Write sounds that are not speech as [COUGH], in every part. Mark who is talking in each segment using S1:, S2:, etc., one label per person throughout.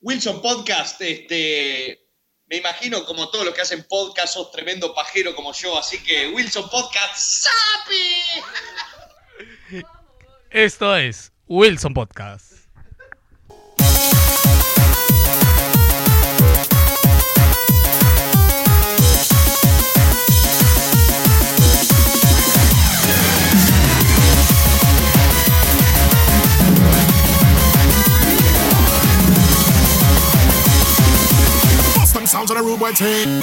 S1: Wilson Podcast, este, me imagino como todos los que hacen podcast, sos tremendo pajero como yo, así que Wilson Podcast, ¡Sapi!
S2: Esto es Wilson Podcast. sounds of the rude boy's head.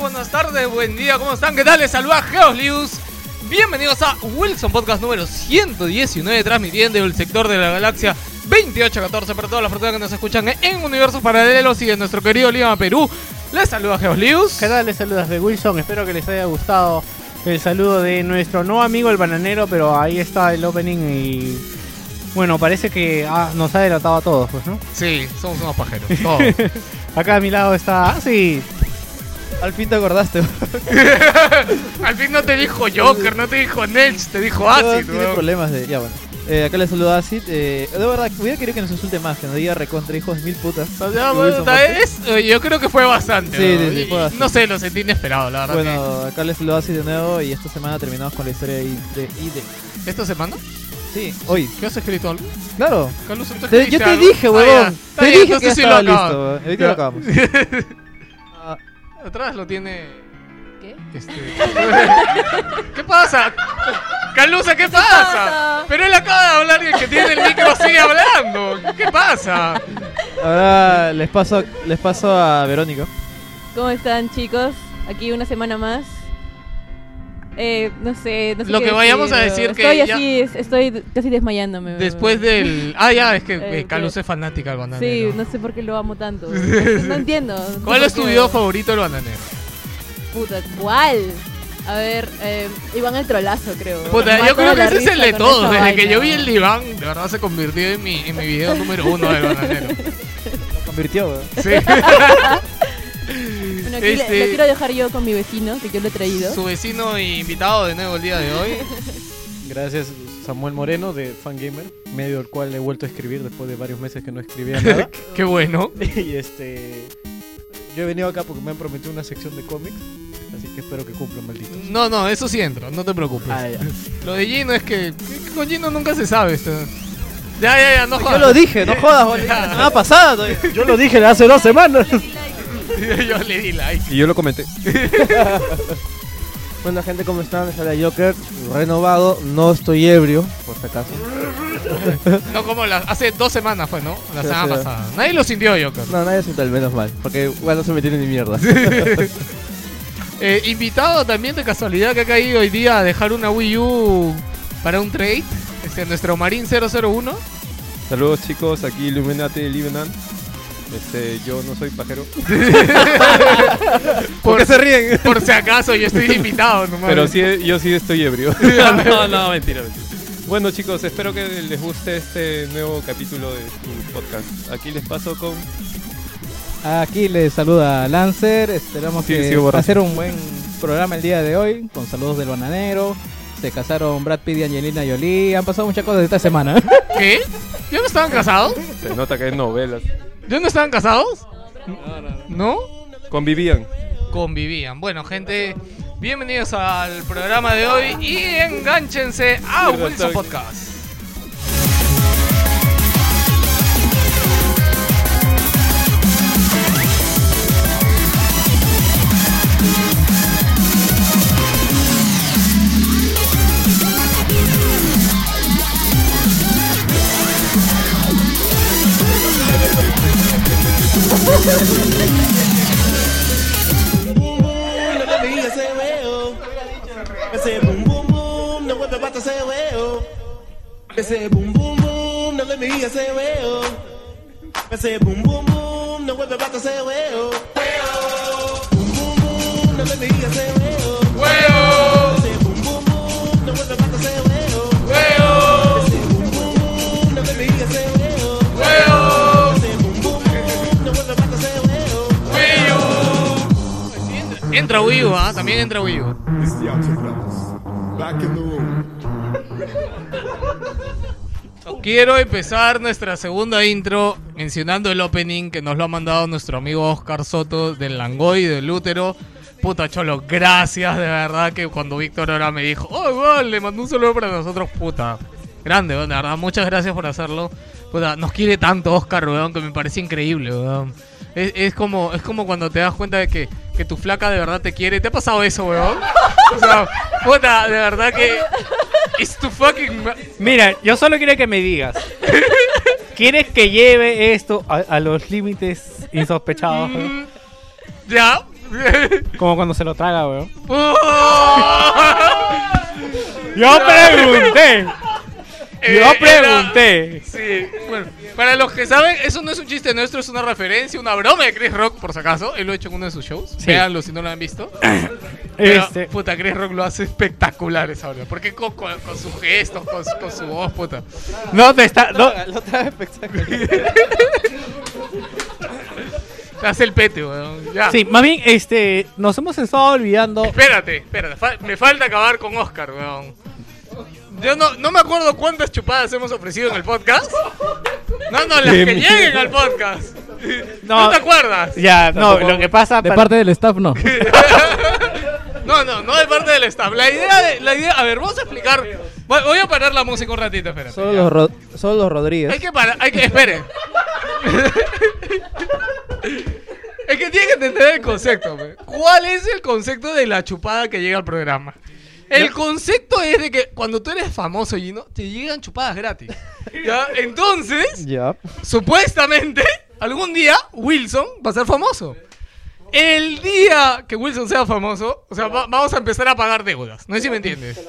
S2: buenas tardes, buen día, ¿cómo están? ¿Qué tal? Les saluda Geoslius. Bienvenidos a Wilson Podcast número 119, transmitiendo el sector de la galaxia 2814 para todas las personas que nos escuchan en universos paralelos y en nuestro querido Lima, Perú. Les saluda Geoslius.
S3: ¿Qué tal? Les saludas de Wilson, espero que les haya gustado el saludo de nuestro nuevo amigo el bananero, pero ahí está el opening y... Bueno, parece que ah, nos ha delatado a todos, pues, ¿no?
S2: Sí, somos unos pajeros, todos.
S3: [LAUGHS] Acá a mi lado está... Ah, sí,
S4: al fin te acordaste.
S2: [LAUGHS] Al fin no te dijo Joker, no te dijo Nelch, te dijo Acid.
S4: No, tiene problemas de. Ya, bueno. Eh, acá le saludo a Acid. Eh, de verdad, hubiera querido que nos insulte más, que nos diga recontra hijos mil putas.
S2: O sea, bueno, es, yo creo que fue bastante.
S4: Sí, ¿no? sí, sí, fue
S2: bastante. no sé, lo sentí inesperado, la verdad.
S4: Bueno, acá le saludo a Acid de nuevo y esta semana terminamos con la historia de ID.
S2: ¿Esta semana?
S4: Sí, hoy.
S2: ¿Qué has escrito algo?
S4: Claro.
S2: Carlos, ¿tú
S4: te, yo te algo? dije, huevón.
S2: Ah,
S4: te dije
S2: que
S4: si estaba lo listo. Ahorita yeah. lo acabamos.
S2: [LAUGHS] Atrás lo tiene.
S5: ¿Qué?
S2: Este... ¿Qué pasa? Calusa, ¿qué, ¿Qué pasa? pasa? Pero él acaba de hablar y el que tiene el micro sigue hablando. ¿Qué pasa?
S4: Ahora les paso, les paso a Verónica.
S5: ¿Cómo están, chicos? Aquí una semana más. Eh, no sé, no sé
S2: Lo que vayamos a decir
S5: estoy
S2: que.
S5: Así, ya... Estoy casi desmayándome.
S2: Después del. Ah, ya,
S5: [LAUGHS]
S2: es que eh, Calus es fanática del bananero.
S5: Sí, no sé por qué lo amo
S2: [LAUGHS]
S5: tanto. no entiendo. No
S2: ¿Cuál es tu video que... favorito del bananero?
S5: Puta, ¿cuál? A ver, eh, Iván el trolazo, creo.
S2: Puta, yo creo que ese es el de todos. Desde vaina. que yo vi el de Iván, de verdad se convirtió en mi, en mi video número uno del bananero.
S4: Lo convirtió, weón.
S2: Sí.
S5: [LAUGHS] Bueno, aquí este... le, le quiero dejar yo con mi vecino, que yo lo he traído.
S2: Su vecino e invitado de nuevo el día de hoy.
S4: [LAUGHS] Gracias Samuel Moreno de Fangamer, medio al cual he vuelto a escribir después de varios meses que
S2: [LAUGHS]
S4: no escribía nada.
S2: Qué bueno.
S4: [LAUGHS] y este yo he venido acá porque me han prometido una sección de cómics, así que espero que cumplan maldito.
S2: No, no, eso sí entra, no te preocupes.
S4: Ah, ya.
S2: Lo de Gino es que, que con Gino nunca se sabe esto. Ya, ya, ya, no jodas.
S4: Yo lo
S2: [LAUGHS]
S4: dije, no jodas, boludo. La semana pasada todavía. Yo lo dije hace dos semanas.
S2: yo [LAUGHS] le di like.
S6: Eh, Y yo lo comenté. [LAUGHS]
S4: bueno, gente, ¿cómo están? Sale es Joker, renovado. No estoy ebrio, por si acaso.
S2: no como la, hace dos semanas fue, ¿no? La sí, semana sí. pasada. Nadie lo sintió, Joker.
S4: No, nadie sintió, al menos mal. Porque, bueno, se metieron ni mierda.
S2: eh, invitado también de casualidad que ha caído hoy día a dejar una Wii U para un trade. Este, nuestro Marín 001.
S6: Saludos, chicos. Aquí Illuminati Livenan. Este, yo no soy
S2: [LAUGHS]
S6: pajero.
S2: ¿Por, ¿Por, qué se ríen? Por si acaso, yo estoy invitado nomás.
S6: Pero sí, yo sí estoy ebrio.
S2: [LAUGHS]
S6: [LAUGHS]
S2: no, no, mentira, mentira.
S6: Bueno, chicos, espero que les guste este nuevo capítulo de tu podcast. Aquí les paso con.
S4: Aquí les saluda Lancer. Esperamos sí, que sí, va a ser un buen programa el día de hoy. Con saludos del bananero. Se casaron Brad Pitt y Angelina Jolie. Han pasado muchas cosas esta semana.
S2: ¿Qué? ¿Ya no estaban casados?
S6: [LAUGHS] Se nota que es novelas.
S2: ¿Ya no estaban casados?
S6: No, no,
S2: no.
S6: ¿No? Convivían.
S2: Convivían. Bueno, gente, bienvenidos al programa de hoy y enganchense a Wilson Podcast.
S7: Ese boom boom boom, no le mía ese huevo. Ese boom boom boom, no vuelve basta ese huevo. Boom boom boom, no le mía ese huevo. Ese boom boom boom, no vuelve basta ese huevo. Ese boom boom boom, no le mía ese huevo. Ese boom boom boom, no vuelve basta ese huevo.
S2: Entra Wii U, ¿ah? También entra Wii U.
S8: It's the Outer Fellas. Back in the room.
S2: Quiero empezar nuestra segunda intro mencionando el opening que nos lo ha mandado nuestro amigo Oscar Soto del Langoy, del útero. Puta cholo, gracias de verdad que cuando Víctor ahora me dijo, oh, igual, le mandó un saludo para nosotros, puta. Grande, weón, de verdad, muchas gracias por hacerlo. Puta, nos quiere tanto Oscar, weón, que me parece increíble, weón. Es, es como, es como cuando te das cuenta de que, que tu flaca de verdad te quiere. ¿Te ha pasado eso, weón? O sea, puta, de verdad que... It's too fucking... ma-
S3: Mira, yo solo quiero que me
S2: [LAUGHS]
S3: digas. ¿Quieres que lleve esto a, a los límites insospechados? weón?
S2: Mm, Ya.
S3: [LAUGHS] Como cuando se lo traga, weón.
S2: Oh.
S3: Yo pregunté.
S2: Eh,
S3: Yo pregunté.
S2: Sí, bueno, para los que saben, eso no es un chiste nuestro, es una referencia, una broma de Chris Rock, por si acaso. Él lo ha hecho en uno de sus shows.
S3: Sí.
S2: Véanlo si no lo han visto. Pero,
S3: Este,
S2: puta, Chris Rock lo hace espectacular esa hora. Porque con, con- con sus gestos, con, su- con su voz, puta.
S3: no te está. No,
S4: Lo trae espectacular.
S2: [LAUGHS] Hace el pete, weón. Ya.
S3: sí, más bien, este, nos hemos estado olvidando.
S2: Espérate, espérate. fa- me falta acabar con Oscar, weón. Yo no, no me acuerdo cuántas chupadas hemos ofrecido en el podcast. No, no, las que lleguen al podcast. No,
S3: No.
S2: te acuerdas.
S3: Ya, no, lo que pasa.
S4: De
S3: para-
S4: parte del staff, no.
S2: No, no, no de parte del staff. La idea, de- la idea, a ver, vamos a explicar. Voy, voy a parar la música un ratito, espérate.
S4: Solo
S2: ya.
S4: los, Ro- solo los Rodríguez.
S2: Hay que parar, hay que, esperen. es que tienen que entender el concepto, pe. ¿Cuál es el concepto de la chupada que llega al programa? El concepto es de que cuando tú eres famoso, Gino, te llegan chupadas gratis. ¿Ya? Entonces,
S4: Ya.
S2: supuestamente, algún día Wilson va a ser famoso. El día que Wilson sea famoso, o sea, va- vamos a empezar a pagar deudas. No sé si me entiendes.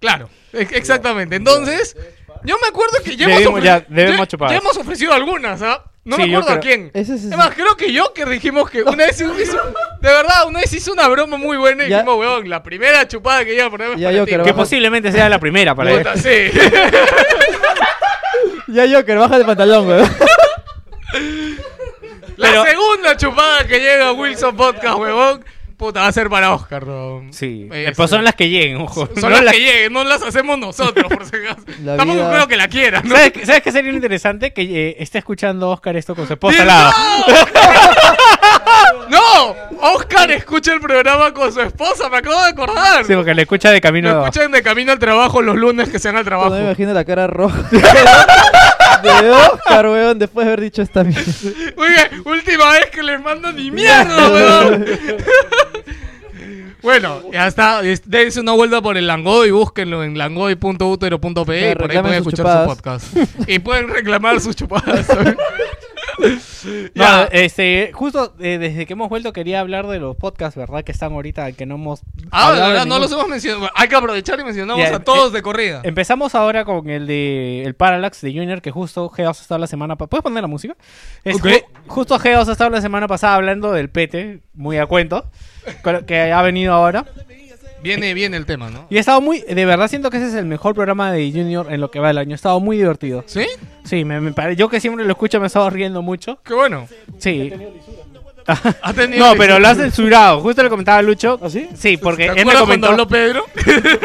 S2: Claro, e- exactamente. Entonces, yo me acuerdo que ya hemos,
S3: Debemos-
S2: ofre-
S3: ya, debemos
S2: ya-
S3: chupar.
S2: ya hemos ofrecido algunas, ¿ah? No
S3: Sí,
S2: me
S3: yo
S2: acuerdo a
S3: creo-
S2: quién.
S4: Ese es-
S2: es más, creo que yo que dijimos que una vez hizo, de verdad, una vez hizo una broma muy buena y
S4: Ya.
S2: dijimos, weón, la primera chupada que iba a poner
S4: Ya yo creo.
S3: Que posiblemente sea la primera para él.
S2: sí.
S3: [LAUGHS]
S4: Ya, Joker, baja de pantalón, weón.
S2: La
S3: Pero-
S2: segunda chupada que llega a Wilson Podcast, huevón, puta, va a ser para Oscar, huevón.
S3: Sí.
S2: Eh,
S3: Pues
S2: sí.
S3: son las que lleguen, ojo.
S2: Son
S3: No
S2: las
S3: las-
S2: que lleguen, no las hacemos nosotros, por si acaso.
S4: [LAUGHS] La
S2: Tampoco
S4: vida-
S2: creo que la quieran, ¿no?
S3: ¿Sabes, qué- ¿Sabes qué sería interesante? Que eh, esté escuchando Oscar esto con su esposa al lado.
S2: ¡No! ¡No! Oscar escucha el programa con su esposa, me acabo de acordar.
S3: [LAUGHS] Sí, porque le escucha de camino.
S2: Lo escuchan de camino al trabajo los lunes que se van al
S4: No me
S2: trabajo.
S4: imagino la cara roja. [LAUGHS] De Oscar, weón, después de haber dicho esta mierda.
S2: Oye, última vez que les mando ni mierda, weón. bueno, ya está. Es- Dense una vuelta por el Langoy, búsquenlo en langoy.utero.pe y por ahí
S4: reclamen
S2: pueden
S4: sus
S2: escuchar su podcast. y pueden reclamar sus
S3: [LAUGHS]
S2: chupadas. [LAUGHS]
S3: No,
S2: ya,
S3: este, justo eh, desde que hemos vuelto quería hablar de los podcasts, ¿verdad? Que están ahorita, que no hemos.
S2: ah,
S3: hablado de
S2: verdad, no
S3: ninguno.
S2: los hemos mencionado. Bueno, Hay que aprovechar y mencionamos
S3: Ya, eh.
S2: a todos de corrida.
S3: Empezamos ahora con el de el Parallax de Junior, que justo Geos ha estado la semana pasada. ¿Puedes poner la música? Es
S2: Ok.
S3: ju- justo Geos ha estado la semana pasada hablando del Pete, muy a cuento, con lo que ha venido ahora.
S2: Viene bien el tema, ¿no?
S3: Y he estado muy, de verdad siento que ese es el mejor programa de Junior en lo que va el año. Ha estado muy divertido.
S2: ¿Sí?
S3: Sí, me, me pare- yo que siempre lo escucho me he estado riendo mucho.
S2: Qué bueno.
S3: Sí.
S2: Ha tenido
S3: no,
S2: lis-
S3: pero lo ha censurado. Justo le comentaba a Lucho.
S9: ¿Ah, sí?
S3: Sí, porque
S2: ¿Te
S3: él me
S2: acuerdas cuando
S3: comentó.
S2: habló Pedro?
S4: [LAUGHS]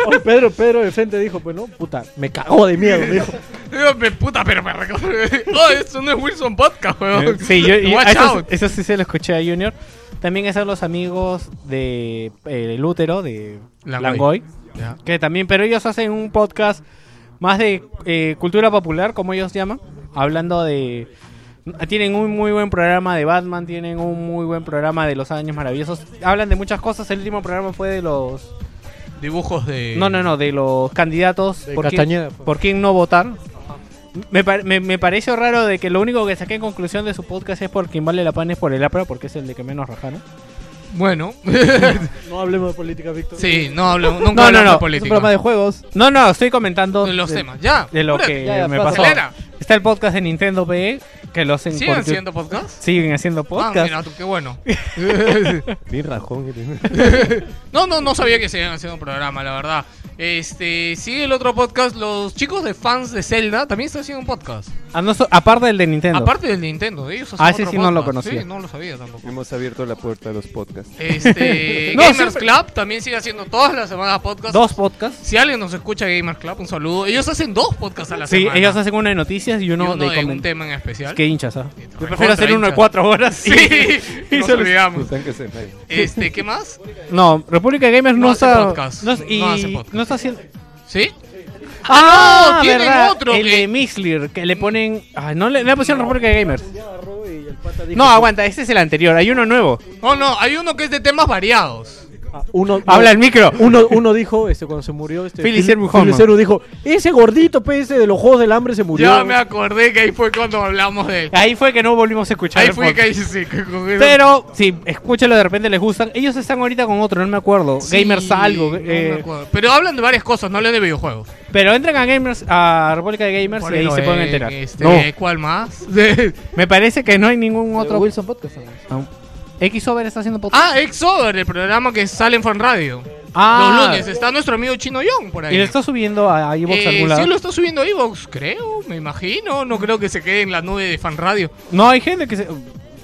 S9: Oye,
S4: Oh,
S9: Pedro, Pedro de frente dijo, pues no, puta, me cagó de miedo, me
S2: [LAUGHS]
S9: dijo.
S2: Digo, me puta, pero me recuerdo. [LAUGHS] No, eso Oh, no es Wilson Podcast, weón.
S3: [LAUGHS] Sí, yo, y
S2: Watch
S3: a eso,
S2: out.
S3: eso sí se lo escuché a Junior. También están los amigos de eh, El Útero, de
S2: Langoy.
S3: Langoy.
S2: Ya.
S3: Que también, pero ellos hacen un podcast más de eh, cultura popular, como ellos llaman, hablando de... Tienen un muy buen programa de Batman, tienen un muy buen programa de los años maravillosos. [LAUGHS] Hablan de muchas cosas. El último programa fue de los...
S2: Dibujos de.
S3: No, no, no, de los candidatos.
S9: De
S3: por quién-
S9: Castañeda, pues.
S3: ¿Por quién no votar? Me, par- me, me pareció raro de que lo único que saqué en conclusión de su podcast es por quien vale la pena es por el APRA, porque es el de que menos rajaron. [LAUGHS]
S2: Bueno.
S9: No hablemos de política, Víctor.
S2: sí, no hablo, nunca
S3: No,
S2: hablamos
S3: no, no,
S2: de
S4: Es un
S2: política.
S4: programa de juegos.
S3: No, no, estoy comentando
S2: Los
S3: de-
S2: temas, ya.
S3: de lo
S2: apúrate.
S3: que
S4: Ya, ya,
S3: me
S4: pasa.
S3: pasó.
S2: Acelera.
S3: Está el podcast en Nintendo PE que los hacen
S2: ¿Siguen
S3: por-
S2: haciendo podcast?
S3: siguen haciendo podcast.
S2: Ah, mira, tú,
S3: [LAUGHS]
S2: qué bueno.
S6: Bien rajón que tiene.
S2: no, no, no sabía que seguían haciendo un programa, la verdad. Este, sigue el otro podcast. Los chicos de fans de Zelda también están haciendo un podcast.
S3: Ah, no, so- aparte del de Nintendo.
S2: Aparte del Nintendo, de ellos hacen
S3: Ah, ese
S2: otro
S3: sí no lo
S2: podcast.
S3: conocía.
S2: Sí, no lo sabía
S3: [LAUGHS]
S2: tampoco.
S6: Hemos abierto la puerta de los podcasts. [LAUGHS]
S2: Este,
S3: No,
S2: Gamers
S3: siempre-
S2: Club también sigue haciendo todas las semanas podcast.
S3: Dos podcasts.
S2: Si alguien nos escucha Gamers Club, un saludo. Ellos hacen dos podcasts a la
S3: Sí,
S2: semana.
S3: ellos hacen uno de noticias y
S2: Y
S3: uno,
S2: uno de, un
S3: comentarios.
S2: tema en especial.
S3: Qué hinchas, ¿ah?
S2: Sí,
S3: Yo prefiero
S2: recontra
S3: hacer uno de
S2: hinchas.
S3: cuatro horas.
S2: [LAUGHS] Sí,
S3: [LAUGHS] y
S2: nos
S3: solo-
S2: olvidamos.
S6: Están que se vayan.
S2: Este, ¿qué más?
S3: [LAUGHS] No, República Gamers no,
S2: No hace
S3: está.
S2: podcast.
S3: No, es- y,
S2: No hace podcast.
S3: no está haciendo.
S2: ¿Sí?
S3: ¡Ah!
S2: no, tienen
S3: verdad,
S2: otro
S3: El
S2: que-
S3: de Mislir, que le ponen. Ah, no le, le pusieron República Gamers.
S9: Y el pata dijo,
S3: No, aguanta, este es el anterior. Hay uno nuevo.
S2: Oh, no, hay uno que es de temas variados.
S9: ah, uno,
S3: Habla el micro.
S9: Uno, uno dijo, este, cuando se murió, este,
S3: Phil
S9: Phil-
S3: Seymour
S9: Phil
S3: Hoffman.
S9: Seymour dijo, ese gordito pe, ese de los Juegos del Hambre se murió.
S2: Ya Ah, me acordé que ahí fue cuando hablamos de él.
S3: Ahí fue que no volvimos a escuchar.
S2: Ahí
S3: el
S2: fue que
S3: podcast.
S2: ahí sí. que con eso-
S3: Pero, si escúchalo de repente les gustan. Ellos están ahorita con otro, no me acuerdo.
S2: Sí,
S3: Gamers algo.
S2: no me
S3: eh,
S2: acuerdo. Pero hablan de varias cosas, no hablan de videojuegos.
S3: pero entran a Gamers, a República de Gamers y ahí
S2: Ponelo
S3: se pueden
S2: en,
S3: enterar.
S2: este,
S3: No,
S2: ¿Cuál más? [LAUGHS]
S3: me parece que no hay ningún otro.
S4: Wilson Podcast. también.
S3: Xover está haciendo podcast.
S2: ah, Exover, el programa que sale en Fan Radio. Los lunes. Está nuestro amigo Chino Young por ahí.
S3: Ah. Y lo está subiendo a Evox
S2: Eh,
S3: algún lado.
S2: sí lo está subiendo Evox, creo, me imagino. No creo que se quede en la nube de Fan Radio.
S3: No, hay gente que se.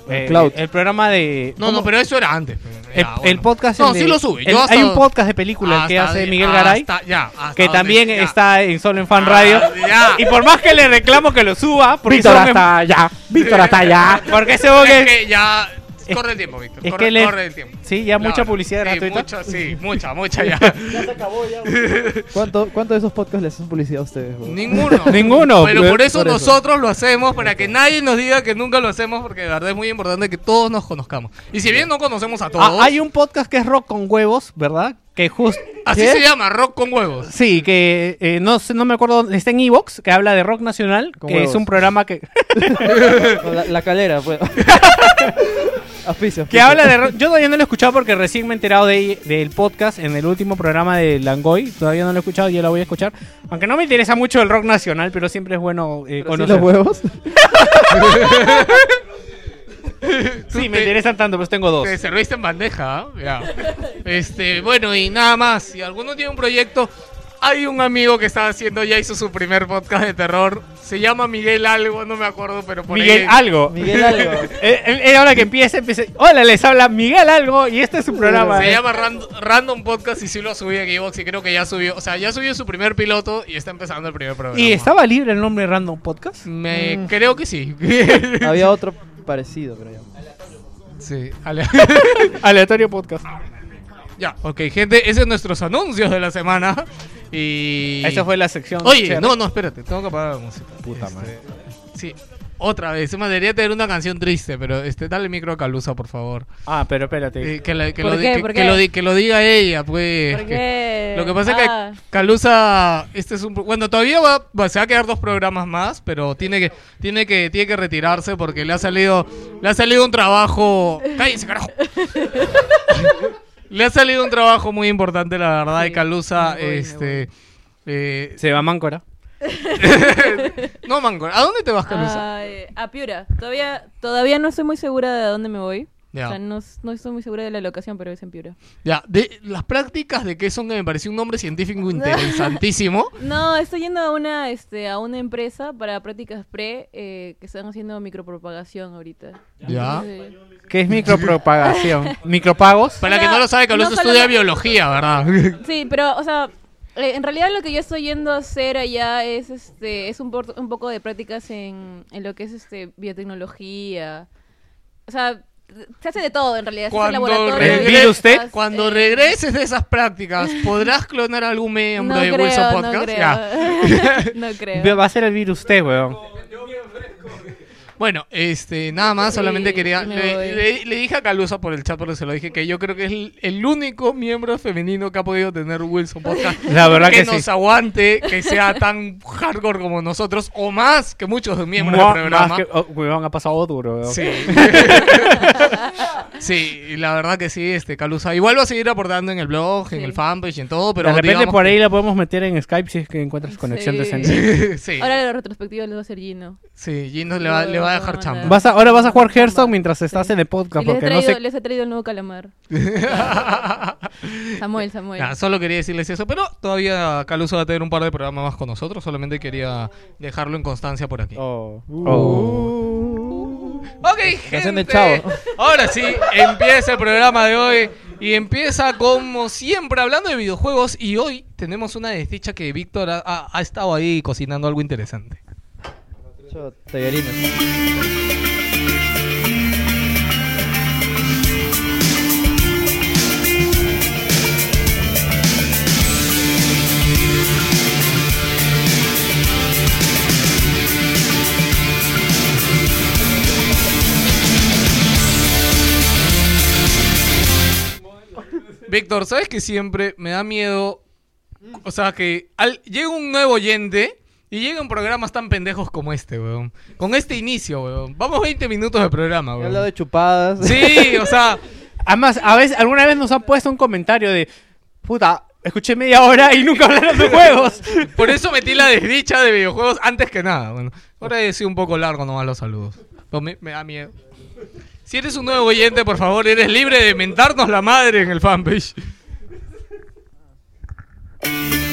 S3: eh,
S4: Cloud.
S3: El programa de.
S2: No,
S3: ¿cómo?
S2: no, pero eso era antes.
S3: El,
S2: Ya,
S3: el
S2: bueno.
S3: podcast.
S2: No,
S3: el de-
S2: sí lo sube.
S3: el-
S2: Yo hasta-
S3: hay un podcast de películas que
S2: hasta
S3: hace
S2: de-
S3: Miguel Garay.
S2: hasta- ya, hasta
S3: que
S2: donde-
S3: también
S2: ya.
S3: está en Solo en Fan
S2: Ah,
S3: Radio.
S2: ya.
S3: Y por más que le reclamo que lo suba, porque
S9: Víctor
S3: ese hombre-
S9: hasta allá. Víctor hasta allá.
S3: [LAUGHS] Porque ese hombre-
S2: Es que ya. Corre el tiempo, Víctor.
S3: es
S2: corre,
S3: que le-
S2: corre el tiempo.
S3: Sí, ya mucha
S2: Claro.
S3: publicidad
S2: Sí,
S3: gratuita.
S2: Mucha, sí,
S3: [LAUGHS]
S2: mucha, mucha ya.
S4: ¿Cuánto, ¿Cuánto de esos podcasts le hacen publicidad a ustedes? huevón?
S2: Ninguno.
S3: [LAUGHS] Ninguno.
S2: Pero por eso,
S4: Por eso.
S2: nosotros lo hacemos, para que nadie nos diga que nunca lo hacemos, porque de verdad es muy importante que todos nos conozcamos. Y si bien no conocemos a
S3: Ah,
S2: todos,
S3: hay un podcast que es Rock con Huevos, ¿verdad? Que justo.
S2: así se llama, rock con huevos.
S3: Sí, que eh, no sé, no me acuerdo, dónde- está en Evox, que habla de rock nacional,
S4: Con
S3: que
S4: huevos.
S3: es un
S4: [LAUGHS]
S3: programa que,
S4: No, la, la calera, pues. Auspicio.
S3: [LAUGHS] que habla de rock. Yo todavía no lo he escuchado porque recién me he enterado de- del podcast en el último programa de Langoy. Todavía no lo he escuchado, ya lo voy a escuchar. Aunque no me interesa mucho el rock nacional, pero siempre es bueno eh,
S4: Pero sí
S3: conocer.
S4: los
S3: [LAUGHS]
S4: huevos?
S3: Sí, me interesan tanto, pero tengo dos.
S2: Te serviste en bandeja, ¿ah? Ya. Este, bueno, y nada más. Si alguno tiene un proyecto, hay un amigo que está haciendo, ya hizo su primer podcast de terror. Se llama Miguel Algo, no me acuerdo, pero por
S3: Miguel
S2: ahí.
S3: Algo.
S4: Miguel Algo.
S3: [LAUGHS] Eh, eh, eh, ahora que empiece, empiece. Hola, les habla Miguel Algo y este es su programa.
S2: Se
S3: eh.
S2: llama Rand- Random Podcast y sí lo subí en Evox y creo que ya subió. O sea, ya subió su primer piloto y está empezando el primer programa.
S3: ¿Y estaba libre el nombre Random Podcast? Mm.
S2: Me creo que
S3: [LAUGHS]
S2: sí.
S4: Había otro parecido, pero ya.
S2: sí, ale-
S3: [LAUGHS] Aleatorio Podcast.
S2: ya, ok, gente, esos son nuestros anuncios de la semana. Y.
S3: Esa fue la sección.
S2: Oye,
S3: chévere.
S2: no, no, espérate, tengo que apagar la música.
S6: Puta
S2: Este,
S6: madre.
S2: Sí, otra vez. Se me debería tener una canción triste, pero este, dale micro a Calusa, por favor.
S3: Ah, pero espérate.
S2: Eh, que, la- que
S5: ¿Por
S2: lo di-
S5: qué?
S2: que-
S5: ¿Por
S2: que
S5: qué?
S2: lo di- que lo diga ella, pues.
S5: ¿Por
S2: que-
S5: qué?
S2: Lo que pasa
S5: Ah,
S2: es que Calusa, este es un, pro- bueno, todavía va, va- se va a quedar dos programas más, pero tiene que, tiene que, tiene que retirarse porque le ha salido, le ha salido un trabajo. Cállense, carajo. le ha salido un trabajo muy importante, la verdad, y Calusa, este, eh,
S3: Se va Máncora.
S2: [LAUGHS] no Mango, ¿a dónde te vas, Calusa?
S5: ay, a Piura. Todavía, todavía no estoy muy segura de a dónde me voy.
S2: Ya.
S5: O sea, no, no estoy muy segura de la locación, pero es en Piura.
S2: Ya, de las prácticas de que son que me pareció un
S5: [LAUGHS]
S2: nombre científico interesantísimo.
S5: No, estoy yendo a una, este, a una empresa para prácticas pre eh, que están haciendo micropropagación ahorita.
S3: Este,
S2: Ya.
S5: Sí.
S3: Que es
S5: [LAUGHS]
S3: micropropagación. [LAUGHS] Micropagos.
S2: Para que no lo sabe, Calusa
S5: No solo-
S2: estudia biología, [LAUGHS] ¿verdad?
S5: Sí, pero, o sea, eh, en realidad lo que yo estoy yendo a hacer allá es, este, es un, por- un poco de prácticas en, en lo que es, este, biotecnología. O sea, se hace de todo, en realidad. Se hace
S2: Cuando
S5: laboratorio,
S2: regre-
S5: biotecas,
S3: usted?
S2: Cuando
S5: eh,
S2: regreses de esas
S5: [LAUGHS]
S2: prácticas, ¿podrás clonar algún
S5: no
S2: miembro de
S5: creo,
S2: Wilson
S5: no [LAUGHS]
S2: Podcast? Ya.
S5: creo. no creo.
S3: Va a ser el virus T, weón.
S2: Bueno, este, nada más, solamente
S5: Sí,
S2: quería.
S5: me
S2: Le,
S5: voy.
S2: le- le dije a Calusa por el chat, porque se lo dije, que yo creo que es el, el único miembro femenino que ha podido tener Wilson Podcast.
S3: La verdad que
S2: nos
S3: sí.
S2: aguante, que sea tan hardcore como nosotros, o más que muchos miembros
S3: Mua-
S2: del programa.
S3: más que- oh, huevón, ha pasado duro. huevón. [LAUGHS]
S2: Sí. [LAUGHS] sí, y la verdad que sí, este Calusa. Igual va a seguir aportando en el blog, en
S5: Sí.
S2: el fanpage, en todo, pero
S3: de repente
S2: digamos
S3: por ahí la podemos meter en Skype si es que encuentras conexión
S5: Sí.
S3: decente.
S2: que- [LAUGHS] sí,
S5: Ahora la retrospectiva les va a hacer Gino.
S2: sí, Gino le va, le va a dejar chamba.
S3: Vas a- ahora vas a jugar Hearthstone mientras estás en el podcast,
S5: Y les, he
S3: porque
S5: traído,
S3: no sé.
S5: les he traído el nuevo
S3: [LAUGHS]
S5: calamar. Samuel, Samuel. [COUGHS]
S2: Nada, solo quería decirles eso, pero todavía Caluso va a tener un par de programas más con nosotros, solamente quería dejarlo en constancia por aquí.
S9: Oh.
S3: Uh.
S2: Ok,
S4: Canción de
S2: gente.
S4: Chavo.
S2: Ahora sí, empieza el programa de hoy y empieza como siempre hablando de videojuegos y hoy tenemos una desdicha que Víctor ha, ha- ha estado ahí cocinando algo interesante.
S4: Yo, tallarines.
S2: Víctor, ¿sabes que siempre me da miedo? O sea, que al, llega un nuevo oyente y llegan programas tan pendejos como este, weón. Con este inicio, weón. Vamos 20 minutos de programa,
S4: He
S2: weón.
S4: hablado de chupadas.
S2: Sí, o sea,
S3: Además, a veces, alguna vez nos han puesto un comentario de. Puta, escuché media hora [LAUGHS] y nunca hablaron de juegos.
S2: por eso metí la desdicha de videojuegos antes que nada. Bueno, ahora he sido un poco largo nomás los saludos. Pero me, me da miedo. Si eres un nuevo oyente, por favor, eres libre de mentarnos la madre en el fanpage.
S3: [COUGHS]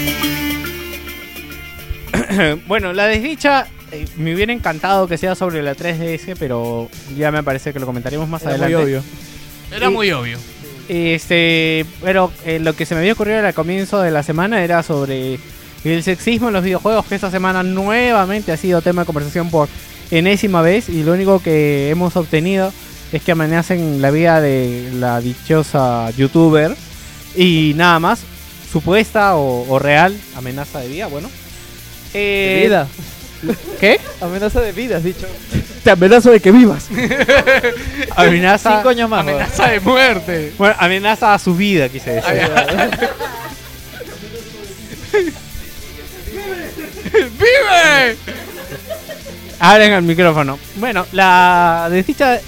S3: bueno, la desdicha. eh, me hubiera encantado que sea sobre la 3DS, pero ya me parece que lo comentaremos más
S4: Era muy
S3: adelante.
S4: obvio.
S2: Era muy obvio.
S3: Este, pero eh, lo que se me había ocurrido al comienzo de la semana era sobre el sexismo en los videojuegos, que esta semana nuevamente ha sido tema de conversación por enésima vez y lo único que hemos obtenido es que amenacen la vida de la dichosa youtuber y nada más, supuesta o, o real amenaza de vida, bueno. Eh,
S4: Vida.
S3: ¿Qué?
S4: Amenaza de vida, has dicho.
S9: Te amenazo de que vivas.
S2: [LAUGHS]
S3: Amenaza,
S4: Cinco años más. weón.
S2: Amenaza de muerte.
S3: bueno, amenaza a su vida, quise decir. [LAUGHS]
S2: ¡Vive!
S3: Abren el micrófono. Bueno, la desdicha.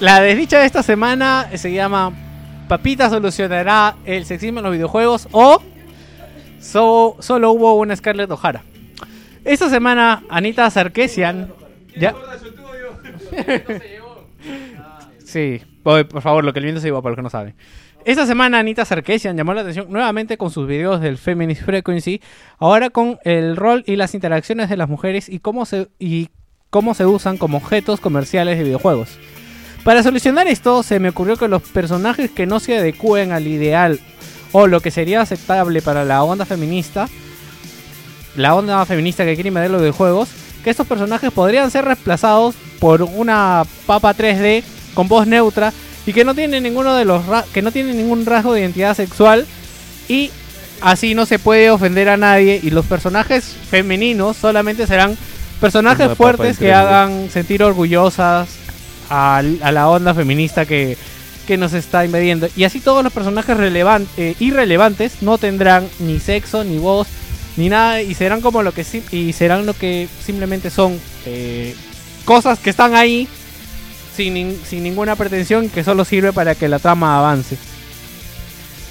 S3: La desdicha de esta semana se llama Papita solucionará el sexismo en los videojuegos o so- solo hubo una Scarlett O'Hara. Esta semana Anita Sarkesian ya [LAUGHS] Sí, Oye, por favor, lo que el viento se llevó para los que no saben. Esta semana Anita Sarkeesian llamó la atención nuevamente con sus videos del Feminist Frequency, ahora con el rol y las interacciones de las mujeres y cómo se, y cómo se usan como objetos comerciales de videojuegos. Para solucionar esto, se me ocurrió que los personajes que no se adecúen al ideal o lo que sería aceptable para la onda feminista, la onda feminista que quiere invadir los videojuegos, que estos personajes podrían ser reemplazados por una papa 3D con voz neutra y que no tiene ninguno de los ra- que no tiene ningún rasgo de identidad sexual y así no se puede ofender a nadie y los personajes femeninos solamente serán personajes
S9: Una papa
S3: fuertes que
S9: increíble.
S3: hagan sentir orgullosas al- a, la onda feminista que, que nos está invadiendo y así todos los personajes relevan- eh, irrelevantes no tendrán ni sexo ni voz ni nada y serán como lo que sim- y serán lo que simplemente son eh, cosas que están ahí sin, nin- sin ninguna pretensión que solo sirve para que la trama avance.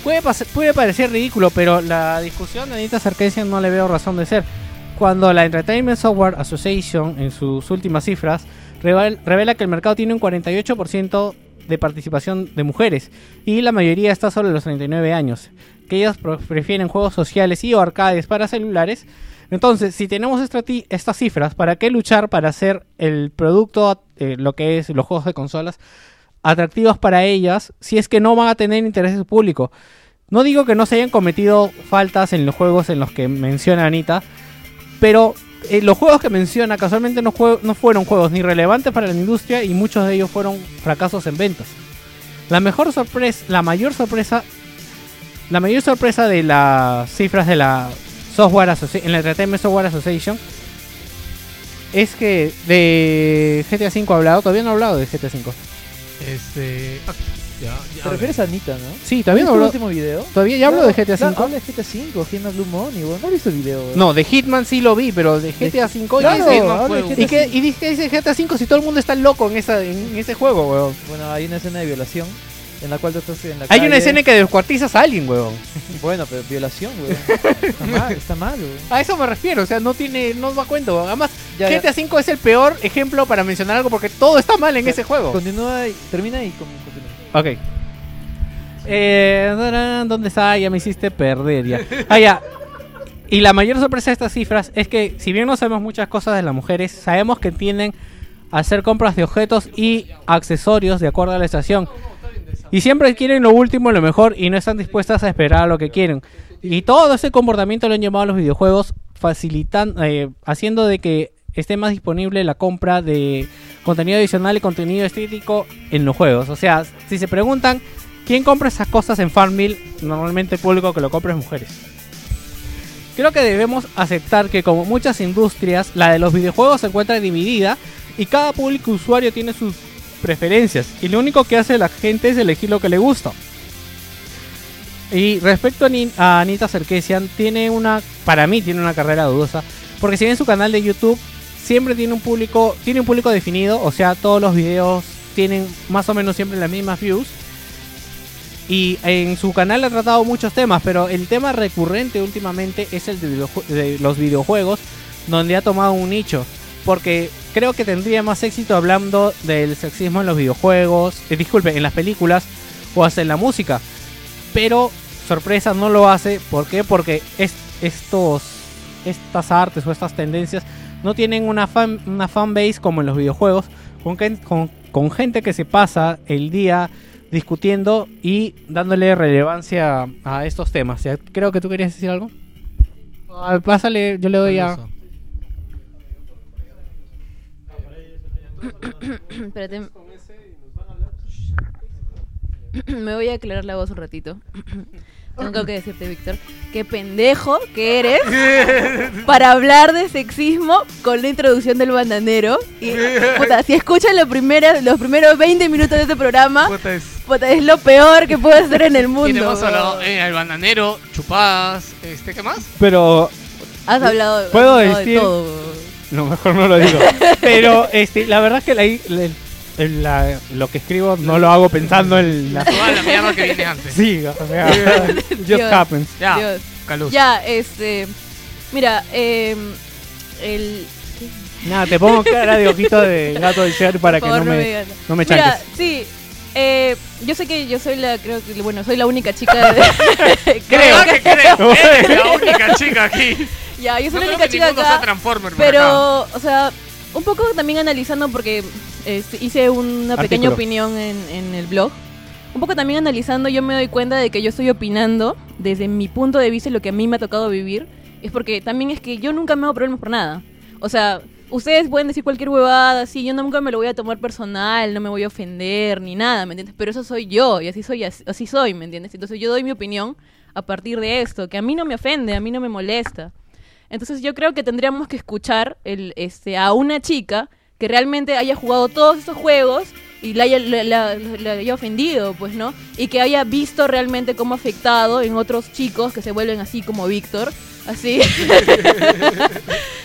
S3: Puede, pas- puede parecer ridículo, pero la discusión de Anita Sarkeesian no le veo razón de ser. Cuando la Entertainment Software Association, en sus últimas cifras, revel- revela que el mercado tiene un 48% de participación de mujeres y la mayoría está sobre los 39 años, que ellas pro- prefieren juegos sociales y o arcades para celulares. Entonces, si tenemos esta ti- estas cifras, ¿para qué luchar para hacer el producto, eh, lo que es los juegos de consolas, atractivos para ellas si es que no van a tener interés de su público? No digo que no se hayan cometido faltas en los juegos en los que menciona Anita, pero eh, los juegos que menciona casualmente no, jue- no fueron juegos ni relevantes para la industria y muchos de ellos fueron fracasos en ventas. La mejor sorpresa, la mayor sorpresa, la mayor sorpresa de las cifras de la software Associ- en la Entertainment Software Association es que de GTA V ha hablado, todavía no ha hablado de GTA V.
S2: Este. ah, Ya, ya,
S10: ¿Te
S2: a
S10: refieres a Anita, no?
S3: Sí, todavía no
S10: el
S3: habló-
S10: último video?
S3: Todavía ya hablo de GTA
S10: Claro,
S3: V.
S10: Habla de GTA V, Gina Blue Money, weón. No he visto el video, weón.
S3: No, de Hitman sí lo vi, pero de GTA V ya
S10: Claro,
S3: dice-
S10: habla de
S2: juego.
S10: GTA
S3: ¿Y, qué,
S10: V.
S3: y dice, dice GTA V si todo el mundo está loco en, esa, en ese juego, weón.
S10: Bueno, hay una escena de violación en la cual tú estás en la
S3: Hay una
S10: calle.
S3: escena que descuartizas a alguien, weón.
S10: Bueno, pero violación, weón. [LAUGHS] Está mal, está mal, weón.
S3: A eso me refiero, o sea, no tiene, no da cuenta, weón. Además,
S10: Ya, ya.
S3: GTA V es el peor ejemplo para mencionar algo porque todo está mal en ese juego.
S10: Continúa y termina y con- continúa.
S3: Ok.
S4: Eh, tarán, ¿Dónde
S3: Ah,
S4: está? Ya me hiciste perder. Ya. Ah, ya.
S3: Y la mayor sorpresa de estas cifras es que, si bien no sabemos muchas cosas de las mujeres, sabemos que tienden a hacer compras de objetos y accesorios de acuerdo a la estación. Y siempre quieren lo último y lo mejor y no están dispuestas a esperar a lo que quieren. Y todo ese comportamiento lo han llevado a los videojuegos, facilitan, eh, haciendo de que esté más disponible la compra de contenido adicional y contenido estético en los juegos. O sea, si se preguntan quién compra esas cosas en Farmville, normalmente el público que lo compra es mujeres. Creo que debemos aceptar que como muchas industrias, la de los videojuegos se encuentra dividida y cada público usuario tiene sus preferencias y lo único que hace la gente es elegir lo que le gusta. Y respecto a, Ni- a Anita Sarkeesian, tiene una, para mí tiene una carrera dudosa, porque si bien su canal de YouTube siempre tiene un público, tiene un público definido, o sea, todos los videos tienen más o menos siempre las mismas views. Y en su canal ha tratado muchos temas, pero el tema recurrente últimamente es el de, videojue- de los videojuegos, donde ha tomado un nicho. Porque creo que tendría más éxito hablando del sexismo en los videojuegos, eh, disculpe, en las películas o hasta en la música. Pero, sorpresa, no lo hace. ¿Por qué? Porque es- estos, estas artes o estas tendencias no tienen una fan, una fanbase como en los videojuegos, con, gen- con- con gente que se pasa el día discutiendo y dándole relevancia a estos temas. Ya, Creo que tú querías decir algo. Ah, Pásale, yo le doy a...
S5: Espérate. [COUGHS] Me voy a aclarar la voz un ratito. [COUGHS] Tengo que decirte, Víctor, qué pendejo que eres
S2: [LAUGHS]
S5: para hablar de sexismo con la introducción del bandanero. Y, puta, si escuchas lo primera- los primeros 20 minutos de este programa,
S2: Puta, es-
S5: puta, es lo peor que puedes hacer en el
S2: Y
S5: mundo.
S2: hemos hablado eh, el bananero, chupadas, este, ¿qué más?
S4: Pero
S5: Has hablado,
S4: Puedo
S5: has hablado de
S4: decir-
S5: todo.
S4: lo mejor no
S5: [LAUGHS]
S4: lo digo.
S3: Pero este, la verdad es que la- la- la- lo que escribo no lo hago pensando
S5: [LAUGHS]
S3: en la...
S2: Toda la mierda que viene antes.
S3: Sí, o sea, just
S5: Dios.
S3: happens.
S2: Ya,
S5: Dios.
S2: Caluz.
S5: Ya, este. Mira, eh, el.
S3: Nada, te pongo cara de ojito de gato de ser para
S5: por
S3: que
S5: favor,
S3: no
S5: no me
S3: me,
S5: digas.
S3: no me
S5: Mira,
S3: chanques.
S5: sí. eh, yo sé que yo soy la, creo que, bueno, soy la única chica
S2: [LAUGHS]
S5: de... [LAUGHS]
S2: Creo que creo. Eres la única chica aquí.
S5: Ya, yo soy la
S2: No creo
S5: única
S2: que
S5: chica
S2: ninguno sea
S5: acá.
S2: Transformer por acá.
S5: Pero, o sea, un poco también analizando, porque este, hice una pequeña
S3: Artículo.
S5: opinión en, en el blog. Un poco también analizando, yo me doy cuenta de que yo estoy opinando desde mi punto de vista y lo que a mí me ha tocado vivir. Es porque también es que yo nunca me hago problemas por nada. O sea, ustedes pueden decir cualquier huevada, sí, yo nunca me lo voy a tomar personal, no me voy a ofender ni nada, ¿me entiendes? Pero eso soy yo y así soy, así, así soy, ¿me entiendes? Entonces yo doy mi opinión a partir de esto, que a mí no me ofende, a mí no me molesta. Entonces yo creo que tendríamos que escuchar el, este, a una chica que realmente haya jugado todos esos juegos y la haya, la- la- la haya ofendido, pues, ¿no? Y que haya visto realmente cómo ha afectado en otros chicos que se vuelven así como Víctor, así.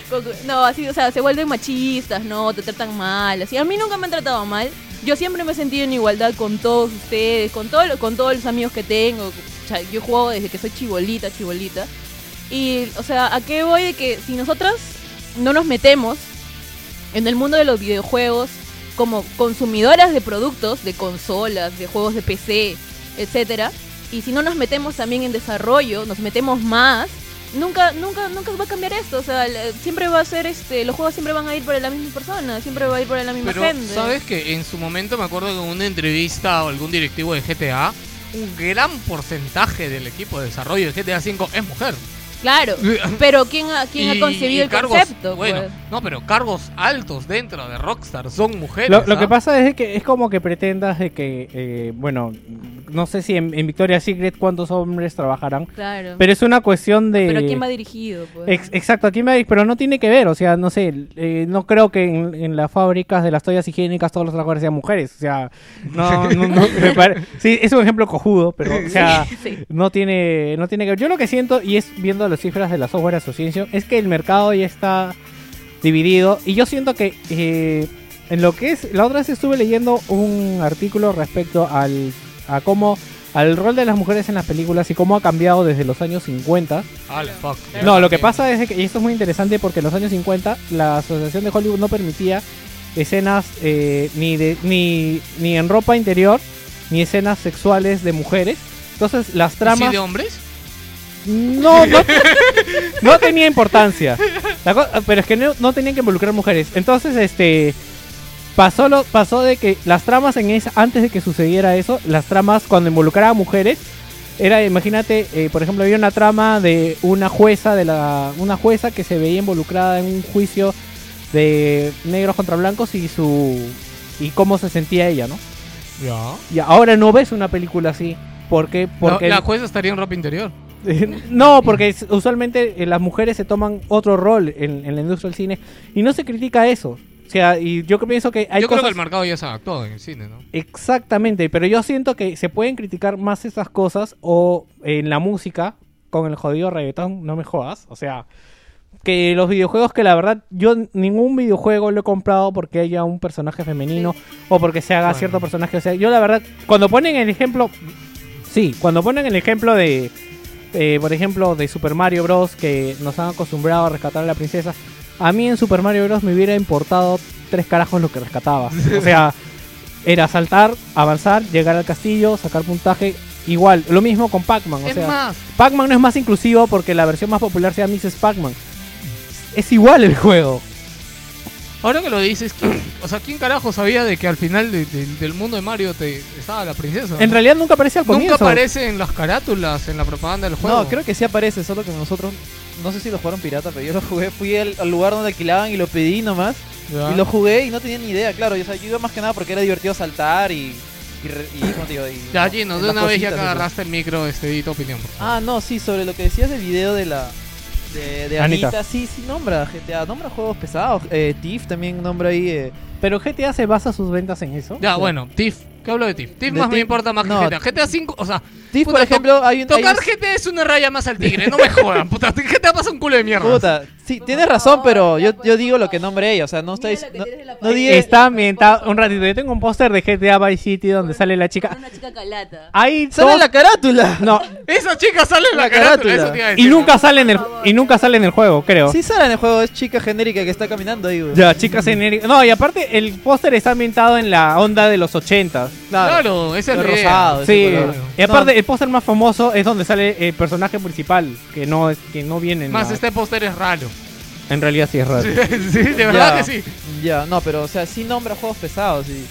S5: Como que- no, así, o sea, se vuelven machistas, ¿no? Te tratan mal, así. A mí nunca me han tratado mal. Yo siempre me he sentido en igualdad con todos ustedes, con, todo, lo- con todos los amigos que tengo. O sea, yo juego desde que soy chibolita, chibolita. Y, o sea, ¿a qué voy de que si nosotras no nos metemos en el mundo de los videojuegos como consumidoras de productos, de consolas, de juegos de PC, etcétera, y si no nos metemos también en desarrollo, nos metemos más, nunca, nunca, nunca va a cambiar esto. O sea, el- siempre va a ser este, los juegos siempre van a ir para la misma persona, siempre va a ir para la misma
S2: Pero,
S5: gente.
S2: ¿sabes que En su momento me acuerdo que en una entrevista o algún directivo de GTA, un gran porcentaje del equipo de desarrollo de GTA V es mujer. [LAUGHS]
S5: Claro, pero ¿quién ha, quién ha
S2: Y-
S5: concebido
S2: y
S5: el
S2: cargos-
S5: concepto?
S2: Bueno,
S5: pues?
S2: no, pero cargos altos dentro de Rockstar son mujeres.
S3: Lo, lo
S2: ¿ah?
S3: que pasa es de que es como que pretendas de que, eh, bueno, no sé si en, en Victoria's Secret cuántos hombres trabajarán,
S5: Claro.
S3: pero es una cuestión de...
S5: Pero ¿a quién va dirigido? Pues?
S3: Ex- exacto, aquí me pero no tiene que ver, o sea, no sé, eh, no creo que en, en las fábricas de las toallas higiénicas todos los trabajadores sean mujeres, o sea, no, no, no, me pare- sí, es un ejemplo cojudo, pero, o sea,
S5: Sí.
S3: no tiene, no tiene que ver. Yo lo que siento, y es viendo las cifras de la Software Association, es que el mercado ya está dividido, y yo siento que eh, en lo que es, la otra vez estuve leyendo un artículo respecto al, a cómo, al rol de las mujeres en las películas y cómo ha cambiado desde los años 50.
S2: Ah, la fuck.
S3: No, lo que pasa es que, y esto es muy interesante porque en los años 50 la Asociación de Hollywood no permitía escenas eh, ni, de, ni, ni en ropa interior, ni escenas sexuales de mujeres. Entonces las
S2: ¿Sí
S3: tramas
S2: de hombres?
S3: no, no, no tenía importancia. La co- pero es que no, no tenían que involucrar mujeres. Entonces, este pasó lo, pasó de que las tramas en esa, antes de que sucediera eso, las tramas cuando involucraba a mujeres, era, imagínate, eh, por ejemplo, había una trama de una jueza de la. una jueza que se veía involucrada en un juicio de negros contra blancos y su. y cómo se sentía ella, ¿no?
S2: [LAUGHS] Ya.
S3: Y ahora no ves una película así. ¿Por qué? [LAUGHS] Porque
S2: La, la jueza estaría en ropa interior.
S3: [LAUGHS] no, porque es- usualmente eh, las mujeres se toman otro rol en, en la industria del cine y no se critica eso. O sea, y yo que pienso que hay
S2: Yo creo
S3: cosas
S2: que el mercado ya se ha actuado en el cine, ¿no?
S3: exactamente, pero yo siento que se pueden criticar más esas cosas o eh, en la música con el jodido reggaetón, no me jodas, o sea, que los videojuegos que la verdad yo ningún videojuego lo he comprado porque haya un personaje femenino o porque se haga cierto personaje, o sea, yo la verdad cuando ponen el ejemplo Sí, cuando ponen el ejemplo de, eh, por ejemplo, de Super Mario Bros. que nos han acostumbrado a rescatar a la princesa, a mí en Super Mario Bros. me hubiera importado tres carajos lo que rescataba. O sea, era saltar, avanzar, llegar al castillo, sacar puntaje. Igual, lo mismo con Pac-Man. O
S2: Es
S3: sea,
S2: más.
S3: Pac-Man no es más inclusivo porque la versión más popular sea Mrs. Pac-Man. Es igual el juego.
S2: Ahora que lo dices, ¿quién- o sea, ¿quién carajo sabía de que al final de- de- del mundo de Mario te estaba la princesa?
S3: En realidad nunca aparece al comienzo.
S2: Nunca aparece en las carátulas, en la propaganda del juego.
S10: No, creo que sí aparece, solo que nosotros, no sé si lo jugaron pirata, pero yo lo jugué, fui al, al lugar donde alquilaban y lo pedí nomás.
S2: Ya.
S10: Y lo jugué y no tenía ni idea, claro. Yo, o sea, yo iba más que nada porque era divertido saltar y... y, re- y, ¿cómo te digo? Y-
S2: Ya, Gino, de
S10: las
S2: una vez ya
S10: cositas,
S2: que
S10: ¿no?
S2: agarraste el micro, este, di tu opinión. por favor.
S10: Ah, no, sí, sobre lo que decías del video de la... De, de Anita.
S3: Anita.
S10: sí, sí, nombra GTA, nombra juegos pesados. Eh, Thief también nombra ahí... eh,
S3: Pero GTA se basa sus ventas en eso.
S2: Ya, Ah, bueno, TIF. ¿Qué hablo de TIF? TIF
S10: De
S2: más me
S10: TIF,
S2: importa más que
S10: no.
S2: GTA. GTA 5, o sea,
S10: Thief,
S2: Puta,
S10: por ejemplo, hay un... hay
S2: tocar
S10: un-
S2: GTA es una raya más al tigre, no me
S10: [LAUGHS]
S2: jodan, puta. GTA pasa un culo de mierda.
S10: Puta, sí, tienes razón, pero yo, yo digo lo que nombré ella, o sea, no estáis... No, no digas-
S3: Está ambientado un ratito. Yo tengo un póster de GTA Vice City donde sale la chica.
S5: Con una chica calata.
S3: Ahí
S10: ¡Sale
S3: todos-
S10: la [LAUGHS] carátula!
S3: No,
S2: Esa chica sale en la,
S10: La
S2: carátula,
S10: carátula.
S2: eso te iba a
S3: y
S2: decir,
S3: nunca
S2: ¿no?
S3: sale en el y nunca sale en el juego, creo.
S10: Sí sale en el juego, es chica genérica que está caminando ahí, güey.
S3: Ya, chicas genéricas. No, y aparte el póster está ambientado en la onda de los 80
S2: Claro, esa es
S10: El
S2: la idea.
S10: rosado, ese
S3: Sí.
S10: color.
S3: Y aparte el póster más famoso es donde sale el personaje principal, que no es que no viene en
S2: Más
S3: la-
S2: este póster es raro.
S3: en realidad sí es
S2: [LAUGHS]
S3: raro.
S2: sí, de verdad
S10: Ya.
S2: que sí.
S10: Ya, no, pero o sea, sí nombra juegos pesados y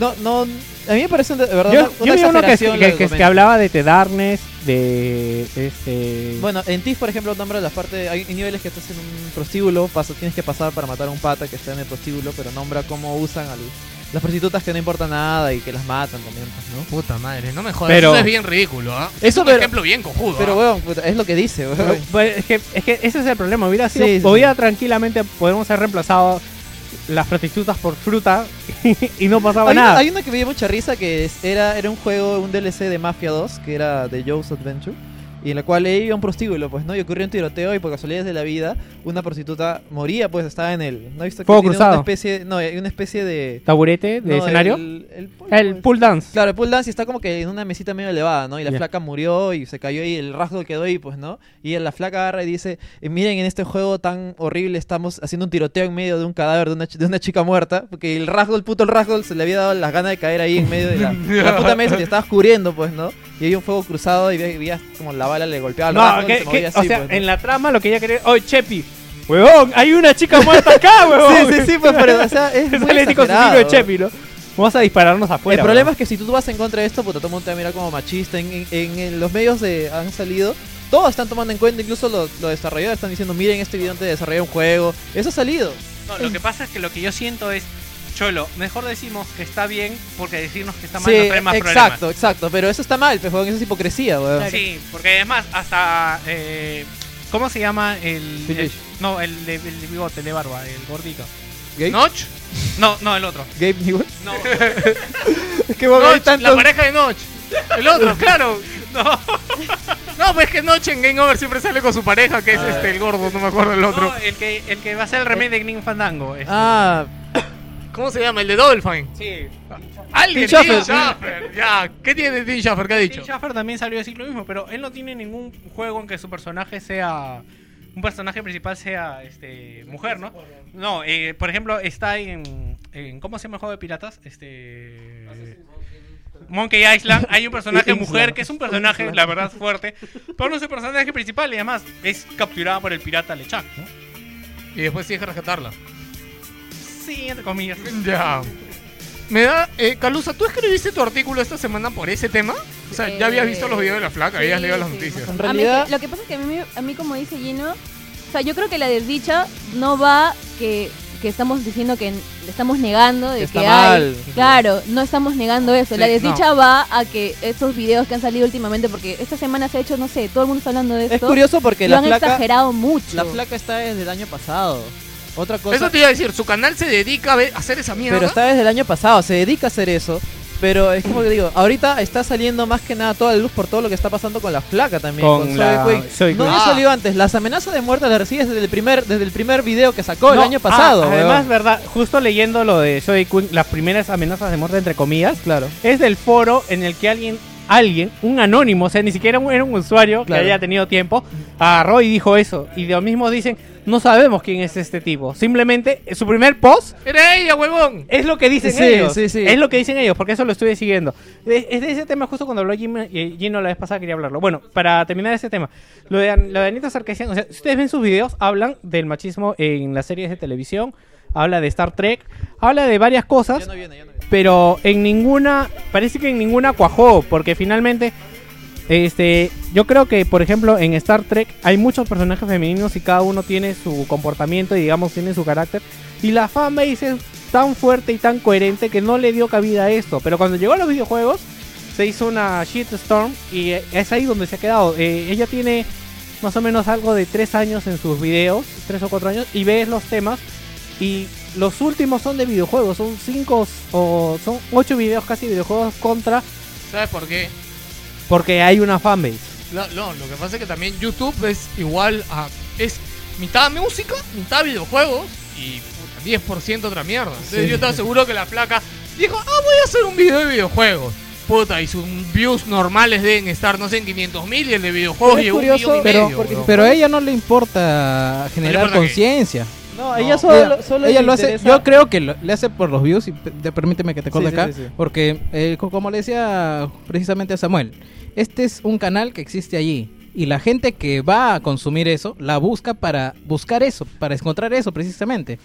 S10: no no a mí me parece de verdad
S3: Yo,
S10: una,
S3: yo
S10: una
S3: vi uno que,
S10: exageración
S3: que,
S10: lo del
S3: que- que
S10: argumento.
S3: hablaba de The Darkness, de este
S10: Bueno, en TIF, por ejemplo, nombra las partes hay niveles que estás en un prostíbulo, pasa, tienes que pasar para matar a un pata que está en el prostíbulo, pero nombra cómo usan a los- las prostitutas que no importa nada y que las matan también, pues, ¿no?
S2: Puta madre, no me jodas.
S3: Pero-
S2: Eso es bien ridículo, ¿ah?
S10: Eso,
S2: es un
S10: pero-
S2: ejemplo bien cojudo.
S10: Pero
S2: ¿ah?
S10: weón, puta, es lo que dice, weón.
S3: Pero, pues, es, que, es que ese es el problema. Hubiera sido,
S10: Sí, sí,
S3: hubiera tranquilamente podemos haber reemplazado las prostitutas por fruta [LAUGHS] y no pasaba
S10: Hay,
S3: nada.
S10: una- hay una que me dio mucha risa que es- era, era un juego, un DLC de Mafia 2, que era de Joe's Adventure, y en la cual ella iba a un prostíbulo, pues, ¿no? Y ocurrió un tiroteo y por casualidades de la vida, una prostituta moría, pues, estaba en el... ¿No has visto que
S3: Fuego
S10: tiene
S3: cruzado.
S10: una especie, no, hay una especie de...
S3: Taburete de
S10: no,
S3: escenario. Ah, El,
S10: El, el pool, pues.
S3: pool dance.
S10: Claro, el pool dance y está como que en una mesita medio elevada, ¿no? Y la
S3: Ya.
S10: flaca murió y se cayó y el rasgo quedó ahí, pues, ¿no? Y la flaca agarra y dice, eh, miren, en este juego tan horrible estamos haciendo un tiroteo en medio de un cadáver de una, chi- de una chica muerta, porque el rasgo, el puto el rasgo, se le había dado las ganas de caer ahí en medio de la, de la puta mesa y estabas cubriendo, pues, ¿no? Y hay un fuego cruzado y ve- veías como la bala le golpeaba al rasgo
S3: No,
S10: y
S3: que-
S10: se
S3: que-
S10: movía
S3: o
S10: así,
S3: sea,
S10: pues, ¿no?
S3: en la trama lo que ella quería. ¡Oh, Chepi! ¡Huevón! ¡Hay una chica muerta acá, huevón!
S10: [LAUGHS] Sí, sí, sí, pues,
S3: [LAUGHS]
S10: pero, o sea, es muy
S3: Sale así con su tiro de
S10: exagerado.
S3: Chepi, ¿no? Vamos a dispararnos afuera.
S10: el problema
S3: huevón.
S10: es que si tú vas en contra de esto, puta, todo el mundo te va a mirar como machista. En, en- en- en los medios de, han salido Todos están tomando en cuenta, incluso los, los desarrolladores están diciendo, miren este video antes de desarrollar un juego. Eso ha salido.
S11: No, lo que pasa es que lo que yo siento es, Cholo, mejor decimos que está bien porque decirnos que está mal
S10: Sí,
S11: nos trae más problemas.
S10: exacto, exacto. Pero eso está mal, pues, weón, eso es hipocresía, weón.
S11: Sí, porque además hasta... eh, ¿Cómo se llama el...?
S10: Phil
S11: el-
S10: Lesh.
S11: no, el de, el de bigote, el de barba, el gordito.
S10: ¿Gabe?
S2: ¿Notch?
S11: No, no, el otro.
S10: Gabe Newell. [LAUGHS]
S11: No.
S10: Es que, weón, hay
S2: Notch,
S10: tantos-
S2: La pareja de Notch. El
S10: [LAUGHS]
S2: otro, claro. No. No, pues es que Notch en Game Over siempre sale con su pareja, que es
S10: Ah.
S2: este, el gordo, no me acuerdo el otro.
S11: No, el que, el que va a ser el remake de Ning Fandango. este.
S10: Ah,
S2: ¿Cómo se llama? El de Double Fine.
S11: Sí.
S2: Alguien,
S11: Tim
S2: Tim
S11: Schafer.
S2: Schafer. Ya, ¿qué tiene Tim Schafer? ¿Qué ha dicho?
S11: Tim Schafer también salió a decir lo mismo, pero él no tiene ningún juego en que su personaje sea. Un personaje principal sea este mujer, ¿no? No, eh, por ejemplo, está en, en- ¿Cómo se llama el juego de piratas? Este. Monkey Island. Hay un
S2: [LAUGHS]
S11: personaje
S9: Island.
S11: mujer que es un personaje, la verdad, fuerte. Pero no es el personaje principal y además es capturada por el pirata Lechak, ¿no?
S2: Y después tienes que rescatarla.
S11: Sí, entre comillas.
S2: Ya. Me da. Eh, Calusa, ¿tú escribiste tu artículo esta semana por ese tema? O sea, ya habías visto los videos de la flaca, habías leído las noticias.
S5: A mí- lo que pasa es que a mí, a mí, como dice Gino, o sea, yo creo que la desdicha no va que, que estamos diciendo que n- estamos negando de
S10: Está
S5: que
S10: mal.
S5: hay. Claro, no estamos negando eso.
S10: Sí,
S5: la desdicha
S10: no.
S5: va a que estos videos que han salido últimamente, porque esta semana se ha hecho, no sé, todo el mundo está hablando de esto.
S10: Es curioso porque
S5: lo
S10: la
S5: han
S10: flaca-
S5: exagerado mucho.
S10: La flaca está desde el año pasado. Otra cosa.
S2: Eso te iba a decir, su canal se dedica a, ver- a hacer esa mierda.
S10: Pero está desde el año pasado, se dedica a hacer eso. Pero es como que digo, ahorita está saliendo más que nada toda la luz por todo lo que está pasando con la flaca también.
S3: Con
S10: Con, Zoe
S3: la-
S10: Quinn.
S3: Zoe
S10: No
S3: Quinn.
S10: había
S3: Ah.
S10: salido antes. Las amenazas de muerte las recibes desde el primer, desde el primer video que sacó el
S3: No,
S10: año pasado.
S3: ah,
S10: weón.
S3: además, verdad, justo leyendo lo de Zoe Quinn, las primeras amenazas de muerte entre comillas, claro, es del foro en el que alguien, alguien, un anónimo, o sea, ni siquiera un- era un usuario
S10: Claro.
S3: que haya tenido tiempo, agarró y dijo eso. Y lo mismo dicen, no sabemos quién es este tipo. Simplemente eh, su primer post
S2: Era ella, huevón.
S3: es lo que dicen
S10: Sí,
S3: ellos.
S10: sí, sí.
S3: Es lo que dicen ellos, porque eso lo estuve siguiendo. Es es de ese tema justo cuando habló Jim- eh, Gino la vez pasada quería hablarlo. Bueno, para terminar ese tema, lo de, An- lo de Anita Sarkeesian, o sea, si ustedes ven sus videos, hablan del machismo en las series de televisión, habla de Star Trek, habla de varias cosas,
S10: Ya no viene, ya no viene.
S3: pero en ninguna, parece que en ninguna cuajó, porque finalmente, este, yo creo que, por ejemplo, en Star Trek hay muchos personajes femeninos y cada uno tiene su comportamiento y, digamos, tiene su carácter. Y la fanbase es tan fuerte y tan coherente que no le dio cabida a esto. Pero cuando llegó a los videojuegos, se hizo una shitstorm y eh, es ahí donde se ha quedado. Eh, ella tiene más o menos algo de tres años en sus videos, tres o cuatro años, y ves los temas y los últimos son de videojuegos, son cinco o son ocho videos casi videojuegos contra
S2: ¿Sabes por qué?
S3: porque hay una fanbase.
S2: La- No, lo que pasa es que también YouTube es igual a. Es mitad música, mitad videojuegos y puta, 10% otra mierda. Entonces
S10: Sí.
S2: yo estaba seguro que la flaca dijo, ah, voy a hacer un video de videojuegos. Puta, y sus views normales deben estar, no sé, en 500 mil y el de videojuegos
S10: Pero es
S2: llegó
S10: curioso,
S2: un millón y
S10: pero-
S2: medio,
S10: porque-
S2: weón.
S4: Pero a ella no le importa generar
S2: importa qué?
S4: conciencia.
S10: No, ella
S2: No.
S10: solo,
S4: Ella-
S10: solo
S4: ella
S10: le
S4: lo hace,
S10: interesa-
S4: yo creo que lo- le hace por los views, y pe- te- permíteme que te corte
S10: Sí, sí,
S4: acá,
S10: sí, sí.
S4: porque eh, co- como le decía precisamente a Samuel, este es un canal que existe allí y la gente que va a consumir eso, la busca para buscar eso, para encontrar eso precisamente.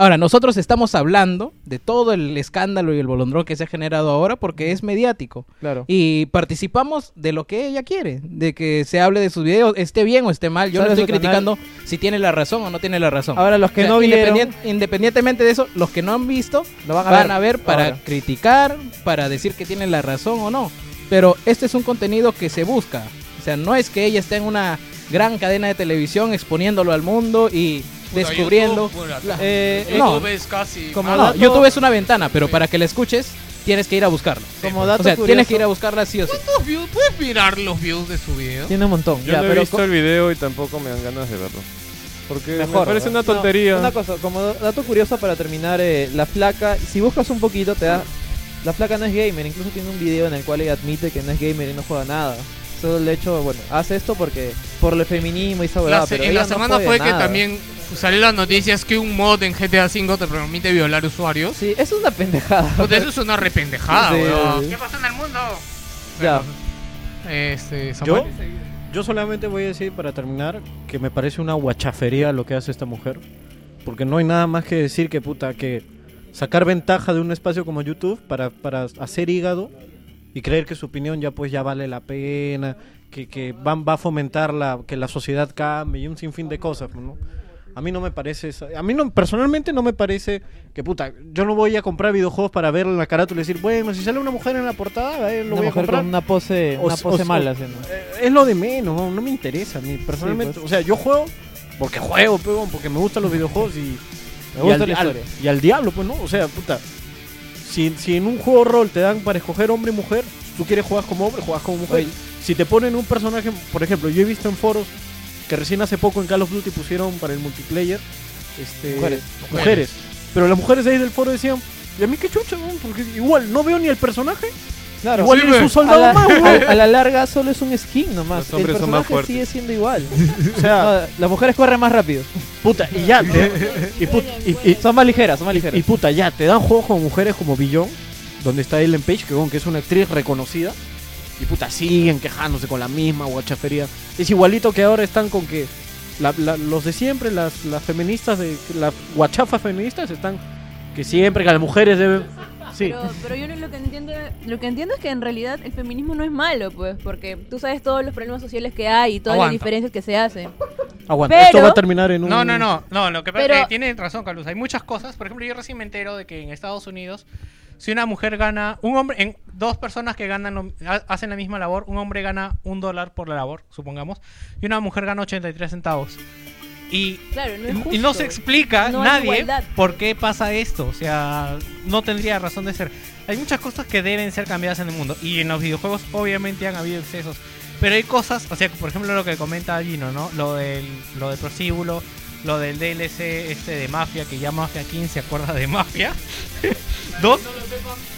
S4: Ahora, nosotros estamos hablando de todo el escándalo y el bolondrón que se ha generado ahora porque es mediático.
S10: Claro.
S4: Y participamos de lo que ella quiere, de que se hable de sus videos, esté bien o esté mal. Yo no
S10: Sale
S4: estoy
S10: su canal.
S4: criticando si tiene la razón o no tiene la razón.
S10: Ahora, los que
S4: O sea,
S10: no vieron-
S4: independien- independientemente de eso, los que no han visto
S10: Lo van a ver.
S4: van a ver para
S10: Ahora.
S4: criticar, para decir que tienen la razón o no. Pero este es un contenido que se busca. O sea, no es que ella esté en una gran cadena de televisión exponiéndolo al mundo y
S2: Puta,
S4: descubriendo.
S2: YouTube, puta,
S4: la- eh, no,
S2: YouTube es casi.
S4: como
S2: más-
S4: no, YouTube es una ventana, pero para que la escuches tienes que ir a buscarla.
S10: Como dato
S4: o sea,
S10: curioso,
S4: tienes que ir a buscarla sí o sí.
S2: ¿Cuántos views? ¿Puedes mirar los views de su video?
S10: tiene un montón.
S6: Yo
S10: ya,
S6: no he
S10: pero
S6: visto
S10: co-
S6: el video y tampoco me dan ganas de verlo. Porque me
S10: Mejor,
S6: parece
S10: ¿no?
S6: una tontería.
S10: No, una cosa, como da- dato curioso para terminar, eh, la flaca, si buscas un poquito, te da. La flaca no es gamer, incluso tiene un video en el cual ella admite que no es gamer y no juega nada. Solo el hecho, bueno, hace esto porque por el feminismo y esa
S2: La
S10: huevada,
S2: se-
S10: pero
S2: en
S10: ella
S2: la
S10: no
S2: semana
S10: jode
S2: fue que
S10: nada.
S2: también salió las noticias que un mod en GTA V te permite violar usuarios.
S10: Sí, eso es una pendejada.
S2: Puta, eso es una rependejada,
S10: Sí,
S2: weón.
S10: sí.
S11: ¿Qué pasó en el mundo?
S10: Ya.
S2: Este, Samuel.
S9: Yo, yo solamente voy a decir para terminar que me parece una guachafería lo que hace esta mujer. Porque no hay nada más que decir que puta, que sacar ventaja de un espacio como YouTube para, para hacer hígado y creer que su opinión ya pues ya vale la pena,
S12: que, que van, va a fomentar la, que la sociedad cambie y un sinfín de cosas, ¿no? A mí no me parece esa- A mí no, personalmente no me parece que puta. Yo no voy a comprar videojuegos para ver la carátula y decir, bueno, si sale una mujer en la portada, eh, lo
S10: Una
S12: voy a
S10: mujer
S12: comprar.
S10: con una pose-
S12: O-
S10: una pose
S12: o-
S10: mala
S12: o-
S10: haciendo.
S12: eh, Es lo de menos, no, no me interesa a mí personalmente.
S10: pues.
S12: O sea, yo juego porque juego, pues, weón, porque me gustan los videojuegos y. y
S10: Me gusta
S12: al-
S10: la
S12: al-
S10: historia.
S12: y al diablo, pues, ¿no? O sea, puta. Si, si en un juego rol te dan para escoger hombre y mujer, tú quieres jugar como hombre, juegas como mujer.
S10: Oye.
S12: Si te ponen un personaje, por ejemplo, yo he visto en foros que recién hace poco en Call of Duty pusieron para el multiplayer este,
S10: Mujeres.
S12: mujeres. Pero las mujeres ahí del foro decían, ¿y a mí qué chucha? weón? Porque igual no veo ni el personaje.
S10: Claro.
S12: igual eres un soldado
S10: a la,
S12: más, weón".
S10: [LAUGHS] a, a la larga solo es un skin nomás.
S12: Los hombres
S10: El
S12: son más
S10: personaje
S12: fuertes.
S10: sigue siendo igual.
S12: O sea,
S10: las mujeres corren más rápido.
S12: Puta, y ya. te- y put- y- y-
S10: son más ligeras, son más ligeras.
S12: Y puta, ya, te dan juegos con mujeres como Billon, donde está Ellen Page, que, weón, que es una actriz reconocida. Y puta, siguen quejándose con la misma guachafería. Es igualito que ahora están con que la- la- los de siempre, las, las feministas, de las guachafas feministas están que siempre que las mujeres deben... Sí.
S5: Pero, pero yo no- lo que entiendo lo que entiendo es que en realidad el feminismo no es malo, pues, porque tú sabes todos los problemas sociales que hay y todas
S12: Aguanta.
S5: las diferencias que se hacen.
S12: Aguanta,
S5: Pero-
S12: esto va a terminar en un...
S3: No, no, no, no, lo que pasa es
S5: Pero-
S3: que tiene razón, Carlos. Hay muchas cosas. Por ejemplo, yo recién me entero de que en Estados Unidos, si una mujer gana, un hombre, en dos personas que ganan, lo- ha- hacen la misma labor, un hombre gana un dólar por la labor, supongamos, y una mujer gana 83 centavos. Y,
S5: Claro, no es
S3: y
S5: justo.
S3: no se explica
S5: No hay
S3: nadie
S5: igualdad.
S3: por qué pasa esto. O sea, no tendría razón de ser. Hay muchas cosas que deben ser cambiadas en el mundo. Y en los videojuegos, obviamente, han habido excesos. Pero hay cosas, o sea, por ejemplo, lo que comenta Gino, ¿no? Lo del, lo del prostíbulo, lo del DLC este de Mafia, que ya Mafia 15 se acuerda de Mafia. [LAUGHS] Dos.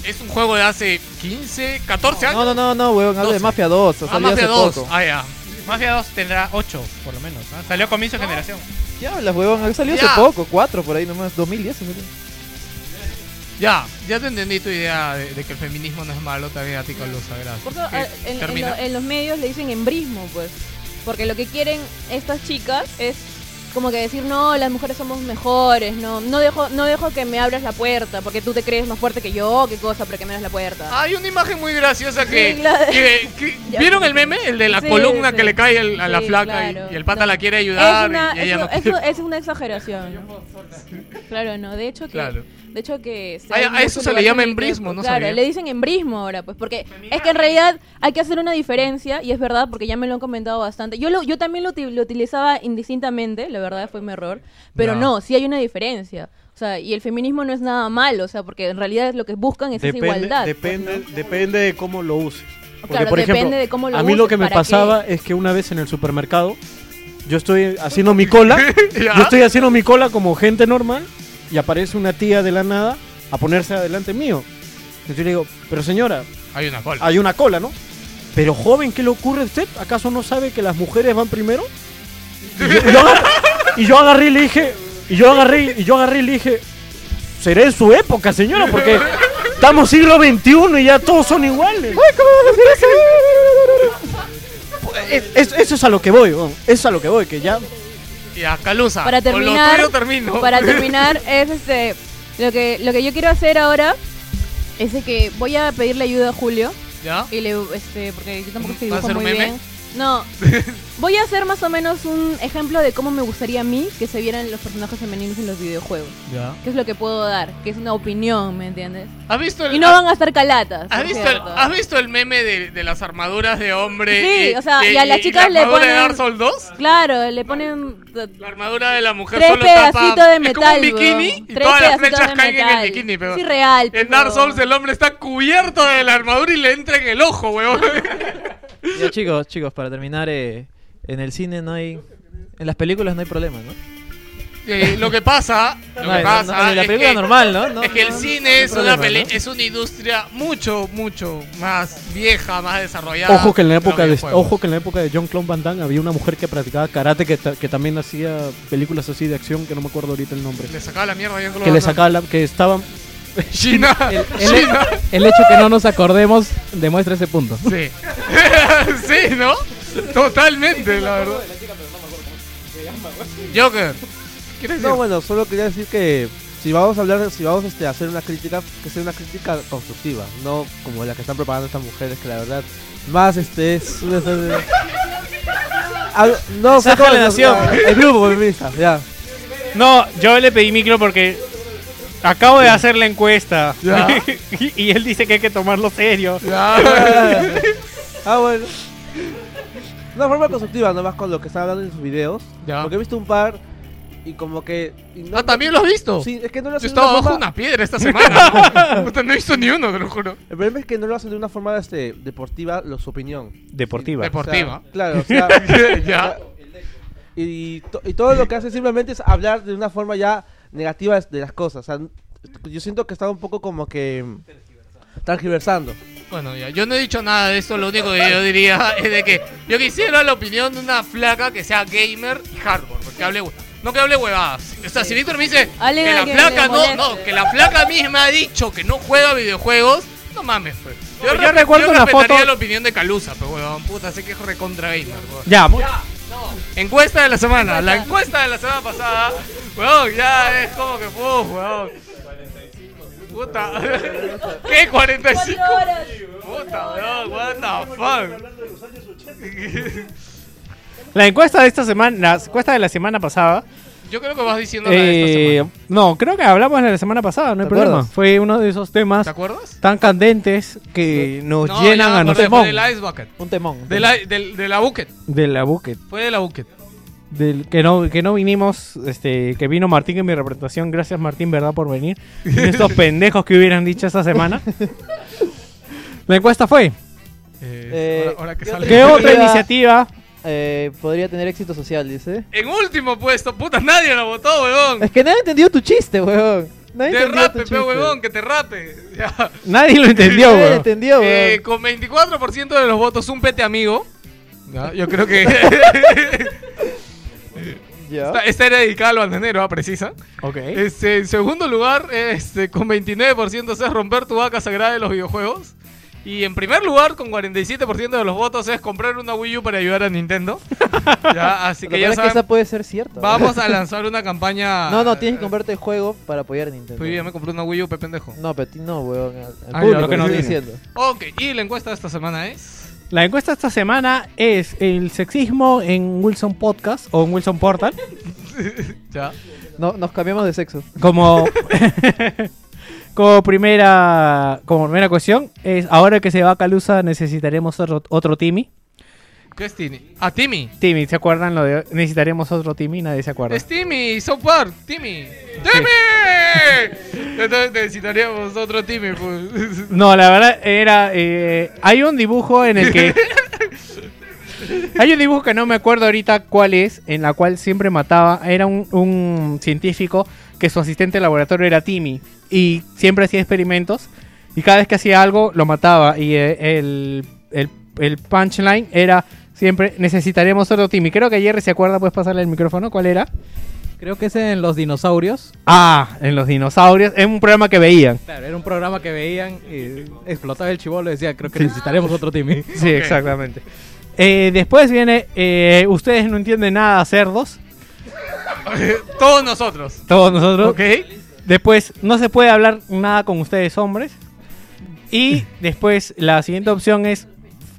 S2: Es un juego de hace 15, 14 años.
S10: No, no, no, no, weón, hablo de Mafia 2.
S2: Ah, Mafia 2.
S3: Ah, ya. Mafia 2 tendrá 8, por lo menos. ¿ah? Salió a comienzo de generación.
S10: ¿Qué hablas, huevón? Salió hace
S3: Ya.
S10: poco, 4 por ahí nomás, 2010. salió.
S2: Ya, ya te entendí tu idea de, de que el feminismo no es malo también a ti, Carlos. Gracias.
S5: Por eso, a-
S2: Ok,
S5: en, en
S2: termina.
S5: lo- en los medios le dicen embrismo, pues. Porque lo que quieren estas chicas es como que decir, no, las mujeres somos mejores, no, no dejo, no dejo que me abras la puerta, porque tú te crees más fuerte que yo, qué cosa, pero que me abras la puerta.
S2: Hay una imagen muy graciosa que-
S5: Sí, claro.
S2: que- que-
S5: [LAUGHS] Ya.
S2: ¿Vieron el meme? El de la
S5: Sí,
S2: columna
S5: sí.
S2: que le cae el- a la
S5: Sí,
S2: flaca y-
S5: claro.
S2: y, el pata la quiere
S5: Es
S2: ayudar
S5: una,
S2: y ella
S5: es,
S2: no
S5: una- es
S2: quiere.
S5: una- es una exageración. Claro, no, de hecho que...
S2: Claro.
S5: De hecho que...
S2: Ay, a
S5: hay
S2: eso
S5: muchos
S2: se le
S5: lugares
S2: llama
S5: en el que-
S2: embrismo, no
S5: Claro,
S2: sabía.
S5: le dicen embrismo ahora, pues, porque es que en realidad hay que hacer una diferencia, y es verdad, porque ya me lo han comentado bastante. Yo, lo, yo también lo, uti- lo utilizaba indistintamente, la verdad fue mi error, pero
S4: Ya.
S5: no, sí hay una diferencia. O sea, y el feminismo no es nada malo, o sea, porque en realidad lo que buscan es esa igualdad. pues,
S12: Depende, depende de cómo lo uses. Porque,
S5: Claro,
S12: por ejemplo,
S5: depende de cómo lo
S12: a mí lo
S5: uses,
S12: que me
S5: para
S12: pasaba es que una vez en el supermercado, yo estoy haciendo
S5: [LAUGHS]
S12: mi cola,
S2: Ya.
S12: yo estoy haciendo mi cola como gente normal, y aparece una tía de la nada a ponerse adelante mío. Entonces yo le digo, pero señora,
S2: Hay una cola.
S12: hay una cola, ¿no? Pero joven, ¿qué le ocurre a usted? ¿Acaso no sabe que las mujeres van primero? Y yo, y yo agarré, y yo agarré y le dije, y yo agarré, y yo agarré y le dije, seré en su época, señora, porque estamos siglo XXI y ya todos son iguales. Pues, Es- es- eso es a lo que voy, weón. eso es a lo que voy, que ya...
S2: Ya, Calusa.
S5: para terminar,
S2: Ah, Con lo tuyo termino. [LAUGHS]
S5: para terminar es este lo que lo que yo quiero hacer ahora es de que voy a pedirle ayuda a Julio.
S2: ¿Ya?
S5: Y le este porque yo tampoco es que
S2: ¿Vas a
S5: dibujo
S2: hacer un
S5: muy
S2: meme?
S5: bien.
S2: [LAUGHS]
S5: No. Voy a hacer más o menos un ejemplo de cómo me gustaría a mí que se vieran los personajes femeninos en los videojuegos.
S2: Ya.
S5: ¿Qué es lo que puedo dar? Que es una opinión, ¿me entiendes?
S2: ¿Has visto el-
S5: y no van a estar calatas.
S2: ¿Has
S5: por
S2: visto, el,
S5: cierto.
S2: has visto el meme de, de las armaduras de hombre?
S5: Sí, o sea, y a las
S2: la
S5: chicas le
S2: armadura de
S5: ponen-
S2: Dark Souls 2?
S5: Claro, le ponen
S2: La armadura de la mujer
S5: Tres
S2: solo tapa-
S5: pedacitos de
S2: Es como un
S5: metal,
S2: bikini
S5: weón.
S2: y
S5: Tres
S2: todas las
S5: pedacitos
S2: flechas
S5: de
S2: caen en
S5: metal.
S2: el bikini, pero...
S5: Es irreal,
S2: En Dark
S5: pero-
S2: Souls el hombre está cubierto de la armadura y le entra en el ojo,
S5: [LAUGHS]
S2: weón.
S10: Ya, chicos, chicos, para terminar, eh, en el cine no hay. En las películas no hay problema, ¿no?
S2: Eh, lo que pasa, lo
S10: No,
S2: que
S10: no,
S2: pasa
S10: no, la
S2: es
S10: película
S2: que,
S10: normal, ¿no? No,
S2: es que el
S10: no, no,
S2: cine
S10: no hay
S2: es,
S10: problema,
S2: una peli-
S10: ¿no?
S2: es una industria mucho, mucho más vieja, más desarrollada.
S12: Ojo que en la época
S2: los
S12: de
S2: videojuegos.
S12: ojo que en la época de John Clon Van Damme había una mujer que practicaba karate que, ta- que también hacía películas así de acción que no me acuerdo ahorita el nombre.
S2: Le sacaba la mierda a John Clon
S12: Que le
S2: Van Damme.
S12: sacaba la
S2: [LAUGHS]
S12: que estaban
S2: China.
S13: El, he-
S2: China.
S13: el hecho que no nos acordemos demuestra ese punto.
S2: Sí. [LAUGHS] sí, ¿no? Totalmente, la verdad. Joker. ¿Quieres
S14: No,
S2: decir?
S14: bueno, solo quería decir que si vamos a hablar, si vamos este, a hacer una crítica, que sea una crítica constructiva, no como la que están preparando estas mujeres, que la verdad, más este es. una- Algo- Ah, no, sé
S3: Saca
S14: cómo-
S3: la nación.
S14: El grupo feminista, ya.
S11: No, yo le pedí micro porque acabo de hacer la encuesta.
S3: [LAUGHS]
S14: Ya.
S11: y, y él dice que hay que tomarlo serio.
S14: Ah, bueno. Una forma constructiva nomás con lo que está hablando en sus videos. Porque he visto un par y como que. y no-
S2: Ah, ¿también lo has visto?
S14: Sí, es que no lo
S2: Yo
S14: hacen de
S2: estaba
S14: una
S2: bajo
S14: forma-
S2: una piedra
S14: [LAUGHS]
S2: esta semana. Puta, no he visto ni uno, te lo juro.
S14: El problema es que no lo hacen de una forma este, deportiva, lo, su opinión.
S3: Deportiva.
S14: O sea,
S2: Deportiva.
S14: claro, o sea.
S2: [LAUGHS] Ya.
S14: Y, to- y todo lo que hacen simplemente es hablar de una forma ya negativa de las cosas. O sea, yo siento que está un poco como que. Transversando.
S2: Bueno, ya, yo no he dicho nada de esto, lo único que yo diría [LAUGHS] es de que yo quisiera la opinión de una flaca que sea gamer y hardcore, porque hable hue- no que hable huevadas. O sea, si Víctor me dice
S5: Alguien
S2: que
S5: a
S2: la
S5: quien
S2: flaca
S5: le
S2: no, no, que la flaca misma ha dicho que no juega videojuegos, no mames, pues.
S11: Yo
S2: respe-
S11: recuerdo
S2: yo
S11: una
S2: respetaría
S11: foto-
S2: la opinión de Calusa, pero huevón, puta, sé que es recontra gamer. huevón.
S11: Ya, mu-
S2: Encuesta de la semana, la encuesta de la semana pasada, huevón, ya es como que puf, huevón. Puta. ¿Qué? 45
S7: Cuatro horas.
S2: Puta, weón, what the fuck.
S3: La encuesta de esta semana, la encuesta de la semana pasada.
S2: Yo creo que vas diciendo
S3: eh, no, creo que hablamos de la semana pasada, no hay
S2: ¿Te
S3: problema.
S2: acuerdas?
S3: Fue uno de esos temas
S2: ¿Te acuerdas?
S3: tan candentes que nos
S2: No, ya
S3: llenan
S2: me
S3: a
S2: acordé,
S3: nosotros.
S2: fue del Ice Bucket.
S10: Un temón.
S2: De la, del- de la Bucket.
S3: De la bucket.
S2: Fue de la Bucket.
S3: Del que no, que no vinimos, este, que vino Martín en mi representación. Gracias Martín, ¿verdad?
S2: [LAUGHS]
S3: Por venir. Y estos pendejos que hubieran dicho esta semana. la encuesta fue.
S10: Eh,
S2: ahora- ahora que
S10: ¿qué
S2: sale.
S10: otra
S3: ¿Qué otra iniciativa?
S10: eh, podría tener éxito social, dice.
S2: En último puesto, puta, nadie la votó, weón.
S10: Es que nadie entendió tu chiste, weón. [LAUGHS] Nadie
S2: Te
S10: entendió tu
S2: rape, pe,
S10: chiste.
S2: weón, que te rape. Ya.
S3: Nadie lo entendió,
S10: Nadie
S3: weón.
S10: entendió, weón.
S2: Eh, con 24% de los votos, un pete amigo. Ya, yo creo que.
S10: [LAUGHS]
S2: Esta, esta era dedicada al bandanero, ¿ah? precisa.
S3: Ok.
S2: Este, en segundo lugar, este, con 29% es romper tu vaca sagrada de los videojuegos. Y en primer lugar, con 47% de los votos, es comprar una Wii U para ayudar a
S10: [LAUGHS]
S2: Nintendo. ya, ah, así
S10: Lo
S2: que
S10: peor
S2: ya
S10: es que
S2: saben,
S10: esa puede ser cierta.
S2: Vamos a lanzar una campaña.
S10: [LAUGHS] No, no, tienes que comprarte el juego para apoyar a Nintendo.
S2: Pues yo ya me compré una Wii U, pe pendejo.
S10: No, pero a ti no, weón. al- al
S3: Ah, ya,
S10: público,
S3: lo que no
S10: estoy
S3: tiene.
S10: diciendo.
S2: Ok, y la encuesta de esta semana es. [LAUGHS]
S3: La encuesta esta semana es el sexismo en Wilson Podcast o en Wilson Portal.
S2: Ya.
S10: No, nos cambiamos de sexo.
S3: Como, [LAUGHS] como primera como primera cuestión es ahora que se va Calusa necesitaremos otro, otro Timmy.
S2: ¿Qué es Timmy? Ah, Timmy.
S3: Timmy, ¿se acuerdan lo de necesitaremos otro Timmy? Nadie se acuerda.
S2: Es Timmy, South Park, Timmy.
S10: [LAUGHS]
S2: ¡Timmy! Entonces necesitaríamos otro Timmy, pues.
S3: No, la verdad era eh, hay un dibujo en el [LAUGHS] que hay un dibujo que no me acuerdo ahorita cuál es, en la cual siempre mataba, era un, un científico que su asistente de laboratorio era Timmy y siempre hacía experimentos y cada vez que hacía algo lo mataba y eh, el, el- el punchline era siempre necesitaremos otro Timmy. Creo que ayer se acuerda, puedes pasarle el micrófono, ¿cuál era?
S4: Creo que es en Los Dinosaurios.
S3: Ah, en los dinosaurios, es un programa que veían.
S4: Claro, era un programa que veían y explotaba el chivolo y decía, creo que necesitaremos otro Timmy.
S3: Sí, exactamente. Eh, después viene, eh, ustedes no entienden nada, cerdos.
S2: [LAUGHS] Todos nosotros.
S3: Todos nosotros.
S2: Ok.
S3: Después, no se puede hablar nada con ustedes, hombres.
S2: [LAUGHS]
S3: Y después, la siguiente opción es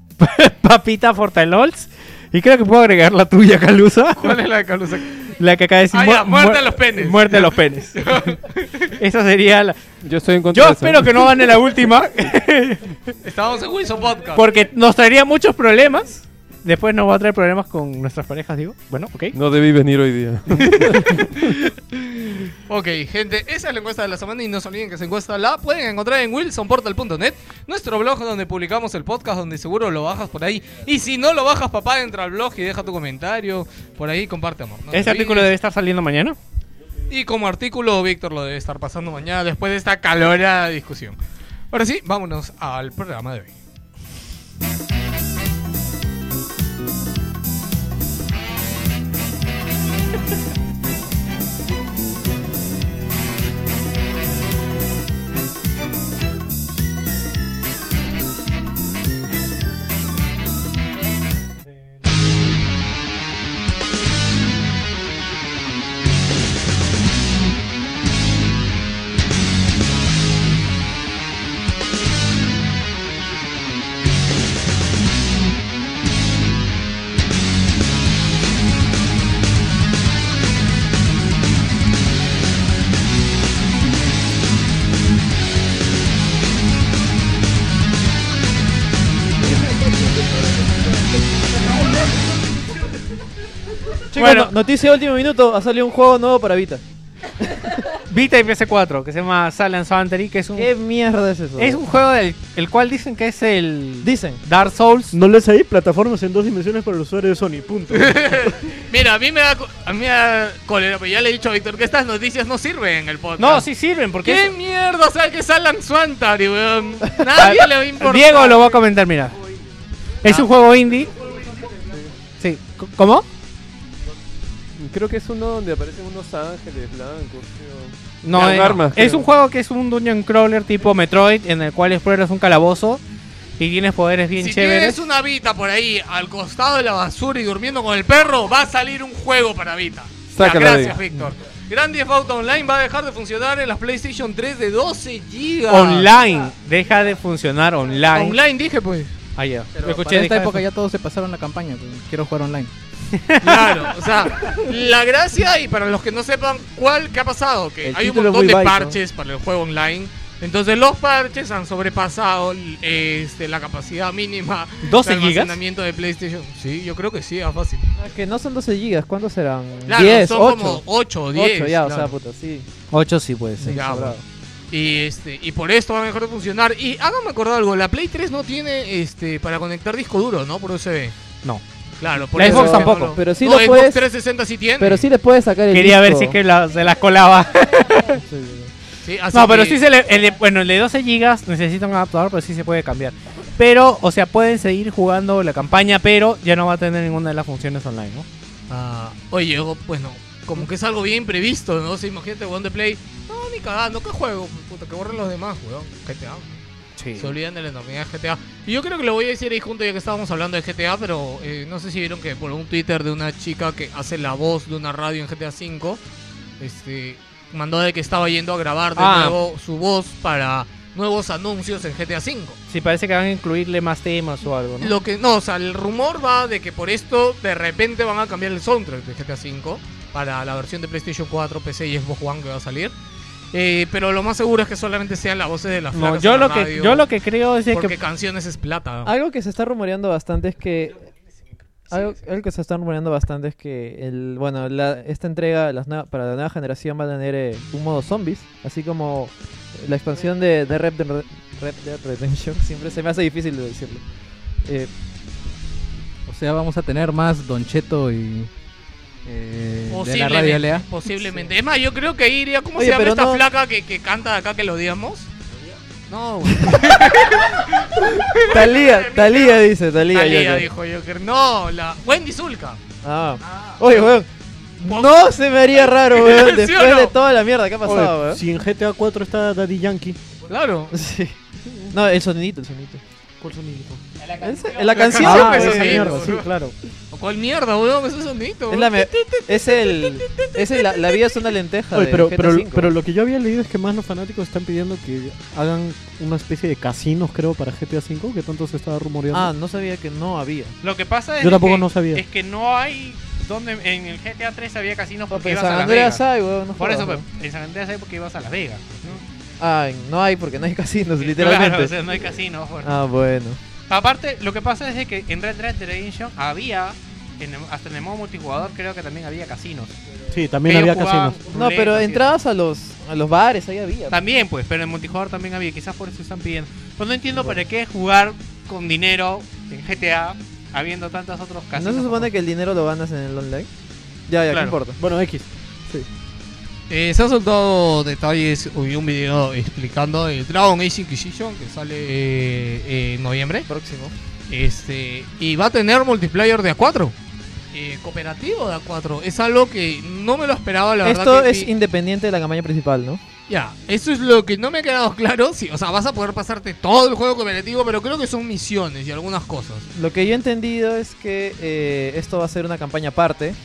S3: [LAUGHS] Papita Fortalols. Y creo que puedo agregar la tuya, Calusa.
S2: ¿Cuál es la de Calusa?
S3: La que acaba de decir.
S2: Ah,
S3: mu-
S2: ya, muerte
S3: mu-
S2: a los penes.
S3: Muerte a
S2: [LAUGHS]
S3: los penes. Esa sería la.
S6: Yo estoy en
S3: Yo espero que no gane
S6: [LAUGHS]
S3: la última,
S2: Estábamos en Wilson Podcast.
S3: porque nos traería muchos problemas. Después nos va a traer problemas con nuestras parejas, digo. Bueno, ok.
S6: No debí venir hoy día.
S2: Ok, gente, esa es la encuesta de la semana y no se olviden que esa encuesta la pueden encontrar en wilsonportal.net, nuestro blog donde publicamos el podcast, donde seguro lo bajas por ahí. Y si no lo bajas, papá, entra al blog y deja tu comentario. Por ahí comparte, amor. No te
S3: ¿Ese artículo debe
S2: olvides.
S3: estar saliendo mañana?
S2: Y como artículo, Víctor lo debe estar pasando mañana después de esta calorada discusión. Ahora sí, vámonos al programa de hoy.
S10: Chicos, no- noticia de último minuto. Ha salido un juego nuevo para
S3: [LAUGHS]
S10: Vita.
S11: Vita y PS4, que se llama Silent Santary, que es un...
S10: ¿Qué mierda es eso?
S11: Es un juego del el cual dicen que es el...
S10: Dicen.
S11: Dark Souls.
S9: No les hay plataformas en dos dimensiones para el usuario de Sony, punto.
S2: Mira, a mí me da, co- a mí me da cólera, pero ya le he dicho a Víctor que estas noticias no sirven en el podcast.
S10: Ah.
S11: No, sí sirven, porque...
S2: ¿Qué
S11: es-
S2: mierda sabe que es Alan Swantary, weón? Nadie le va a importar.
S3: Diego lo va a comentar, mira. Es un juego indie. Sí. C- ¿Cómo?
S6: [LAUGHS] Creo que es uno donde aparecen unos ángeles blancos. creo.
S3: No,
S6: Con
S3: eh,
S6: armas,
S3: es
S6: creo.
S3: un juego que es un dungeon crawler tipo Metroid en el cual exploras un calabozo y tienes poderes bien
S2: Si
S3: chéveres.
S2: tienes una Vita por ahí al costado de la basura y durmiendo con el perro, va a salir un juego para Vita. Ya,
S3: Sácala,
S2: gracias,
S3: Diego.
S2: Víctor. Grand Theft Auto Online va a dejar de funcionar en las PlayStation 3 de 12 GB.
S3: Online. Deja de funcionar online.
S2: Online dije, pues.
S3: Ah, ya.
S4: Pero
S3: Lo escuché,
S4: para esta
S3: deja de
S4: época ya todos se pasaron la campaña. pues, Quiero jugar online.
S2: Claro, o sea, la gracia y para los que no sepan cuál, qué ha pasado, que
S4: El
S2: hay un
S4: título es
S2: montón
S4: muy
S2: de
S4: vasto.
S2: parches para el juego online. Entonces los parches han sobrepasado este, la capacidad mínima
S10: 12
S2: de
S10: gigas.
S2: almacenamiento de PlayStation. Sí, yo creo que sí, ah, fácil.
S10: Que no son 12 gigas. ¿Cuántos serán?
S2: Claro,
S10: 10,
S2: son
S10: 8.
S2: como ocho o 10,
S10: ya, o
S2: claro.
S10: sea, puta, sí.
S3: 8 sí puede ser.
S2: Ya, bueno. y este y por esto va a mejor de funcionar. Y háganme acordar algo, la Play 3 no tiene este para conectar disco duro, ¿no? Por USB.
S3: No.
S2: Claro, por
S3: La
S2: eso
S3: Xbox
S2: es que
S3: tampoco.
S2: no lo-
S10: Pero sí
S2: no,
S10: lo
S2: Xbox
S10: puedes-
S2: 360 sí tiene.
S10: Pero sí le puedes sacar el
S3: Quería ver
S10: disco.
S3: si es que la- se las colaba. [LAUGHS]
S2: Sí, así
S3: no, pero
S2: que-
S3: sí se le, el de- bueno, el de 12 GB necesita un adaptador, pero sí se puede cambiar. Pero, o sea, pueden seguir jugando la campaña, pero ya no va a tener ninguna de las funciones online, ¿no?
S2: Ah, oye, o- bueno, como que es algo bien imprevisto, ¿no? Si imagínate, weón, de Play. No, ni cagando, ¿qué juego? Puta, que borren los demás, weón. GTA.
S3: Sí.
S2: Se olvidan de la enormidad de GTA. Y yo creo que lo voy a decir ahí junto ya que estábamos hablando de GTA, pero eh, no sé si vieron que por un Twitter de una chica que hace la voz de una radio en GTA V, este, mandó de que estaba yendo a grabar de
S3: Ah.
S2: nuevo su voz para nuevos anuncios en GTA V.
S3: Sí, parece que van a incluirle más temas o algo, ¿no?
S2: Lo que no, o sea, el rumor va de que por esto de repente van a cambiar el soundtrack de GTA V para la versión de PlayStation 4, PC y Xbox One que va a salir. Eh, pero lo más seguro es que solamente sean las voces de las
S3: No,
S2: flacas
S3: yo
S2: en la
S3: lo que-
S2: radio,
S3: yo lo que creo es de que-
S2: porque canciones es plata.
S10: Algo que se está rumoreando bastante es que. Algo, algo que se está rumoreando bastante es que el, bueno, la- esta entrega las nueva- para la nueva generación va a tener eh, un modo zombies, así como la expansión de, de Red, Dead- Red Dead Redemption. [LAUGHS] Siempre se me hace difícil de decirlo.
S2: [LAUGHS]
S10: Eh,
S4: O sea, vamos a tener más Don Cheto y. eh, de la radio
S2: Posiblemente.
S4: Lea.
S2: [LAUGHS] posiblemente. Es más, yo creo que ahí iría, ¿cómo
S4: Oye,
S2: se llama
S4: pero
S2: esta
S4: no-
S2: flaca que, que canta de acá que lo odiamos? No, güey.
S10: Talía, Talía dice, Talía.
S2: Thalía,
S10: yo creo.
S2: dijo Joker. No, la Wendy Zulka.
S10: Ah. Oye, weón. No se me haría raro,
S9: ¿Sí
S10: weón,
S9: o
S10: después
S9: no?
S10: de toda la mierda que ha pasado,
S9: Oye,
S10: weón.
S9: Si en GTA 4 está Daddy Yankee.
S2: Claro.
S10: [LAUGHS] Sí. No, el sonidito, el sonidito.
S9: ¿Cuál sonidito?
S2: La
S10: canción. La canción,
S9: Ah,
S10: pues,
S9: esa
S10: sí,
S9: mierda,
S10: boludo.
S9: sí, claro.
S2: ¿O ¿Cuál mierda, weón? Ese sonidito.
S10: Es, la me-
S2: weón.
S10: es el. Es el- la, la vida es una lenteja.
S9: Oye,
S10: de
S9: pero,
S10: GTA
S9: pero,
S10: V.
S9: pero lo que yo había leído es que más los fanáticos están pidiendo que hagan una especie de casinos, creo, para GTA V, que tanto se estaba rumoreando.
S10: Ah, no sabía que no había.
S11: Lo que pasa es
S9: Yo tampoco
S11: que,
S9: no sabía.
S11: Es que no hay donde en el GTA 3 había casinos porque
S10: pero
S11: ibas
S10: en
S11: a
S10: San
S11: Las
S10: Andreas
S11: Vegas.
S10: hay, weón, no
S11: Por
S10: jodas,
S11: eso pues,
S10: weón.
S11: en San Andreas hay porque ibas a Las Vegas.
S10: Ay, no hay porque no hay [LAUGHS] casinos, literalmente.
S11: Claro, o sea, no hay casinos. bueno.
S10: Ah, bueno.
S11: Aparte, lo que pasa es de que en Red Dead Redemption había en el- hasta en el modo multijugador creo que también había casinos.
S9: Sí, también
S11: Pero
S9: había
S11: jugaban
S9: casinos.
S10: No, pero
S11: ruletas y
S10: entrabas a los, a los bares, ahí había.
S11: También, pues, pero en multijugador también había, quizás por eso están pidiendo. Pues no entiendo para qué jugar con dinero en GTA, habiendo tantos otros
S10: ¿No
S11: casinos.
S10: se supone que el dinero lo ganas en el online? Ya, ya,
S11: Claro.
S10: ¿qué importa?
S9: Bueno, X.
S2: Eh, se han soltado detalles hoy un video explicando el Dragon Age Inquisition que sale eh, en noviembre.
S10: Próximo.
S2: Este, y va a tener multiplayer de A4. Eh, cooperativo de A4. Es algo que no me lo esperaba, la
S10: Esto
S2: verdad. que
S10: es
S2: vi-
S10: independiente de la campaña principal, ¿no?
S2: Ya, eso es lo que no me ha quedado claro. Sí, o sea, vas a poder pasarte todo el juego cooperativo, pero creo que son misiones y algunas cosas.
S10: Lo que yo he entendido es que eh, esto va a ser una campaña aparte.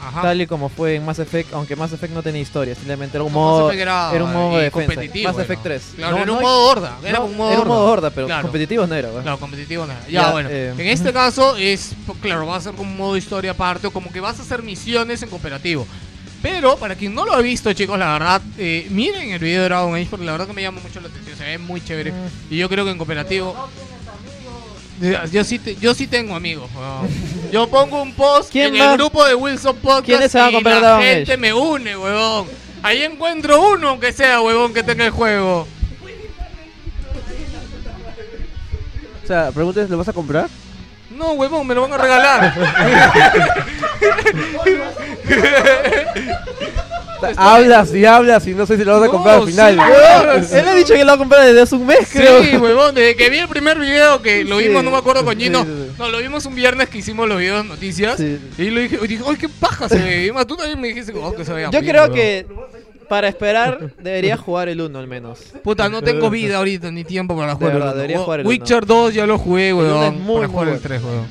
S2: Ajá.
S10: Tal y como fue en Mass Effect, aunque Mass Effect no tenía historia, simplemente era un
S2: No,
S10: modo,
S2: Mass Effect era,
S10: un modo
S2: eh,
S10: de defensa.
S2: competitivo,
S10: Mass
S2: era.
S10: Effect 3.
S2: Claro, era un modo horda, era un modo horda.
S10: horda, pero
S2: Claro.
S10: competitivo no era. weón.
S2: Claro, competitivo nada. Ya,
S10: Ya,
S2: bueno.
S10: eh,
S2: en este caso es, po- claro, va a ser como un modo historia aparte o como que vas a hacer misiones en cooperativo. Pero para quien no lo ha visto, chicos, la verdad, eh, miren el video de
S10: Mm.
S2: Dragon Age porque la verdad que me llama mucho la atención. Se ve muy chévere. Y yo creo que en cooperativo. Yo, yo sí, te- yo sí tengo amigos. weón. Yo pongo un post
S10: ¿Quién
S2: en
S10: va?
S2: el grupo de Wilson Podcast
S10: ¿Quiénes se van a
S2: y
S10: comprar
S2: la
S10: Dragon Age?
S2: gente me une, huevón. Ahí encuentro uno, aunque sea, huevón, que tenga el juego.
S14: O sea, pregúntales, ¿lo vas a
S2: [LAUGHS]
S14: comprar?
S2: No, huevón, me lo van
S14: [LAUGHS]
S2: a regalar.
S14: hablas y hablas y no sé si lo vas a
S2: Oh,
S14: comprar al final.
S10: Él ha dicho que lo va a comprar desde hace un mes, creo. [LAUGHS]
S2: Sí, huevón, desde que vi el primer video que lo vimos, no me acuerdo con Gino.
S10: sí,
S2: No, lo vimos un viernes que hicimos los videos de noticias. Y lo dije, y dije, ay, qué paja se ve. Y más, tú también me dijiste, oh, que se veía
S10: Yo
S2: bien,
S10: creo
S2: huevón.
S10: que para esperar debería jugar el 1 al menos.
S2: Puta, no
S10: [LAUGHS]
S2: tengo vida ahorita ni tiempo para jugar.
S10: verdad,
S2: el uno.
S10: deberías jugar el
S2: Witcher 2 ya lo jugué,
S10: uno es
S2: huevón.
S10: muy,
S2: para
S10: muy
S2: jugar el
S10: bueno.
S2: 3, huevón.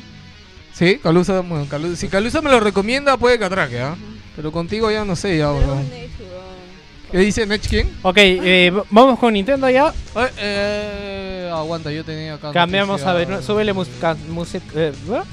S2: Sí, Calusa, bueno, Calu- si Calusa me lo recomienda, puede que atraque, ¿ah? Pero contigo ya no sé, ya, huevón. ¿Qué dice Nech King?
S3: Ok, eh, v- vamos con Nintendo ya.
S2: Eh, eh, aguanta, yo tenía acá.
S3: Cambiamos a ver,
S2: noticia.
S3: súbele música. música eh, ¿verdad?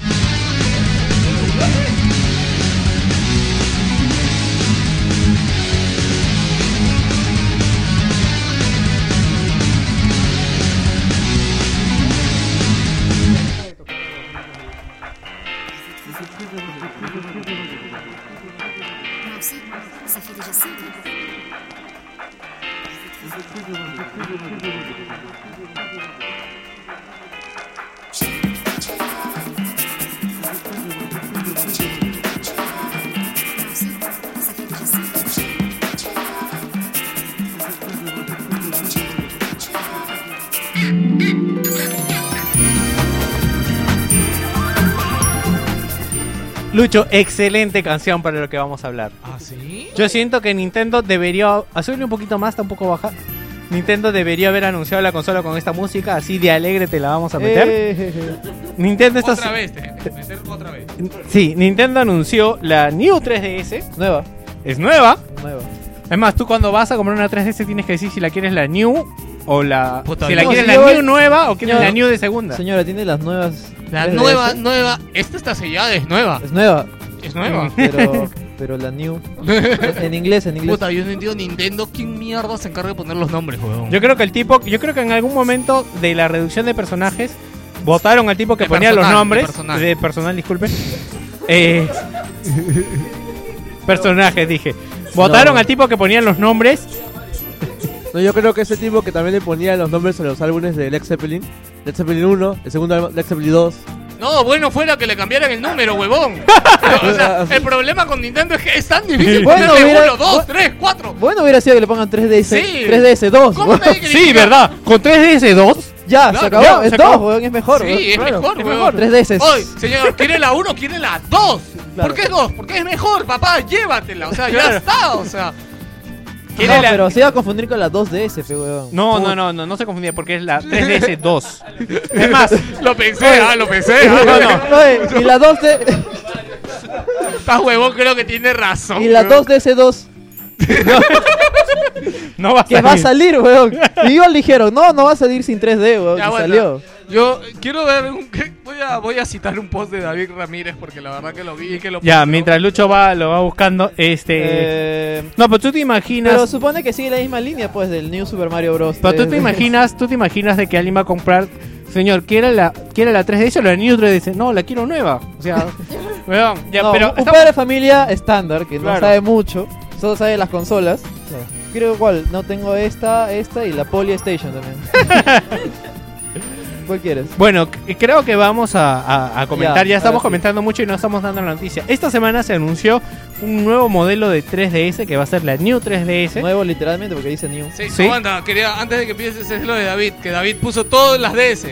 S15: Ça fait déjà cinq
S3: Lucho, excelente canción para lo que vamos a hablar.
S2: ¿Ah, sí?
S3: Yo siento que Nintendo debería. Subirle un poquito más, tampoco bajar. Nintendo debería haber anunciado la consola con esta música, así de alegre te la vamos a meter. Nintendo está.
S2: Eh, Otra vez, te meter otra vez.
S3: Sí, Nintendo anunció la New 3DS.
S10: Nueva.
S3: Es nueva.
S10: Nueva.
S3: Es más, tú cuando vas a comprar una 3DS tienes que decir si la quieres la New o la. si la
S10: no,
S3: quieres
S10: si
S3: la
S10: yo-
S3: New nueva o quieres
S10: Señora-
S3: la New de segunda.
S10: Señora, tiene las nuevas.
S2: La
S10: 3DS?
S2: nueva, nueva. Esta está sellada, es nueva.
S10: Es nueva.
S2: Es nueva.
S10: [LAUGHS]
S2: [LAUGHS]
S10: Pero, pero la
S3: [LAUGHS]
S10: new. En inglés, en inglés.
S2: Puta, yo no entiendo Nintendo. ¿Quién mierda se encarga de poner los nombres, huevón?
S3: Yo creo que el tipo, yo creo que en algún momento de la reducción de personajes votaron al tipo que ponía los
S2: personal,
S3: nombres
S2: de personal.
S3: de personal, disculpen. Eh, [LAUGHS] personajes dije. Votaron
S14: No.
S3: al tipo que ponía los nombres.
S14: No, yo creo que ese tipo que también le ponía los nombres a los álbumes de Led Zeppelin. Led Zeppelin 1, el segundo álbum, Led Zeppelin 2.
S2: No, bueno fuera que le cambiaran el número, huevón.
S10: [LAUGHS]
S2: o sea, el problema con Nintendo es que es tan difícil.
S10: [LAUGHS] Bueno,
S2: Bueno,
S10: mira,
S2: uno, dos,
S10: bu-
S2: tres, cuatro.
S10: Bueno, hubiera sido que le pongan 3DS.
S2: Sí.
S10: 3DS 2.
S2: ¿Cómo
S10: [LAUGHS]
S2: nadie
S3: Sí, ¿verdad? Con 3DS2.
S10: Ya,
S2: Claro,
S10: se acabó.
S2: ya,
S10: es
S2: se
S10: 2,
S2: acabó.
S10: weón, es mejor.
S2: Sí,
S10: weón.
S2: es
S10: Claro,
S2: mejor,
S10: es
S2: huevón.
S10: mejor. 3DS.
S2: Oye, señor, ¿quiere la 1 quiere la 2? ¿Por qué 2? Porque es mejor, papá, llévatela. O sea, ya
S10: Claro.
S2: está, o sea.
S10: No, pero se iba a confundir con la 2DS, fe, weón.
S3: No,
S10: Puta.
S3: no, no, no, no se confundía porque es la
S10: [LAUGHS]
S3: 3DS2. Es más,
S2: Lo pensé, ah, lo pensé.
S3: No,
S2: ah.
S3: no,
S10: Oye, eh, y la
S2: [LAUGHS]
S10: 2D.
S2: Está huevón, creo que tiene razón.
S10: Y la
S2: huevón. [LAUGHS]
S10: 2DS2.
S3: No va a
S10: Que va a
S2: [LAUGHS]
S10: salir, weón. Y igual dijeron, no, no va a salir sin 3D, weón.
S2: Ya,
S10: y
S2: aguanta.
S10: salió.
S2: Yo quiero ver un. Voy a, voy a citar un post de David Ramírez porque la verdad que lo vi y que lo.
S3: Ya, mientras Lucho va, lo va buscando, este... No, pero tú te imaginas...
S10: Eh, Pero eh, supone que sigue la misma línea, pues, del New Super Mario Bros.
S3: Pero tú te
S10: 3D. [LAUGHS]
S3: imaginas, tú te imaginas de que alguien va a comprar, señor, ¿quiere la, quiere la 3DS o la New 3DS? No, la quiero nueva.
S10: [LAUGHS]
S3: O sea, weón, ya,
S10: No,
S3: pero
S10: un padre de familia estándar que no
S3: Claro.
S10: sabe mucho, solo sabe las consolas. Creo igual, no tengo esta, esta y la Polystation
S3: [LAUGHS]
S10: también. ¿Cuál quieres?
S3: Bueno, c- creo que vamos a, a- a comentar.
S10: Ya,
S3: Ya, estamos
S10: ahora sí.
S3: comentando mucho y no estamos dando la noticia. Esta semana se anunció un nuevo modelo de 3DS que va a ser la New 3DS.
S10: Nuevo literalmente porque dice New.
S2: Sí, aguanta, quería, antes de que empieces es lo de David, que David puso todas las DS.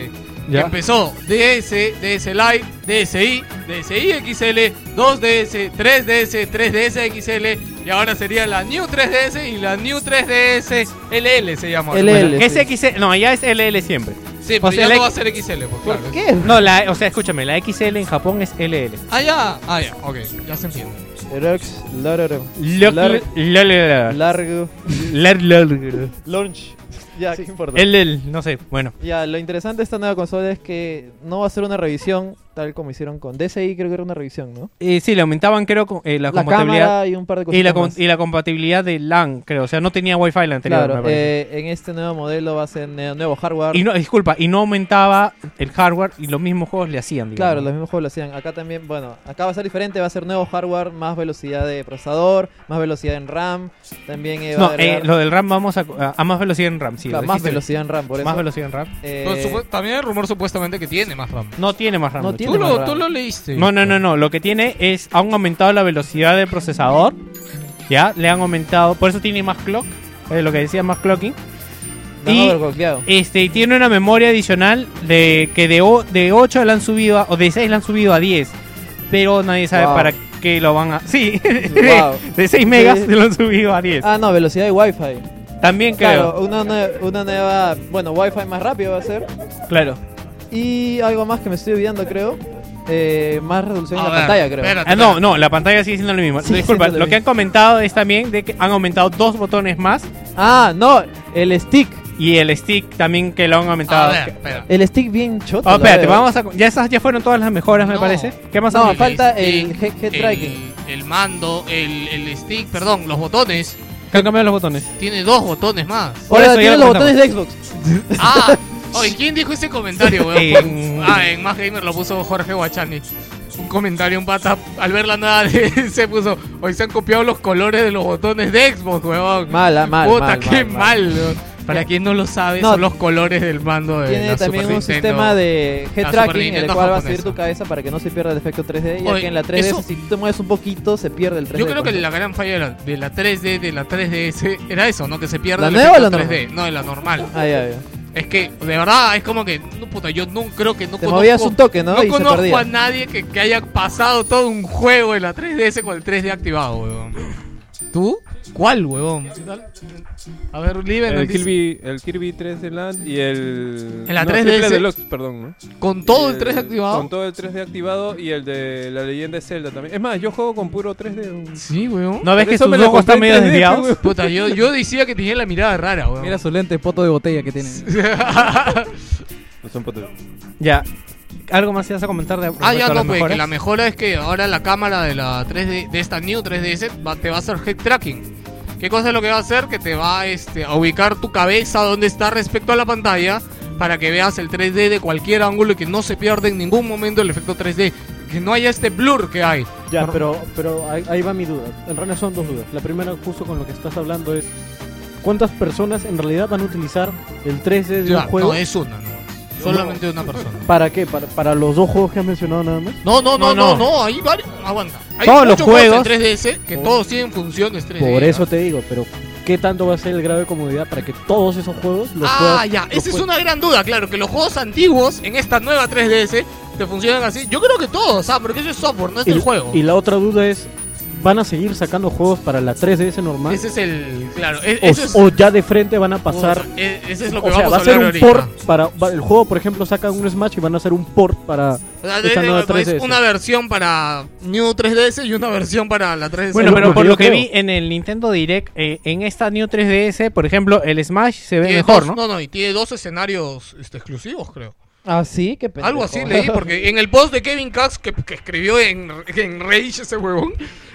S3: Ya.
S2: Que empezó DS, DS Lite, DSi, DSi XL, 2DS, 3DS, 3DS XL y ahora sería la New 3DS y la New 3DS LL se llama.
S3: LL. SXL, no, ya es LL siempre.
S2: Sí, pero
S3: O sea,
S2: ya
S3: la
S2: no va a
S3: X-
S2: ser XL, pues, claro.
S3: No, la, o sea, escúchame, la XL en Japón es LL.
S2: Ah, ya, ah, ya, ok, ya se entiende.
S10: Lux, Largo.
S3: Loc-
S10: Largo.
S3: lo- lo- lo-
S10: Largo.
S3: Lar- largo.
S10: Launch. Ya, ¿qué importa?
S3: LL, no sé, bueno.
S10: Ya, lo interesante de esta nueva consola es que no va a ser una revisión tal como hicieron con DSI, creo que era una revisión, ¿no?
S3: Eh, sí, le aumentaban, creo, co- eh, la,
S10: La
S3: compatibilidad.
S10: cámara y un par de
S3: y
S10: cositas
S3: la, com-
S10: más.
S3: y la compatibilidad de LAN, creo. O sea, no tenía Wi-Fi la anterior, me
S10: Claro,
S3: parece.
S10: eh, en este nuevo modelo va a ser ne- nuevo hardware.
S3: Y no, disculpa, y no aumentaba el hardware y los mismos juegos le hacían, digamos.
S10: Claro, los mismos juegos lo hacían. Acá también, bueno, acá va a ser diferente, va a ser nuevo hardware, más velocidad de procesador, más velocidad en RAM, también eh, va a
S3: No, eh,
S10: agregar-
S3: lo del RAM vamos a, a más velocidad en RAM, sí.
S10: Claro,
S3: lo
S10: más
S3: dijiste bien.
S10: velocidad en RAM, por eso.
S3: Más velocidad en RAM.
S10: Eh,
S2: Pero supu- también hay rumor supuestamente que tiene más RAM.
S3: No tiene más RAM.
S2: No
S3: de
S2: tiene
S3: hecho.
S2: Tú más lo- RAM. tú lo leíste.
S3: No, no, no, no. Lo que tiene es, han aumentado la velocidad del procesador. Ya, le han aumentado. Por eso tiene más clock. eh, lo que decía, más clocking.
S10: Más overclockeado.
S3: este, y tiene una memoria adicional de que de, o- de 8 la han subido a- o de 6 la han subido a 10. Pero nadie sabe
S10: Wow.
S3: para qué lo van a. Sí, [LAUGHS]
S10: Wow.
S3: [LAUGHS] de, 6 megas
S10: Sí.
S3: lo han subido a 10.
S10: Ah, no, velocidad de Wi-Fi.
S3: También creo.
S10: Claro, una, nue- una nueva, bueno, Wi-Fi más rápido va a ser.
S3: Claro.
S10: Y algo más que me estoy olvidando, creo. eh, más resolución
S3: A
S10: en la
S3: ver,
S10: pantalla, creo.
S3: espérate, Ah, no, no, la pantalla sigue siendo lo mismo.
S10: Sigue
S3: Disculpa,
S10: siendo lo
S3: lo que han comentado es también de que han aumentado dos botones más.
S10: Ah, no, el stick.
S3: Y el stick también que lo han aumentado.
S10: El stick bien choto.
S3: Ah, Oh,
S10: la
S3: espérate,
S10: veo.
S3: vamos a... Ya esas ya fueron todas las mejoras, me parece. ¿Qué más?
S10: No,
S3: han-
S10: falta el
S2: stick,
S10: head- head tracking.
S2: El, el mando, el, el stick, perdón, los botones.
S3: ¿Qué han cambiado los botones?
S2: Tiene dos botones más.
S3: Por Ahora eso tiene ya lo los comentamos.
S10: botones
S2: de Xbox. [LAUGHS] Ah, oye, ¿quién dijo ese comentario, weón?
S3: En-
S2: Ah, en Más Gamer lo puso Jorge Guachani. Un comentario, un pata. Al ver la nada [LAUGHS] de- se puso. Hoy se han copiado los colores de los botones de Xbox, weón.
S10: Mala, mal,
S2: Puta,
S10: mal,
S2: qué
S10: mal,
S2: mal,
S10: mal.
S2: weón. Para quien no lo sabe,
S10: No.
S2: son los colores del mando de
S10: Tiene
S2: la
S10: también
S2: Super
S10: un
S2: Nintendo.
S10: sistema de
S2: la
S10: head
S2: Super
S10: tracking, el
S2: Nintendo
S10: cual va a
S2: japonesa.
S10: seguir tu cabeza para que no se pierda el efecto 3D. Ya
S2: Oye,
S10: que en la 3D,
S2: eso-
S10: si tú te mueves un poquito, se pierde el 3D.
S2: Yo creo que
S10: pues.
S2: la gran falla de la, de la 3D, de la 3DS, era eso, ¿no? Que se pierde
S10: ¿La
S2: el
S10: nueva
S2: efecto
S10: o la
S2: 3D. No, de la normal.
S10: Ah, ya, ya.
S2: Es que, de verdad, es como que, no puta, yo no creo que no
S10: Te movías un toque, ¿no?
S2: No
S10: Y se
S2: conozco
S10: perdía.
S2: a nadie que, que haya pasado todo un juego de la 3DS con el 3D activado, weón. ¿Tú? ¿Cuál, weón? A ver, Liven,
S6: El
S2: nos dice-
S6: Kirby, el Kirby 3 de LAN y el.
S2: En la
S6: no,
S2: 3DS.
S6: Triple Deluxe, perdón, ¿no?
S2: ¿Con todo el
S6: Eh,
S2: 3D activado?
S6: Con todo el 3D activado y el de la leyenda de Zelda también. Es más, yo juego con puro 3D. weón.
S2: Sí, weón.
S6: ¿No ves que sus ojos están medio desviados?
S2: Puta, yo, yo decía que tenía la mirada rara, weón. [LAUGHS]
S4: Mira su lente, poto de botella que tiene.
S6: No son potes.
S3: Ya. ¿Algo más ibas a comentar de
S2: Ah, ya
S3: respecto
S2: no,
S3: a las
S2: pues, que
S3: mejoras?
S2: la mejora es que ahora la cámara de la 3D, de esta new 3DS va- te va a hacer head tracking. ¿Qué cosa es lo que va a hacer? Que te va este, a ubicar tu cabeza donde está respecto a la pantalla para que veas el 3D de cualquier ángulo y que no se pierda en ningún momento el efecto 3D. Que no haya este blur que hay.
S9: Ya, pero, pero ahí, ahí va mi duda. En realidad son dos dudas. La primera, justo con lo que estás hablando, es cuántas personas en realidad van a utilizar el 3D de
S2: Ya,
S9: un juego.
S2: No, es una, no. Solamente una persona.
S9: ¿Para qué? ¿Para, ¿Para los dos juegos que has mencionado nada más?
S2: No, no, no, no, no, hay varios. Aguanta. Hay
S9: Todos los
S2: muchos juegos en
S9: juegos-
S2: 3DS que todos tienen funciones ¿eh? 3D.
S9: Por
S2: ¿no?
S9: eso te digo, pero ¿qué tanto va a ser el grado de comodidad para que todos esos juegos los
S2: Ah,
S9: puedas-
S2: ya,
S9: los
S2: esa es
S9: puedas-
S2: una gran duda, claro, que los juegos antiguos en esta nueva 3DS te funcionan así. Yo creo que todos, ah, porque eso es software, no es
S9: y,
S2: el juego.
S9: y la otra duda es, ¿van a seguir sacando juegos para la 3DS normal?
S2: Ese es el, claro, e-
S9: o,
S2: eso es,
S9: o ya de frente van a pasar.
S2: o sea, e- ese es lo
S9: o
S2: que
S9: sea,
S2: vamos
S9: va
S2: a
S9: a ser
S2: hablar
S9: un
S2: ahorita.
S9: port para va- el juego, por ejemplo, sacan un Smash y van a hacer un port para
S2: O sea,
S9: esta
S2: de- de-
S9: nueva
S2: es
S9: 3DS.
S2: una versión para New 3DS y una versión para la 3DS.
S3: Bueno, pero por
S9: yo
S3: lo que
S9: creo.
S3: vi en el Nintendo Direct, eh, en esta New 3DS, por ejemplo, el Smash se ve
S2: Tiene
S3: mejor,
S2: dos-
S3: ¿no?
S2: No, no, y tiene dos escenarios este, exclusivos, creo.
S10: Ah, sí, qué pendejo.
S2: Algo así leí, porque en el post de Kevin Cox que, que escribió en, en Rage ese huevón,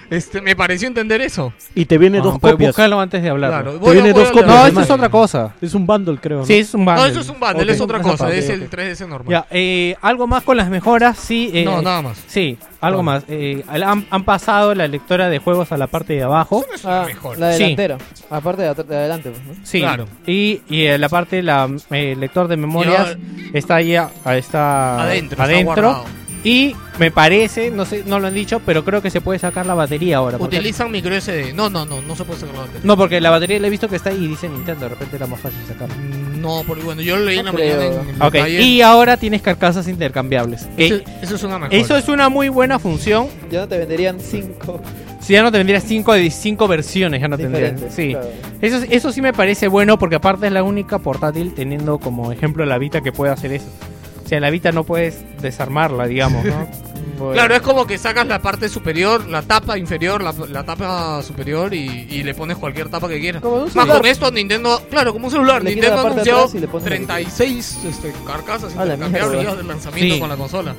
S2: este, me pareció entender eso.
S9: Y te viene
S3: Ah,
S9: dos
S3: pues
S9: copias.
S3: búscalo antes de hablarlo.
S2: Claro,
S9: Te
S2: voy a-
S9: viene
S2: voy a
S9: dos copias.
S2: hablar.
S3: No,
S9: de
S3: esto es
S9: Smash.
S3: otra cosa.
S9: Es un bundle, creo. ¿no?
S3: [LAUGHS] Sí, es un bundle.
S2: No, eso es un bundle,
S3: Ok.
S2: es otra cosa,
S3: Ok,
S2: es
S3: ok.
S2: el 3DS normal.
S3: Ya, eh, algo más con las mejoras, sí. eh,
S2: No, nada más.
S3: Sí, algo
S2: No.
S3: más. Eh, al- han, han pasado la lectora de juegos a la parte de abajo.
S10: Ah,
S2: mejor.
S10: la
S3: Sí.
S10: delantera. Aparte de, la- de adelante, pues, ¿no?
S3: Sí,
S2: Claro.
S3: y, y eh, la parte, la eh, lector de memorias está ahí, a- a- está
S2: Adentro, está guardado.
S3: y me parece, no sé, no lo han dicho, pero creo que se puede sacar la batería ahora. porque-
S2: Utilizan micro SD. No, no, no, no se puede sacar la batería.
S3: no, porque la batería la he visto que está ahí y dice Nintendo, de repente era más fácil sacarla.
S2: No, porque bueno, yo lo leí en la
S10: Mm, No creo.
S2: mañana en el
S3: Ok,
S2: taller.
S3: y ahora tienes carcasas intercambiables.
S2: Eso-
S3: Eh,
S2: eso es una mejora.
S3: eso es una muy buena función
S10: Ya no te venderían 5.
S3: Si ya no tendrías cinco de cinco versiones, ya no tendrías.
S10: Diferentes,
S3: Sí.
S10: claro.
S3: Eso, eso sí me parece bueno porque aparte es la única portátil teniendo como ejemplo la Vita que puede hacer eso. O sea, la Vita no puedes desarmarla, digamos,
S10: [LAUGHS]
S3: ¿no?
S2: Claro, es como que sacas la parte superior, la tapa inferior, la, la tapa superior y, y le pones cualquier tapa que quieras.
S10: Como un
S2: Más
S10: celular.
S2: con esto Nintendo, claro, como un celular,
S10: Le
S2: Nintendo
S10: quitas
S2: ha
S10: la parte de
S2: anunciado
S10: atrás y le pones la que
S2: 36 este, carcasas
S10: A la
S2: intercambiables
S10: mierda.
S2: ya de lanzamiento
S3: Sí.
S2: con la consola.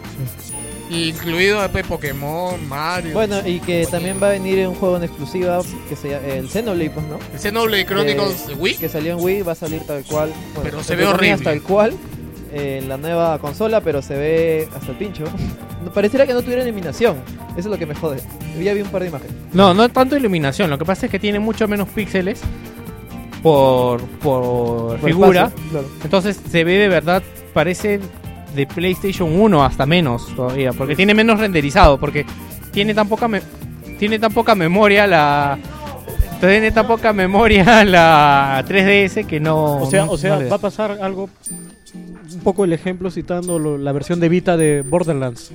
S2: Incluido pues, Pokémon, Mario.
S10: Bueno, y que también va a venir un juego en exclusiva que se llama el Xenoblade, pues, ¿no?
S2: El Xenoblade Chronicles
S10: Que-
S2: Wii.
S10: Que salió en Wii, va a salir tal cual. Bueno,
S2: Pero se
S10: entre
S2: ve
S10: comillas,
S2: horrible.
S10: Tal cual eh, en la nueva consola, pero se ve hasta el pincho. [LAUGHS] No- Pareciera que no tuviera eliminación. Eso es lo que me jode. Yo ya vi un par de imágenes.
S3: No, no es tanto iluminación. Lo que pasa es que tiene mucho menos píxeles por, por,
S10: Por
S3: figura.
S10: espacio, claro.
S3: Entonces se ve de verdad, parece de PlayStation 1 hasta menos todavía. Porque tiene menos renderizado. Porque tiene tan poca, me- tiene tan poca memoria la... Tiene tan poca memoria [LAUGHS] la 3DS que no...
S9: O sea,
S3: no-
S9: o sea
S3: no le da.
S9: va a pasar algo. Un poco el ejemplo citando lo- la versión de Vita de Borderlands.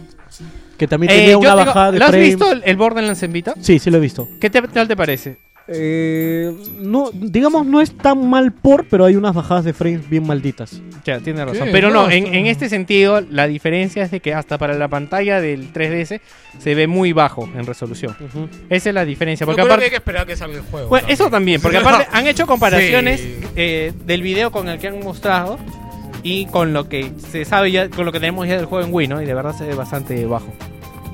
S9: Que también
S3: Eh,
S9: tenía
S3: yo
S9: una
S3: tengo-
S9: bajada de
S3: ¿Lo has
S9: frames.
S3: visto el- el Borderlands en Vita?
S9: Sí, sí lo he visto.
S3: ¿Qué te- tal te parece?
S9: Eh, no, digamos, no es tan mal por, pero hay unas bajadas de frames bien malditas.
S3: Ya, tiene razón.
S9: Sí,
S3: Pero
S9: no,
S3: no, en,
S9: está-
S3: en este sentido, la diferencia es de que hasta para la pantalla del 3DS se ve muy bajo en resolución. Esa es la diferencia.
S2: Yo
S3: Porque
S2: creo
S3: aparte.
S2: que hay que esperar que salga el juego.
S3: Bueno, eso también,
S2: [LAUGHS]
S3: porque aparte han hecho comparaciones
S2: Sí.
S3: eh, del video con el que han mostrado y con lo que se sabe ya, con lo que tenemos ya del juego en Wii, ¿no? Y de verdad se ve bastante bajo.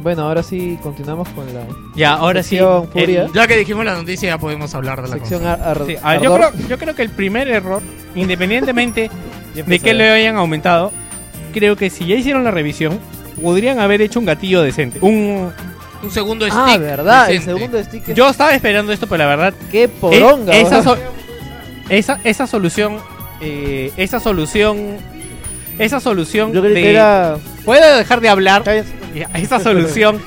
S10: Bueno, ahora sí continuamos con la.
S3: Ya, ahora sí.
S10: sección Furia.
S2: Ya que dijimos la noticia, ya podemos hablar de la
S10: Sección
S2: consola.
S10: ar- ar-
S3: Sí, a ver, yo,
S10: ardor.
S3: creo, yo creo que el primer error,
S10: [LAUGHS]
S3: independientemente de
S10: empezó
S3: que
S10: ya.
S3: le hayan aumentado, creo que si ya hicieron la revisión, podrían haber hecho un gatillo decente. Un,
S2: Un segundo stick.
S10: Ah, verdad, el
S2: decente.
S10: segundo stick. es-
S3: Yo estaba esperando esto, pero la verdad. eh,
S10: ¡Qué poronga,
S3: esa,
S10: weón!
S3: so- esa, esa solución. eh, esa solución. Esa solución.
S10: Yo creí
S3: de-
S10: que era-
S4: Ah.
S3: ¿Puedo dejar de hablar? Ya, Esa solución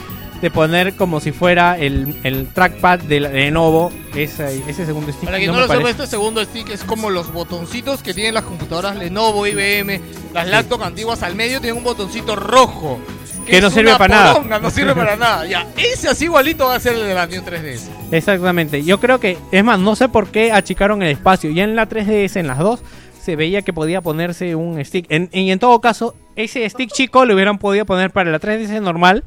S3: de poner como si fuera el, el trackpad de la- de Lenovo. Ese, ese segundo stick.
S2: Para que no,
S3: me
S2: lo sepa,
S3: parece.
S2: este segundo stick es como los botoncitos que tienen las computadoras Lenovo, IBM, las laptops antiguas al medio tienen un botoncito rojo.
S3: Que no
S2: es
S3: sirve
S2: una
S3: para nada.
S2: poronga, No sirve
S3: [LAUGHS]
S2: para nada. Ya, ese así igualito va a ser el de la New 3DS.
S3: Exactamente. Yo creo que, es más, no sé por qué achicaron el espacio. Ya en la 3DS, en las dos, se veía que podía ponerse un stick. En- y en todo caso, ese stick chico lo hubieran podido poner para la 3DS normal.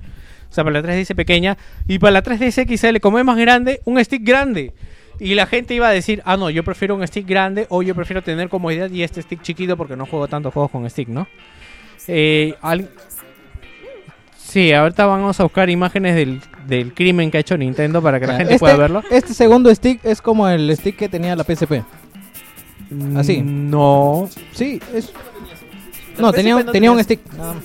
S3: O sea, para la 3DS pequeña. Y para la 3DS XL, como es más grande, un stick grande. Y la gente iba a decir, ah, no, yo prefiero un stick grande o yo prefiero tener comodidad y este stick chiquito porque no juego tantos juegos con stick, ¿no? Eh, al- Sí, ahorita vamos a buscar imágenes del, del crimen que ha hecho Nintendo para que la
S4: Ya,
S3: gente
S4: este-
S3: pueda verlo.
S4: Este segundo stick es como el stick que tenía la PSP. Así.
S3: Mm, No.
S4: Sí, es.
S10: La
S4: No, tenía,
S10: PSP no
S4: tenía un
S10: tenía-
S4: stick.
S10: Ah.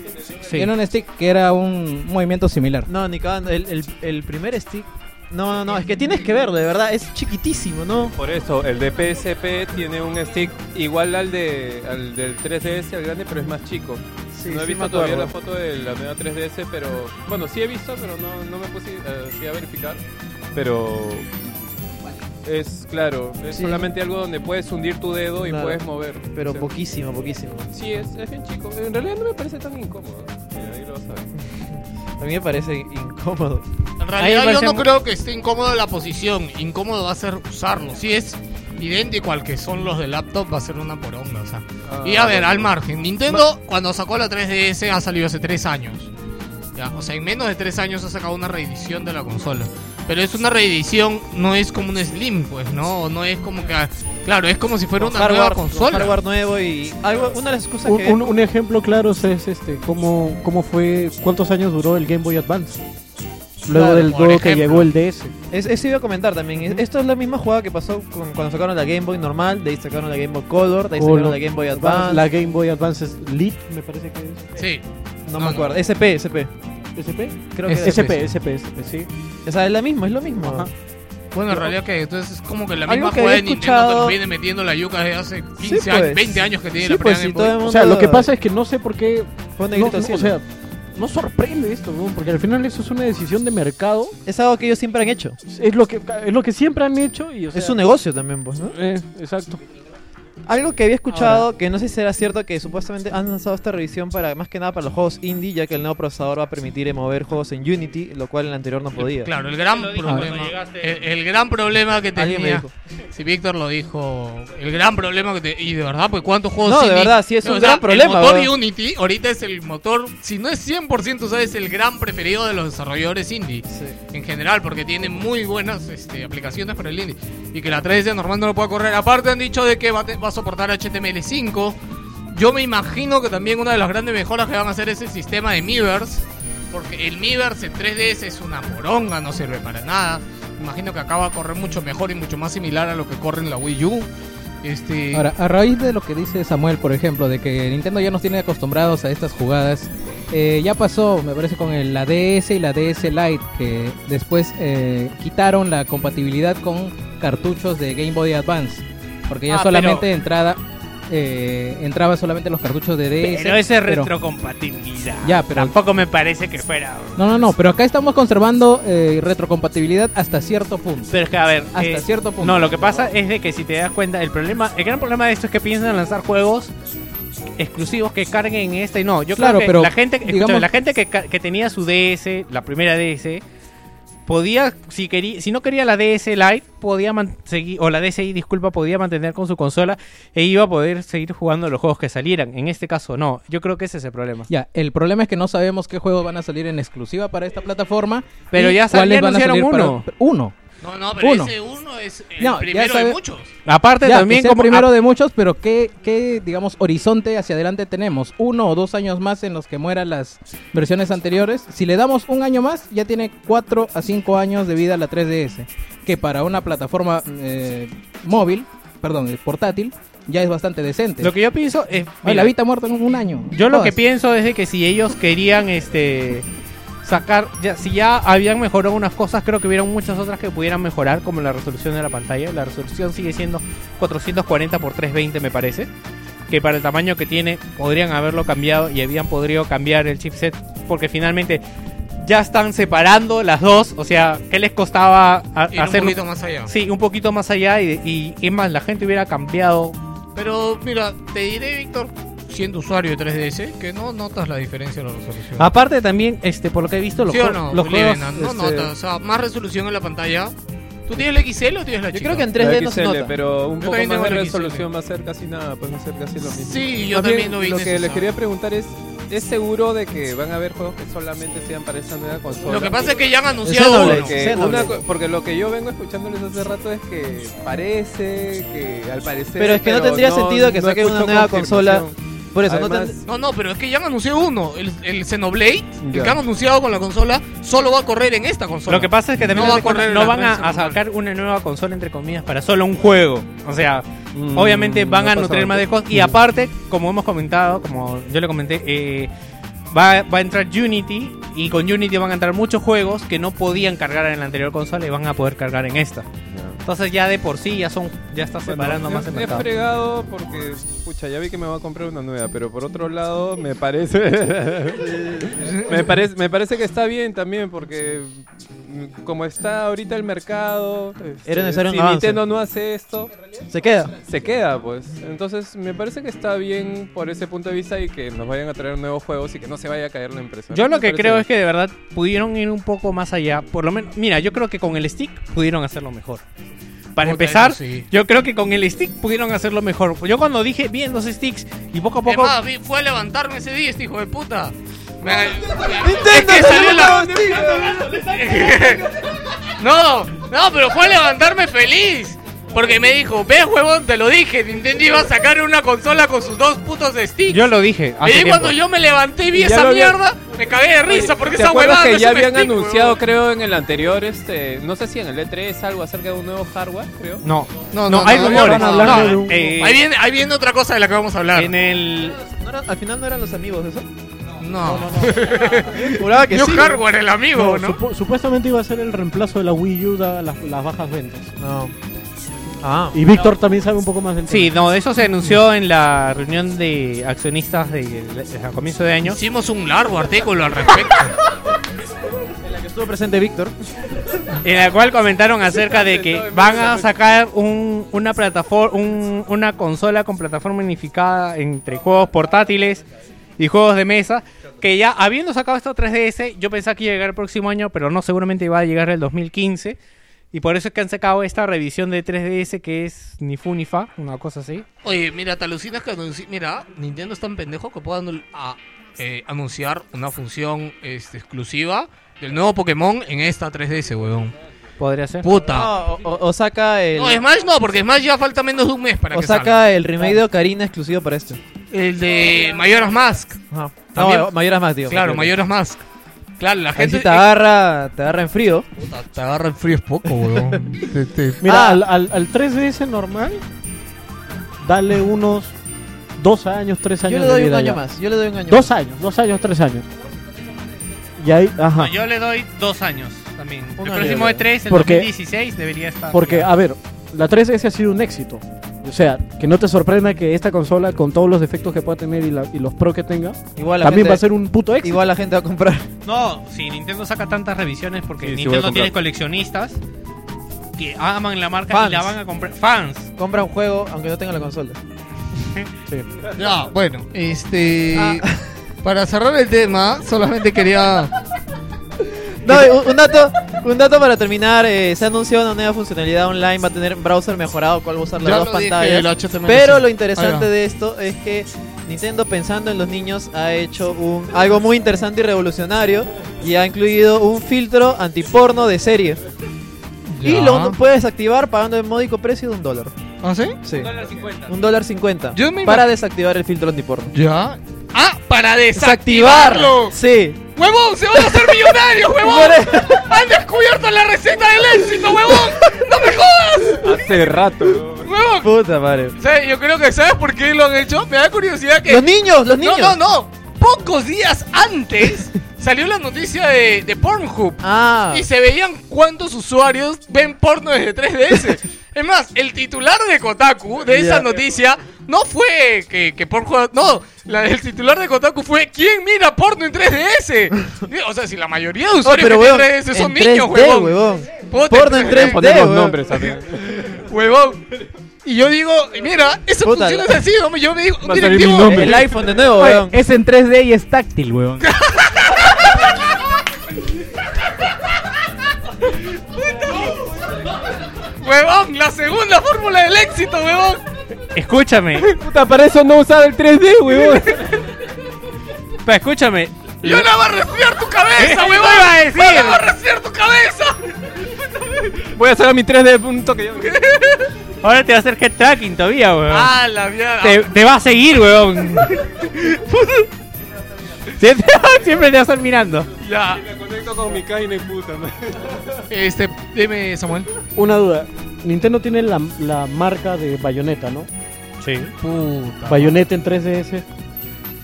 S3: Sí.
S4: Tenía un stick que era un movimiento similar.
S10: No, ni cagando. El, el, el primer stick. No, no, no. Es que tienes que verlo, de verdad. Es chiquitísimo, ¿no?
S6: Por eso, el de PSP tiene un stick igual al, de, al del 3DS, al grande, pero es más chico.
S10: Sí,
S6: no he
S10: sí me
S6: visto todavía
S10: acuerdo.
S6: la foto de la nueva 3DS, pero... Bueno, sí he visto, pero no, no me puse eh, sí a verificar. Pero... Es claro, es
S10: Sí.
S6: solamente algo donde puedes hundir tu dedo y
S10: Claro.
S6: puedes mover.
S10: Pero
S6: O sea,
S10: poquísimo, poquísimo.
S6: Sí, es, es bien chico. En realidad no me parece tan incómodo. Mira, ahí lo vas a ver.
S10: A mí me parece incómodo.
S2: En realidad yo no creo que esté incómodo la posición. Incómodo va a ser usarlo. Si es idéntico al que son los de laptop, va a ser una poronga. o sea.
S6: Ah,
S2: y a ver,
S6: bueno.
S2: al margen. Nintendo, cuando sacó la 3DS, ha salido hace 3 años. Ya, o sea, en menos de 3 años ha sacado una reedición de la consola. Pero es una reedición, no es como un Slim, pues, ¿no? No es como que... Claro, es como si fuera
S10: Con
S2: una nueva
S10: hardware- con
S2: consola.
S10: hardware nuevo y... Algo, una de las cosas
S9: Un,
S10: que...
S9: un- un ejemplo claro es este, cómo, cómo fue, cuántos años duró el Game Boy Advance. Luego
S10: Claro,
S9: del
S10: por
S9: luego que
S10: ejemplo.
S9: llegó el DS.
S10: Es- eso iba a comentar también. Es- Esto es la misma jugada que pasó con- cuando sacaron la Game Boy normal, de ahí sacaron la Game Boy Color, de ahí
S9: O
S10: sacaron
S9: lo-
S10: la Game Boy Advance.
S9: La Game Boy Advance es Lite, me parece que es.
S2: Sí.
S10: No, me acuerdo. SP, SP.
S9: ¿SP?
S10: Creo que
S9: Es-
S10: era
S9: SP, SP, sí.
S10: O sea, es la misma, es lo mismo.
S2: Bueno, en realidad que entonces es como que la
S10: Algo
S2: misma
S10: que
S2: jugada de
S10: había
S2: Nintendo que nos
S10: escuchado-
S2: viene metiendo la yuca desde hace 15
S10: Sí,
S2: años,
S10: pues.
S2: 20 años que tiene
S10: Sí,
S2: la
S10: pues,
S2: primera
S10: sí,
S2: Game
S10: todo el
S2: Boy.
S10: mundo-
S9: O sea, lo que pasa es que no sé por qué.
S10: Fue un
S9: no-
S10: negrito
S9: no,
S10: cielo.
S9: o sea, no sorprende esto, ¿no? porque al final eso es una decisión de mercado.
S10: Es algo que ellos siempre han hecho.
S9: Es lo que, es lo que siempre han hecho. Y, o
S10: Es
S9: sea,
S10: un negocio también, pues, ¿no?
S9: Eh, exacto.
S10: Algo que había escuchado, que no sé si será cierto, que supuestamente han lanzado esta revisión para más que nada para los juegos indie, ya que el nuevo procesador va a permitir eh, mover juegos en Unity, lo cual el anterior no podía.
S2: Claro, el gran problema. El, el gran problema que
S10: Alguien me
S2: tenía.
S10: dijo.
S2: Si Víctor lo dijo, el gran problema que te, y de verdad, pues cuántos juegos
S10: No, de
S2: indie-
S10: verdad, sí es
S2: o
S10: un
S2: sea,
S10: gran problema,
S2: El motor
S10: weón.
S2: Unity ahorita es el motor, si no es 100% sabes, el gran preferido de los desarrolladores indie en general, porque tiene muy buenas este, aplicaciones para el indie y que la 3D normal no lo pueda correr. Aparte han dicho de que va, a te- va a soportar HTML5. Yo me imagino que también una de las grandes mejoras que van a hacer es el sistema de Miiverse Porque el Miiverse en 3DS es una moronga, no sirve para nada. Imagino que acaba a correr mucho mejor y mucho más similar a lo que corre en la Wii U. Este,
S4: Ahora, a raíz de lo que dice Samuel, por ejemplo, de que Nintendo ya nos tiene acostumbrados a estas jugadas, eh, ya pasó, me parece, con el- la DS y la DS Lite, que después eh, quitaron la compatibilidad con cartuchos de Game Boy Advance, porque ya
S3: Ah,
S4: solamente
S3: pero-
S4: de entrada eh, entraba solamente los cartuchos de DS.
S3: Pero esa es
S4: pero-
S3: retrocompatibilidad.
S4: Ya, pero-
S3: Tampoco me parece que fuera.
S4: No, no, no, pero acá estamos conservando eh, retrocompatibilidad hasta cierto punto.
S3: Pero es que, a ver.
S4: Hasta
S3: eh,
S4: cierto punto.
S3: No, lo que pasa es de que si te das cuenta, el problema, el gran problema de esto es que piensan lanzar juegos exclusivos que carguen esta y no. Yo
S4: Claro,
S3: creo que
S4: pero,
S3: la gente, escúchame,
S4: digamos-
S3: la gente que, ca- que tenía su DS, la primera DS, podía, si quería, si no quería la DS Lite, podía man- seguir, o la DSi, disculpa, podía mantener con su consola e iba a poder seguir jugando los juegos que salieran. En este caso, no. Yo creo que ese es el problema.
S4: Ya, el problema es que no sabemos qué juegos van a salir en exclusiva para esta plataforma.
S3: Pero
S4: y
S3: ya sal-
S4: cuáles
S3: ya
S4: van a
S3: anunciaron
S4: salir para-
S3: uno.
S4: uno.
S2: No, no, pero
S4: Uno.
S2: ese uno es el
S4: No, ya
S2: primero de
S4: sabe-
S2: muchos.
S3: Aparte
S4: Ya,
S3: también
S4: es el
S3: como-
S4: primero
S3: ah-
S4: de muchos, pero ¿qué, qué, digamos, horizonte hacia adelante tenemos? Uno o dos años más en los que mueran las versiones anteriores. Si le damos un año más, ya tiene cuatro a cinco años de vida la 3DS. Que para una plataforma eh, móvil, perdón, eh, portátil, ya es bastante decente.
S3: Lo que yo pienso es.
S4: Ay,
S3: mira.
S4: la vida muerta en un año.
S3: Yo lo que
S4: Jodas.
S3: pienso es de que si ellos querían este sacar, ya, si ya habían mejorado unas cosas, creo que hubieran muchas otras que pudieran mejorar, como la resolución de la pantalla. La resolución sigue siendo 440 x 320 me parece, que para el tamaño que tiene podrían haberlo cambiado y habían podido cambiar el chipset, porque finalmente ya están separando las dos, o sea, ¿qué les costaba a-
S2: Ir un
S3: hacerlo?
S2: poquito más allá.
S3: Sí, un poquito más allá y, y es más, la gente hubiera cambiado
S2: Pero mira, te diré, Víctor, siendo usuario de 3DS, que no notas la diferencia de la resolución.
S3: Aparte también, este, por lo que he visto, Ah, los,
S2: ¿Sí o
S3: jue-
S2: no?
S3: los
S2: Levena,
S3: juegos...
S2: no
S3: este,
S2: notas. O sea, más resolución en la pantalla. ¿Tú tienes la XL o tienes la
S3: Yo
S2: chica?
S3: creo que en
S6: La XL, pero un
S2: Yo
S6: poco
S2: también
S6: más de
S2: tengo la XL.
S6: resolución va a ser casi nada, pues va a ser casi lo mismo.
S2: Sí, yo
S6: Más bien,
S2: también lo vi
S6: Lo que
S2: necesario.
S6: les quería preguntar es, ¿es seguro de que van a haber juegos que solamente sean para esa nueva consola?
S2: Lo que pasa es que ya han anunciado Xenoblade, uno.
S6: Porque,
S2: Xenoblade.
S6: una co- porque lo que yo vengo escuchándoles hace
S4: eh.
S6: rato es que parece que al parecer...
S10: Pero es que no tendría sentido que saquen una
S6: escucho
S10: nueva consola.
S6: confirmación.
S10: Por eso, no
S6: Además,
S2: No, no, pero es que ya han anunciado uno. El, el Xenoblade, el
S3: Ya.
S2: que han anunciado con la consola, solo va a correr en esta consola.
S3: Lo que pasa es que también
S2: no va a
S3: se-
S2: correr en
S3: no
S2: la
S3: van a,
S2: prensa.
S3: a sacar una nueva consola, entre comillas, para solo un juego. O sea,
S2: Mm,
S3: obviamente van
S2: no
S3: a
S2: pasa
S3: nutrir más de
S2: nada.
S3: cosas. Y aparte, como hemos comentado, como yo le comenté, eh, va, va a entrar Unity. Y con Unity van a entrar muchos juegos que no podían cargar en la anterior consola y van a poder cargar en esta. Entonces ya de por sí ya son ya está separando más el
S6: Es
S3: mercado.
S6: fregado porque, pucha, ya vi que me va a comprar una nueva, pero por otro lado me parece... [LAUGHS] me, parece me parece que está bien también porque mm, como está ahorita el mercado... este,
S10: Era necesario un
S6: si
S10: avance.
S6: Nintendo no hace esto...
S10: Se queda.
S6: Se queda, pues. Entonces me parece que está bien por ese punto de vista y que nos vayan a traer nuevos juegos y que no se vaya a caer la empresa.
S3: Yo lo
S6: Me
S3: que
S6: parece
S3: creo
S6: bien.
S3: es que de verdad pudieron ir un poco más allá. Por lo menos, mira, yo creo que con el stick pudieron hacerlo mejor. Para
S2: Puta,
S3: empezar,
S2: Oh, eso sí.
S3: yo creo que con el stick pudieron hacerlo mejor. Yo cuando dije, bien, los sticks, y poco a
S2: Es
S3: poco...
S2: más, vi- fue a levantarme ese día este hijo de puta. Me- es
S3: ¡Nintendo,
S2: que salió
S3: se
S2: la...
S3: lo
S2: [LAUGHS]
S3: acabó,
S2: no, no, pero fue a levantarme feliz. Porque me dijo, ves huevón, te lo dije, Nintendo iba a sacar una consola con sus dos putos sticks.
S3: Yo lo dije.
S2: Y
S3: hace tiempo.
S2: cuando yo me levanté y vi
S6: Y ya
S2: esa
S6: lo había-
S2: mierda, me cagué de risa porque
S6: ¿Te
S2: esa
S6: acuerdas
S2: huevada no
S6: que
S2: es
S6: ya
S2: un
S6: habían
S2: stick,
S6: anunciado, creo, en el anterior, este, no sé si en el E3 algo acerca de un nuevo hardware, creo?
S3: No,
S2: No,
S3: no,
S2: no,
S3: hay
S2: no,
S3: rumores.
S2: van a hablar
S3: No,
S2: de un-
S3: eh,
S2: Ahí viene, ahí viene otra cosa de la que vamos a hablar.
S3: En el.
S10: al final no eran los amigos, ¿eso?
S2: No. [LAUGHS]
S9: Eh,
S10: Juraba que
S2: New
S10: sí.
S2: hardware, el amigo, ¿no?
S12: supu- supuestamente iba a ser el reemplazo de la Wii U a las, las bajas ventas.
S10: No.
S3: Ah.
S12: Y Víctor también sabe un poco más del
S3: Sí,
S12: tema.
S3: no, de eso se anunció en la reunión de accionistas de, de- a comienzo de año.
S2: Hicimos un largo artículo al respecto.
S10: En la que estuvo [LAUGHS] presente Víctor.
S3: En la cual comentaron acerca de que van a sacar un- una plataforma, una consola con plataforma unificada entre juegos portátiles y juegos de mesa. Que ya habiendo sacado esto 3DS, yo pensaba que iba a llegar el próximo año, pero no, seguramente iba a llegar el 2015. Y por eso es que han sacado esta revisión de 3DS que es ni fu ni fa, una cosa así.
S2: Oye, mira, te alucinas que anunci- Mira, Nintendo es tan pendejo que puede anul- a- eh, anunciar una función este, exclusiva del nuevo Pokémon en esta 3DS, weón.
S3: Podría ser.
S2: Puta.
S10: No, o, o saca el.
S2: No, Smash no, porque Smash ya falta menos de un mes para
S10: o
S2: que
S10: saca
S2: salga.
S10: el remake de Ocarina exclusivo para esto.
S2: El de Mayoras Mask.
S10: Ajá.
S2: También-
S10: No, Mayoras más, digo.
S2: Claro, Mayoras Mask. Claro, la
S10: Ahí
S2: gente.
S10: sí te agarra, te agarra en frío.
S2: Te agarra en frío es poco, weón.
S10: [LAUGHS]
S12: Mira,
S10: Ah.
S12: al, al, al 3DS normal, dale unos dos años, tres años.
S10: Yo le
S12: de
S10: doy un
S12: vida
S10: año
S12: ya.
S10: más, yo le doy un año
S12: Dos años, dos años, tres años. Y ahí, ajá.
S3: Ah, Yo le doy dos años también. el
S12: año
S3: próximo
S12: le doy.
S3: E3, el
S12: Porque-
S3: 2016, debería estar.
S12: Porque, a ver, la 3DS ha sido un éxito. O sea, que no te sorprenda que esta consola, con todos los defectos que pueda tener y, la- y los pro que tenga,
S10: Igual la
S12: también
S10: gente-
S12: va a ser un puto éxito.
S10: Igual la gente va a comprar. [LAUGHS]
S3: No, si Nintendo saca tantas revisiones porque
S12: Sí, sí voy a
S3: Nintendo
S12: comprar.
S3: tiene coleccionistas que aman la marca
S10: Fans.
S3: y la van a comprar. Fans.
S10: Compra un juego aunque no tenga
S2: [LAUGHS]
S10: la consola.
S2: Ya, Ah, bueno, este. [LAUGHS] Para cerrar el tema, solamente quería.
S10: No, un, un dato, un dato para terminar, eh, se ha anunciado una nueva funcionalidad online, va a tener un browser mejorado, cual va a usar las
S12: Ya
S10: dos
S12: lo dije,
S10: pantallas.
S12: el HTML5.
S10: pero
S12: Ahí va.
S10: lo interesante de esto es que Nintendo pensando en los niños ha hecho un algo muy interesante y revolucionario y ha incluido un filtro antiporno de serie. Y
S2: Ya.
S10: lo puedes activar pagando el módico precio de un dólar.
S2: ¿Ah, sí?
S10: Sí. Un dólar cincuenta. Un dólar cincuenta. para desactivar el filtro antiporno.
S2: Ya. [LAUGHS] ¡Ah! ¡Para desactivarlo!
S10: Desactivarlo. Sí.
S2: ¡Huevón! ¡Se van a hacer millonarios, [LAUGHS] huevón! ¡Han descubierto la receta del éxito, huevón! ¡No me jodas!
S6: Hace rato.
S2: ¡Huevón!
S10: Puta madre.
S2: ¿Sabes? Yo creo que ¿sabes por qué lo han hecho? Me da curiosidad que...
S10: Los niños, los niños.
S2: No, no, no. Pocos días
S10: [LAUGHS]
S2: antes salió la noticia de, de Pornhub.
S10: Ah.
S2: Y se veían cuántos usuarios ven porno desde 3DS.
S10: [LAUGHS]
S2: es más, el titular de Kotaku de esa
S12: Ya.
S2: noticia no fue que, que Pornhub... No, la, el titular de Kotaku fue ¿Quién mira porno en
S10: [LAUGHS]
S2: 3DS? o sea, si la mayoría de
S10: Oh,
S2: usuarios
S10: pero
S2: que
S10: weón,
S2: tienen 3DS son
S10: en
S2: niños,
S10: 3D,
S2: huevón.
S10: huevón.
S2: Puta,
S10: Porno en 3D,
S6: Ponemos
S2: [LAUGHS]
S10: huevón.
S6: nombres también.
S2: Huevón. Y yo digo, mira, esa
S10: Puta,
S2: función
S10: la-
S2: es así, hombre. Yo me digo, un
S10: a salir mi
S2: directivo.
S10: nombre. El iPhone de nuevo,
S16: Oye,
S10: weón.
S16: Es en 3D y es táctil, weón.
S2: Huevón, la segunda fórmula del éxito, huevón.
S3: Escúchame.
S6: Puta, para eso no usaba el 3D, huevón.
S3: Pero escúchame.
S2: Yo la va a resfriar tu cabeza,
S3: Eso
S2: huevón.
S3: iba a decir.
S2: Yo la va a resfriar tu cabeza.
S6: Voy a hacer mi 3D punto que yo.
S3: [LAUGHS] Ahora te va a hacer head tracking todavía, weón. [LAUGHS]
S2: Ah, la mierda.
S3: te, te va a seguir, weón. [LAUGHS]
S12: Siempre, siempre te vas a estar mirando.
S2: [LAUGHS] Ya.
S6: Me conecto con mi Kaine, puta.
S2: Este, dime, Samuel.
S12: Una duda. Nintendo tiene la, la marca de Bayonetta, ¿no?
S3: Sí.
S2: Puta.
S12: Bayonetta en 3DS,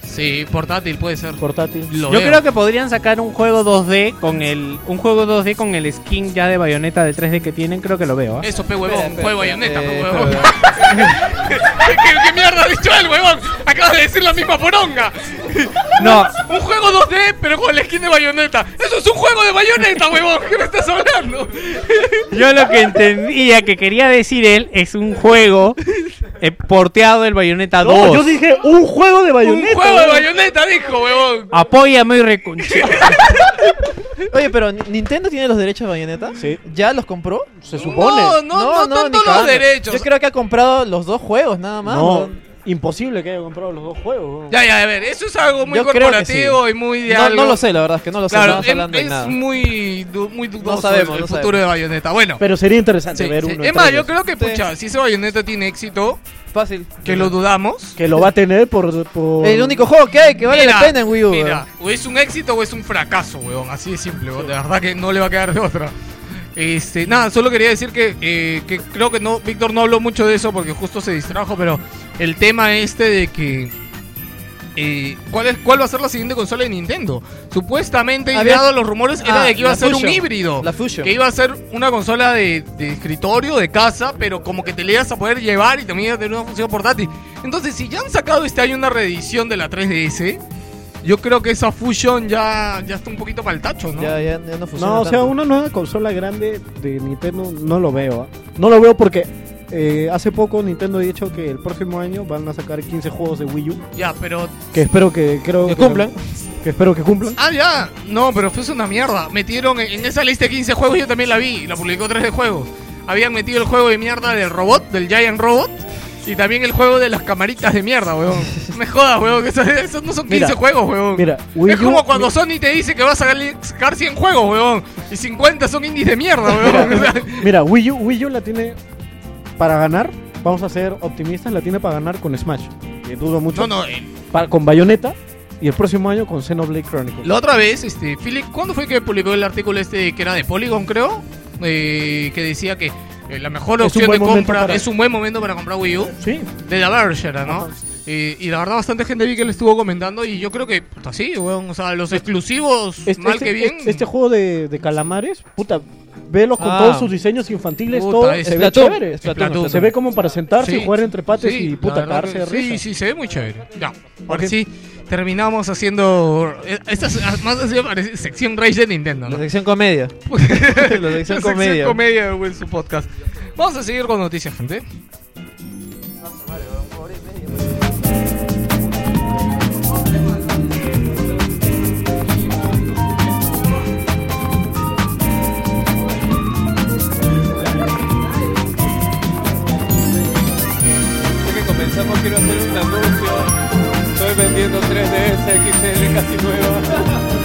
S2: Sí, portátil puede ser.
S12: portátil.
S2: Lo
S3: Yo
S2: veo.
S3: creo que podrían sacar un juego 2D con el un juego 2D con el skin ya de bayoneta del 3D que tienen, creo que lo veo. ¿ah?
S2: Eso, pe, huevón.
S10: espera,
S2: Fue
S10: espera,
S2: bayoneta, pe,
S10: eh,
S2: huevón. [LAUGHS] ¿Qué, qué mierda ha dicho él, huevón? Acabas de decir la misma
S10: [LAUGHS]
S2: poronga.
S3: No,
S2: Un juego 2D, pero con la skin de bayoneta. Eso es un juego de bayoneta, huevón. ¿Qué me estás hablando?
S3: yo lo que entendía que quería decir él es un juego eh, porteado del bayoneta 2.
S12: No, yo dije un juego de Bayonetta.
S2: Un juego de
S12: weón.
S2: bayoneta, dijo, huevón.
S3: Apóyame y recunche.
S10: [LAUGHS] Oye, pero Ni- Nintendo tiene los derechos de Bayonetta.
S12: Sí.
S10: ¿Ya los compró?
S12: Se supone.
S2: No, no, no,
S10: ni
S2: tanto los
S10: cagando.
S2: derechos.
S10: Yo creo que ha comprado los dos juegos nada más.
S12: No,
S10: ¿no?
S12: imposible que haya comprado los dos juegos. weón.
S2: Ya, ya, a ver, eso es algo muy
S10: Yo creo que
S2: corporativo y muy de
S10: No,
S2: algo.
S10: no lo sé, la verdad es que no lo sé. no
S2: Claro, em,
S10: estamos hablando
S2: es,
S10: de nada.
S2: es muy, du- muy dudoso
S10: sabemos,
S2: el
S10: no
S2: futuro
S10: sabemos.
S2: de Bayonetta. Bueno,
S12: Pero sería interesante
S2: sí,
S12: ver
S2: sí.
S12: uno.
S2: es
S12: entre
S2: más, yo
S12: ellos.
S2: creo que,
S10: Sí.
S2: pucha, si ese Bayonetta tiene éxito,
S10: Fácil.
S2: que lo dudamos.
S12: Que lo va a tener por. por-
S10: El único juego que hay que vale
S2: Mira,
S10: la pena en Wii U.
S2: Mira, o
S10: weón.
S2: es un éxito o es un fracaso, weón. Así de simple, weón. De verdad que no le va a quedar de otra. Este, nada, solo quería decir que, eh, que creo que no, Víctor no habló mucho de eso porque justo se distrajo, pero el tema este de que. eh, ¿cuál, es, ¿Cuál va a ser la siguiente consola de Nintendo? Supuestamente, y
S10: Había-
S2: dado los rumores, era
S10: Ah,
S2: de que iba
S10: la
S2: a ser un
S10: Fusion.
S2: híbrido.
S10: La Fusion.
S2: Que iba a ser una consola de, de escritorio, de casa, pero como que te le ibas a poder llevar y también iba a tener una función portátil. Entonces, si ya han sacado este año una reedición de la 3DS, yo creo que esa Fusion ya, ya está un poquito para el tacho, ¿no?
S10: Ya, ya, ya no funciona.
S12: No, o sea,
S10: tanto.
S12: una nueva consola grande de Nintendo no lo veo. ¿ah? No lo veo porque eh, hace poco Nintendo ha dicho que el próximo año van a sacar 15 juegos de Wii U.
S2: Ya, pero.
S12: Que espero que, creo
S10: Que cumplan.
S12: Que espero que cumplan.
S2: Ah, ya. No, pero fue una mierda. Metieron en en esa lista de 15 juegos, yo también la vi. La publicó 3 de juegos. Habían metido el juego de mierda del robot, del Giant Robot. Y también el juego de las camaritas de mierda, weón. No me jodas, weón. que Esos, esos no son 15
S12: Mira,
S2: juegos, weón.
S12: Mira, Wii
S2: es
S12: U-
S2: como cuando Sony te dice que vas a sacar- sacar 100 juegos, weón. Y 50 son indies de mierda, weón. O sea,
S12: Mira, Wii U, Wii U la tiene para ganar. Vamos a ser optimistas, la tiene para ganar con Smash. Que dudo mucho.
S2: no, no, eh,
S12: Pa- con Bayonetta y el próximo año con Xenoblade
S2: [LAUGHS]
S12: Chronicles.
S2: La otra vez, este, Philip, ¿cuándo fue que publicó el artículo este que era de Polygon, creo? Eh, que decía que eh, la mejor
S12: Es un
S2: opción de
S12: buen momento
S2: compra
S12: para-
S2: es un buen momento para comprar Wii U.
S12: Sí.
S2: De la Verge era, ¿no? Eh, y la verdad, bastante gente vi que le estuvo comentando y yo creo que, puta, sí, weón, o sea, los exclusivos,
S12: Este,
S2: mal
S12: este-
S2: que bien.
S12: este- este juego de, de calamares, puta, velos con
S2: Ah.
S12: todos sus diseños infantiles,
S2: Puta,
S12: todo.
S2: es
S12: Se ve
S2: Platón,
S12: chévere.
S2: es Platón.
S12: Se ve como para sentarse
S2: Sí,
S12: y jugar entre pates
S2: sí,
S12: y
S2: la
S12: puta
S2: verdad que-
S12: cagarse de
S2: Sí,
S12: risa.
S2: sí, se ve muy chévere. Ya, ahora sí, terminamos haciendo. eh, Esta es ah, más así parece sección Rage de Nintendo, ¿no?
S10: La
S2: [LAUGHS]
S10: sección comedia. la
S2: La
S10: sección
S2: sección
S10: comedia.
S2: comedia de Will, su podcast. Vamos a seguir con noticias, gente.
S6: que comenzamos quiero hacer un anuncio. Estoy vendiendo 3DS XL casi [LAUGHS] nueva.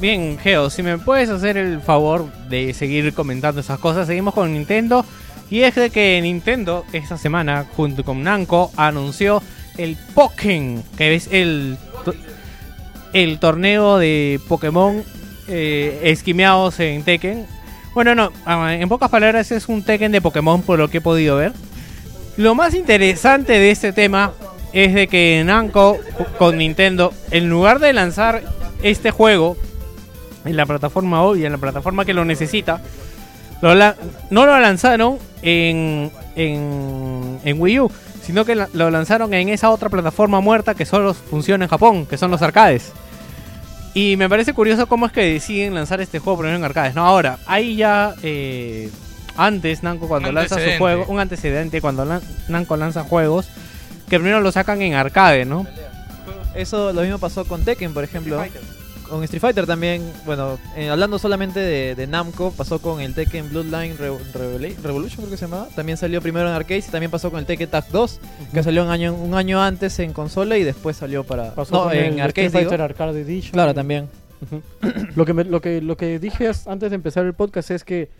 S3: Bien, Geo, si me puedes hacer el favor de seguir comentando esas cosas, seguimos con Nintendo. Y es de que Nintendo esta semana, junto con Namco, anunció el Pokémon, que es el, to- el torneo de Pokémon eh, esquimeados en Tekken. Bueno, no, ah, en pocas palabras es un Tekken de Pokémon por lo que he podido ver. Lo más interesante de este tema es de que Namco con Nintendo, en lugar de lanzar este juego en la plataforma hoy, en la plataforma que lo necesita, lo la- no lo lanzaron en, en, en Wii U, sino que la- lo lanzaron en esa otra plataforma muerta que solo funciona en Japón, que son los arcades. Y me parece curioso cómo es que deciden lanzar este juego primero en arcades. No, ahora, ahí ya eh, antes Namco cuando lanza su
S2: Antecedente.
S3: juego, un antecedente cuando lan- Namco lanza juegos, que primero lo sacan en arcade, ¿no?
S10: Eso lo mismo pasó con Tekken, por ejemplo. Con Street Fighter también, bueno, eh, hablando solamente de, de Namco, pasó con el Tekken Bloodline Revo- Revela- Revolution, creo que se llamaba. También salió primero en arcades y también pasó con el Tekken Tag 2, que salió un año, un año antes en consola y después salió para...
S12: Pasó
S10: no,
S12: con
S10: en
S12: el
S10: arcades,
S12: Street
S10: digo.
S12: Fighter Arcade Edition.
S10: Claro, también.
S12: Ujú. lo, que me- lo, que, lo que dije as- antes de empezar el podcast es que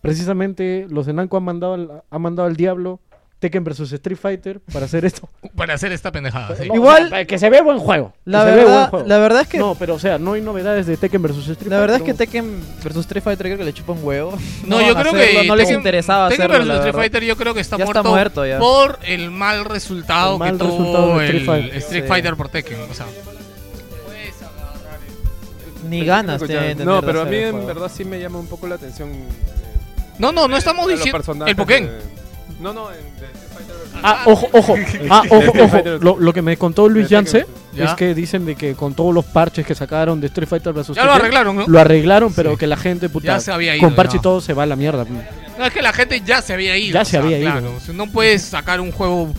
S12: precisamente los de Namco han mandado, al- han mandado al diablo Tekken versus Street Fighter para hacer esto.
S2: Para hacer esta pendejada. [LAUGHS] sí.
S12: No, o sea, que se ve buen juego. que
S10: La
S12: se ve
S10: verdad-
S12: buen juego.
S10: la verdad es que-
S12: No, pero o sea, no hay novedades de Tekken versus Street
S10: La
S12: Fighter.
S10: verdad es que Tekken versus Street Fighter creo que le chupa un huevo.
S2: No,
S10: van
S2: yo
S10: a
S2: creo
S10: hacerlo,
S2: que
S10: no les
S2: Tekken-
S10: interesaba
S2: Tekken
S10: hacerlo,
S2: versus
S10: la
S2: Street
S10: verdad.
S2: Fighter yo creo que está
S10: Ya
S2: muerto,
S10: está muerto ya.
S2: por el mal resultado
S10: El mal
S2: que
S10: resultado
S2: tuvo
S10: de
S2: el
S10: Street
S2: Street
S10: Fighter.
S2: Fighter,
S10: Sí.
S2: por Tekken, o sea.
S10: Ni ganas
S6: Escucha,
S10: tienen de
S6: No,
S10: tener de
S6: pero a
S10: hacer
S6: mí
S10: el
S6: en
S10: juego.
S6: verdad sí me llama un poco la atención. eh,
S2: No, no, no estamos
S6: a los
S2: diciendo
S6: personajes
S2: el Pokémon.
S6: de- No, no, en de Street Fighter.
S12: Ah, ojo,
S6: [LAUGHS]
S2: [LAUGHS]
S12: ojo. Ah, ojo, ojo. Lo, lo que me contó Luis Yance
S2: Ya.
S12: es que dicen de que con todos los parches que sacaron de Street Fighter vs.
S2: Ya lo
S12: Tekken,
S2: arreglaron, ¿no?
S12: Lo arreglaron, pero que la gente, puta,
S2: Ya se había ido,
S12: con parche
S2: ya.
S12: y todo se va a la mierda.
S2: No, es que la gente ya se había ido.
S12: Ya
S2: o
S12: se
S2: sea,
S12: había ido.
S2: claro, o sea, no puedes sacar un juego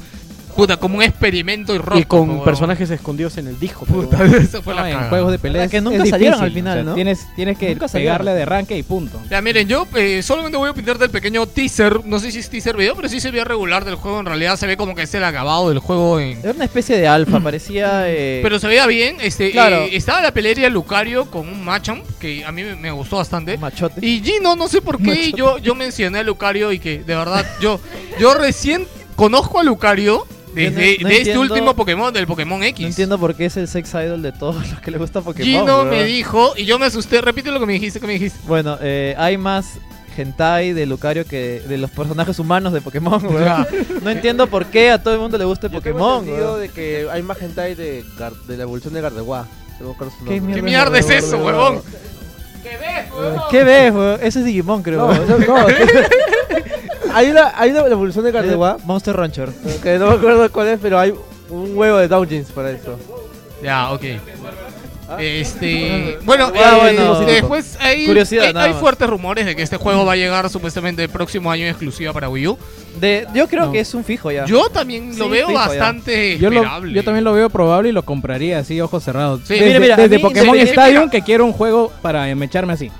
S2: Puta, como un experimento y rock.
S12: Y con personajes escondidos en el disco.
S2: Puta, [LAUGHS]
S12: pero-
S2: eso fue la
S12: No, en
S2: cagada.
S12: juegos de peleas
S2: La que
S12: es
S2: nunca
S12: difícil,
S2: salieron al
S12: o
S2: final,
S12: sea,
S2: ¿no?
S4: Tienes, tienes que
S2: Nunca salieron.
S4: pegarle de arranque y punto.
S2: Ya, miren, yo eh, solamente voy a opinar del pequeño teaser. No sé si es teaser video, pero sí se ve regular del juego. En realidad se ve como que es el acabado del juego en,
S10: Era una especie de alfa, parecía. eh,
S2: Pero se veía bien. Este,
S10: Claro.
S2: eh, estaba la pelea Lucario con un Machamp, que a mí me, me gustó bastante. Y Gino, no sé por qué
S10: Machote.
S2: yo, yo mencioné a Lucario y que de verdad yo, yo recién conozco a Lucario
S10: Yo
S2: desde
S10: no-
S2: de
S10: no
S2: este
S10: entiendo-
S2: último Pokémon, del Pokémon X.
S10: No entiendo por qué es el sex idol de todos los que le gusta Pokémon.
S2: Gino
S10: weón.
S2: me dijo, y yo me asusté, repite lo que me dijiste, que me dijiste.
S10: Bueno, eh, hay más hentai de Lucario que de los personajes humanos de Pokémon, weón.
S2: Ya.
S10: No entiendo por qué a todo el mundo le gusta
S14: Yo tengo
S10: Pokémon,
S14: entendido
S10: weón.
S14: de que hay más hentai de, Gar- de la evolución de Gardewa. No me acuerdo su
S10: ¿Qué
S14: nombre.
S10: mierda es eso, huevón? Eh, ¿Qué ves, weón? Ese es Digimon, creo.
S14: No, no, no. hay, una, hay una evolución de Gardewa.
S10: Monster Rancher.
S14: Que no me acuerdo cuál es, pero hay un huevo de Downjins para eso.
S2: Ya, ok. Este, bueno,
S14: Ah,
S2: eh,
S14: bueno.
S2: después hay,
S10: Curiosidad,
S2: hay,
S10: nada
S2: hay
S10: más.
S2: fuertes rumores de que este juego va a llegar supuestamente el próximo año en exclusiva para Wii U.
S10: yo creo que es un fijo ya.
S2: Yo también lo
S10: Sí,
S2: veo
S10: fijo ya.
S2: bastante
S4: Yo, lo-
S2: esperable.
S4: yo también lo veo probable y lo compraría así, ojos cerrados.
S2: Sí.
S4: desde
S2: Mira, mira, a
S4: desde
S2: mí-
S4: Pokémon
S2: sí, sí,
S4: Stadium
S2: mira.
S4: que quiero un juego para mecharme así.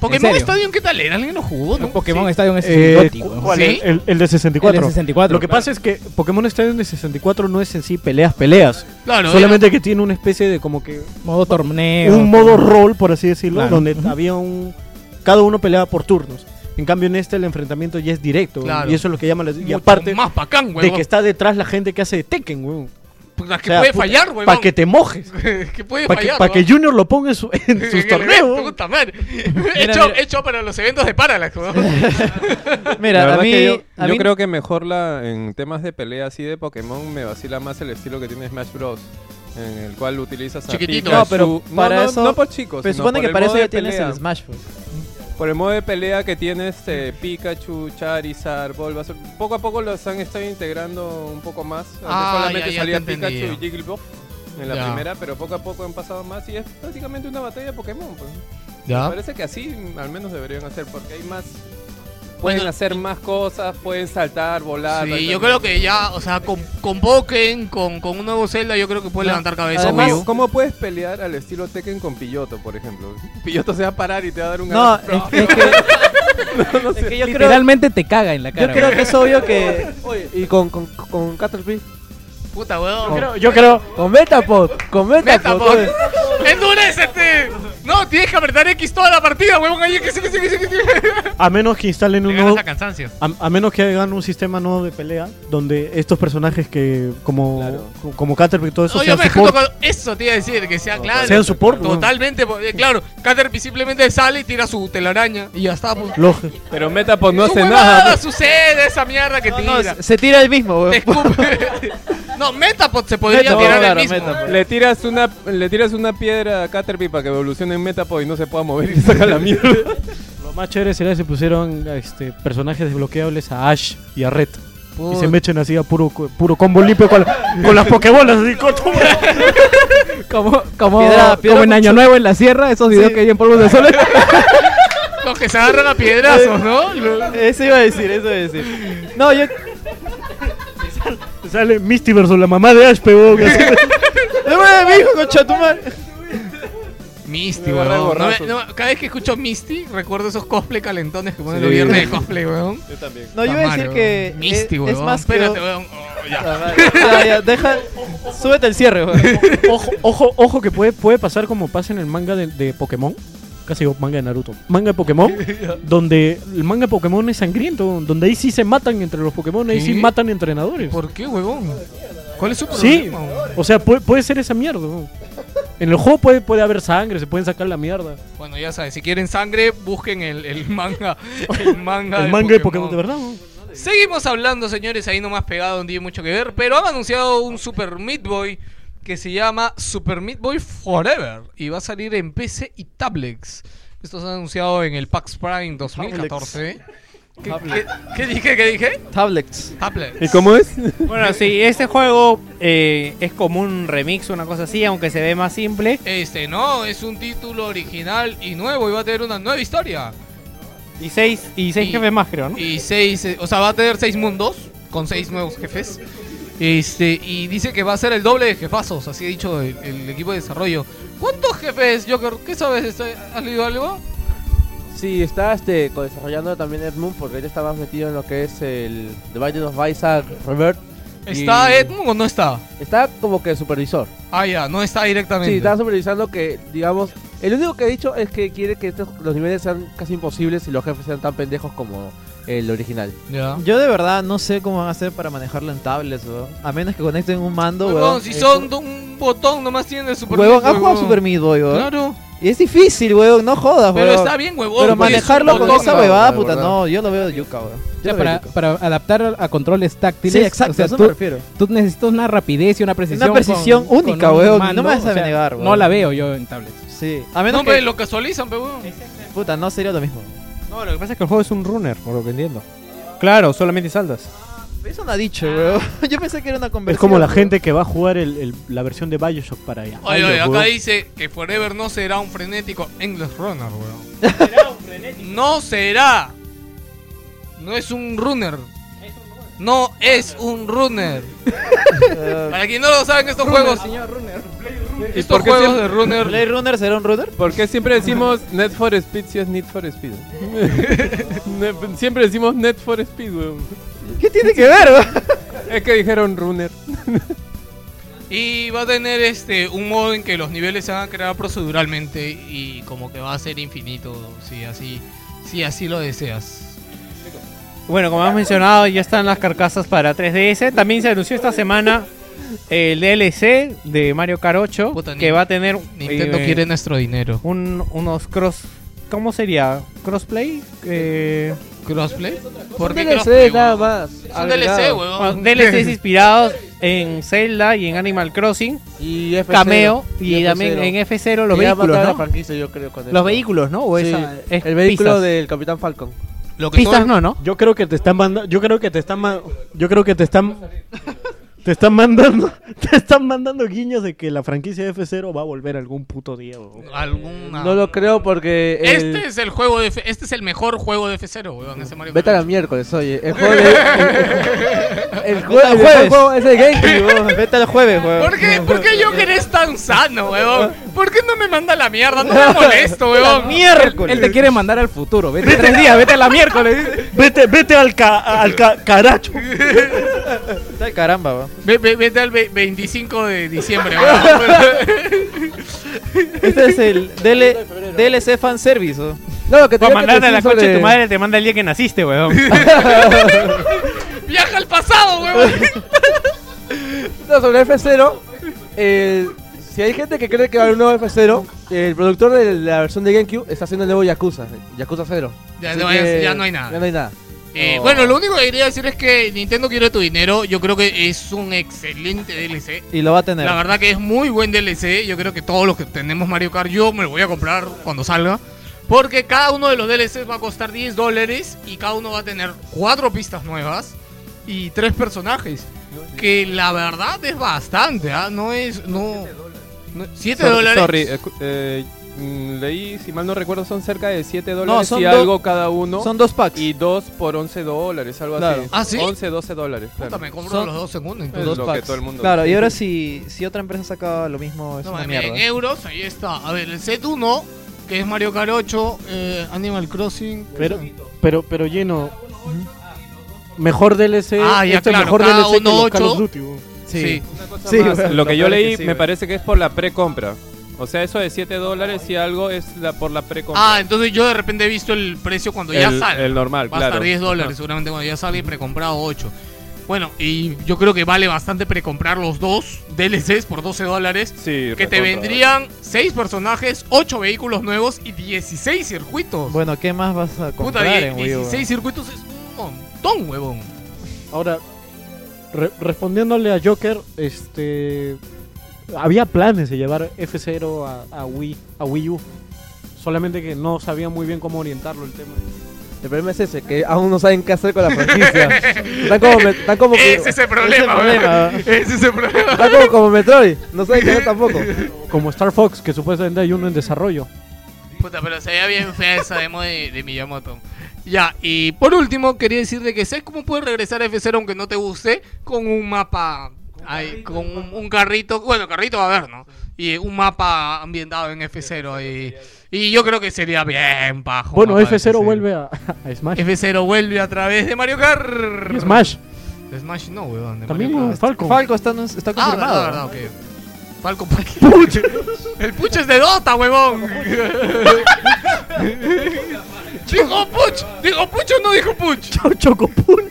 S2: Pokémon
S4: serio.
S2: Stadium, ¿qué tal era? ¿Alguien lo jugó? No,
S4: Pokémon Stadium es
S12: Eh,
S4: idioti,
S12: cu-
S4: weón.
S12: ¿cuál
S2: ¿Sí?
S12: es? El, el de 64.
S4: El de 64,
S12: Lo que
S4: claro.
S12: pasa es que Pokémon Stadium de 64 no es en sí peleas, peleas.
S4: Claro,
S12: Solamente que tiene una especie de como que
S4: Modo torneo.
S12: un modo rol, por así decirlo,
S4: Claro.
S12: donde había un. Cada uno peleaba por turnos. En cambio, en este el enfrentamiento ya es directo. weón,
S2: Claro.
S12: Y eso es lo que llama la. Y
S2: Mucho
S12: aparte.
S2: más bacán,
S12: de
S2: huevón.
S12: que está detrás la gente que hace de Tekken, weón.
S2: Puta, que puede fallar, huevón.
S12: Para que te mojes.
S2: [LAUGHS] que puede
S12: Para que,
S2: fallar,
S12: pa' que
S2: huevón.
S12: Junior lo ponga en, su-
S2: [LAUGHS]
S12: en sus torneos.
S2: Puta madre. hecho, hecho para los eventos de Parallax, huevón.
S10: [LAUGHS]
S6: La
S10: Mira,
S6: verdad
S10: a mí-
S6: que yo,
S10: a
S6: yo
S10: mí-
S6: creo que mejor la en temas de pelea así de Pokémon me vacila más el estilo que tiene Smash Bros. En el cual utilizas a
S10: Chiquitito.
S6: Pikachu.
S10: No, pero
S6: No,
S10: para
S6: no,
S10: eso-
S6: No por chicos.
S10: pero
S6: sino
S10: supone
S6: por
S10: que
S6: el
S10: para
S6: modo
S10: eso
S6: de
S10: ya tienes
S6: pelea.
S10: el Smash, pues.
S6: Por el modo de pelea que tiene este Pikachu, Charizard, Bulbasaur. Poco a poco los han estado integrando un poco más. Antes
S2: Ah,
S6: solamente
S2: ya, ya
S6: salía
S2: te
S6: Pikachu
S2: entendí.
S6: y Jigglypuff en la
S2: Ya.
S6: primera, pero poco a poco han pasado más y es prácticamente una batalla de Pokémon. Pues.
S2: Ya.
S6: Me parece que así al menos deberían hacer porque hay más... Pueden
S2: Bueno,
S6: hacer más cosas, pueden saltar, volar.
S2: Sí, yo creo que ya, o sea, con, convoquen con, con un nuevo Zelda, yo creo que puede levantar cabeza.
S6: Además, [LAUGHS]
S2: Wii U.
S6: ¿cómo puedes pelear al estilo Tekken con Pilloto, por ejemplo? [LAUGHS] Pilloto se va a parar y te va a dar un
S10: No,
S6: garrotazo.
S10: es que- [LAUGHS]
S6: [LAUGHS]
S10: es
S6: No, no sé.
S10: yo creo-
S4: Literalmente te caga en la
S10: Yo
S4: cara.
S10: creo que es obvio que.
S14: Oye, y con, con, con Caterpie.
S2: Puta, huevón.
S12: Yo creo.
S14: Con Metapod. Con Metapod.
S2: Metapod. ¡Endurécete! No, tienes que apretar X toda la partida, huevón. Ahí, que sí, que sí, que sí, que sí.
S12: A menos que instalen un
S17: ganas
S12: nuevo.
S17: a cansancio.
S12: A, a menos que hagan un sistema nuevo de pelea donde estos personajes que como co- como Caterpie y todo eso
S2: No, yo
S12: sean
S2: me
S12: support.
S2: junto con- Eso te iba a decir, que sea claro.
S12: Sean support, huevón.
S2: Totalmente, po- eh, claro. Caterpie simplemente sale y tira su telaraña y ya está. po.
S12: Lógico.
S6: Pero Metapod no
S2: Su
S6: hace
S2: huevada
S6: nada.
S2: sucede esa mierda que tira.
S10: No, se tira el mismo, weón.
S2: No, Metapod se podría
S10: Metapod,
S2: tirar
S10: claro,
S2: el mismo.
S10: Metapod.
S6: Le tiras una le tiras una piedra a Caterpie para que evolucione en Metapod y no se pueda mover y [LAUGHS] saca la mierda.
S12: Lo más chévere sería si pusieron este, personajes desbloqueables a Ash y a Red. Y
S2: Puta.
S12: se mechen así a puro, co- puro combo limpio con, la- con las pokebolas. Así, con-
S4: como, como,
S10: Piedra- piedra
S4: como en
S10: con
S4: Año
S10: su-
S4: Nuevo en la sierra, esos videos que hay en
S12: [LAUGHS]
S4: polvo de sol.
S2: Los que se agarran a piedrazos, ¿no? Lo-
S10: Eso Eh, iba a decir, eso iba a decir. No, yo.
S12: Sale Misty versus la mamá de Ash, pegó. [LAUGHS]
S10: ¡No me de mi hijo, concha tu madre!
S2: Misty,
S6: Me agarra
S2: weón. No me-
S6: borrazo.
S2: no, cada vez que escucho Misty, recuerdo esos cosplay calentones que ponen
S6: Sí.
S2: los viernes de cosplay, weón.
S6: Yo también.
S10: No, yo iba a decir
S2: Tamaro.
S10: que.
S2: Misty,
S10: eh,
S2: weón.
S10: es más que.
S2: Espérate, weón. Oh, ya.
S10: Ah, vale. Ya, ya, deja. Súbete el cierre, weón.
S12: Ojo, ojo, ojo que puede, puede pasar como pasa en el manga de, de Pokémon. Casi digo manga de Naruto. Manga
S2: [LAUGHS]
S12: de Pokémon. donde el manga de Pokémon es sangriento. Donde ahí sí se matan entre los Pokémon. Ahí sí
S2: ¿Qué?
S12: matan entrenadores.
S2: ¿Por qué, huevón? ¿Cuál es su
S12: Sí.
S2: problema? weón?
S12: O sea, puede, puede ser esa mierda. ¿no? En el juego puede, puede haber sangre. Se pueden sacar la mierda.
S2: [LAUGHS] Bueno, ya saben, si quieren sangre, busquen el,
S6: [LAUGHS]
S2: el manga. El manga,
S12: el
S2: de,
S12: manga de
S2: Pokémon.
S12: Pokémon, de verdad. ¿no?
S2: Seguimos hablando, señores, ahí nomás pegado, no tiene mucho que ver. Pero han anunciado un Super Meat Boy que se llama Super Meat Boy Forever. Y va a salir en PC y tablets. Esto se ha anunciado en el PAX Prime 2014. ¿Qué, qué, qué dije? ¿Qué dije?
S10: Tablets.
S2: Tablets.
S6: ¿Y cómo es?
S3: Bueno, sí, este juego eh, es como un remix, una cosa así, aunque se ve más simple.
S2: Este no, es un título original y nuevo y va a tener una nueva historia.
S3: Y seis, y seis
S2: Y-
S3: jefes más, creo, ¿no?
S2: Y seis, eh, o sea, va a tener seis mundos con seis nuevos jefes. Este, y dice que va a ser el doble de jefazos, así ha dicho el, el equipo de desarrollo. ¿Cuántos jefes, Joker? ¿Qué sabes? de esto? ¿Has leído algo?
S14: Sí, está este, co- desarrollando también Edmund porque él está más metido en lo que es el The Binding of Isaac Revert.
S2: ¿Está Edmund o no está?
S14: Está como que supervisor.
S2: Ah, ya, no está directamente.
S14: Sí, está supervisando que, digamos, el único que ha dicho es que quiere que estos, los niveles sean casi imposibles y los jefes sean tan pendejos como el original.
S10: Yo de verdad no sé cómo van a hacer para manejarlo en tablets, weón. A menos que conecten un mando,
S2: Huevón,
S10: weón.
S2: si
S10: Eh,
S2: son de un botón nomás tienen el Super
S10: Huevón,
S2: Nintendo,
S10: ha jugado eh?
S2: huevón.
S10: Super Meat Boy, weón.
S2: Claro.
S10: Y es difícil, weón, no jodas,
S2: Pero
S10: weón.
S2: está bien, huevón, pues,
S10: Pero
S2: es un
S10: manejarlo con
S2: botón,
S10: esa
S2: huevón,
S10: huevada,
S2: de
S10: puta,
S2: verdad.
S10: no. Yo lo veo yuca, weón. Yo
S4: Ya,
S10: lo veo
S4: para,
S10: yuca.
S4: para adaptar a controles táctiles.
S10: Sí, exacto,
S4: o sea,
S10: a eso
S4: tú,
S10: me refiero.
S4: Tú necesitas una rapidez y una precisión.
S10: Una precisión única,
S4: un
S10: weón,
S4: mando,
S10: no me vas a
S4: o sea,
S10: negar, weón.
S4: No la veo yo en tablets.
S10: Sí. A menos
S2: no,
S10: que...
S2: pe, lo casualizan, pe, huevón.
S10: Puta, no sería lo mismo.
S12: No, lo que pasa es que el juego es un runner, por lo que entiendo. Claro, solamente saltas.
S10: Eso no ha dicho, weón. [LAUGHS] Yo pensé que era una conversión.
S12: Es como la
S10: weón.
S12: gente que va a jugar el- el- la versión de Bioshock para allá.
S2: Oye, oye, acá
S12: huevón.
S2: dice que Forever no será un frenético Endless Runner, weón. [LAUGHS] ¿Será un frenético? No será. No es un runner. No es un [LAUGHS] runner. Para quien no lo sabe, estos
S18: Runner,
S2: juegos.
S18: señor,
S6: ¿Y
S2: Estos
S6: por qué
S2: juegos
S6: siempre-
S2: de runner.
S10: ¿Blade Runner será un runner?
S6: ¿Por qué siempre decimos Net for Speed si es Need for
S2: [LAUGHS]
S6: Speed? Ne- siempre decimos Net for Speed, weón.
S10: ¿Qué tiene que ver, weón?
S6: Es que dijeron runner.
S2: Y va a tener este un modo en que los niveles se van a crear proceduralmente y como que va a ser infinito si así si así lo
S10: [LAUGHS]
S2: deseas.
S3: Bueno, como hemos mencionado, ya están las carcasas para 3DS. También se anunció esta semana el DLC de Mario Kart 8, que va a tener...
S2: Nintendo
S3: eh,
S2: quiere nuestro dinero.
S3: un- unos cross... ¿Cómo sería? ¿Crossplay? Eh,
S2: ¿Crossplay? ¿Por
S14: qué DLC crossplay, nada weón? más,
S3: Son
S14: agregado.
S3: DLC,
S14: weón.
S3: Bueno, DLCs inspirados en Zelda y en Animal Crossing.
S14: Y F0.
S3: Cameo. Y,
S14: Y F0.
S3: también en F0 los
S14: Y ya va a
S3: vehículos,
S14: matar
S3: ¿no?
S14: la franquicia, yo creo, con
S3: los
S14: eso.
S3: vehículos, ¿no? O
S14: Sí,
S3: esa- es
S14: el vehículo
S3: pistas.
S14: del Capitán Falcon.
S2: Lo
S14: que Pistas todo-
S3: no, ¿no?
S12: Yo creo que te están mandando. Yo creo que te están. ma- Yo creo que te están. Te están mandando. [LAUGHS] Te están mandando guiños de que la franquicia de F0 va a volver algún puto día, weón.
S2: Alguna.
S14: No lo creo porque. el-
S2: Este es el juego de F- este es el mejor juego de F0, weón, ese Mario
S14: Vete a
S2: Kart.
S14: la miércoles, oye. El juego de.
S6: [LAUGHS]
S14: El, juego-
S2: Vete al
S14: el mejor
S2: jueves.
S14: juego es el
S2: [LAUGHS]
S14: GameCube. weón.
S10: Vete al jueves, weón.
S2: ¿Por qué, ¿Por qué Joker es tan sano, weón? ¿Por qué no me manda a la mierda? No me molesto, weón.
S4: Él,
S2: [LAUGHS]
S4: él te quiere mandar al futuro. Vete tres días, vete a la miércoles.
S12: Vete, vete al, ca- al ca- caracho.
S10: Ay, caramba, weón.
S2: Ve- ve- Vete al ve- 25 de diciembre,
S10: [LAUGHS]
S2: weón.
S10: [LAUGHS] Este es el DL DLC Fan Service, weón.
S14: No, lo que
S3: Para mandarte a la coche de tu madre te manda el día que naciste, weón.
S2: [LAUGHS] Viaja al pasado, weón.
S14: [LAUGHS] No, sobre F0. eh, si hay gente que cree que va a haber un nuevo F0, el productor de la versión de GameCube está haciendo el nuevo Yakuza. Yakuza 0.
S2: Ya no hay- ya no hay nada.
S14: Ya no hay nada.
S2: Eh,
S14: Oh.
S2: Bueno, lo único que quería decir es que Nintendo quiere tu dinero. Yo creo que es un excelente DLC.
S10: Y lo va a tener.
S2: La verdad que es muy buen DLC. Yo creo que todos los que tenemos Mario Kart, yo me lo voy a comprar cuando salga. Porque cada uno de los DLCs va a costar 10 dólares y cada uno va a tener cuatro pistas nuevas y tres personajes. Que la verdad es bastante, ¿ah? No es. No, 7
S6: Sor-
S2: dólares.
S6: Sorry, eh, cu- eh, mm, leí, si mal no recuerdo, son cerca de 7 dólares
S10: son
S6: y
S10: do-
S6: algo cada uno.
S10: son dos packs.
S6: Y dos por 11 dólares, algo
S10: Claro.
S6: así.
S10: ¿Ah, sí?
S6: 11, 12 dólares.
S2: Puta,
S6: claro.
S2: me compro los dos segundos,
S6: Es
S2: entonces.
S10: Dos
S6: lo que
S10: packs.
S6: todo el mundo.
S10: Claro, y ahora si, si otra empresa saca lo mismo, es
S2: No,
S10: una
S2: en,
S10: mierda.
S2: en euros, ahí está. A ver, el set 1, que es Mario Kart 8, eh, Animal Crossing.
S12: Pero, pero, pero lleno. Mejor DLC.
S2: Ah, ya,
S12: este es
S2: claro,
S12: mejor
S2: cada
S12: DLC que
S2: uno
S12: los Call of
S2: ocho.
S12: Duty, weón.
S2: Sí.
S6: Sí, lo que yo leí me
S12: parece
S6: parece que es por la precompra. O sea, eso de 7 dólares y algo es la, por la precompra.
S2: Ah, entonces yo de repente he visto el precio cuando ya
S6: El-
S2: sale.
S6: el normal,
S2: Va a estar
S6: claro.
S2: 10 dólares
S6: Ajá.
S2: seguramente cuando ya sale y precomprado 8. Bueno, y yo creo que vale bastante precomprar los dos DLCs por 12 dólares.
S6: Sí,
S2: Que
S6: recontra.
S2: te vendrían 6 personajes, 8 vehículos nuevos y 16 circuitos.
S10: Bueno, ¿qué más vas a
S2: Puta,
S10: comprar
S2: die-
S10: en Wii U?
S2: 16 circuitos es un montón, huevón.
S12: Ahora, re- respondiéndole a Joker, este había planes de llevar F0 a, a Wii, a Wii U. Solamente que no sabía muy bien cómo orientarlo el tema.
S14: El problema es ese, que aún no saben qué hacer con la franquicia.
S2: [LAUGHS]
S14: están como, me- están como que-
S2: Ese es el problema,
S14: Ese es el
S2: weón.
S14: problema.
S2: Ese es el
S14: [LAUGHS]
S2: problema.
S14: Están como, como Metroid, no saben qué hacer tampoco.
S12: Como Star Fox, que supuestamente hay uno en desarrollo.
S2: Puta, pero se veía bien fea esa demo de, de Miyamoto. Ya, y por último, quería decirte que ¿sabes cómo puedes regresar a F0 aunque no te guste? Con un mapa, ahí, con un, un carrito, bueno, carrito va a haber, ¿no? Y un mapa ambientado en F0 y, y yo creo que sería bien bajo.
S9: Bueno, F0 vuelve a, a Smash.
S2: F0 vuelve a través de Mario Kart.
S9: Y Smash.
S2: De Smash no, weón. de
S9: También
S2: Mario
S9: con
S2: Kart.
S9: Falco.
S10: Falco está, está
S2: Ah,
S10: confirmado.
S2: verdad, verdad, ok. Falco, ¿para
S10: [LAUGHS]
S2: qué? [LAUGHS] El pucho es de Dota, huevón. dijo Puch, dijo Pucho o no dijo Puch.
S10: Chocopun.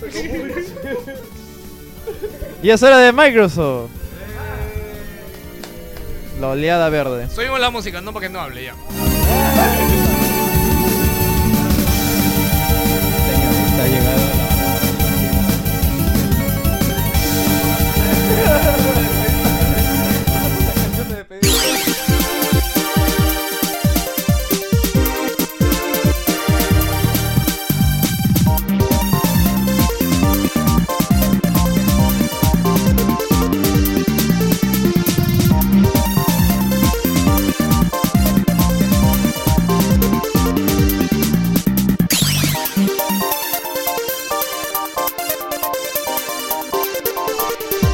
S10: Y es hora de Microsoft. Eh. La oleada verde.
S2: Subimos la música, no para que no hable ya.
S4: Está llegado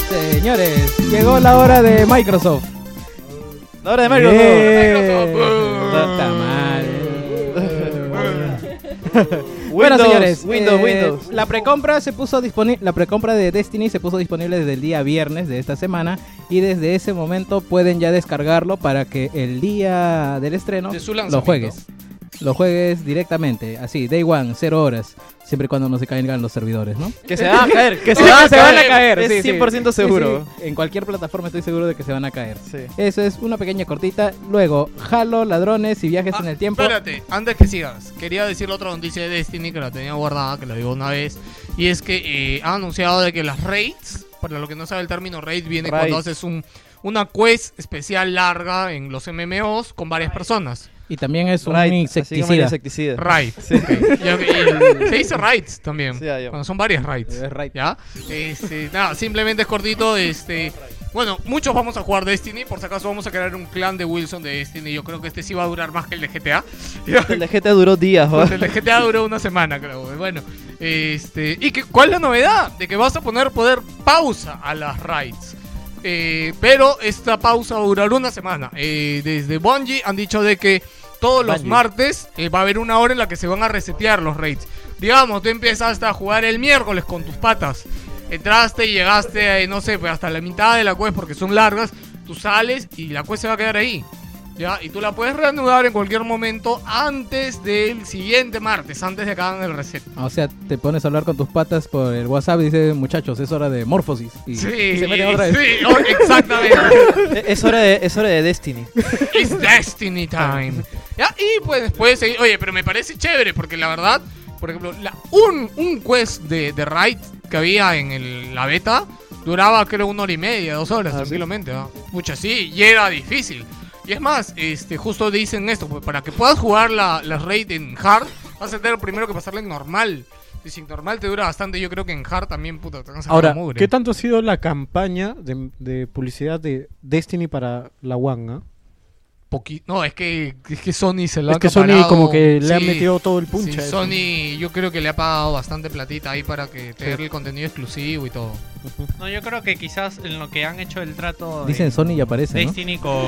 S10: Señores,
S4: Llegó la hora de Microsoft.
S10: La hora de Microsoft.
S4: Puta madre.
S10: [LAUGHS]
S4: bueno,
S10: Windows,
S4: señores, eh,
S10: Windows,
S3: eh,
S10: Windows.
S4: La precompra se puso disponible, la precompra de Destiny se puso disponible desde el día viernes de esta semana y desde ese momento pueden ya descargarlo para que el día del estreno
S2: De su
S4: lo
S2: lanzamiento.
S4: juegues. Lo juegues directamente, así, day one, cero horas, siempre y cuando no se caigan los servidores, ¿no?
S10: Que se van a [LAUGHS] caer, que se
S4: Sí,
S10: van a caer,
S4: a caer.
S10: es
S4: sí, sí.
S10: 100%
S4: Sí,
S10: seguro.
S4: sí, En [LAUGHS] cualquier plataforma estoy seguro de que se van a caer. Eso es una pequeña cortita. Luego, Halo, ladrones y
S2: Ah.
S4: viajes en el tiempo.
S2: Espérate, antes que sigas, quería decir otra noticia de Destiny que la tenía guardada, que la digo una vez. Y es que eh, han anunciado de que las raids, para lo que no sabe el término raid, viene
S10: Raid.
S2: cuando haces un, una quest especial larga en los MMOs con varias personas.
S4: Y también es un
S10: Raid, así como el
S4: insecticida.
S10: insecticida.
S2: Raid.
S10: Sí.
S2: ok. Yo- y se dice raids también.
S10: Sí, ya, ya.
S2: Bueno, son varias raids. ¿Ya? Este, nada, simplemente es cortito. Este, bueno, muchos vamos a jugar Destiny. Por si acaso vamos a crear un clan de Wilson de Destiny. Yo creo que este sí va a [LAUGHS] durar más que el de GTA.
S10: [LAUGHS] El de GTA duró días,
S2: Pues
S10: ¿no?
S2: el de GTA duró una semana, creo. güey. Bueno, este. ¿Y que, cuál es la novedad? De que vas a poner poder pausa a las raids. Eh, pero esta pausa va a durar una semana. Eh, desde Bungie han dicho de que todos los
S10: Bungie.
S2: martes eh, va a haber una hora en la que se van a resetear los raids. Digamos, tú empezaste a jugar el miércoles con tus patas. Entraste y llegaste, eh, no sé, pues, hasta la mitad de la quest porque son largas. Tú sales y la quest se va a quedar ahí. ¿ya? Y tú la puedes reanudar en cualquier momento antes del siguiente martes, antes de que hagan el reset.
S4: O sea, te pones a hablar con tus patas por el WhatsApp y dices, muchachos, es hora de morfosis. Y,
S2: Sí,
S4: y se meten otra vez.
S2: sí, o- exactamente.
S4: [LAUGHS]
S10: es, hora de, es hora de Destiny.
S2: It's Destiny time. Ya, y pues después, seguir- oye, pero me parece chévere porque la verdad, por ejemplo, la- un, un quest de, de Raid que había en el- la beta duraba creo una hora y media, dos
S9: Ah,
S2: horas tranquilamente. ¿no? Mucho así, y era difícil. Y es más, este, justo dicen esto, pues, para que puedas jugar la, la raid en hard, vas a tener primero que pasarla en normal. Y sin normal te dura bastante, yo creo que en hard también, puta, te van a sacar
S9: Ahora,
S2: la mugre.
S9: ¿qué tanto ha sido la campaña de, de publicidad de Destiny para la One? ah?
S2: poqui- No, es que, es que Sony se lo
S9: Es
S2: ha
S9: que Sony
S2: acaparado.
S9: como que le ha metido todo el punch
S2: sí,
S9: a eso.
S2: Sony yo creo que le ha pagado bastante platita ahí para que tener el contenido exclusivo y todo.
S11: No, yo creo que quizás en lo que han hecho el trato. de-
S4: Dicen Sony y aparece, ¿no?
S11: Destiny con.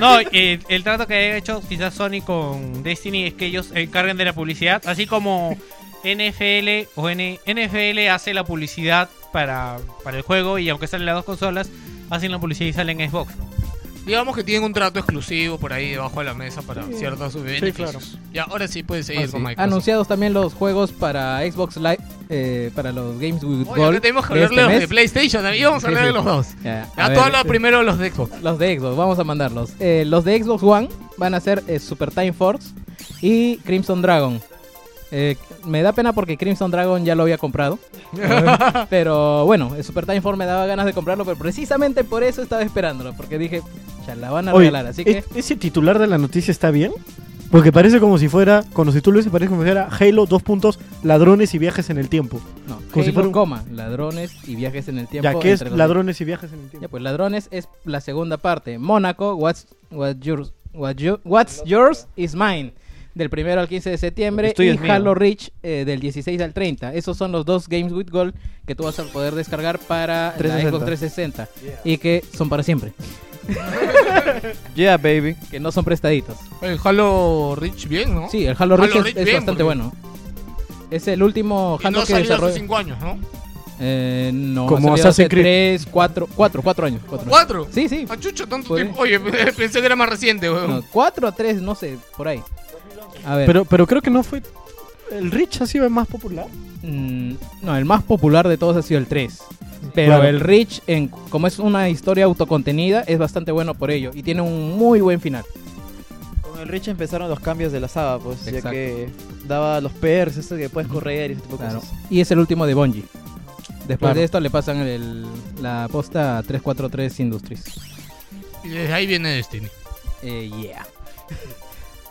S11: No, eh, el trato que ha hecho quizás Sony con Destiny es que ellos se encarguen de la publicidad, así como NFL o N NFL hace la publicidad para, para el juego y aunque salen las dos consolas, hacen la publicidad y salen en Xbox.
S2: Digamos que tienen un trato exclusivo por ahí debajo de la mesa para
S11: Sí.
S2: ciertos
S11: Sí,
S2: beneficios. Ya, ahora sí puedes seguir
S4: Ah, sí.
S2: con Microsoft.
S4: Anunciados también los juegos para Xbox Live, eh, para los Games with
S2: Oye,
S4: Gold.
S2: ahora tenemos que
S4: de
S2: hablar de
S4: este
S2: los de
S4: mes.
S2: PlayStation, ahí vamos a
S4: Sí,
S2: hablar de
S4: sí.
S2: los dos.
S4: Ya,
S2: Ya,
S4: a
S2: tú
S4: ver, eh, este,
S2: habla
S4: sí.
S2: primero de los de Xbox.
S4: Los de Xbox, vamos a mandarlos. Eh, los de Xbox One van a ser eh, Super Time Force y Crimson Dragon. Eh, me da pena porque Crimson Dragon ya lo
S9: [LAUGHS]
S4: había comprado. pero bueno, el Super Time Force me daba ganas de comprarlo, pero precisamente por eso estaba esperándolo. Porque dije, ya la van a
S9: Oye,
S4: regalar. Así que
S9: ¿e- ¿Ese titular de la noticia está bien? Porque parece como si fuera, cuando si tú lo ves, parece como si fuera Halo, dos puntos, ladrones y viajes en el tiempo.
S4: No,
S9: como si fuera un...
S4: coma, ladrones y viajes en el tiempo.
S9: Ya, ¿qué es
S4: entre los-
S9: ladrones y viajes en el tiempo?
S4: Ya, pues ladrones es la segunda parte. Mónaco, what's, what your, What you- What's Yours is Mine, del primero al 15 de septiembre,
S9: Esto ya
S4: y
S9: es mío.
S4: Halo Reach eh, del 16 al 30. Esos son los dos games with gold que tú vas a poder descargar para la
S10: 360.
S4: Xbox 360 y que son para siempre.
S10: Yeah, baby.
S4: Que no son prestaditos.
S2: El Halo Reach bien, ¿no?
S4: Sí, el Halo Reach es, es
S2: bien,
S4: bastante
S2: porque-
S4: bueno. Es el último
S2: Y
S4: Halo
S2: no ha
S4: que
S2: salido
S4: desarrolló.
S2: hace 5 años, ¿no?
S4: Eh, no,
S9: Como
S4: ha salido hace
S9: Assassin's Creed.
S4: 3, 4, 4, 4 años. 4.
S2: ¿Cuatro?
S4: Sí, sí.
S2: Achucho, tanto
S4: Por ahí.
S2: tiempo. Oye, [LAUGHS] pensé que era más reciente, weón.
S4: No, 4 o 3, no sé, por ahí. A ver.
S9: Pero, pero creo que no fue. El Rich ha sido el más popular.
S4: Mm, No, el más popular de todos ha sido el 3. Pero
S9: Claro.
S4: el Reach, en, como es una historia autocontenida, es bastante bueno por ello. Y tiene un muy buen final.
S10: Con el Rich empezaron los cambios de la saga, pues,
S4: Exacto.
S10: ya que daba los perks, esto que puedes correr y ese tipo de
S4: Claro.
S10: cosas.
S4: Y es el último de Bungie. Después
S10: Claro.
S4: de esto le pasan el- el- la posta a 343 Industries.
S2: Y desde ahí viene Destiny.
S4: Eh, yeah.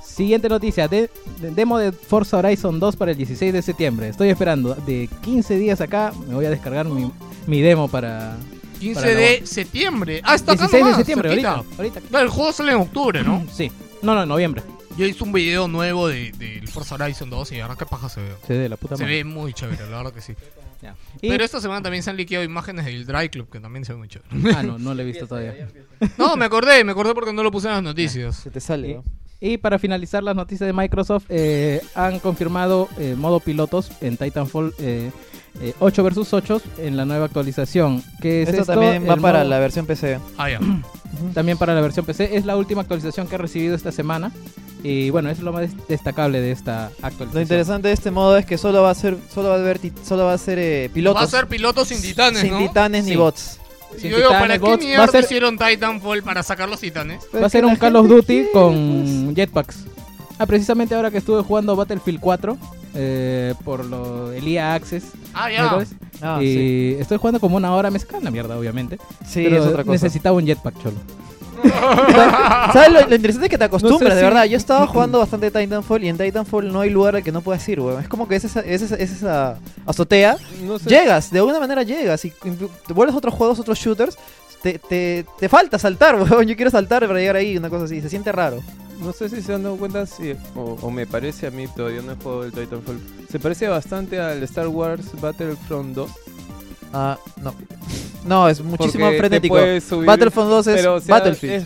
S4: Siguiente noticia, de- de- demo de Forza Horizon 2 para el 16 de septiembre. Estoy esperando de 15 días acá, me voy a descargar mi, mi demo para...
S2: 15
S4: para la
S2: de septiembre. Ah, está acá
S4: 16 de
S2: nomás,
S4: septiembre,
S2: cerquita.
S4: ahorita, ahorita.
S2: No, el juego sale en octubre, ¿no?
S4: Sí. No, no, en noviembre.
S2: Yo hice un video nuevo de- del Forza Horizon 2 y ahora qué paja se ve.
S4: Se ve de la puta
S2: Se
S4: madre.
S2: ve muy chévere, la verdad que sí. [LAUGHS]
S4: Y-
S2: Pero esta semana también se han liqueado imágenes del Dry Club, que también se ve muy chévere.
S4: Ah, no, no lo he visto todavía.
S2: No, me acordé, me acordé porque no lo puse en las noticias.
S10: Se te sale, ¿no?
S4: Y para finalizar las noticias de Microsoft, eh, han confirmado eh, modo pilotos en Titanfall eh, eh, 8 vs 8 en la nueva actualización. Que es
S10: Esto
S4: esto?
S10: también va
S4: El
S10: para
S4: modo-
S10: la versión PC.
S2: Ah, ya.
S4: [CLEARS THROAT] También para la versión PC. Es la última actualización que he recibido esta semana. Y bueno, es lo más des- destacable de esta actualización.
S10: Lo interesante de este modo es que solo va a ser, solo va a haber, ti- solo va a ser eh, pilotos.
S2: Va a ser pilotos sin titanes,
S10: Sin
S2: ¿no?
S10: titanes ni
S2: Sí.
S10: bots.
S2: Y Yo digo, ¿para qué mierda hicieron Titanfall para sacar los titanes?
S4: Va a ser un Call of Duty
S10: pues.
S4: con jetpacks. Ah, precisamente ahora que estuve jugando Battlefield 4 eh, por lo del EA Access.
S2: Ah,
S4: ¿no
S2: ya.
S4: sabes?
S10: Ah,
S4: y [LAUGHS] estoy jugando como una hora, me sacan la mierda, obviamente.
S10: Sí,
S4: Pero
S10: es otra cosa.
S4: Necesitaba un jetpack, cholo.
S6: [LAUGHS]
S10: ¿Sabes lo, lo interesante es que te acostumbras,
S4: No sé
S10: de
S4: si-
S10: verdad? Yo estaba jugando bastante Titanfall y en Titanfall no hay lugar al que no puedas ir, weón. Es como que es esa, es esa, es esa azotea.
S6: No sé.
S10: Llegas, de alguna manera llegas. Y y te vuelves a otros juegos, otros shooters. Te, te, te falta saltar, [LAUGHS] weón. Yo quiero saltar para llegar ahí, una cosa así. Se siente raro.
S6: No sé si se han dado cuenta, si, o, o me parece a mí, todavía no he jugado el Titanfall. Se parece bastante al Star Wars Battlefront 2.
S10: Ah, no. No, es muchísimo
S6: Porque te
S10: frenético.
S6: puedes subir,
S10: Battlefront 2 es
S6: pero, o sea,
S10: Battlefield.
S6: es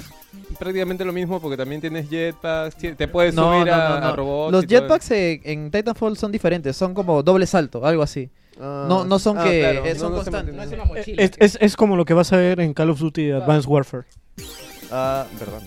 S6: prácticamente lo mismo porque también tienes jetpacks, ti- te puedes
S10: No,
S6: subir
S10: no,
S6: a,
S10: no, no.
S6: a robots.
S10: Los
S6: y todo
S3: [LAUGHS]
S10: jetpacks eh, en Titanfall son diferentes, son como doble salto, algo así. no, no son
S6: Ah,
S10: que
S6: claro,
S10: eh,
S6: no,
S10: son
S6: no se
S10: constantes.
S6: mantienen.
S9: Es, es- es como lo que vas a ver en Call of Duty Advanced Warfare.
S10: Ah, verdad.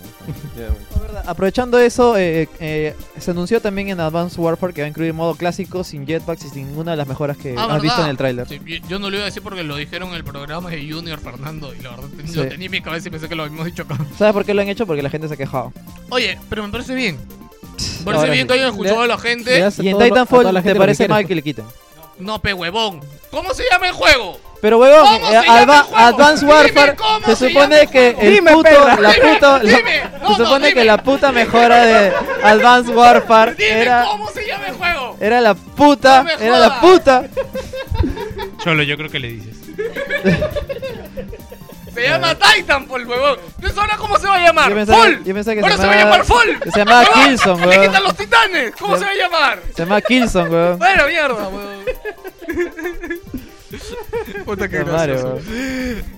S6: Ya,
S19: eh.
S10: Aprovechando eso, eh, eh, se anunció también en Advanced Warfare que va a incluir modo clásico sin jetpacks y sin ninguna de las mejoras que
S2: Ah,
S10: has
S2: ¿verdad?
S10: visto en el tráiler.
S2: Sí, yo- yo no lo iba a decir porque lo dijeron en el programa de Junior Fernando y la verdad ten-
S10: Sí.
S2: lo tenía en mi cabeza y pensé que lo habíamos dicho acá.
S10: ¿Sabes por qué lo han hecho? Porque la gente se ha quejado.
S2: Oye, pero me parece bien. Me parece
S10: Ahora
S2: bien
S10: sí.
S2: que hayan escuchado
S10: Le-
S2: a la
S10: le
S2: gente.
S10: das a Y en todo lo- Titanfall, a toda la ¿te gente lo que parece quiere. mal que le quiten?
S2: No, pe huevón. ¿Cómo se llama el juego?
S10: Pero huevón,
S2: ¿Cómo
S10: eh,
S2: se llama
S10: Adva-
S2: el juego?
S10: Advanced
S2: Dime
S10: Warfare
S2: cómo
S10: se,
S2: se
S10: supone que el
S2: Dime,
S10: puto,
S2: perra.
S10: la
S2: Dime,
S10: puta, la-
S2: dime. No,
S10: se
S2: no,
S10: supone
S2: dime.
S10: que la puta mejora de Advanced Warfare era
S2: ¿Cómo se llama el juego?
S10: era la puta,
S2: No me
S10: era la puta.
S11: Cholo, yo creo que le dices.
S2: Se llama Titanfall, huevón. ¿No es ahora cómo se va a llamar?
S10: Yo pensaba-
S2: ¡Fall!
S10: yo pensaba que
S2: ¡Ahora
S10: se
S2: se, va a
S10: llamaba-
S2: llamar Fall!
S10: que se llamaba
S2: ¡Huevón!
S10: Killzone,
S2: ¡Le
S10: huevón.
S2: quitan los titanes! ¿Cómo se va a llamar?
S10: Se llama Kilson, weón.
S2: Bueno, mierda, huevón. Puta que
S10: Puta madre,
S2: gracioso.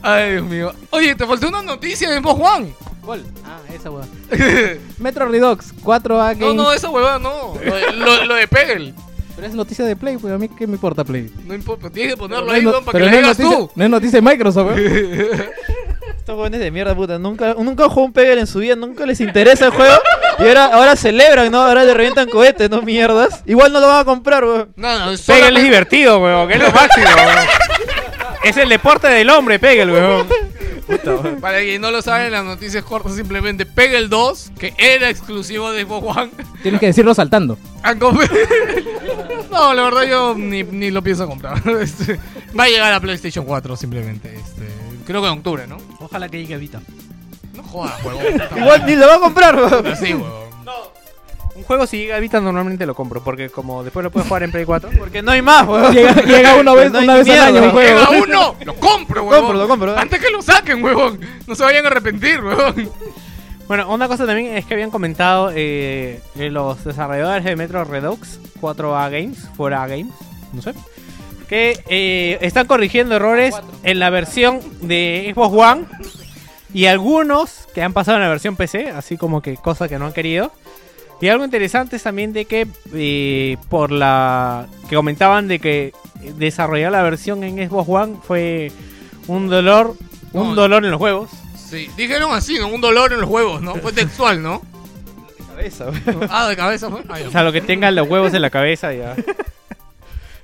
S2: Ay, Dios mío. Oye, te faltó una noticia de vos, Juan.
S4: ¿Cuál? Ah, esa Eh. hueá. [LAUGHS] Metro Redux 4A
S2: No,
S4: Games.
S2: no, esa huevada no. Lo, de- lo- lo de Pegel.
S4: Pero es noticia de Play, pues a mí qué me importa Play.
S2: No importa, tienes que ponerlo
S4: Pero
S2: ahí,
S4: no-
S2: Don, para
S4: pero
S2: que
S4: no
S2: le
S4: es
S2: digas
S4: noticia-
S2: tú.
S4: No es noticia de Microsoft, weón.
S2: [LAUGHS]
S10: Estos jóvenes de mierda, puta. Nunca, nunca han jugado un Pegel en su vida, nunca les interesa el juego. Y ahora, ahora celebran, ¿no? Ahora le revientan cohetes, ¿no? Mierdas. Igual no lo van a comprar, weón.
S2: No, no,
S15: Pegel es divertido, weón, que es lo máximo, weón. Es el deporte del hombre, Pegel,
S2: [LAUGHS]
S15: weón.
S2: Para quien no lo sabe, las noticias cortas simplemente Pegel 2, que era exclusivo de Xbox One. [LAUGHS]
S4: Tienes que decirlo saltando.
S2: han comp- no, la verdad yo ni, ni lo pienso comprar. [LAUGHS] Este, Va a llegar a PlayStation 4 simplemente. Este, creo que en octubre, ¿no?
S11: Ojalá que llegue Vita.
S2: No jodas, huevón.
S10: Igual ni lo va a comprar, weón.
S2: Sí, huevón.
S15: Un juego si llega a Vita normalmente lo compro, porque como después lo puedes jugar en Play 4.
S10: Porque no hay más, weón.
S15: Llega- llega una vez-
S10: [LAUGHS] No hay
S15: una vez al
S10: mierda,
S15: año un
S10: weón.
S15: juego.
S2: Llega
S15: [LAUGHS]
S2: uno, lo compro,
S10: Lo
S2: huevón.
S15: ¿eh?
S10: compro, lo compro.
S2: Antes que lo saquen, huevón. No se vayan a arrepentir, huevón.
S3: Bueno, una cosa también es que habían comentado eh, los desarrolladores de Metro Redux, 4A Games, 4A Games, no sé, que eh, están corrigiendo errores en la versión de Xbox One y algunos que han pasado en la versión PC, así como que cosas que no han querido. Y algo interesante es también de que eh, por la que comentaban de que desarrollar la versión en Xbox One fue un dolor, un dolor en los huevos.
S2: Sí, dijeron así, ¿no? Un dolor en los huevos, ¿no? Fue textual, ¿no?
S10: Cabeza,
S2: Ah, de cabeza fue. Ay,
S3: O sea, lo que tengan los huevos en la cabeza ya.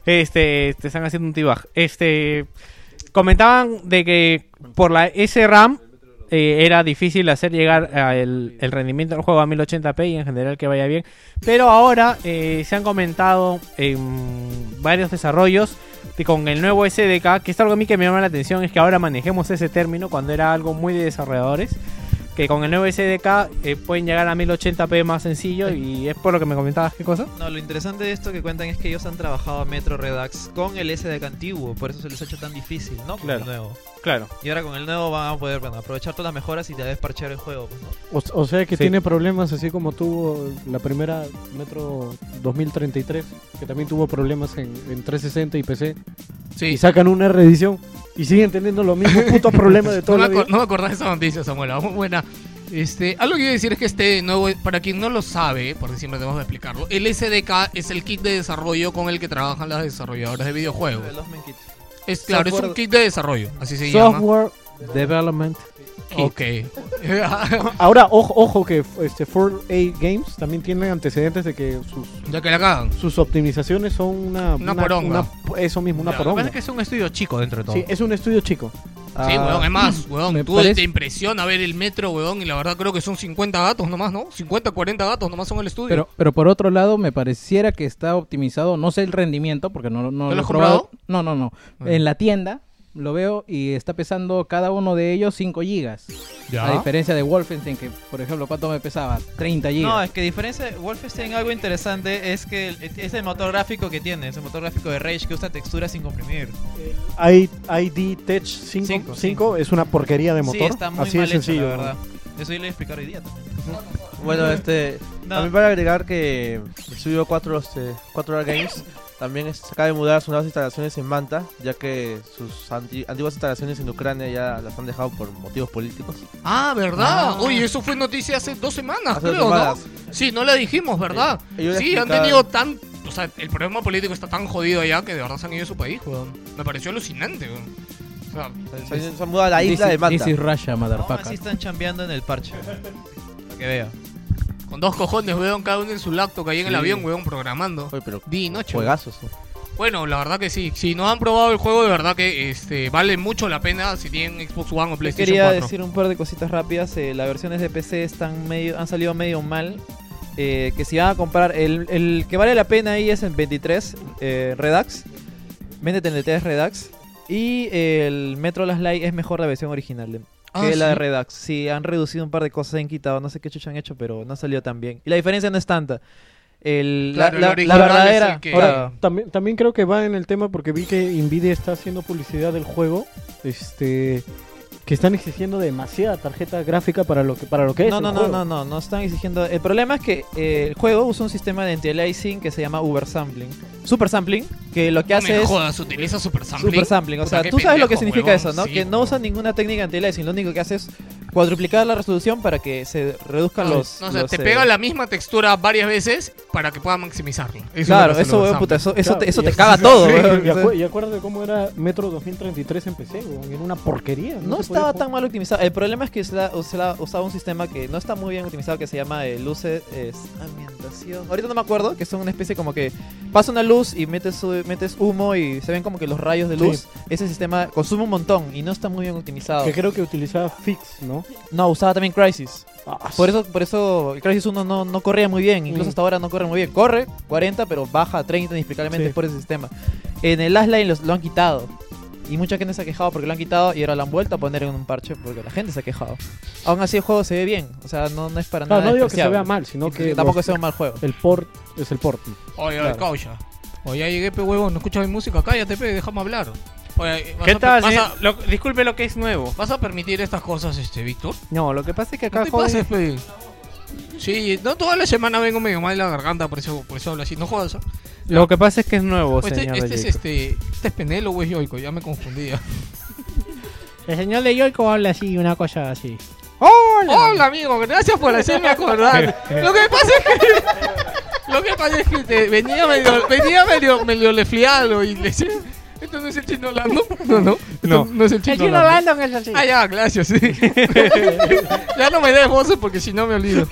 S3: Este, te están haciendo un tibaj. Este, comentaban de que por la SRAM eh, era difícil hacer llegar a el, el rendimiento del juego a 1080p y en general que vaya bien. Pero ahora eh, se han comentado en varios desarrollos de- con el nuevo SDK, que es algo a mí que me llama la atención, es que ahora manejemos ese término cuando era algo muy de desarrolladores. Que con el nuevo SDK eh, pueden llegar a 1080p más sencillo y es por lo que me comentabas, ¿qué cosa?
S10: No, lo interesante de esto que cuentan es que ellos han trabajado Metro Redux con el SDK antiguo, por eso se les ha hecho tan difícil, ¿no? Con
S3: Claro,
S10: el nuevo.
S3: claro.
S10: Y ahora con el nuevo van a poder bueno, aprovechar todas las mejoras y tal vez parchear el juego, pues, ¿no?
S12: O, o sea que
S10: Sí.
S12: tiene problemas así como tuvo la primera Metro 2033, que también tuvo problemas en, en 360 y PC.
S2: Sí.
S12: Y sacan una reedición y siguen teniendo
S2: [LAUGHS]
S12: los mismos putos problemas de todo.
S2: no, me acor- no me acordaba de esa noticia, Samuel. Muy buena. Este, algo que iba a decir es que este nuevo, para quien no lo sabe, porque siempre tenemos que explicarlo, el SDK es el kit de desarrollo con el que trabajan las desarrolladoras de videojuegos. Es claro, es un
S12: Software-
S2: kit de desarrollo, así se llama.
S12: Software Development Kit.
S2: Ok. [LAUGHS]
S12: Ahora, ojo, ojo que este 4A Games también tiene antecedentes de que sus
S2: Ya que la cagan.
S12: sus optimizaciones son una
S2: Una poronga.
S12: una- eso mismo, una
S2: Claro, lo que
S12: poronga.
S2: pasa es que es un estudio chico dentro de todo.
S12: Sí, es un estudio chico. Ah,
S2: Sí, weón, es más,
S12: me
S2: weón, tú
S12: parece-
S2: te impresiona ver el metro, weón, y la verdad creo que son 50 gatos nomás, ¿no? 50, 40 gatos nomás son el estudio.
S4: Pero, pero por otro lado, me pareciera que está optimizado, no sé el rendimiento, porque no, no
S2: lo
S4: he
S2: has
S4: probado. No, no, no. En la tienda lo veo y está pesando cada uno de ellos 5 gigas.
S2: Ya.
S4: A diferencia de Wolfenstein, que por ejemplo, ¿cuánto me pesaba? 30 gigas.
S10: No, es que diferencia de Wolfenstein algo interesante es que el- es el motor gráfico que tiene, es el motor gráfico de Rage que usa texturas sin comprimir.
S12: I- ID Tech 5, es una porquería de motor.
S10: Sí, está muy
S12: Así
S10: mal
S12: de
S10: hecho,
S12: sencillo.
S10: la verdad. Eso yo le voy a explicar hoy día también.
S14: Bueno, este.
S10: No.
S14: También para agregar que el estudio 4 este, 4R Games también es- se acaba de mudar a sus nuevas instalaciones en Manta, ya que sus anti- antiguas instalaciones en Ucrania ya las han dejado por motivos políticos.
S2: Ah, ¿verdad?
S14: Ah.
S2: Oye, eso fue noticia hace dos semanas,
S14: Hace dos
S2: creo,
S14: semanas.
S2: ¿no? Sí, no la dijimos, ¿verdad?
S14: Eh, ellos
S2: sí, han
S14: explicaban-
S2: tenido tan... O sea, el problema político está tan jodido allá que de verdad se han ido de su país, weón. Me pareció alucinante, weón. O sea,
S14: Se han- se han mudado a la isla de Manta.
S10: No, así están chambeando en el parche. Para que vea.
S2: Con dos cojones, weón, cada uno en su lacto, que ahí en el
S10: Sí.
S2: avión, weón, programando. Día y noche.
S14: Juegazos.
S2: Bueno, la verdad que sí. Si no han probado el juego, de verdad que este vale mucho la pena si tienen Xbox One o PlayStation
S10: Quería
S2: 4.
S10: decir un par de cositas rápidas. eh, las versiones de PC están medio, han salido medio mal. eh, que si van a comprar, el, el que vale la pena ahí es el 23 eh, Redux. Métete en el 3 Redux. Y el Metro Last Light es mejor la versión original de-
S14: Ah,
S10: que la de
S14: ¿sí?
S10: Redux. Sí, han reducido un par de cosas, han quitado, no sé qué chucha han hecho, pero no salió tan bien. Y la diferencia no es tanta. El, la-
S12: Claro,
S10: la,
S12: el
S10: la
S12: original es el
S10: verdadera.
S12: que-
S10: claro.
S12: Ahora, también, también creo que va en el tema porque vi que Nvidia está haciendo publicidad del juego. Este que están exigiendo demasiada tarjeta gráfica para lo que para lo que es
S10: no,
S12: el
S10: no,
S12: juego.
S10: no, no, no, no están exigiendo. El problema es que eh, el juego usa un sistema de anti-aliasing que se llama Uber Sampling. Super Sampling, que lo que
S2: No
S10: hace
S2: me
S10: es.
S2: jodas, utiliza Super Sampling.
S10: Super Sampling, o
S2: Puta,
S10: sea,
S2: qué
S10: tú sabes lo que
S2: pendejo,
S10: significa
S2: huevón,
S10: eso, ¿no?
S2: sí.
S10: que no usa ninguna técnica anti-aliasing, lo único que hace es cuadruplicar la resolución para que se reduzcan
S2: No,
S10: los.
S2: no, o sea,
S10: los,
S2: te
S10: eh,
S2: pega la misma textura varias veces para que pueda maximizarla. Eso
S10: Claro,
S2: me parece
S10: eso,
S2: lo
S10: weón,
S2: de
S10: puta, eso,
S2: Sampling.
S10: eso te, eso
S12: y
S10: te
S12: es- [LAUGHS]
S10: caga
S12: sí,
S10: todo, eh,
S12: sí,
S10: weón.
S12: Y, acu- y acuérdate cómo era Metro 2033 en PC, weón, era una porquería.
S10: No,
S12: se podía
S10: estaba
S12: jugar.
S10: tan mal optimizado. El problema es que se la- se la- usaba un sistema que no está muy bien optimizado que se llama eh, luces es, ambientación. Ahorita no me acuerdo, que son una especie como que pasa una luz y metes, eh, metes humo y se ven como que los rayos de
S12: Sí.
S10: luz. Ese sistema consume un montón y no está muy bien optimizado.
S12: Que creo que utilizaba Fix, ¿no?
S10: No, usaba también Crisis.
S12: Ah,
S10: Por eso, por eso el Crisis 1 no, no corría muy bien, incluso
S12: Mm.
S10: hasta ahora no corre muy bien. Corre 40, pero baja a 30 inexplicablemente
S12: Sí.
S10: por ese sistema. En el Last Line los- lo han quitado. Y mucha gente se ha quejado porque lo han quitado y ahora lo han vuelto a poner en un parche porque la gente se ha quejado. Aún así el juego se ve bien, o sea, no, no es para
S12: Claro,
S10: nada.
S12: no digo que se
S10: despreciable.
S12: vea mal, sino
S10: Y
S12: que
S10: Tampoco
S12: los-
S10: sea un mal juego.
S12: El port es el port.
S2: Oye, oye,
S12: Claro.
S2: caucha. Oye, ya llegué, pe huevón, no escuchas mi música, cállate, pe, déjame hablar. Oye, eh, vas
S3: ¿Qué
S2: a-
S3: tal,
S2: vas
S3: señor?
S2: a-
S3: Lo- disculpe lo que es nuevo.
S2: ¿Vas a permitir estas cosas, este, Víctor?
S3: No, lo que pasa es que acá
S2: No te
S3: joven-
S2: pases, pe. Sí, no toda la semana vengo medio mal de la garganta, por eso, por eso hablo así. No jodas. ¿ah?
S3: Lo que pasa es que es nuevo,
S2: Oye, este,
S3: señor
S2: este es
S3: Bellico.
S2: este. Este es Penelo o es Yoico, ya me confundía. este.
S3: El señor de Yoico habla así, una cosa así.
S2: ¡Hola! Hola, amigo, gracias por hacerme acordar.
S3: [LAUGHS]
S2: Lo que pasa es que. Lo que pasa es que te- venía medio, venía medio, medio lefliado y le decía, Esto no es el chino hablando. [LAUGHS] No, no.
S3: No.
S2: no es el chino.
S3: Este chino
S2: hablando.
S3: Landon es así.
S2: Ah, ya, gracias,
S3: [LAUGHS]
S2: sí. ya no me des voces porque si no me olvido.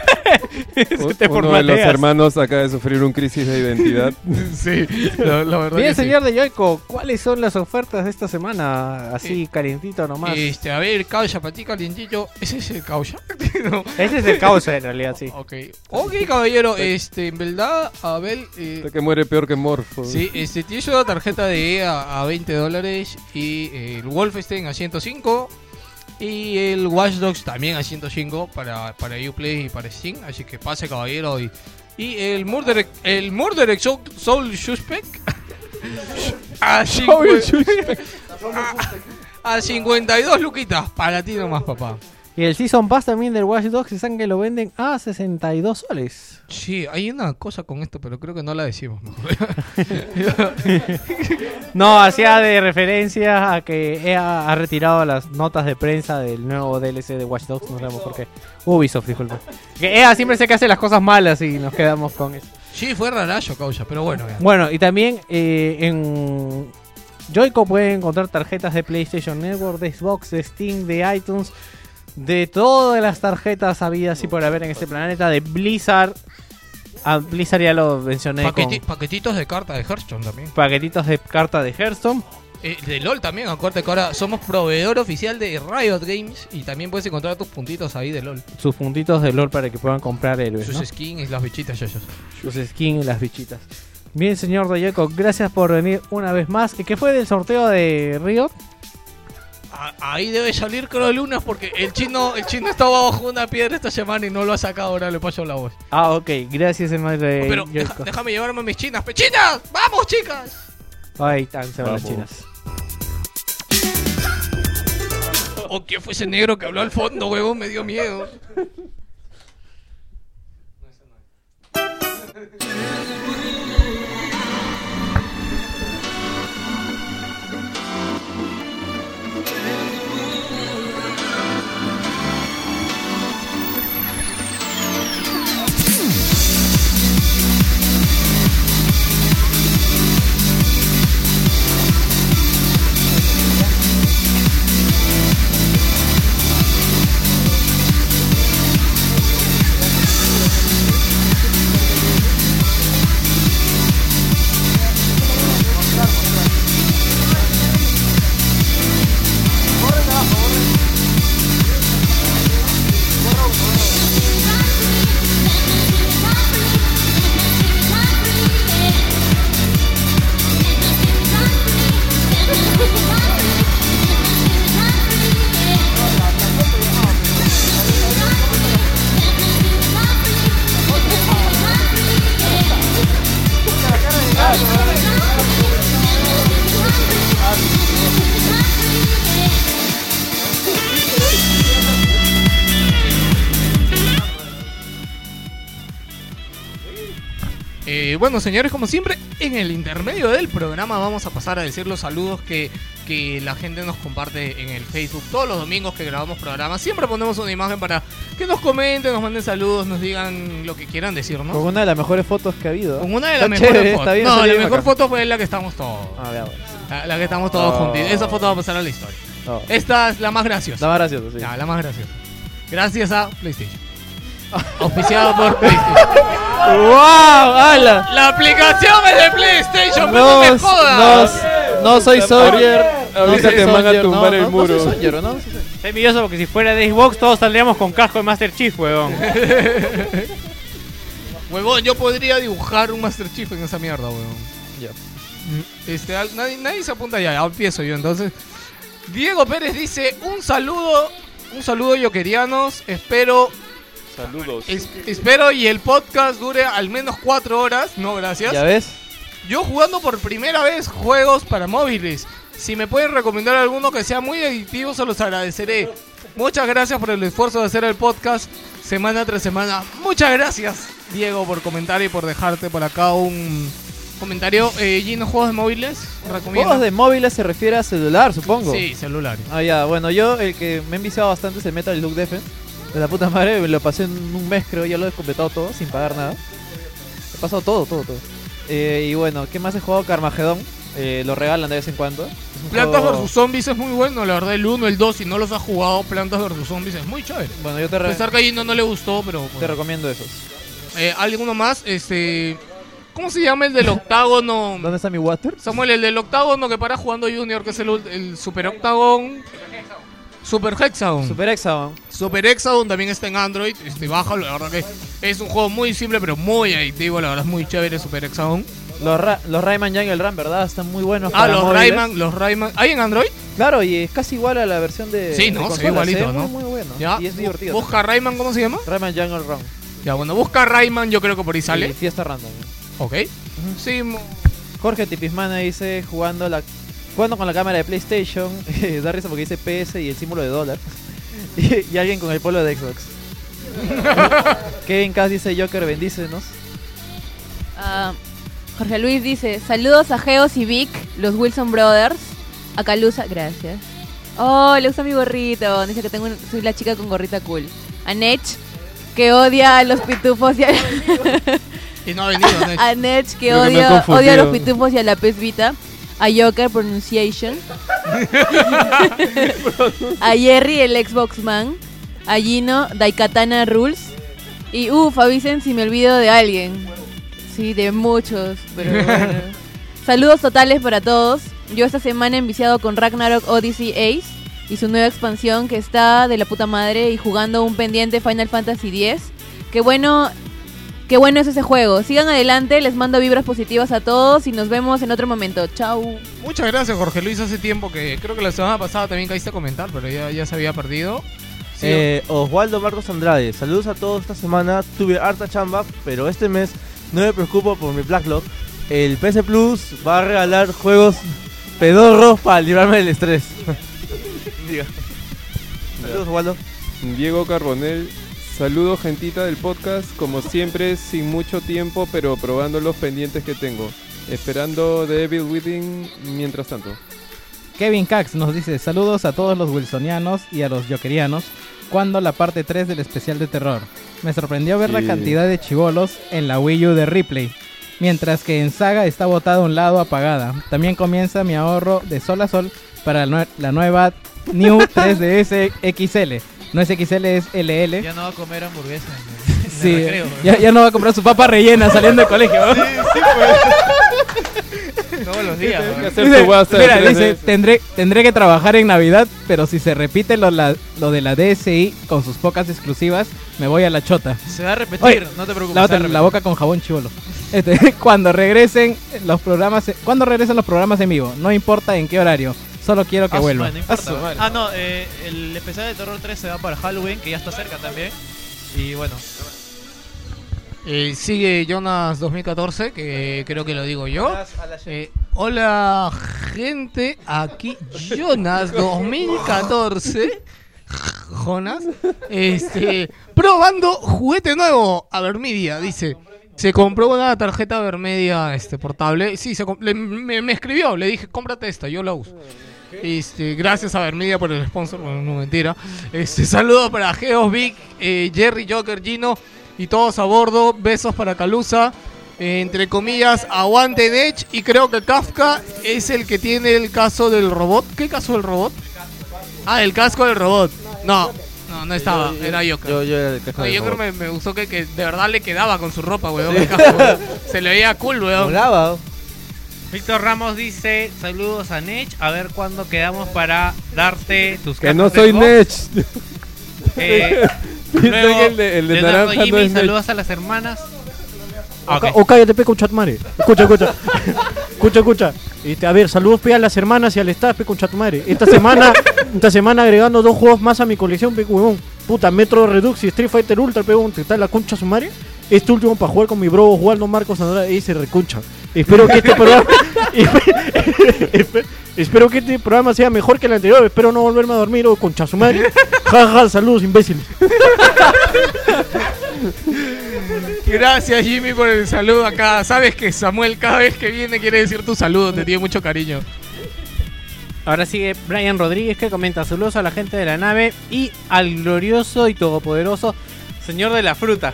S6: Uno de los hermanos acaba de sufrir un crisis de
S3: [LAUGHS]
S6: identidad.
S2: sí, la, verdad
S3: Bien,
S2: que sí.
S3: señor de Yoico, ¿cuáles son las ofertas de esta semana? Así, calentito nomás.
S2: Este, a ver, causa para ti, calientito. ¿Ese es el causa? [LAUGHS] No.
S3: Ese es el causa, en realidad, sí.
S2: Ok. Ok, caballero, este, en verdad, Abel. eh,
S6: Que muere peor que Morfo.
S2: Sí, este, tienes una tarjeta de EA a, a 20 dólares y eh, el Wolfenstein a 105 y el Watch Dogs también a 105 para, para Uplay y para Steam. Así que pase, caballero. Y, y el Murder, el Murder Ex- Soul Suspect a, cincu-
S3: [LAUGHS] Soul Suspect.
S2: [LAUGHS] a, a 52 luquitas. Para ti nomás, papá.
S3: Y el Season Pass también del Watch Dogs, están que lo venden a 62 soles.
S2: Sí, hay una cosa con esto, pero creo que no [LAUGHS] la decimos.
S3: No, hacía de referencia a que EA ha retirado las notas de prensa del nuevo DLC de Watch Dogs, no sabemos por qué. Ubisoft, disculpa. Que EA siempre sé que hace las cosas malas y nos quedamos con eso.
S2: Sí, fue rarazo, causa, pero bueno. ya.
S3: Bueno, y también eh, en Joico pueden encontrar tarjetas de PlayStation Network, de Xbox, de Steam, de iTunes, de todas las tarjetas habidas y por haber en este planeta, de Blizzard. Ah, Blizzard ya lo mencioné. con
S2: Paqueti- paquetitos de carta de Hearthstone también.
S3: paquetitos de carta de Hearthstone.
S2: Eh, de LOL también, acuérdate que ahora somos proveedor oficial de Riot Games y también puedes encontrar tus puntitos ahí de LOL.
S3: sus puntitos de lore para que puedan comprar héroes,
S2: Sus
S3: ¿no?
S2: skins, las bichitas, yo, yo.
S3: sus skins y las bichitas. Bien, señor Doyeco, gracias por venir una vez más. ¿Y ¿Qué fue del sorteo de Río?
S2: A- Ahí debe salir creo el lunes porque el chino, el chino estaba bajo una piedra esta semana y no lo ha sacado, ahora le paso la voz.
S3: Ah, ok, gracias, hermano de
S2: Pero deja- [LAUGHS]
S3: Yoico.
S2: déjame llevarme mis chinas. ¡Pe- ¡Chinas! ¡Vamos, chicas!
S3: Ay, tan Oh, se van las
S2: Vamos.
S3: chinas.
S2: ¿O quién fue ese negro que habló al fondo, huevón? Me dio miedo. Eh, bueno, señores, como siempre, en el intermedio del programa vamos a pasar a decir los saludos que, que la gente nos comparte en el Facebook. Todos los domingos que grabamos programas, siempre ponemos una imagen para que nos comenten, nos manden saludos, nos digan lo que quieran decir, ¿no?
S10: Con una de las mejores fotos que ha habido.
S2: Con una de las mejores fotos. no, la mejor foto Ah, fue la que estamos todos. La, la que estamos todos
S10: Oh.
S2: juntitos. Esa foto va a pasar a la historia. Esta es Ah. la más graciosa.
S10: La más graciosa, sí.
S2: Ya, la más graciosa. Gracias a PlayStation. [LAUGHS] Auspiciado por PlayStation. [LAUGHS]
S10: ¡Wow! ¡Hala!
S2: La aplicación es de PlayStation, pero no,
S10: No,
S2: me jodas.
S10: no, no soy Soldier. no
S3: Ah, Ahorita
S10: soy
S3: te van a
S10: Soldier,
S3: tumbar
S10: no,
S3: el
S10: no,
S3: muro.
S10: No soy Soldier, ¿o ¿no?
S3: Está envidioso porque si fuera de Xbox todos saldríamos con casco de Master Chief, huevón.
S2: [LAUGHS] Huevón, yo podría dibujar un Master Chief en esa mierda, huevón.
S10: Ya.
S2: Este, al- nadie, nadie se apunta ya, ya empiezo yo entonces. Diego Pérez dice, un saludo, un saludo yoquerianos, espero...
S6: Saludos.
S2: es- espero y el podcast dure al menos cuatro horas, no gracias.
S10: ¿Ya ves?
S2: Yo jugando por primera vez juegos para móviles. Si me pueden recomendar alguno que sea muy adictivo, se los agradeceré. Muchas gracias por el esfuerzo de hacer el podcast semana tras semana. Muchas gracias, Diego, por comentar y por dejarte por acá un comentario. Eh, Gino, juegos de móviles, recomiendo.
S10: Juegos de móviles se refiere a celular, supongo.
S2: Sí, celular.
S10: Ah, ya, bueno, yo el que me he enviciado bastante es el Metal Slug Defense. De la puta madre, me lo pasé en un mes, creo, ya lo he completado todo, sin pagar nada. He pasado todo, todo, todo. Eh, y bueno, ¿qué más he jugado? Carmagedón. Eh, lo regalan de vez en cuando. Es un
S2: Plantas
S10: juego-
S2: vs Zombies es muy bueno, la verdad, el 1, el 2, si no los has jugado, Plantas vs Zombies es muy chévere.
S10: Bueno, yo te
S2: A
S10: re-
S2: pesar que a Gino no le gustó, pero...
S10: Te
S2: bueno.
S10: recomiendo esos.
S2: Eh, ¿Alguno más? Este... ¿Cómo se llama el del octágono?
S10: ¿Dónde está mi water?
S2: Samuel, el del octágono que para jugando Junior, que es el, ult- el Super Octagon. Super Hexagon.
S10: Super Hexagon.
S2: Super Hexagon también está en Android. Este, bájalo, la verdad que es un juego muy simple, pero muy adictivo. La verdad es muy chévere Super Hexagon.
S10: Los, Ra- los Rayman Jungle Run, ¿verdad? Están muy buenos.
S2: Ah,
S10: para
S2: los
S10: móviles.
S2: Rayman, los Rayman. ¿Hay en Android?
S10: Claro, y es casi igual a la versión de.
S2: Sí,
S10: de
S2: ¿no? Se ve
S10: consola,
S2: igualito,
S10: ve
S2: ¿no?
S10: Muy, muy bueno.
S2: Ya.
S10: Y es
S2: Bu-
S10: divertido.
S2: Busca Rayman, ¿cómo se llama?
S10: Rayman Jungle Run.
S2: Ya, bueno, busca Rayman, yo creo que por ahí sale.
S10: Y fiesta random.
S2: Ok. Sí, mo-
S10: Jorge Tipismana dice jugando la jugando con la cámara de PlayStation, [LAUGHS] eh, da risa porque dice PS y el símbolo de dólar. [LAUGHS] y, y alguien con el polo
S2: [LAUGHS]
S10: de Xbox. Kevin Cass dice Joker, bendícenos.
S5: Ah, Jorge Luis dice, saludos a Geos y Vic, los Wilson Brothers, a Calusa, gracias. Oh, le gusta mi gorrito, dice que tengo un- soy la chica con gorrita cool. A Nech, que odia a los pitufos y a... [LAUGHS]
S2: Y no ha venido, Nech.
S5: A Nech, que
S2: Creo que eh. me he
S5: odia,
S2: confundido.
S5: odia a los pitufos y a la pez vita. A Joker, pronunciation. a Jerry, el Xbox Man. A Gino, Daikatana Rules. Y uff, avisen si me olvido de alguien. Sí, de muchos, pero bueno. Saludos totales para todos. Yo esta semana he enviciado con Ragnarok Odyssey Ace y su nueva expansión que está de la puta madre y jugando un pendiente Final Fantasy X. Qué bueno, qué bueno es ese juego. Sigan adelante, les mando vibras positivas a todos y nos vemos en otro momento. Chau.
S2: Muchas gracias, Jorge Luis. Hace tiempo que creo que la semana pasada también caíste a comentar, pero ya, ya se había perdido. Sí,
S14: Eh, Oswaldo Marcos Andrade, saludos a todos esta semana. Tuve harta chamba, pero este mes no me preocupo por mi Blacklog. El PS Plus va a regalar juegos pedorros para librarme del
S10: [LAUGHS]
S14: estrés. Diga. Saludos, Oswaldo.
S6: Diego Carbonel. Saludos, gentita del podcast. Como siempre, sin mucho tiempo, pero probando los pendientes que tengo. Esperando The Evil Within mientras tanto.
S4: Kevin Cax nos dice saludos a todos los wilsonianos y a los jokerianos cuando la parte 3 del especial de terror. Me sorprendió ver
S9: Sí.
S4: la cantidad de chivolos en la Wii U de Ripley, mientras que en Saga está botada a un lado apagada. También comienza mi ahorro de sol a sol para la nue- la nueva New 3DS XL. No es XL, es LL.
S10: Ya no va a comer hamburguesas. [LAUGHS]
S4: Sí, ya, ya no va a comprar su papa rellena saliendo del colegio. ¿no?
S10: Todos los días.
S4: Dice, mira, dice, tendré, tendré que trabajar en Navidad, pero si se repite lo, la- lo de la DSI con sus pocas exclusivas, me voy a la chota.
S10: Se va a repetir, no te preocupes, se va a
S4: Lávate la
S10: repetir.
S4: boca con jabón chivolo. Este, [LAUGHS] cuando regresen los programas, cuando regresen los programas en vivo, no importa en qué horario, solo quiero que
S10: Ah, su
S4: vuelva.
S10: madre, no importa.
S4: Ah, su madre.
S10: Ah, no, eh, el especial de terror 3 se va para Halloween, que ya está cerca también. Y bueno.
S2: Eh, sigue Jonas 2014, que creo que lo digo yo. Eh, hola gente, aquí Jonas 2014. Jonas. Este, [LAUGHS] probando juguete nuevo. A ver, media, dice. Se compró una tarjeta Vermedia este, portable. Sí, se com- le- me, me escribió, le dije, cómprate esta, yo la uso. Este, gracias a Vermedia por el sponsor, bueno, no mentira. Este, [LAUGHS] saludos para Geos, Vic, eh, Jerry, Joker, Gino y todos a bordo. Besos para Calusa. Eh, entre comillas, aguante Edge y creo que Kafka es el que tiene el caso del robot. ¿Qué caso del robot? Ah, el casco del robot. No, no, no estaba,
S14: Yo- yo-
S2: era Joker.
S14: yo- yo era el casco
S2: No,
S14: del
S2: Joker
S14: robot.
S2: me, me gustó que, que de verdad le quedaba con su ropa, weón. el casco, weón.
S14: [LAUGHS]
S2: Se le veía cool, weón.
S11: Víctor Ramos dice, saludos a Nech, a ver cuándo quedamos para darte tus
S6: Que no
S11: cartas de
S6: soy
S11: Xbox".
S6: Nech. [LAUGHS]
S11: Eh, luego,
S6: que el de- el de
S11: Leonardo
S6: naranja no
S11: Jimmy,
S6: es Nech.
S11: saludos a las hermanas.
S9: O, ca- o cállate, pe, con Chatmare. Escucha,
S12: [LAUGHS]
S9: escucha. escucha, escucha. Este, a ver, saludos,
S12: pues,
S9: pe, a las hermanas y al staff, pe, con Chatmare. Esta semana, esta semana agregando dos juegos más a mi colección, pe, huevón. Puta, Metro Redux y Street Fighter Ultra, pe, huevón. Te está la concha sumaria.
S12: Este último para jugar con mi bro Oswaldo Marcos Andrade y se reconcha. Espero que este programa. [LAUGHS] espe- espero que este programa sea mejor que el anterior. Espero no volverme a dormir o concha su madre. Ja, ja, saludos, imbéciles.
S2: Gracias Jimmy por el saludo acá. Sabes que Samuel cada vez que viene quiere decir tu saludo, te tiene mucho cariño.
S3: Ahora sigue Brian Rodríguez que comenta saludos a la gente de la nave y al glorioso y todopoderoso señor de la fruta.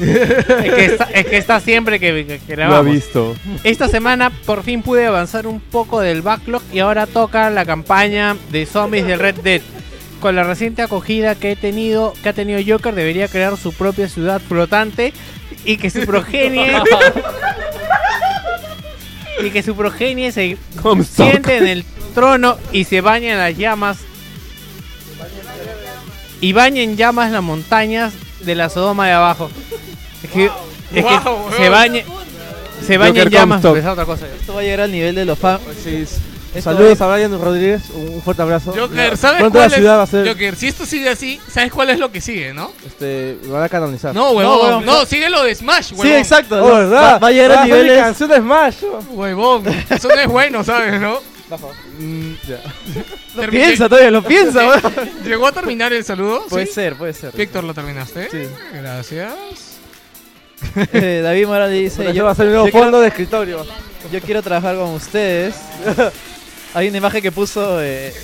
S3: es, que está, es que está siempre que, que- que grabamos.
S6: Lo ha visto.
S3: Esta semana por fin pude avanzar un poco del backlog y ahora toca la campaña de zombies de Red Dead. Con la reciente acogida que he tenido, que ha tenido Joker, debería crear su propia ciudad flotante y que su progenie y que su progenie se
S6: Comstock.
S3: siente en el trono y se baña en las llamas y baña en llamas las montañas de la Sodoma de abajo. Es que, es
S14: Ah,
S3: que
S10: Wow, weón.
S3: se baña se baña en
S10: Joker
S3: llamas,
S10: Comstock.
S3: pues, es otra cosa.
S10: Esto va a llegar al nivel de los fans.
S14: Saludos a Brian Rodríguez, un fuerte abrazo.
S2: Joker, ¿sabes
S14: Pronto
S2: cuál
S14: la
S2: es?
S14: ciudad va a ser.
S2: Joker, si esto sigue así, ¿sabes cuál es lo que sigue, no?
S14: Este, van a canonizar.
S2: No, huevón. No, sigue lo de Smash, huevón.
S14: Oh, ¿verdad?
S2: Va- va a llegar a
S14: Va ser mi
S2: niveles-
S14: canción de Smash. oh.
S2: Huevón, eso no es bueno, ¿sabes, no? Mm, Terminé-
S10: piensa todavía, lo
S2: [LAUGHS]
S10: piensa,
S2: Ok.
S10: huevón.
S2: ¿Llegó a terminar el saludo?
S10: Puede
S2: ¿Sí?
S10: ser, puede ser.
S2: Víctor, ¿lo terminaste? Sí. Gracias.
S10: Eh, [LAUGHS] David Morales dice:
S14: Bueno, yo va a ser el nuevo
S10: quiero-
S14: fondo de escritorio.
S10: Yo quiero trabajar con
S14: [LAUGHS]
S10: ustedes. Hay una imagen que puso. Eh,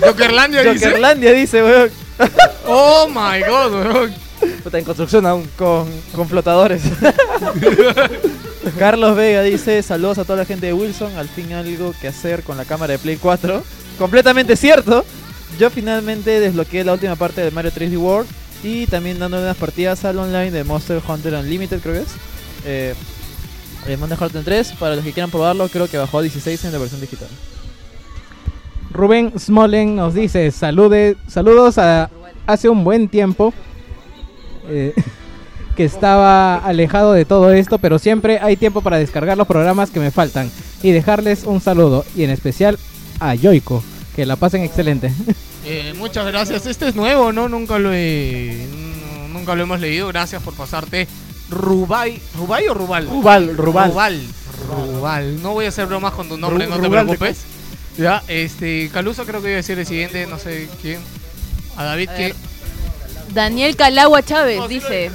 S2: Jokerlandia dice.
S10: Jokerlandia dice, weón.
S2: Oh my god, weón.
S10: Está en construcción aún con,
S2: [LAUGHS]
S10: con flotadores. Carlos Vega dice: Saludos a toda la gente de Wilson. Al fin algo que hacer con la cámara de Play 4. Completamente cierto. Yo finalmente desbloqueé la última parte de Mario 3D World. Y también dándole unas partidas al online de Monster Hunter Unlimited, creo que es. Eh, el Monster Hunter 3. Para los que quieran probarlo, creo que bajó a 16 en la versión digital.
S4: Rubén Smolen nos dice salude, saludos a hace un buen tiempo eh, [LAUGHS] que estaba alejado de todo esto, pero siempre hay tiempo para descargar los programas que me faltan y dejarles un saludo y en especial a Yoiko, que la pasen excelente. [LAUGHS]
S2: Eh, muchas gracias. Este es nuevo, ¿no? Nunca lo he. no, nunca lo hemos leído. Gracias por pasarte. Rubai. ¿Rubai o Rubal?
S12: Rubal, Rubal.
S2: Rubal. Rubal. No voy a hacer bromas con tu nombre,
S12: Ru-
S2: no te
S12: Rubal de
S2: preocupes. Ya, este. Caluso creo que iba a decir el siguiente, no sé quién. A David,
S5: A
S2: que.
S5: ver. Daniel Calagua Chávez dice: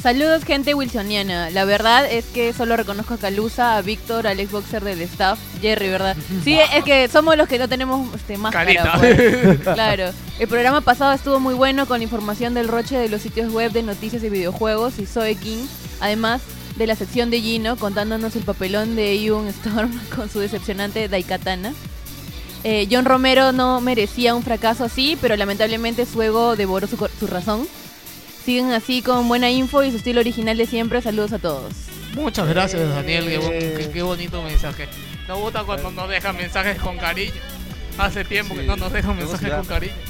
S5: Saludos, gente wilsoniana. La verdad es que solo reconozco a Calusa, a Víctor, al Xboxer del staff, Jerry, ¿verdad? Sí, es que somos los que no tenemos este, máscara.
S2: Carita.
S5: pues. Claro. El programa pasado estuvo muy bueno con la información del roche de los sitios web de noticias y videojuegos y Zoe King. Además de la sección de Gino contándonos el papelón de Ion Storm [LAUGHS] con su decepcionante Daikatana. Eh, John Romero no merecía un fracaso así, pero lamentablemente su ego devoró su, cor- su razón. Siguen así con buena info y su estilo original de siempre. Saludos a todos.
S2: Muchas gracias, Daniel. Qué, bon- qué- qué bonito mensaje. Nos gusta cuando nos dejan mensajes con cariño. Hace tiempo que no nos dejan mensajes con cariño.
S14: [LAUGHS]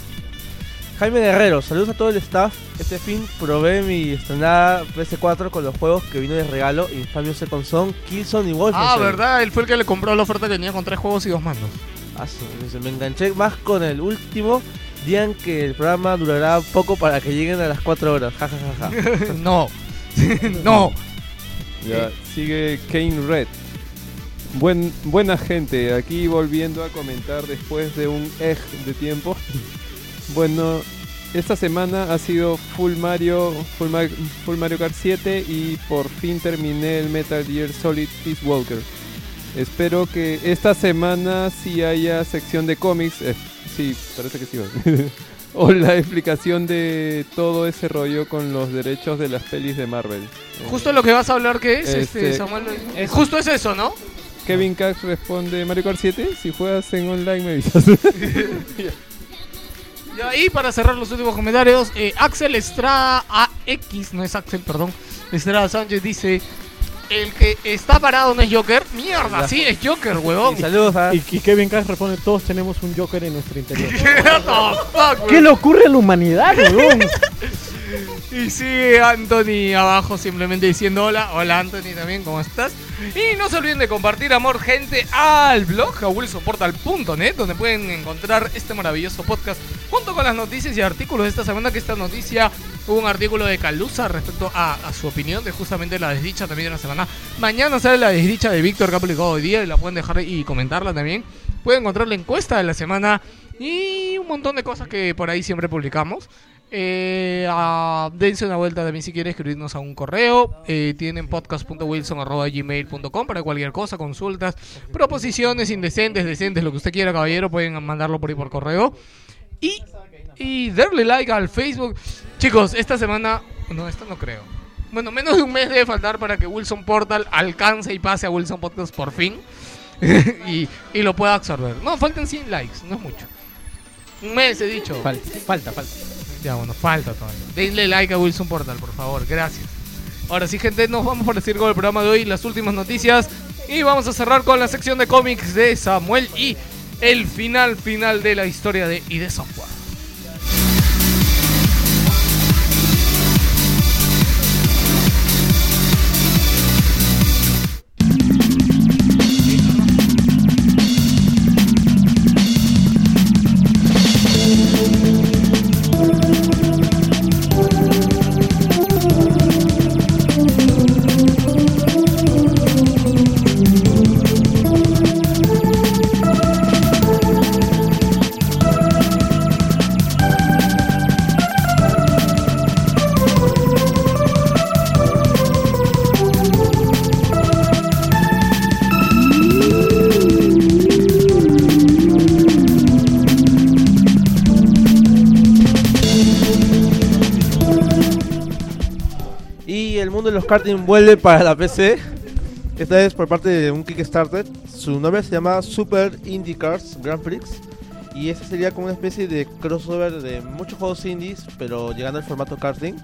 S14: Jaime Guerrero, saludos a todo el staff. Este fin probé mi estrenada PS4 con los juegos que vino de regalo: Infamous Second Son, Killzone y
S12: Pues
S14: Wolfenstein.
S2: Ah, ¿verdad? Él fue el que le compró la oferta que tenía con tres juegos y dos mandos.
S14: Ah, sí, dice, Me enganché más con el último. Digan que el programa durará poco para que lleguen a las 4 horas. Ja, ja, ja, ja.
S2: [LAUGHS] no. no.
S6: Ya, sigue Kane Red. Buen, buena gente, aquí volviendo a comentar después de un ej de tiempo. Bueno, esta semana ha sido Full Mario, Full, Ma- Full Mario Kart 7 y por fin terminé el Metal Gear Solid Peace Walker. Espero que esta semana sí haya sección de cómics. eh, sí, parece que sí. va. [LAUGHS] o la explicación de todo ese rollo con los derechos de las pelis de Marvel. Eh,
S2: Justo lo que vas a hablar, ¿qué es? Este,
S6: Este,
S2: Samuel. Justo es eso, ¿no?
S6: Kevin Cax responde Mario Kart 7, si juegas en online me avisas.
S2: Y ahí, para cerrar los últimos comentarios, eh, Axel Estrada AX, no es Axel, perdón. Estrada Sánchez dice: El que está parado no es Joker. Mierda, sí, es Joker, huevón.
S14: saludos a...
S12: Y, y Kevin Cash responde, todos tenemos
S2: [LAUGHS]
S12: un Joker en nuestro interior.
S2: What the fuck,
S12: ¿Qué le ocurre a la humanidad, weón?
S2: Y sigue Anthony abajo simplemente diciendo hola. Hola Anthony también, ¿cómo estás? Y no se olviden de compartir amor, gente, al blog a willsoportal.net, donde pueden encontrar este maravilloso podcast junto con las noticias y artículos de esta semana. Que esta noticia hubo un artículo de Calusa respecto a, a su opinión de justamente la desdicha también de la semana. Mañana sale la desdicha de Víctor que ha publicado hoy día y la pueden dejar y comentarla también. Pueden encontrar la encuesta de la semana y un montón de cosas que por ahí siempre publicamos. Eh, ah, dense una vuelta también si quieren escribirnos a un correo. Eh, tienen podcast.wilson.gmail.com para cualquier cosa, consultas, proposiciones indecentes, decentes, lo que usted quiera, caballero. Pueden mandarlo por ahí por correo. Y, y darle like al Facebook. Chicos, esta semana. No, esta no creo. Bueno, menos de un mes debe faltar para que Wilson Portal alcance y pase a Wilson Podcast por fin. [LAUGHS] y, y lo pueda absorber. No, faltan 100 likes, no es mucho. Un mes he dicho.
S15: Falta, falta, falta.
S2: Ya, bueno, falta todavía. Denle like a Wilson Portal, por favor. Gracias. Ahora sí, gente, nos vamos por decir con el programa de hoy, las últimas noticias. Y vamos a cerrar con la sección de cómics de Samuel y el final final de la historia de ID Software.
S14: Y el mundo de los karting vuelve para la PC. Esta vez por parte de un Kickstarter. Su nombre se llama Super Indie Cars Grand Prix. Y esta sería como una especie de crossover de muchos juegos indies, pero llegando al formato karting.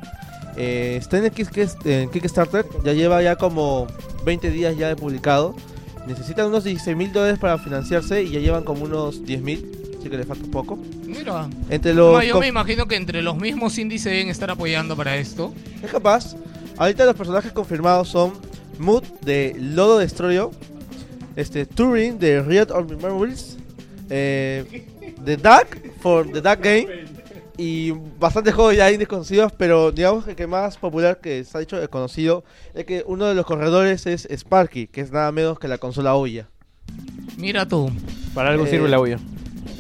S14: Eh, está en el Kickes- en Kickstarter, ya lleva ya como 20 días ya de publicado. Necesitan unos 16 mil dólares para financiarse y ya llevan como unos 10 mil, así que les falta un poco.
S2: Mira.
S14: Entre los
S2: No, yo
S14: co-
S2: me imagino que entre los mismos indies se deben estar apoyando para esto.
S14: Es capaz. Ahorita los personajes confirmados son Mood de Lodo Destroyo, este, Turing de Riot of Memories, eh, The Duck for The Duck Game y bastantes juegos ya desconocidos, pero digamos que el que más popular que se ha hecho conocido es que uno de los corredores es Sparky, que es nada menos que la consola olla.
S2: Mira tú.
S14: Para
S9: algo sirve la
S14: olla. Eh,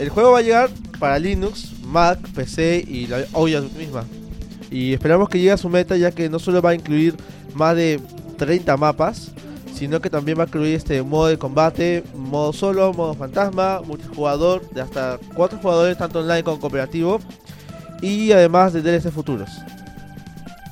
S14: El juego va a llegar para Linux, Mac, PC y la olla misma. Y esperamos que llegue a su meta ya que no solo va a incluir más de 30 mapas, sino que también va a incluir este modo de combate, modo solo, modo fantasma, multijugador de hasta 4 jugadores tanto online como cooperativo y además de DLC futuros.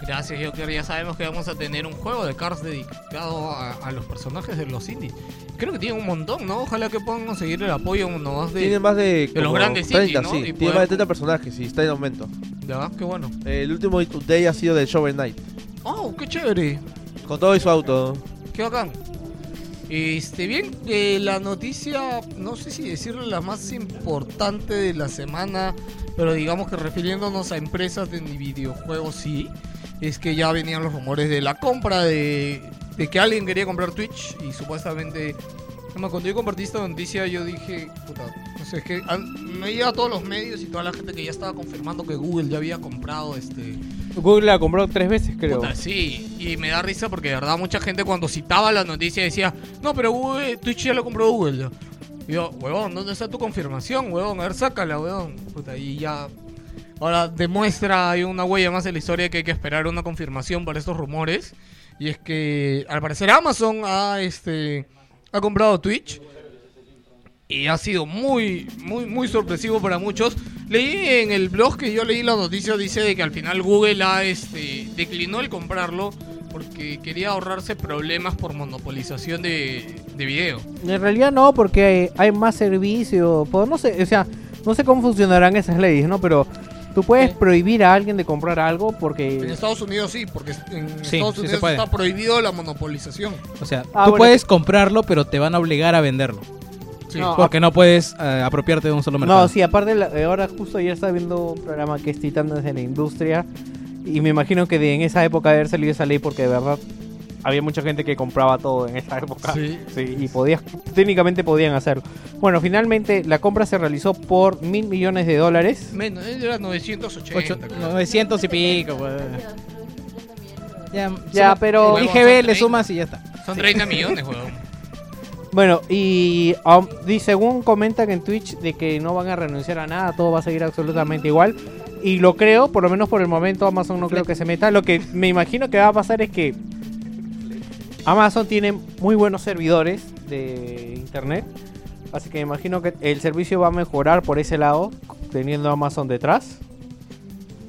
S2: Gracias, Joker. Ya sabemos que vamos a tener un juego de cards dedicado a, a los personajes de los indies. Creo que tienen un montón, ¿no? Ojalá que puedan conseguir el apoyo nomás de,
S14: Tiene más de,
S2: los
S14: como
S2: grandes
S14: 30,
S2: indies, ¿no?
S14: sí,
S2: Y
S14: tiene
S2: puedan-
S14: más de 30 personajes y está en aumento.
S2: Ya, qué bueno.
S14: El último day ha sido de Shovel Knight.
S2: Oh, qué chévere.
S14: Con todo y su auto.
S2: Qué bacán. Este, bien, eh, la noticia, no sé si decirle la más importante de la semana, pero digamos que refiriéndonos a empresas de videojuegos, sí, es que ya venían los rumores de la compra de, de que alguien quería comprar Twitch y supuestamente, no me cuando yo compartí esta noticia, yo dije, puta, no sé, es que han- me iba a todos los medios y toda la gente que ya estaba confirmando que Google ya había comprado este.
S15: Google la compró tres veces, creo.
S2: Puta, sí, y me da risa porque de verdad mucha gente cuando citaba la noticia decía, no, pero Google, Twitch ya lo compró Google. ya". Y yo, huevón, ¿dónde está tu confirmación, huevón? A ver, sácala, huevón. Puta, y ya... Ahora demuestra, hay una huella más en la historia que hay que esperar una confirmación para estos rumores. Y es que al parecer Amazon ha, este, ha comprado Twitch. Y ha sido muy, muy, muy sorpresivo para muchos. Leí en el blog que yo leí la noticia, dice de que al final Google ha, este, declinó el comprarlo porque quería ahorrarse problemas por monopolización de, de video.
S15: En realidad no, porque hay, hay más servicio. po-
S3: pues
S15: No sé, o sea, no sé cómo funcionarán esas leyes, ¿no? Pero tú puedes prohibir a alguien de comprar algo
S2: En
S15: porque...
S2: Estados Unidos sí, porque en
S15: Sí,
S2: Estados
S15: sí se
S2: Unidos
S15: puede.
S2: está prohibido la monopolización.
S20: O sea,
S2: Ah,
S20: tú
S2: bueno.
S20: puedes comprarlo, pero te van a obligar a venderlo.
S2: Sí. ah.
S15: No,
S20: Porque no puedes eh, apropiarte de un solo mercado.
S3: eh,
S15: No, sí, aparte la- ahora justo ayer estaba viendo un programa que es Titanes de la Industria
S3: Y me imagino que de- en esa época debe haber salido esa ley porque de verdad había mucha gente que compraba todo en esa época.
S21: Sí.
S3: y podías, técnicamente podían hacerlo. Bueno, finalmente la compra se realizó por mil millones de dólares.
S2: Menos, él era 980.
S3: Ocho-
S2: creo.
S4: 900 y pico, pues. Ya,
S3: Ya,
S4: suma-
S3: pero-
S4: el IGB
S3: Huevón, son
S4: le
S3: 30.
S4: sumas y ya está.
S2: Son
S4: Sí.
S2: 30 millones, huevón.
S3: Bueno, y, um, y según comentan en Twitch de que no van a renunciar a nada, todo va a seguir absolutamente igual. Y lo creo, por lo menos por el momento Amazon no creo que se meta. Lo que me imagino que va a pasar es que Amazon tiene muy buenos servidores de internet. Así que me imagino que el servicio va a mejorar por ese lado, teniendo Amazon detrás.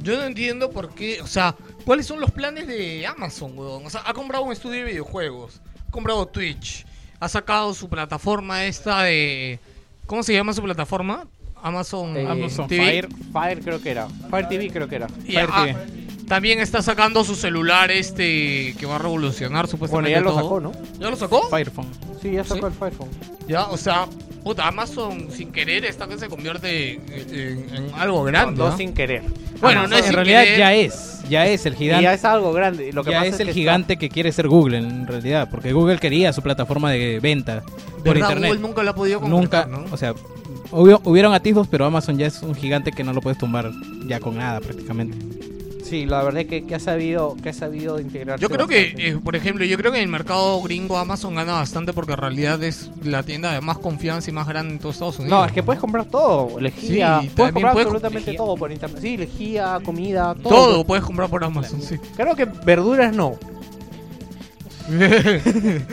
S2: Yo no entiendo por qué, o sea, ¿cuáles son los planes de Amazon, weón? O sea, ha comprado un estudio de videojuegos, ha comprado Twitch, ha sacado su plataforma esta de... ¿Cómo se llama su plataforma? Mm, Amazon,
S3: Eh,
S2: TV.
S3: Fire, Fire creo que era. Fire TV creo que era.
S2: Y,
S3: Fire
S2: ah,
S3: TV.
S2: también está sacando su celular este que va a revolucionar supuestamente
S3: ya lo
S2: todo.
S3: sacó, ¿no?
S2: ¿Ya lo sacó?
S3: Firephone. Sí, ya sacó el Firephone.
S2: Ya, o sea, puta, Amazon sin querer está que se convierte en, en- en algo grande.
S3: No, no
S2: ¿ah?
S3: sin querer.
S2: Bueno, no es
S4: en
S2: sin
S4: realidad
S2: querer.
S4: ya es, ya es el gigante.
S3: Ya es algo grande. Lo que
S4: ya
S3: pasa
S4: es,
S3: es
S4: el
S3: que
S4: gigante que quiere ser Google en realidad, porque Google quería su plataforma de venta por
S2: ¿Verdad?
S4: internet.
S2: Google nunca lo ha podido
S4: Nunca,
S2: concretar, ¿no?
S4: o sea, hubo- hubieron atisbos, pero Amazon ya es un gigante que no lo puedes tumbar ya con nada prácticamente.
S3: Sí, la verdad es que, que ha sabido que ha sabido integrar.
S2: Yo creo que, eh, por ejemplo, yo creo que en el mercado gringo Amazon gana bastante porque en realidad es la tienda de más confianza y más grande en todos Estados Unidos.
S3: No, es que puedes comprar todo, lejía,
S2: Sí,
S3: puedes
S2: también
S3: comprar
S2: puedes-
S3: absolutamente todo por internet. Sí, lejía, comida, todo.
S2: Todo puedes comprar por Amazon, sí.
S3: Creo que verduras no.
S2: [LAUGHS] pues.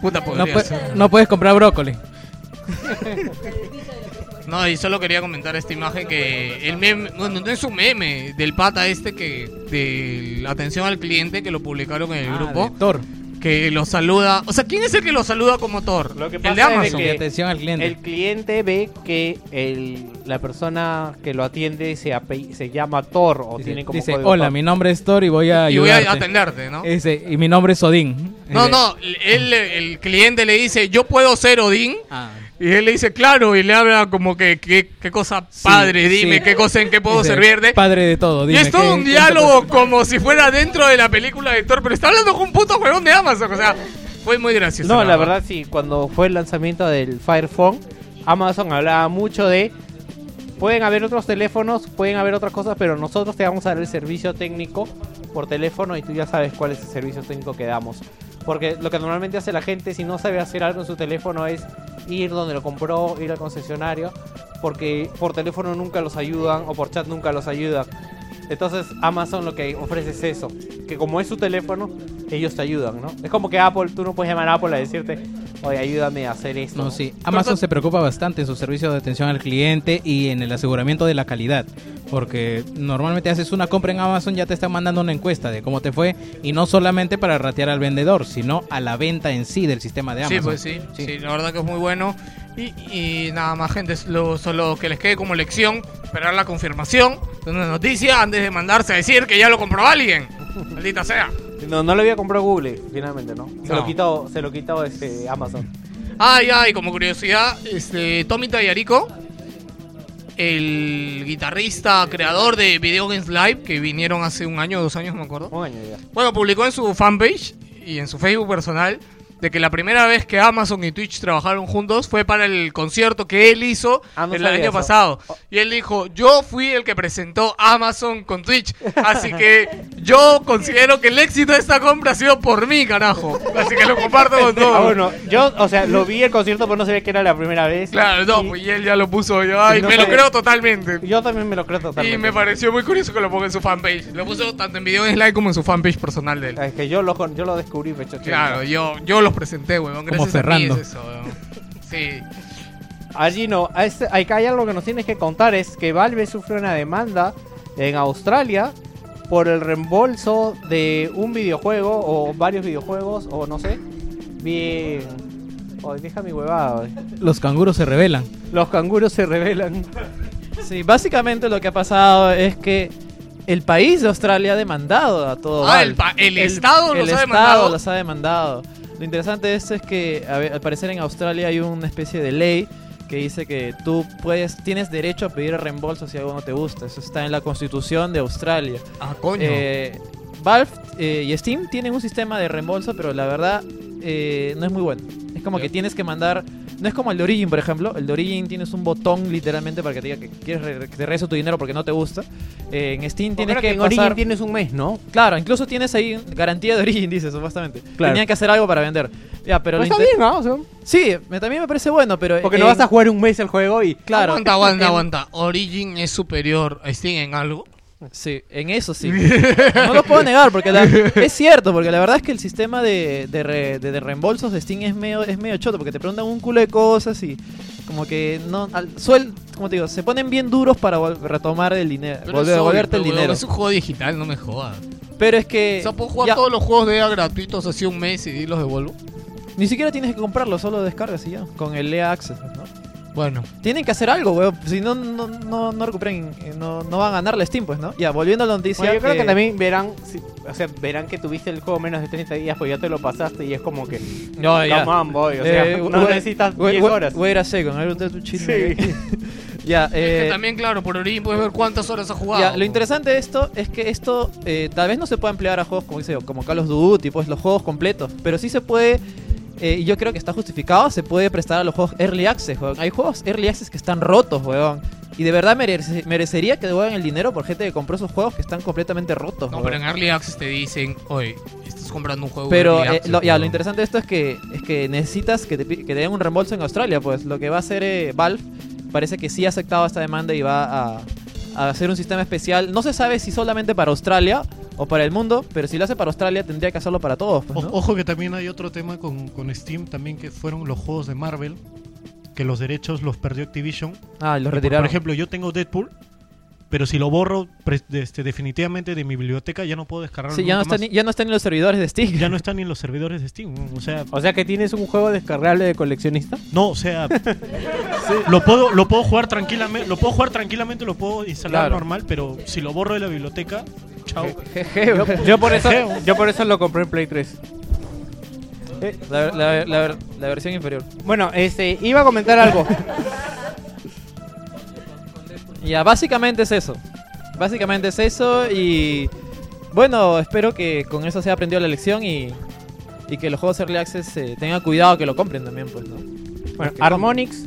S2: Puta,
S4: No,
S2: podría
S4: pue-
S2: ser.
S4: no puedes comprar brócoli.
S2: No, y solo quería comentar esta imagen que el meme, bueno, no es un meme, del pata este que, de la atención al cliente que lo publicaron en el grupo.
S4: Thor.
S2: Que lo saluda, o sea, ¿quién es el que lo saluda como Thor? el de
S3: pasa es
S2: Amazon.
S3: que
S4: Atención al cliente.
S3: El cliente ve que el, la persona que lo atiende se, ape- se llama Thor o tiene como
S4: Dice,
S3: código
S4: hola,
S3: Thor".
S4: mi nombre es Thor y voy a
S2: Y voy a
S4: ayudarte".
S2: atenderte, ¿no?
S4: Dice, y mi nombre es Odín.
S2: No, no, él, el cliente le dice, yo puedo ser Odín.
S4: Ah.
S2: Y él le dice, claro, y le habla como que, que- qué cosa padre, dime,
S4: sí.
S2: qué cosa en qué puedo
S4: Dice,
S2: servirte.
S4: Padre de todo,
S2: Y
S4: dime.
S2: es todo
S4: ¿qué-
S2: un
S4: qué-
S2: diálogo como si fuera dentro de la película de Thor, pero está hablando con un puto juegón de Amazon, o sea, fue muy gracioso.
S3: No, la verdad sí, cuando fue el lanzamiento del Fire Phone, Amazon hablaba mucho de pueden haber otros teléfonos, pueden haber otras cosas, pero nosotros te vamos a dar el servicio técnico por teléfono y tú ya sabes cuál es el servicio técnico que damos. Porque lo que normalmente hace la gente si no sabe hacer algo en su teléfono es ir donde lo compró, ir al concesionario, porque por teléfono nunca los ayudan o por chat nunca los ayudan. Entonces Amazon lo que ofrece es eso, que como es su teléfono, ellos te ayudan, ¿no? Es como que Apple, tú no puedes llamar a Apple a decirte, oye, ayúdame a hacer esto.
S4: No, sí. Amazon se preocupa bastante en su servicio de atención al cliente y en el aseguramiento de la calidad. Porque normalmente haces una compra en Amazon, ya te están mandando una encuesta de cómo te fue. Y no solamente para ratear al vendedor, sino a la venta en sí del sistema de Amazon.
S2: Sí, pues sí, sí, la verdad que es muy bueno. Y, y nada más, gente, es lo- solo que les quede como lección, esperar la confirmación de una noticia antes de mandarse a decir que ya lo compró alguien. [LAUGHS] Maldita sea.
S3: No, no lo había comprado Google, finalmente, ¿no? Se
S2: No.
S3: lo quitó, se lo quitó este Amazon.
S2: Ay, ay, como curiosidad, este, Tommy Tallarico, el guitarrista, creador de Video Games Live, que vinieron hace un año, dos años, no me acuerdo.
S3: Un año ya.
S2: Bueno, publicó en su fanpage y en su Facebook personal de que la primera vez que Amazon y Twitch trabajaron juntos fue para el concierto que él hizo
S3: Ah, no
S2: el
S3: sabía
S2: año
S3: eso. Oh.
S2: pasado. Y él dijo, yo fui el que presentó Amazon con
S3: [LAUGHS]
S2: Twitch, así que yo considero que el éxito de esta compra ha sido por mí, carajo. Así que lo comparto con todos.
S3: [LAUGHS] Ah, bueno, yo, o sea, lo vi el concierto, pero no sabía que era la primera vez.
S2: Claro, no, pues y él ya lo puso. Yo, ay,
S3: no
S2: me lo
S3: sabía.
S2: creo totalmente.
S3: Yo también me lo creo totalmente.
S2: Y me pareció muy curioso que lo ponga en su fanpage. Lo puso tanto en video en slide como en su fanpage personal de él.
S3: Es que yo lo, con- yo lo descubrí, me choché.
S2: Claro, yo, yo los presenté, weón.
S3: Como
S2: Gracias a mí
S3: Ferrando.
S2: es eso, weón. Sí.
S3: Allí no, a este- acá hay algo que nos tienes que contar, es que Valve sufre una demanda en Australia por el reembolso de un videojuego o varios videojuegos o no sé. Bien... Oh, deja mi huevada. oye.
S4: Los canguros se rebelan.
S3: Los canguros se rebelan.
S10: Sí, básicamente lo que ha pasado es que el país de Australia ha demandado a todo.
S2: Ah,
S10: Valve.
S2: el pa- el Estado
S10: el
S2: los ha
S10: Estado
S2: demandado.
S10: los ha demandado. Lo interesante de esto es que a ver, al parecer en Australia hay una especie de ley que dice que tú puedes, tienes derecho a pedir reembolso si algo no te gusta. Eso está en la Constitución de Australia.
S2: Ah, coño.
S10: Eh, Valve eh, y Steam tienen un sistema de reembolso, pero la verdad eh, no es muy bueno. Es como que tienes que mandar. No es como el de Origin, por ejemplo. El de Origin tienes un botón literalmente para que te diga que quieres re- que te regrese tu dinero porque no te gusta. Eh, en Steam tienes
S3: creo
S10: que.
S3: que en Origin
S10: tienes un mes, ¿no? Claro, incluso tienes ahí garantía de Origin, [LAUGHS] dice supuestamente.
S3: Claro.
S10: Tenían que hacer algo para vender. Ya, pero
S3: Pero
S10: lo
S3: Pues está
S10: inte-
S3: bien, ¿no? O sea,
S10: Sí, me- también me parece bueno, pero.
S3: porque no
S10: en-
S3: vas a jugar un mes el juego y.
S10: Claro.
S2: Aguanta, aguanta,
S10: En-
S2: aguanta. Origin es superior a Steam en algo.
S10: Sí, en eso
S2: [LAUGHS]
S10: sí. No lo puedo negar, porque
S3: [LAUGHS]
S10: la- es cierto, porque la verdad es que el sistema de, de, re- de- de reembolsos de Steam es medio, es medio choto, porque te preguntan un culo de cosas y como que no al- suel, como te digo, se ponen bien duros para vol- retomar el dinero,
S2: Pero
S10: volver,
S2: es obvio,
S10: devolverte el
S2: huevón,
S10: dinero.
S2: Es un juego digital, no me jodas.
S10: Pero es que
S2: O sea, puedo jugar
S10: ya-
S2: todos los juegos de EA gratuitos así un mes y los devuelvo.
S10: ni siquiera tienes que comprarlo, solo descargas y ya, con el EA Access, pues, ¿no?
S2: Bueno.
S10: Tienen que hacer algo, weón. Si no, no, no, no recuperan, eh, no, no va a ganar la Steam, pues, ¿no? Ya, volviendo a la noticia.
S3: Bueno, yo creo que también verán, si- o sea, verán que tuviste el juego menos de 30 días, pues ya te lo pasaste y es como que.
S10: No, ya.
S3: Come on, boy, o sea, [LAUGHS]
S10: Eh,
S3: no
S10: wait-
S3: necesitas
S10: wait-
S3: 10
S10: wait-
S3: horas.
S10: wait a second, I will tell you cheat, man. [LAUGHS] ya,
S2: Es que
S10: eh,
S2: también, claro, por Origin puedes ver cuántas horas has jugado.
S10: ya, lo interesante de esto es que esto eh, tal vez no se pueda emplear a juegos como, dice, como Call of Duty, pues los juegos completos, pero sí se puede, eh, y yo creo que está justificado, se puede prestar a los juegos Early Access. weón. Hay juegos Early Access que están rotos, weón. Y de verdad merece- merecería que devuelvan el dinero por gente que compró esos juegos que están completamente rotos.
S2: No,
S10: weón.
S2: pero en Early Access te dicen, oye, estás comprando un juego.
S10: Pero
S2: Early
S10: eh,
S2: Access,
S10: lo- ya,
S2: huevón".
S10: lo interesante de esto es que, es que necesitas que te, pi- que te den un reembolso en Australia, pues lo que va a hacer eh, Valve parece que sí ha aceptado esta demanda y va a, a hacer un sistema especial. No se sabe si solamente para Australia o para el mundo, pero si lo hace para Australia tendría que hacerlo para todos. pues, ¿no?
S12: O- Ojo que también hay otro tema con, con Steam también que fueron los juegos de Marvel, que los derechos los perdió Activision.
S10: Ah, los
S12: Y por-
S10: retiraron.
S12: Por ejemplo, yo tengo Deadpool, pero si lo borro pre- de- este, definitivamente de mi biblioteca ya no puedo descargarlo.
S10: Sí, ya no,
S12: nunca
S10: están
S12: más.
S10: ni, ya no están ni los servidores de Steam.
S12: Ya no están ni los servidores de Steam. O sea,
S3: O sea, que tienes un juego descargable de coleccionista.
S12: No, o sea, lo puedo lo puedo jugar tranquilamente, lo puedo jugar tranquilamente, lo puedo instalar
S3: Claro.
S12: normal, pero si lo borro de la biblioteca, chao.
S3: Yo, [LAUGHS] yo por eso, yo por eso lo compré en Play 3.
S10: Eh, La, la- la ver- la versión inferior.
S3: Bueno, este, iba a comentar algo.
S10: Ya, básicamente es eso. Básicamente es eso y bueno, espero que con eso se haya aprendido la lección y, y que los juegos Early Access eh, tengan cuidado que lo compren también, pues, ¿no?
S3: Bueno, Harmonix.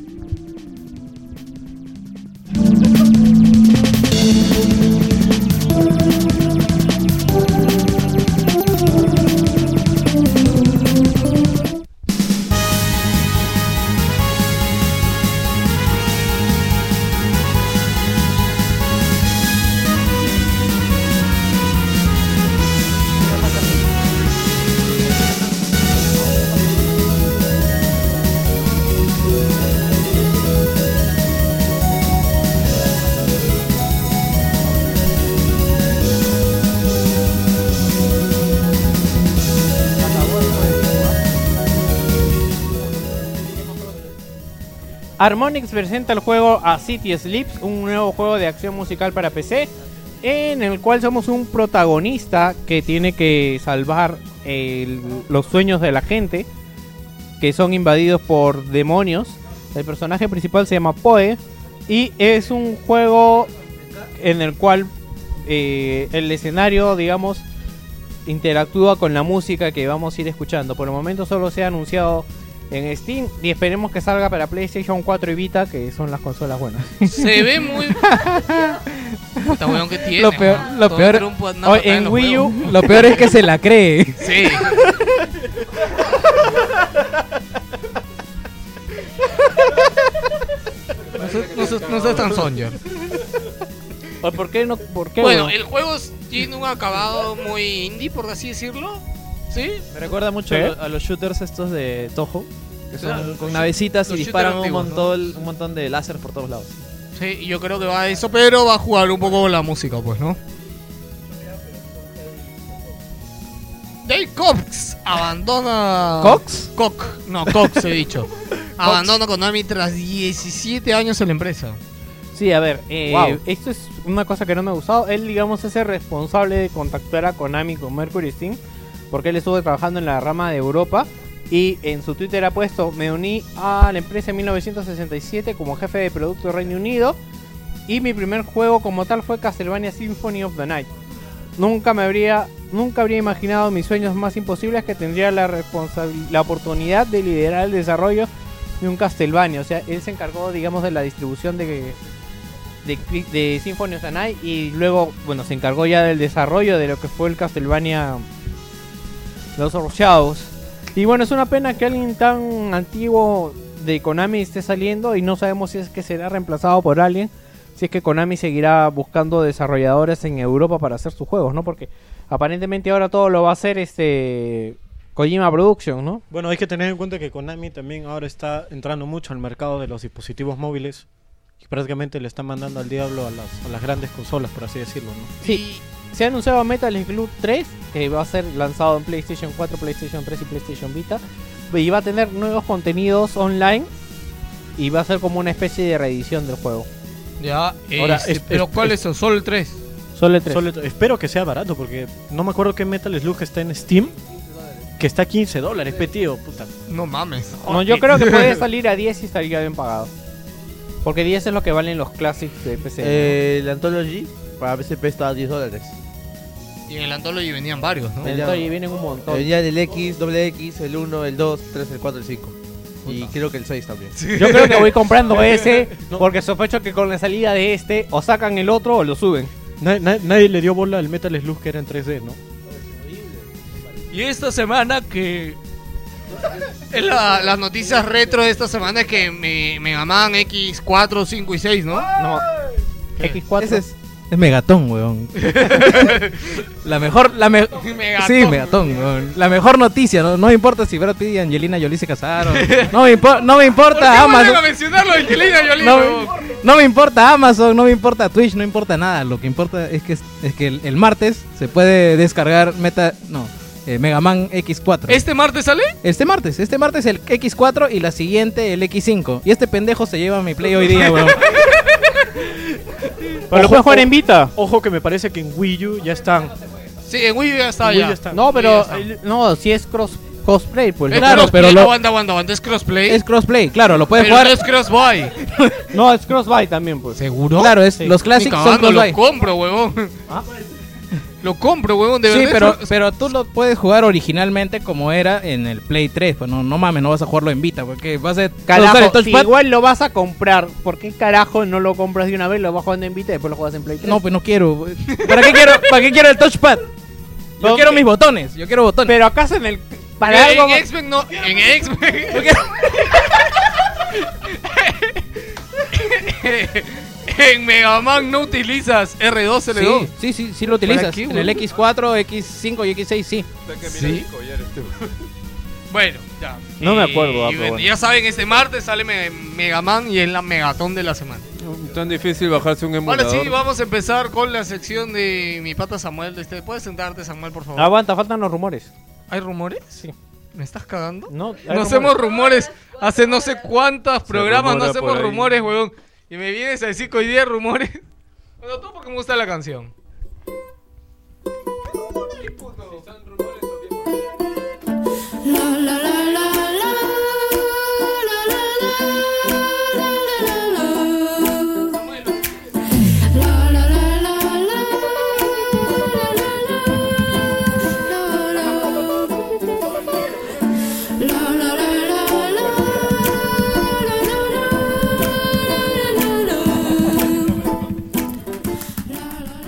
S3: Harmonix presenta el juego A City Sleeps, un nuevo juego de acción musical para PC, en el cual somos un protagonista que tiene que salvar el- los sueños de la gente que son invadidos por demonios. El personaje principal se llama Poe y es un juego en el cual eh, el escenario, digamos, interactúa con la música que vamos a ir escuchando. Por el momento solo se ha anunciado en Steam y esperemos que salga para PlayStation 4 y Vita, que son las consolas buenas.
S2: Se ve
S3: [LAUGHS]
S2: muy. Puta,
S10: [LAUGHS]
S2: weón, que tiene.
S4: Lo peor,
S2: weón?
S4: lo
S2: Todo
S4: peor,
S2: trumpo, anda
S4: Oye,
S2: patada en
S4: en
S2: los
S4: Wii U,
S2: huevos.
S4: lo peor es que se la cree.
S2: Sí. No seas, no seas- no seas tan soñar.
S3: Oye, ¿Por qué no? ¿Por qué?
S2: Bueno,
S3: weón?
S2: el juego es- tiene un acabado muy indie, por así decirlo. ¿Sí?
S10: Me recuerda mucho
S2: ¿Sí?
S10: a, lo- a los shooters estos de Toho, que son
S2: Claro,
S10: con
S2: los
S10: navecitas
S2: shoot-
S10: y
S2: los
S10: disparan
S2: shooters
S10: un
S2: antiguos,
S10: montón, un montón de láser por todos lados.
S2: Sí, y yo creo que va a eso, pero va a jugar un poco con la música, pues, ¿no? Dave Cox abandona.
S3: ¿Cox?
S2: Cox, no, Cox he [LAUGHS] dicho. abandona Konami tras 17 años en la empresa.
S3: Sí, a ver, eh,
S2: Wow.
S3: esto es una cosa que no me ha gustado. Él, digamos, es el responsable de contactar a Konami con Mercury Steam, porque él estuvo trabajando en la rama de Europa Y en su Twitter ha puesto, me uní a la empresa en 1967 como jefe de producto de Reino Unido. Y mi primer juego como tal fue Castlevania Symphony of the Night. Nunca me habría, nunca habría imaginado mis sueños más imposibles que tendría la, responsabil- la oportunidad de liderar el desarrollo de un Castlevania. O sea, él se encargó, digamos, de la distribución de, de, Cri- de Symphony of the Night y luego, bueno, se encargó ya del desarrollo de lo que fue el Castlevania Los Shadows. Y bueno, es una pena que alguien tan antiguo de Konami esté saliendo y no sabemos si es que será reemplazado por alguien, si es que Konami seguirá buscando desarrolladores en Europa para hacer sus juegos, ¿no? Porque aparentemente ahora todo lo va a hacer este Kojima Production, ¿no?
S12: Bueno, hay que tener en cuenta que Konami también ahora está entrando mucho al mercado de los dispositivos móviles y prácticamente le están mandando al diablo a las, a las grandes consolas, por así decirlo, ¿no?
S3: Sí. Se ha anunciado Metal Slug 3, que va a ser lanzado en PlayStation 4, PlayStation 3 y PlayStation Vita. Y va a tener nuevos contenidos online. Y va a ser como una especie de reedición del juego.
S2: Ya,
S3: Ahora,
S2: este,
S3: es-
S2: pero
S3: es-
S2: ¿cuál
S3: es-
S2: es el Sol 3?
S3: Solo el 3.
S12: Solo el tre- espero que sea barato porque no me acuerdo qué Metal Slug está en Steam, que está a 15 dólares, petido, puta.
S2: No mames.
S3: No, yo creo que puede salir a 10 y estaría bien pagado. Porque 10 es lo que valen los clásicos de PC. ¿no?
S14: Eh, la Anthology para PSP está a 10 dólares.
S2: Y en el Anthology venían varios, ¿no?
S14: Venía- Venía del X, doble X, el 1, el 2, 3, el 4, el 5. Y creo que el 6 también.
S3: Yo creo que
S2: [LAUGHS]
S4: [LAUGHS]
S3: voy comprando ese porque sospecho que con la salida de este o sacan el otro o lo suben.
S12: Na- na- nadie le dio bola al Metal Slug que era en 3D, ¿no?
S2: Y esta semana que... Es la- las noticias retro de esta semana es que me, me amaban X4, 5 y 6, ¿no?
S3: No. X4.
S2: [LAUGHS]
S4: Ese es, [LAUGHS] es Megatón, weón. la mejor,
S2: [LAUGHS]
S4: la me-
S2: Megatón.
S4: Sí, Megatón, weón. La mejor noticia, ¿no? No importa si Brad Pitt y Angelina Jolie se
S2: [LAUGHS]
S4: casaron. No me, impo- no me importa
S2: Vamos a
S4: Amazon.
S2: mencionarlo de Angelina Jolie,
S4: No,
S2: huevón.
S4: me- no me importa Amazon, no me importa Twitch, no importa nada. Lo que importa es que, es es que el, el martes se puede descargar Meta. No, eh, Mega Man X4.
S2: ¿Este martes sale?
S4: Este martes, este martes el X4 y la siguiente el X5. Y este pendejo se lleva mi play hoy día, weón.
S12: Ojo-
S4: puedes jugar en
S3: Vita.
S12: Ojo que me parece que en Wii U ya están.
S2: Sí, en Wii U ya está
S12: En Wii
S2: ya.
S12: ya está.
S3: No, pero no, si es cross cosplay, pues.
S2: Es
S4: Claro,
S2: crossplay,
S4: pero lo-
S2: Aguanta, aguanta, aguanta. Es crossplay.
S4: Es crossplay, claro, lo puedes
S2: Pero
S4: jugar.
S2: no es crossbuy.
S3: No, es crossbuy también, pues.
S4: ¿Seguro? Claro, es, los
S2: Ni
S4: clásicos son
S2: cagando,
S4: crossbuy. Ah.
S2: Lo compro, huevón. Lo compro, huevón. De
S4: Sí,
S2: verdad.
S4: pero,
S2: eso-
S4: pero tú lo puedes jugar originalmente como era en el Play 3. Pues no, no mames, no vas a jugarlo en Vita, porque vas a usar el
S3: Carajo, si
S4: touchpad.
S3: igual lo vas a comprar, ¿por qué carajo no lo compras de una vez, lo vas jugando en Vita y después lo juegas en Play 3?
S4: No, pues no quiero. ¿Para qué quiero, para qué quiero el touchpad? Yo quiero mis botones, yo quiero botones.
S3: Pero acaso en el.
S2: Eh, en X-Men no. En X-Men. [LAUGHS] en Mega Man no utilizas R2, L2.
S4: Sí, sí, sí, sí lo utilizas.
S2: ¿Para qué,
S4: en
S2: eh, huevón?
S4: el X4, X5 y X6, sí.
S2: Sí. Bueno, ya.
S4: [LAUGHS] No me
S2: Y-
S4: acuerdo, ah,
S2: y
S4: pero
S2: bueno,
S4: bueno.
S2: Ya saben, este martes sale Me- Mega Man y es la megatón de la semana.
S6: Tan difícil bajarse un emulador.
S2: Ahora sí, vamos a empezar con la sección de mi pata Samuel. Este, ¿Puedes sentarte, Samuel, por favor?
S3: Aguanta, faltan los rumores.
S2: ¿Hay rumores? Sí. ¿Me estás cagando?
S3: No, hay
S2: No
S3: rumores.
S2: hacemos rumores. Hace no sé cuántos programas no
S3: rumora por
S2: hacemos
S3: ahí.
S2: rumores, weón. Y me vienes a decir que hoy día hay rumores. [LAUGHS] Bueno, tú porque me gusta la canción.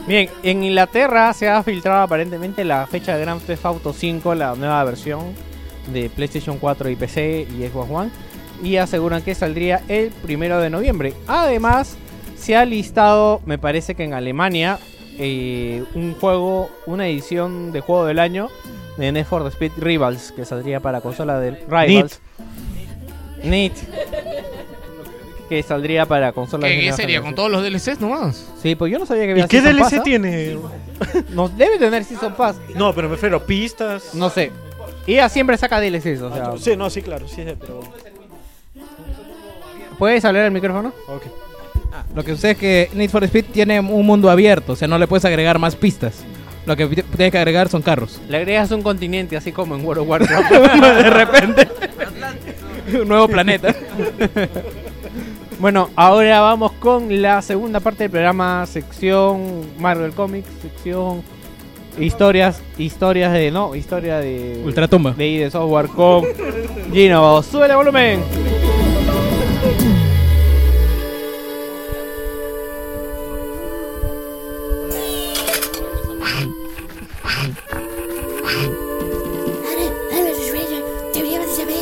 S3: Bien, en Inglaterra se ha filtrado aparentemente la fecha de Grand Theft Auto 5, la nueva versión de PlayStation 4 y PC y Xbox One, y aseguran que saldría el primero de noviembre. Además, se ha listado, me parece que en Alemania, eh, un juego, una edición de juego del año de Need for Speed Rivals, que saldría para consola del Rivals. Neat. Que saldría para consola de
S2: ¿Qué, qué
S3: nueva
S2: sería? ¿Con
S3: generación.
S2: todos los DLCs nomás?
S3: Sí, pues yo no sabía que
S12: ¿Y
S3: había
S12: qué
S3: Season
S12: DLC
S3: Pass, ¿ah?
S12: tiene?
S3: Nos debe tener Season Pass.
S12: No, pero me refiero pistas.
S3: No sé. EA siempre saca DLCs, o sea.
S12: Sí, no, sí, claro, sí, sí, pero
S3: ¿Puedes hablar al micrófono?
S12: Ok.
S4: Ah, Lo que sucede es que Need for Speed tiene un mundo abierto, o sea, no le puedes agregar más pistas. Lo que pi- tienes que agregar son carros.
S15: Le agregas un continente, así como en World of
S12: [LAUGHS]
S15: Warcraft. de [LAUGHS] repente.
S4: un nuevo planeta.
S15: bueno, ahora vamos con la segunda parte del programa, sección Marvel Comics, sección historias, historias de no, historia de
S4: Ultratumba.
S15: de ID Software con Gino. Sube el volumen.
S7: Deberíamos saber.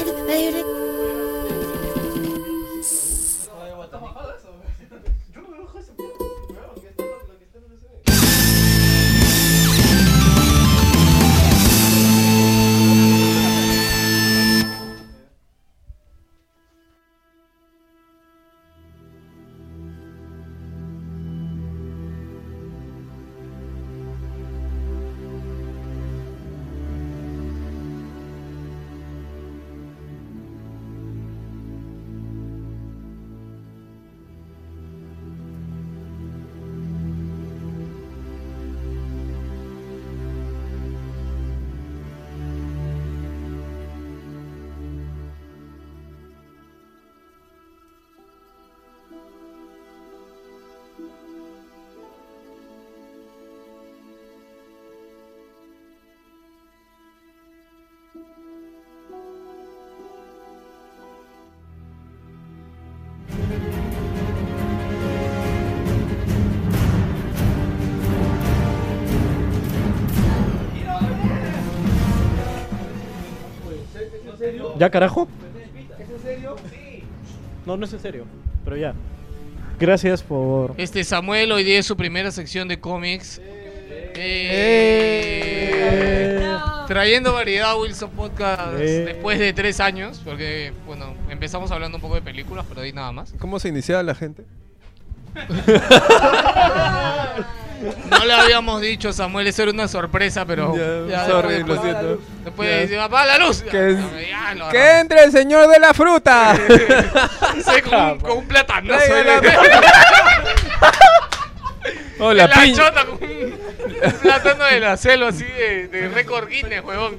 S12: ¿Ya carajo? No, no es en serio, pero ya. Gracias por...
S2: Este Samuel hoy día es su primera sección de cómics. Eh, Trayendo variedad a Wilson Podcast
S6: Eh.
S2: después de tres años, porque bueno, empezamos hablando un poco de películas, pero ahí nada más.
S6: ¿Cómo se iniciaba la gente?
S2: [LAUGHS] No le habíamos dicho a Samuel, eso era una sorpresa, pero.
S6: Ya,
S2: ya
S6: sorry,
S2: después-
S6: lo siento.
S2: Después
S6: Ya.
S2: dice, papá, pues, la luz. Ya,
S6: Que,
S2: ya, lo
S6: que entre el señor de la
S2: [LAUGHS]
S6: fruta.
S2: Sí, con, un, con un platanazo.
S6: Regálame.
S2: En
S6: Hola,
S2: la
S6: piña.
S2: chota con un plátano de la selva así de, de récord
S6: [LAUGHS]
S2: Guinness, huevón.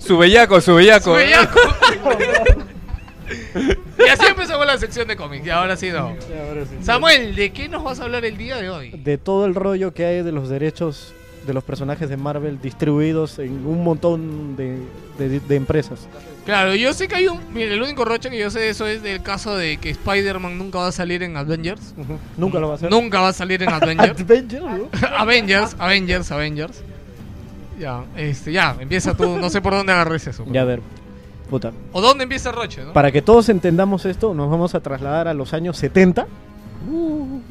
S6: Su bellaco, su bellaco.
S2: Bellaco. [LAUGHS] y así empezamos la sección de cómics. Y ahora sí, no. Samuel, ¿de qué nos vas a hablar el día de hoy?
S12: de todo el rollo que hay de los derechos de los personajes de Marvel distribuidos en un montón de, de- de empresas.
S2: Claro, yo sé que hay un. Mira, el único roche que yo sé de eso es del caso de que Spider-Man nunca va a salir en Avengers.
S12: Nunca lo va a hacer.
S2: Nunca va a salir en Avengers.
S12: Avengers, ¿no?
S2: [LAUGHS] Avengers, Avengers, Avengers. Ya, este, ya, empieza tú. No sé por dónde agarres eso.
S12: Ya a ver. Puta.
S2: ¿O dónde empieza Roche? ¿no?
S12: Para que todos entendamos esto, nos vamos a trasladar a los años 70,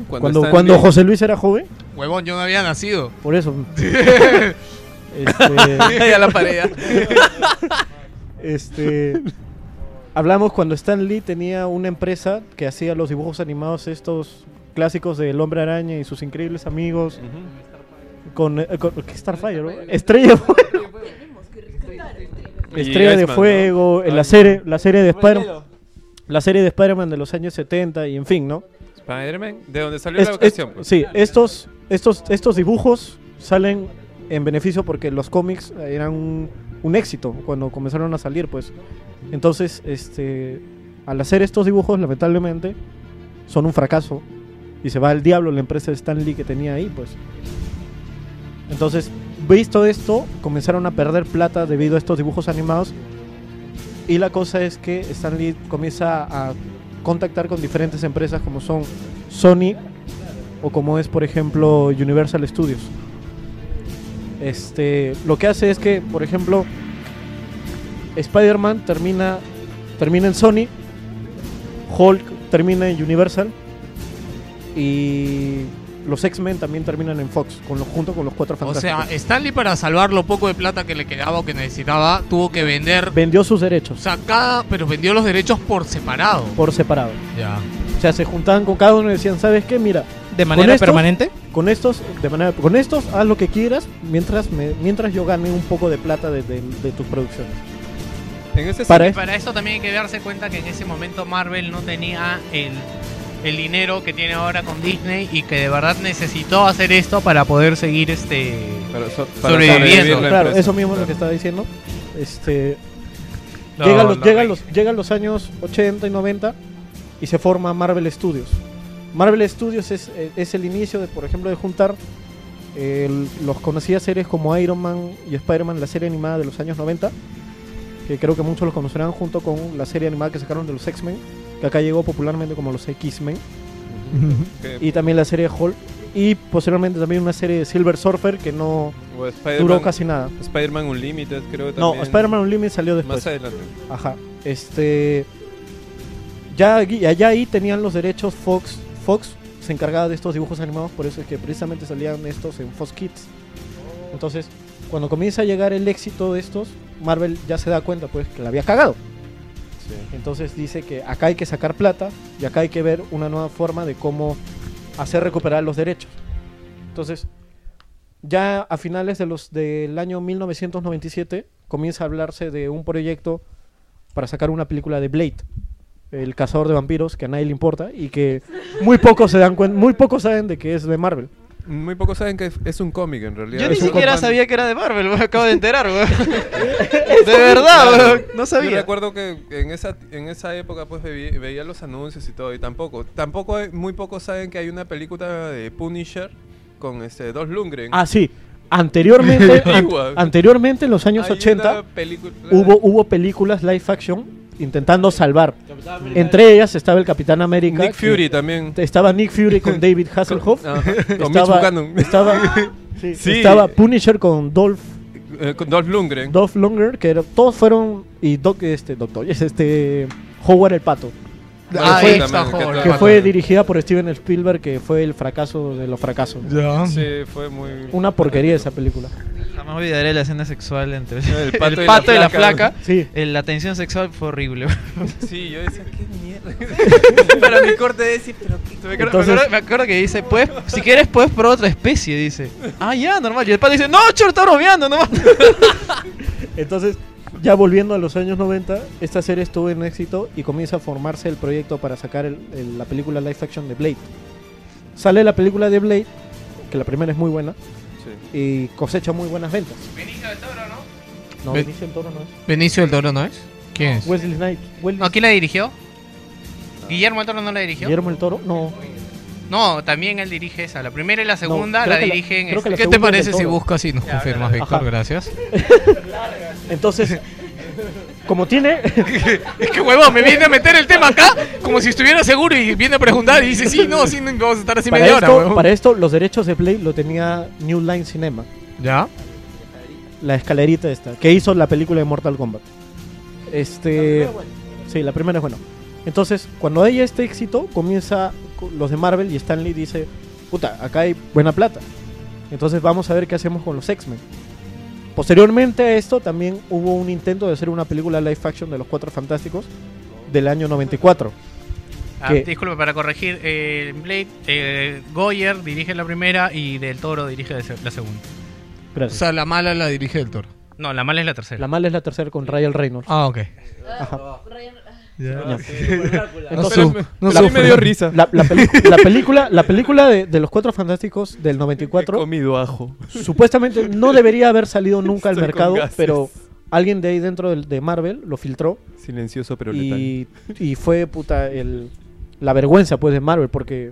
S12: cuando, cuando,
S2: Stan Lee-
S12: José Luis era joven.
S2: Huevón, yo no había nacido. [LAUGHS]
S12: Por eso.
S2: Ya la paré, ya.
S12: este. Hablamos cuando Stan Lee tenía una empresa que hacía los dibujos animados estos clásicos del Hombre Araña y sus increíbles amigos. Con, eh, con- ¿qué Starfire, ¿no? Estrella de Fuego.
S7: Y
S12: Estrella de
S7: Iceman,
S12: Fuego,
S7: ¿no?
S12: eh, la serie, la serie de Spider la serie de Spider-Man de los años 70 y en fin, ¿no?
S6: Spider-Man, de donde salió la
S12: Est- est-
S6: ocasión. pues.
S12: sí, estos, estos, estos dibujos salen en beneficio porque los cómics eran un, un éxito cuando comenzaron a salir, pues. Entonces, este, al hacer estos dibujos, lamentablemente, son un fracaso y se va al diablo la empresa de Stan Lee que tenía ahí, pues. Entonces, visto esto, comenzaron a perder plata debido a estos dibujos animados. Y la cosa es que Stan Lee comienza a contactar con diferentes empresas como son Sony o como es, por ejemplo, Universal Studios. Este, lo que hace es que, por ejemplo, Spider-Man termina, termina en Sony, Hulk termina en Universal y los X-Men también terminan en Fox, con los, junto con los cuatro
S2: O
S12: fantásticos.
S2: sea, Stanley para salvar lo poco de plata que le quedaba o que necesitaba, tuvo que vender.
S12: vendió sus derechos.
S2: O sea, cada- pero vendió los derechos por separado.
S12: por separado.
S2: Ya.
S12: O sea, se juntaban con cada uno y decían, ¿sabes qué? Mira.
S4: ¿De
S12: con
S4: manera permanente?
S12: Con estos, de manera, con estos, haz lo que quieras mientras, me- mientras yo gane un poco de plata de, de- de tus producciones.
S6: En ese
S11: Y para eso también hay que darse cuenta que en ese momento Marvel no tenía el el dinero que tiene ahora con Disney y que de verdad necesitó hacer esto para poder seguir este sobreviviendo.
S12: Claro, eso mismo es lo que estaba diciendo. Este,
S11: No,
S12: llega, a los,
S11: no,
S12: llega, a los, llega a los años 80 y 90 y se forma Marvel Studios. Marvel Studios es, eh, es el inicio, de, por ejemplo, de juntar eh, el- los conocidas series como Iron Man y Spider-Man, la serie animada de los años 90, que creo que muchos los conocerán junto con la serie animada que sacaron de los X-Men, que acá llegó popularmente como los X-Men,
S6: Ujú.
S12: y también la serie de Hulk, y posteriormente también una serie de Silver Surfer que no
S6: O Spider-Man-
S12: duró casi nada.
S6: Spider-Man Unlimited, creo que
S12: No,
S6: también.
S12: Spider-Man Unlimited salió después.
S6: Más adelante.
S12: Ajá. Este. Ya aquí- allá ahí tenían los derechos Fox. Fox se encargaba de estos dibujos animados, por eso es que precisamente salían estos en Fox Kids. Entonces, cuando comienza a llegar el éxito de estos, Marvel ya se da cuenta pues que la había cagado. Entonces dice que acá hay que sacar plata y acá hay que ver una nueva forma de cómo hacer recuperar los derechos. Entonces, ya a finales de los del año 1997 comienza a hablarse de un proyecto para sacar una película de Blade, el cazador de vampiros que a nadie le importa y que muy pocos se dan cuenta, muy pocos saben de que es de Marvel.
S6: Muy pocos saben que es- es un cómic en realidad.
S10: Yo
S6: Es
S10: ni
S6: un
S10: siquiera
S6: cómic.
S10: sabía que era de Marvel,
S12: [LAUGHS]
S10: weón, acabo de enterar, [LAUGHS] weón. De verdad,
S6: Claro.
S10: weón, no
S6: Yo
S10: sabía.
S6: recuerdo que en esa, en esa época pues veí- veía, los anuncios y todo, y tampoco, tampoco hay- muy pocos saben que hay una película de Punisher con este Dos Lundgren.
S12: Ah, sí.
S6: [LAUGHS]
S12: Anteriormente, an-
S6: Antigua.
S12: anteriormente en los años
S6: Hay una
S12: 80
S6: película-
S12: hubo, hubo películas live action intentando salvar. Entre ellas estaba el Capitán América.
S6: Nick
S12: que-
S6: Fury también.
S12: Estaba Nick Fury
S6: [LAUGHS]
S12: con David Hasselhoff. [LAUGHS]
S6: Ajá, con Mitch
S12: estaba,
S6: Buchanan.
S12: estaba,
S6: [LAUGHS] Sí.
S12: sí, estaba Punisher con Dolph,
S6: Eh, con Dolph Lundgren.
S12: Dolph Lundgren, que era- todos fueron y Doc, este, Doctor, este, Howard el Pato.
S6: Ah,
S12: que
S6: ahí está
S12: fue,
S6: Howard el
S12: que
S6: Pato.
S12: fue dirigida por Steven Spielberg, que fue el fracaso de los fracasos.
S6: Sí, fue muy...
S12: Una porquería esa película.
S10: Jamás olvidaré la escena sexual entre el
S6: pato
S10: pato,
S6: y la
S10: y la
S6: flaca.
S10: flaca.
S6: Sí.
S10: El- la tensión sexual fue horrible.
S6: [LAUGHS]
S10: weón.
S6: Sí, yo decía, qué mierda. Para mi corte de decir, pero qué...
S10: Me acuerdo, me acuerdo- me acuerdo que dice, pues, si quieres puedes probar otra especie, dice. Ah, ya, normal. Y el pato dice, no, chor, está bromeando, nomás.
S12: Entonces, ya volviendo a los años 90, esta serie estuvo en éxito y comienza a formarse el proyecto para sacar el- el- la película live action de Blade. Sale la película de Blade, que la primera es muy buena, y cosecha muy buenas ventas. No,
S11: Ve-
S12: Benicio del Toro no es.
S11: Benicio del Toro no es. ¿Quién es?
S12: Wesley Snipes. Wesley-
S11: ¿No, quién la dirigió? Guillermo del Toro no la dirigió.
S12: Guillermo el Toro, no.
S11: No, también él dirige esa. La primera y la segunda
S12: creo
S11: la
S12: que la-
S11: dirigen.
S12: creo que la
S11: este-
S2: ¿Qué te
S12: segunda es del
S2: parece si
S12: Toro.
S2: buscas y nos
S11: Ya,
S2: confirmas,
S11: claro.
S2: Víctor?
S11: Ajá. [LAUGHS]
S2: Gracias.
S12: [LAUGHS] Entonces, como tiene.
S2: es que huevón, me viene a meter el tema acá como si estuviera seguro y viene a preguntar y dice, sí, no, [LAUGHS] sí, no, vamos a estar así
S12: para,
S2: media hora,
S12: esto,
S2: huevón.
S12: para esto, los derechos de Blade lo tenía New Line Cinema.
S2: ¿Ya?
S12: La escalerita esta, que hizo la película de Mortal Kombat. Este. Sí, la primera es bueno. Entonces, cuando hay este éxito, comienza co- los de Marvel y Stan Lee dice: Puta, acá hay buena plata. Entonces, vamos a ver qué hacemos con los X-Men. Posteriormente a esto, también hubo un intento de hacer una película live action de los Cuatro Fantásticos del año 94.
S11: Ah,
S12: que-
S11: disculpe, para corregir, eh, Blade, eh, Goyer dirige la primera y Del Toro dirige la se- la segunda.
S2: O sea, la mala la dirige el toro.
S11: No, la mala es la tercera.
S12: La mala es la tercera con Ryan Reynolds.
S2: Ah, ok.
S12: Ajá.
S2: Ya.
S12: Ya.
S2: Sí, igual Drácula. No su- no sufre.
S12: la-
S2: A mí me dio risa.
S12: La, la pelicu- la película, la película de, de los Cuatro Fantásticos del 94.
S6: comido ajo.
S12: Supuestamente no debería haber salido nunca al
S6: Estoy
S12: mercado,
S6: con gases.
S12: pero alguien de ahí dentro del- de Marvel lo filtró.
S6: Silencioso pero
S12: y, y fue puta el, la vergüenza pues de Marvel porque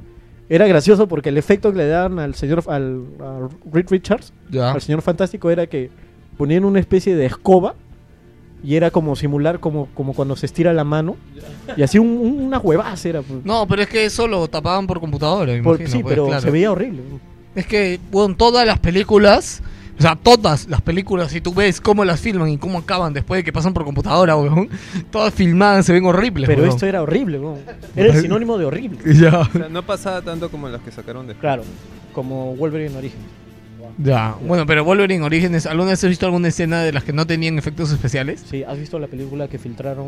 S12: era gracioso porque el efecto que le daban al señor al, a Reed Richards
S2: Ya.
S12: al señor fantástico era que ponían una especie de escoba y era como simular como, como cuando se estira la mano y así un- un- una huevaz era pues.
S2: No, pero es que eso lo tapaban por computadora, me
S12: Por-
S2: imagino,
S12: sí
S2: pues,
S12: pero
S2: claro.
S12: se veía horrible
S2: Es que, bueno, todas las películas, o sea, todas las películas, si tú ves cómo las filman y cómo acaban después de que pasan por computadora, weón, todas filmadas se ven horribles,
S12: pero
S2: weón.
S12: esto era horrible weón. era el sinónimo de horrible
S2: [LAUGHS] Ya.
S6: O sea, no pasaba tanto como las que sacaron después.
S12: Claro, como Wolverine en origen.
S2: Ya, bueno, pero Wolverine Orígenes, ¿alguna vez has visto alguna escena de las que no tenían efectos especiales?
S12: sí has visto la película que filtraron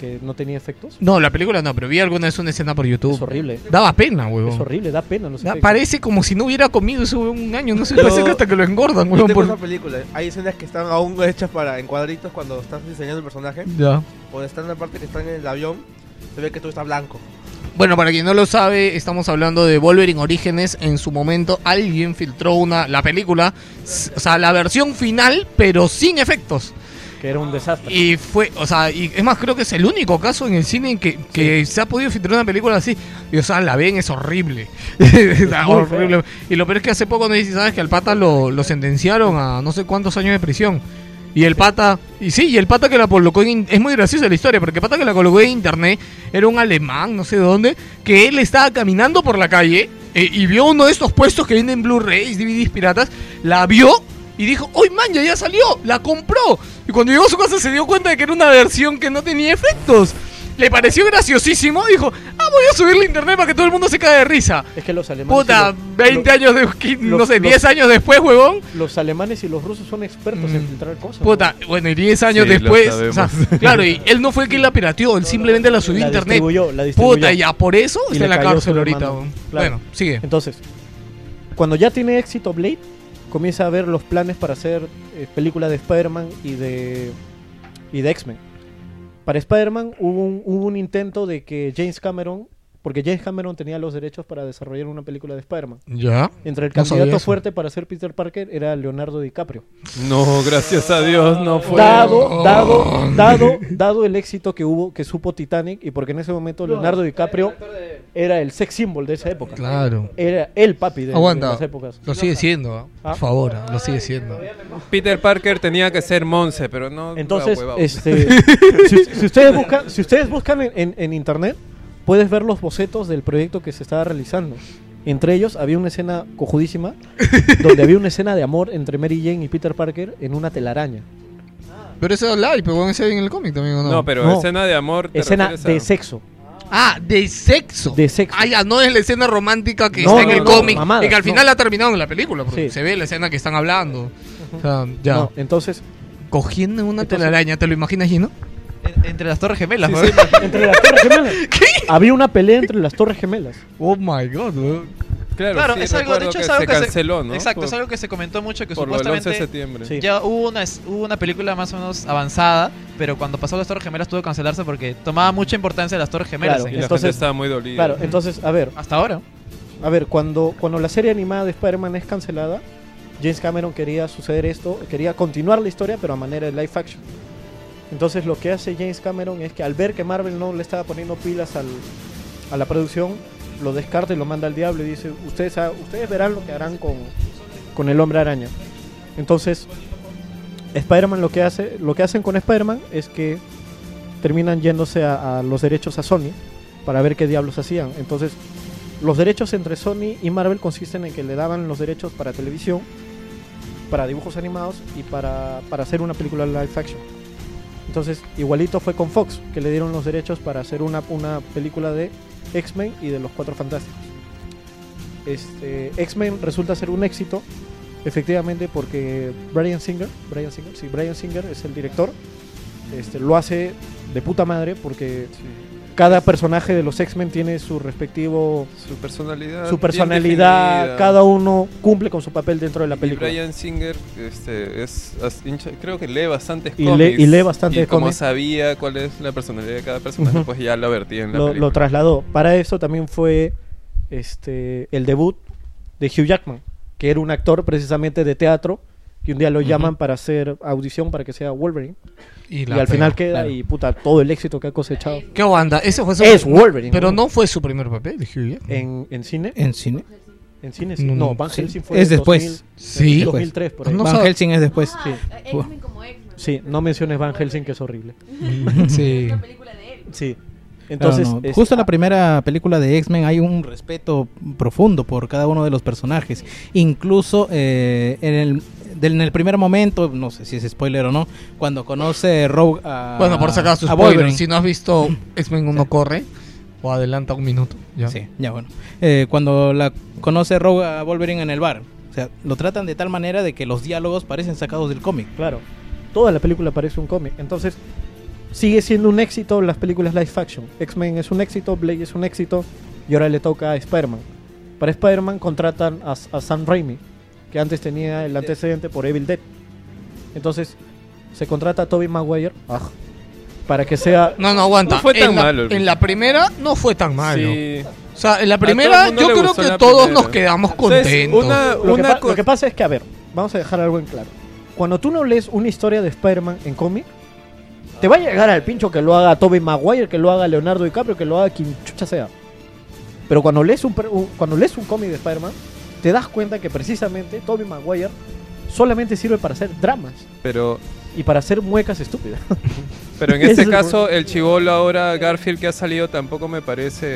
S12: que no tenía efectos
S2: No, la película no, pero vi alguna vez una escena por YouTube.
S12: Es horrible.
S2: Daba pena, weón.
S12: es horrible da pena los
S2: Da-
S12: efectos.
S2: parece como si no hubiera comido eso weón, un año, no sé,
S14: Yo-
S2: parece que hasta que lo engordan,
S14: Yo
S2: weón.
S14: tengo
S2: por-
S14: esa película. Hay escenas que están aún hechas para en cuadritos cuando estás diseñando el personaje.
S2: Ya.
S14: Cuando están en la parte que están en el avión, se ve que todo está blanco.
S2: Bueno, para quien no lo sabe, estamos hablando de Wolverine Orígenes. En su momento alguien filtró una, la película, s- o sea, la versión final, pero sin efectos.
S12: Que era un desastre.
S2: Y fue, o sea, y es más, creo que es el único caso en el cine en que, que se ha podido filtrar una película así. Y, o sea, la ven, es horrible. [LAUGHS] Está
S19: muy
S2: horrible. Y lo peor es que hace poco no dice, ¿sabes? Que al pata lo, lo sentenciaron a no sé cuántos años de prisión. Y el pata, y sí, y el pata que la colocó en. in- Es muy graciosa la historia, porque el pata que la colocó en internet era un alemán, no sé de dónde, que él estaba caminando por la calle eh, y vio uno de estos puestos que venden Blu-rays, DVDs piratas, la vio y dijo, ¡Uy, man, ya, ya salió! ¡La compró! Y cuando llegó a su casa se dio cuenta de que era una versión que no tenía efectos. Le pareció graciosísimo, dijo, ah, voy a subirle a internet para que todo el mundo se caiga de risa.
S12: Es que los alemanes.
S2: Puta,
S12: y los-
S2: 20 años de, qui- no
S12: los-
S2: sé,
S12: los-
S2: 10 años después, huevón. Mm.
S12: Los alemanes y los rusos son expertos en filtrar cosas.
S2: Puta, bueno, y 10 años
S12: Sí, lo
S2: después. o sea, [LAUGHS]
S12: sabemos.
S2: claro, y él no fue quien la pirateó, él simplemente la subió a
S12: La
S2: internet.
S12: distribuyó, la distribuyó.
S2: Puta, ya por eso
S12: Y
S2: está
S12: le
S2: en la
S12: cayó
S2: cárcel
S12: sobre
S2: ahorita.
S12: mano.
S2: weón.
S12: Claro.
S2: Bueno, sigue.
S12: Entonces, cuando ya tiene éxito Blade, comienza a ver los planes para hacer eh, películas de Spider-Man y de, y de X-Men. Para Spider-Man hubo un, hubo un intento de que James Cameron, porque James Cameron tenía los derechos para desarrollar una película de Spider-Man.
S2: Ya.
S12: Entre el
S2: No sabía
S12: candidato
S2: eso.
S12: fuerte para ser Peter Parker era Leonardo DiCaprio.
S6: No, gracias a Dios, no fue.
S12: Dado, dado, dado, dado el éxito que hubo, que supo Titanic, y porque en ese momento Leonardo DiCaprio era el sex symbol de esa época.
S2: Claro.
S12: Era el papi de, de
S2: Aguanta.
S12: esas épocas.
S2: Lo sigue siendo, ¿ah?
S12: Ah.
S2: por favor, ah, lo sigue siendo.
S6: Peter Parker tenía que ser Monse, pero no.
S12: Entonces,
S6: la hueva.
S2: [LAUGHS]
S12: este,
S6: [LAUGHS]
S12: si, si ustedes buscan, si ustedes buscan en, en- en internet, puedes ver los bocetos del proyecto que se estaba realizando. Entre ellos había una escena
S2: [LAUGHS]
S12: cojudísima, donde había una escena de amor entre Mary Jane y Peter Parker en una telaraña.
S2: Pero eso es live, pero bueno, ese en el cómic también, ¿o no?
S6: No, pero escena de amor. te
S12: Escena
S6: refieres a-
S12: de sexo.
S2: Ah, de sexo.
S12: De sexo.
S2: Ah, ya, no es la escena romántica que
S12: No,
S2: está en
S12: no,
S2: el
S12: no,
S2: cómic
S12: mamadas,
S2: y que al final
S12: no.
S2: la terminaron en la película, porque se ve la escena que están hablando. O sea, ya.
S12: No, entonces.
S2: Cogiendo una telaraña, ¿te lo imaginas, Gino?
S12: Entre las torres gemelas,
S2: Sí,
S12: ¿no? Entre las
S2: [LAUGHS]
S12: torres gemelas. Había una pelea entre las torres gemelas.
S2: Oh my god, weón.
S6: Claro,
S12: Claro,
S6: sí,
S12: es algo- de
S6: recuerdo
S12: hecho, es algo que se-
S6: canceló, ¿no?
S12: exacto, es
S6: Por-
S12: algo que se comentó mucho que
S6: por lo del 11
S12: supuestamente
S6: de septiembre.
S12: ya hubo una hubo una película más o menos avanzada, pero cuando pasó las Torres Gemelas tuvo que cancelarse porque tomaba mucha importancia las Torres Gemelas.
S6: Claro, Y la gente entonces- estaba muy dolida.
S12: Claro, entonces, a ver, hasta ahora. A ver, cuando cuando la serie animada de Spider-Man es cancelada, James Cameron quería suceder esto, quería continuar la historia pero a manera de live action. Entonces lo que hace James Cameron es que al ver que Marvel no le estaba poniendo pilas al- a la producción, lo descarta y lo manda al diablo y dice, ustedes, ha- ustedes verán lo que harán con, con el hombre araña. Entonces, Spider-Man lo que hace, lo que hacen con Spider-Man es que terminan yéndose a, a los derechos a Sony para ver qué diablos hacían. Entonces, los derechos entre Sony y Marvel consisten en que le daban los derechos para televisión, para dibujos animados y para, para hacer una película live action. Entonces, igualito fue con Fox, que le dieron los derechos para hacer una, una película de X-Men y de los Cuatro Fantásticos. Este, X-Men resulta ser un éxito, efectivamente, porque Brian Singer, Brian Singer, sí, Brian Singer es el director, este, lo hace de puta madre porque cada personaje de los X-Men tiene su respectivo
S6: Su personalidad.
S12: su
S6: bien
S12: personalidad,
S6: definida.
S12: cada uno cumple con su papel dentro de la
S6: Y
S12: película.
S6: Brian Singer este, es, as- hincha- creo que lee bastantes
S12: Y
S6: cómics.
S12: lee- y lee bastantes
S6: y como
S12: cómics.
S6: sabía cuál es la personalidad de cada personaje,
S12: Ujú.
S6: pues ya lo vertía en la
S12: lo,
S6: película.
S12: lo trasladó. Para eso también fue este el debut de Hugh Jackman, que era un actor precisamente de teatro, que un día lo llaman para hacer audición para que sea Wolverine.
S2: Y
S12: Y,
S2: la
S12: al
S2: pega,
S12: final queda
S2: claro.
S12: y puta todo el éxito que ha cosechado.
S2: ¿Qué onda? Ese fue su-
S12: Es Wolverine.
S2: Pero
S12: weón.
S2: no fue su primer papel, Hugh Jackman.
S12: ¿En, en cine?
S4: En cine.
S12: En cine, sí.
S2: No,
S12: No,
S2: no,
S12: Van
S2: Mm, sí.
S12: Helsing fue
S4: Es
S12: en
S4: después.
S12: 2000,
S4: Sí.
S12: en
S4: Después.
S12: 2003, por ahí.
S4: No Van sabe. Helsing es después. Ah, Sí. X-Men
S12: Sí, no menciones Van Helsing, que es horrible.
S4: [LAUGHS]
S2: sí.
S12: Sí.
S4: Claro,
S12: Entonces, este, ah,
S4: no.
S12: es-
S4: justo en la primera película de X-Men hay un respeto profundo por cada uno de los personajes. Incluso eh, en, el, del- en el primer momento, no sé si es spoiler o no, cuando conoce Rogue a.
S2: Bueno, por sacar sus
S4: a
S2: spoiler,
S4: Wolverine.
S2: si no has visto X-Men 1 corre o adelanta un minuto. Ya.
S4: Sí, ya bueno. Eh, cuando la conoce Rogue a Wolverine en el bar. O sea, lo tratan de tal manera de que los diálogos parecen sacados del cómic.
S12: Claro. toda la película parece un cómic. Entonces, sigue siendo un éxito las películas live action. X-Men es un éxito, Blade es un éxito, y ahora le toca a Spider-Man. Para Spider-Man contratan a, a Sam Raimi, que antes tenía el antecedente por Evil Dead. Entonces, se contrata a Tobey Maguire. aj, para que sea.
S2: No, no, aguanta.
S12: Ah. No fue tan
S2: en, la,
S12: malo el
S2: en la primera no fue tan malo.
S12: Sí.
S2: O sea, en la
S12: A todo el
S2: primera
S12: mundo
S2: yo
S12: le
S2: creo
S12: gustó
S2: que
S12: la
S2: todos
S12: primera.
S2: nos quedamos
S12: Entonces,
S2: contentos.
S12: una- lo, que pa- lo que pasa es que, a ver, vamos a dejar algo en claro. Cuando tú no lees una historia de Spider-Man en cómic, te va a llegar al pincho que lo haga Tobey Maguire, que lo haga Leonardo DiCaprio, que lo haga quien chucha sea. Pero cuando lees un, per- un- cuando lees un cómic de Spider-Man, te das cuenta que precisamente Tobey Maguire solamente sirve para hacer dramas
S6: Pero,
S12: y para hacer muecas estúpidas.
S6: pero
S12: [LAUGHS]
S6: en
S12: Ese
S6: este
S12: es el
S6: caso, el chivolo ahora, Garfield, que ha salido, tampoco me parece.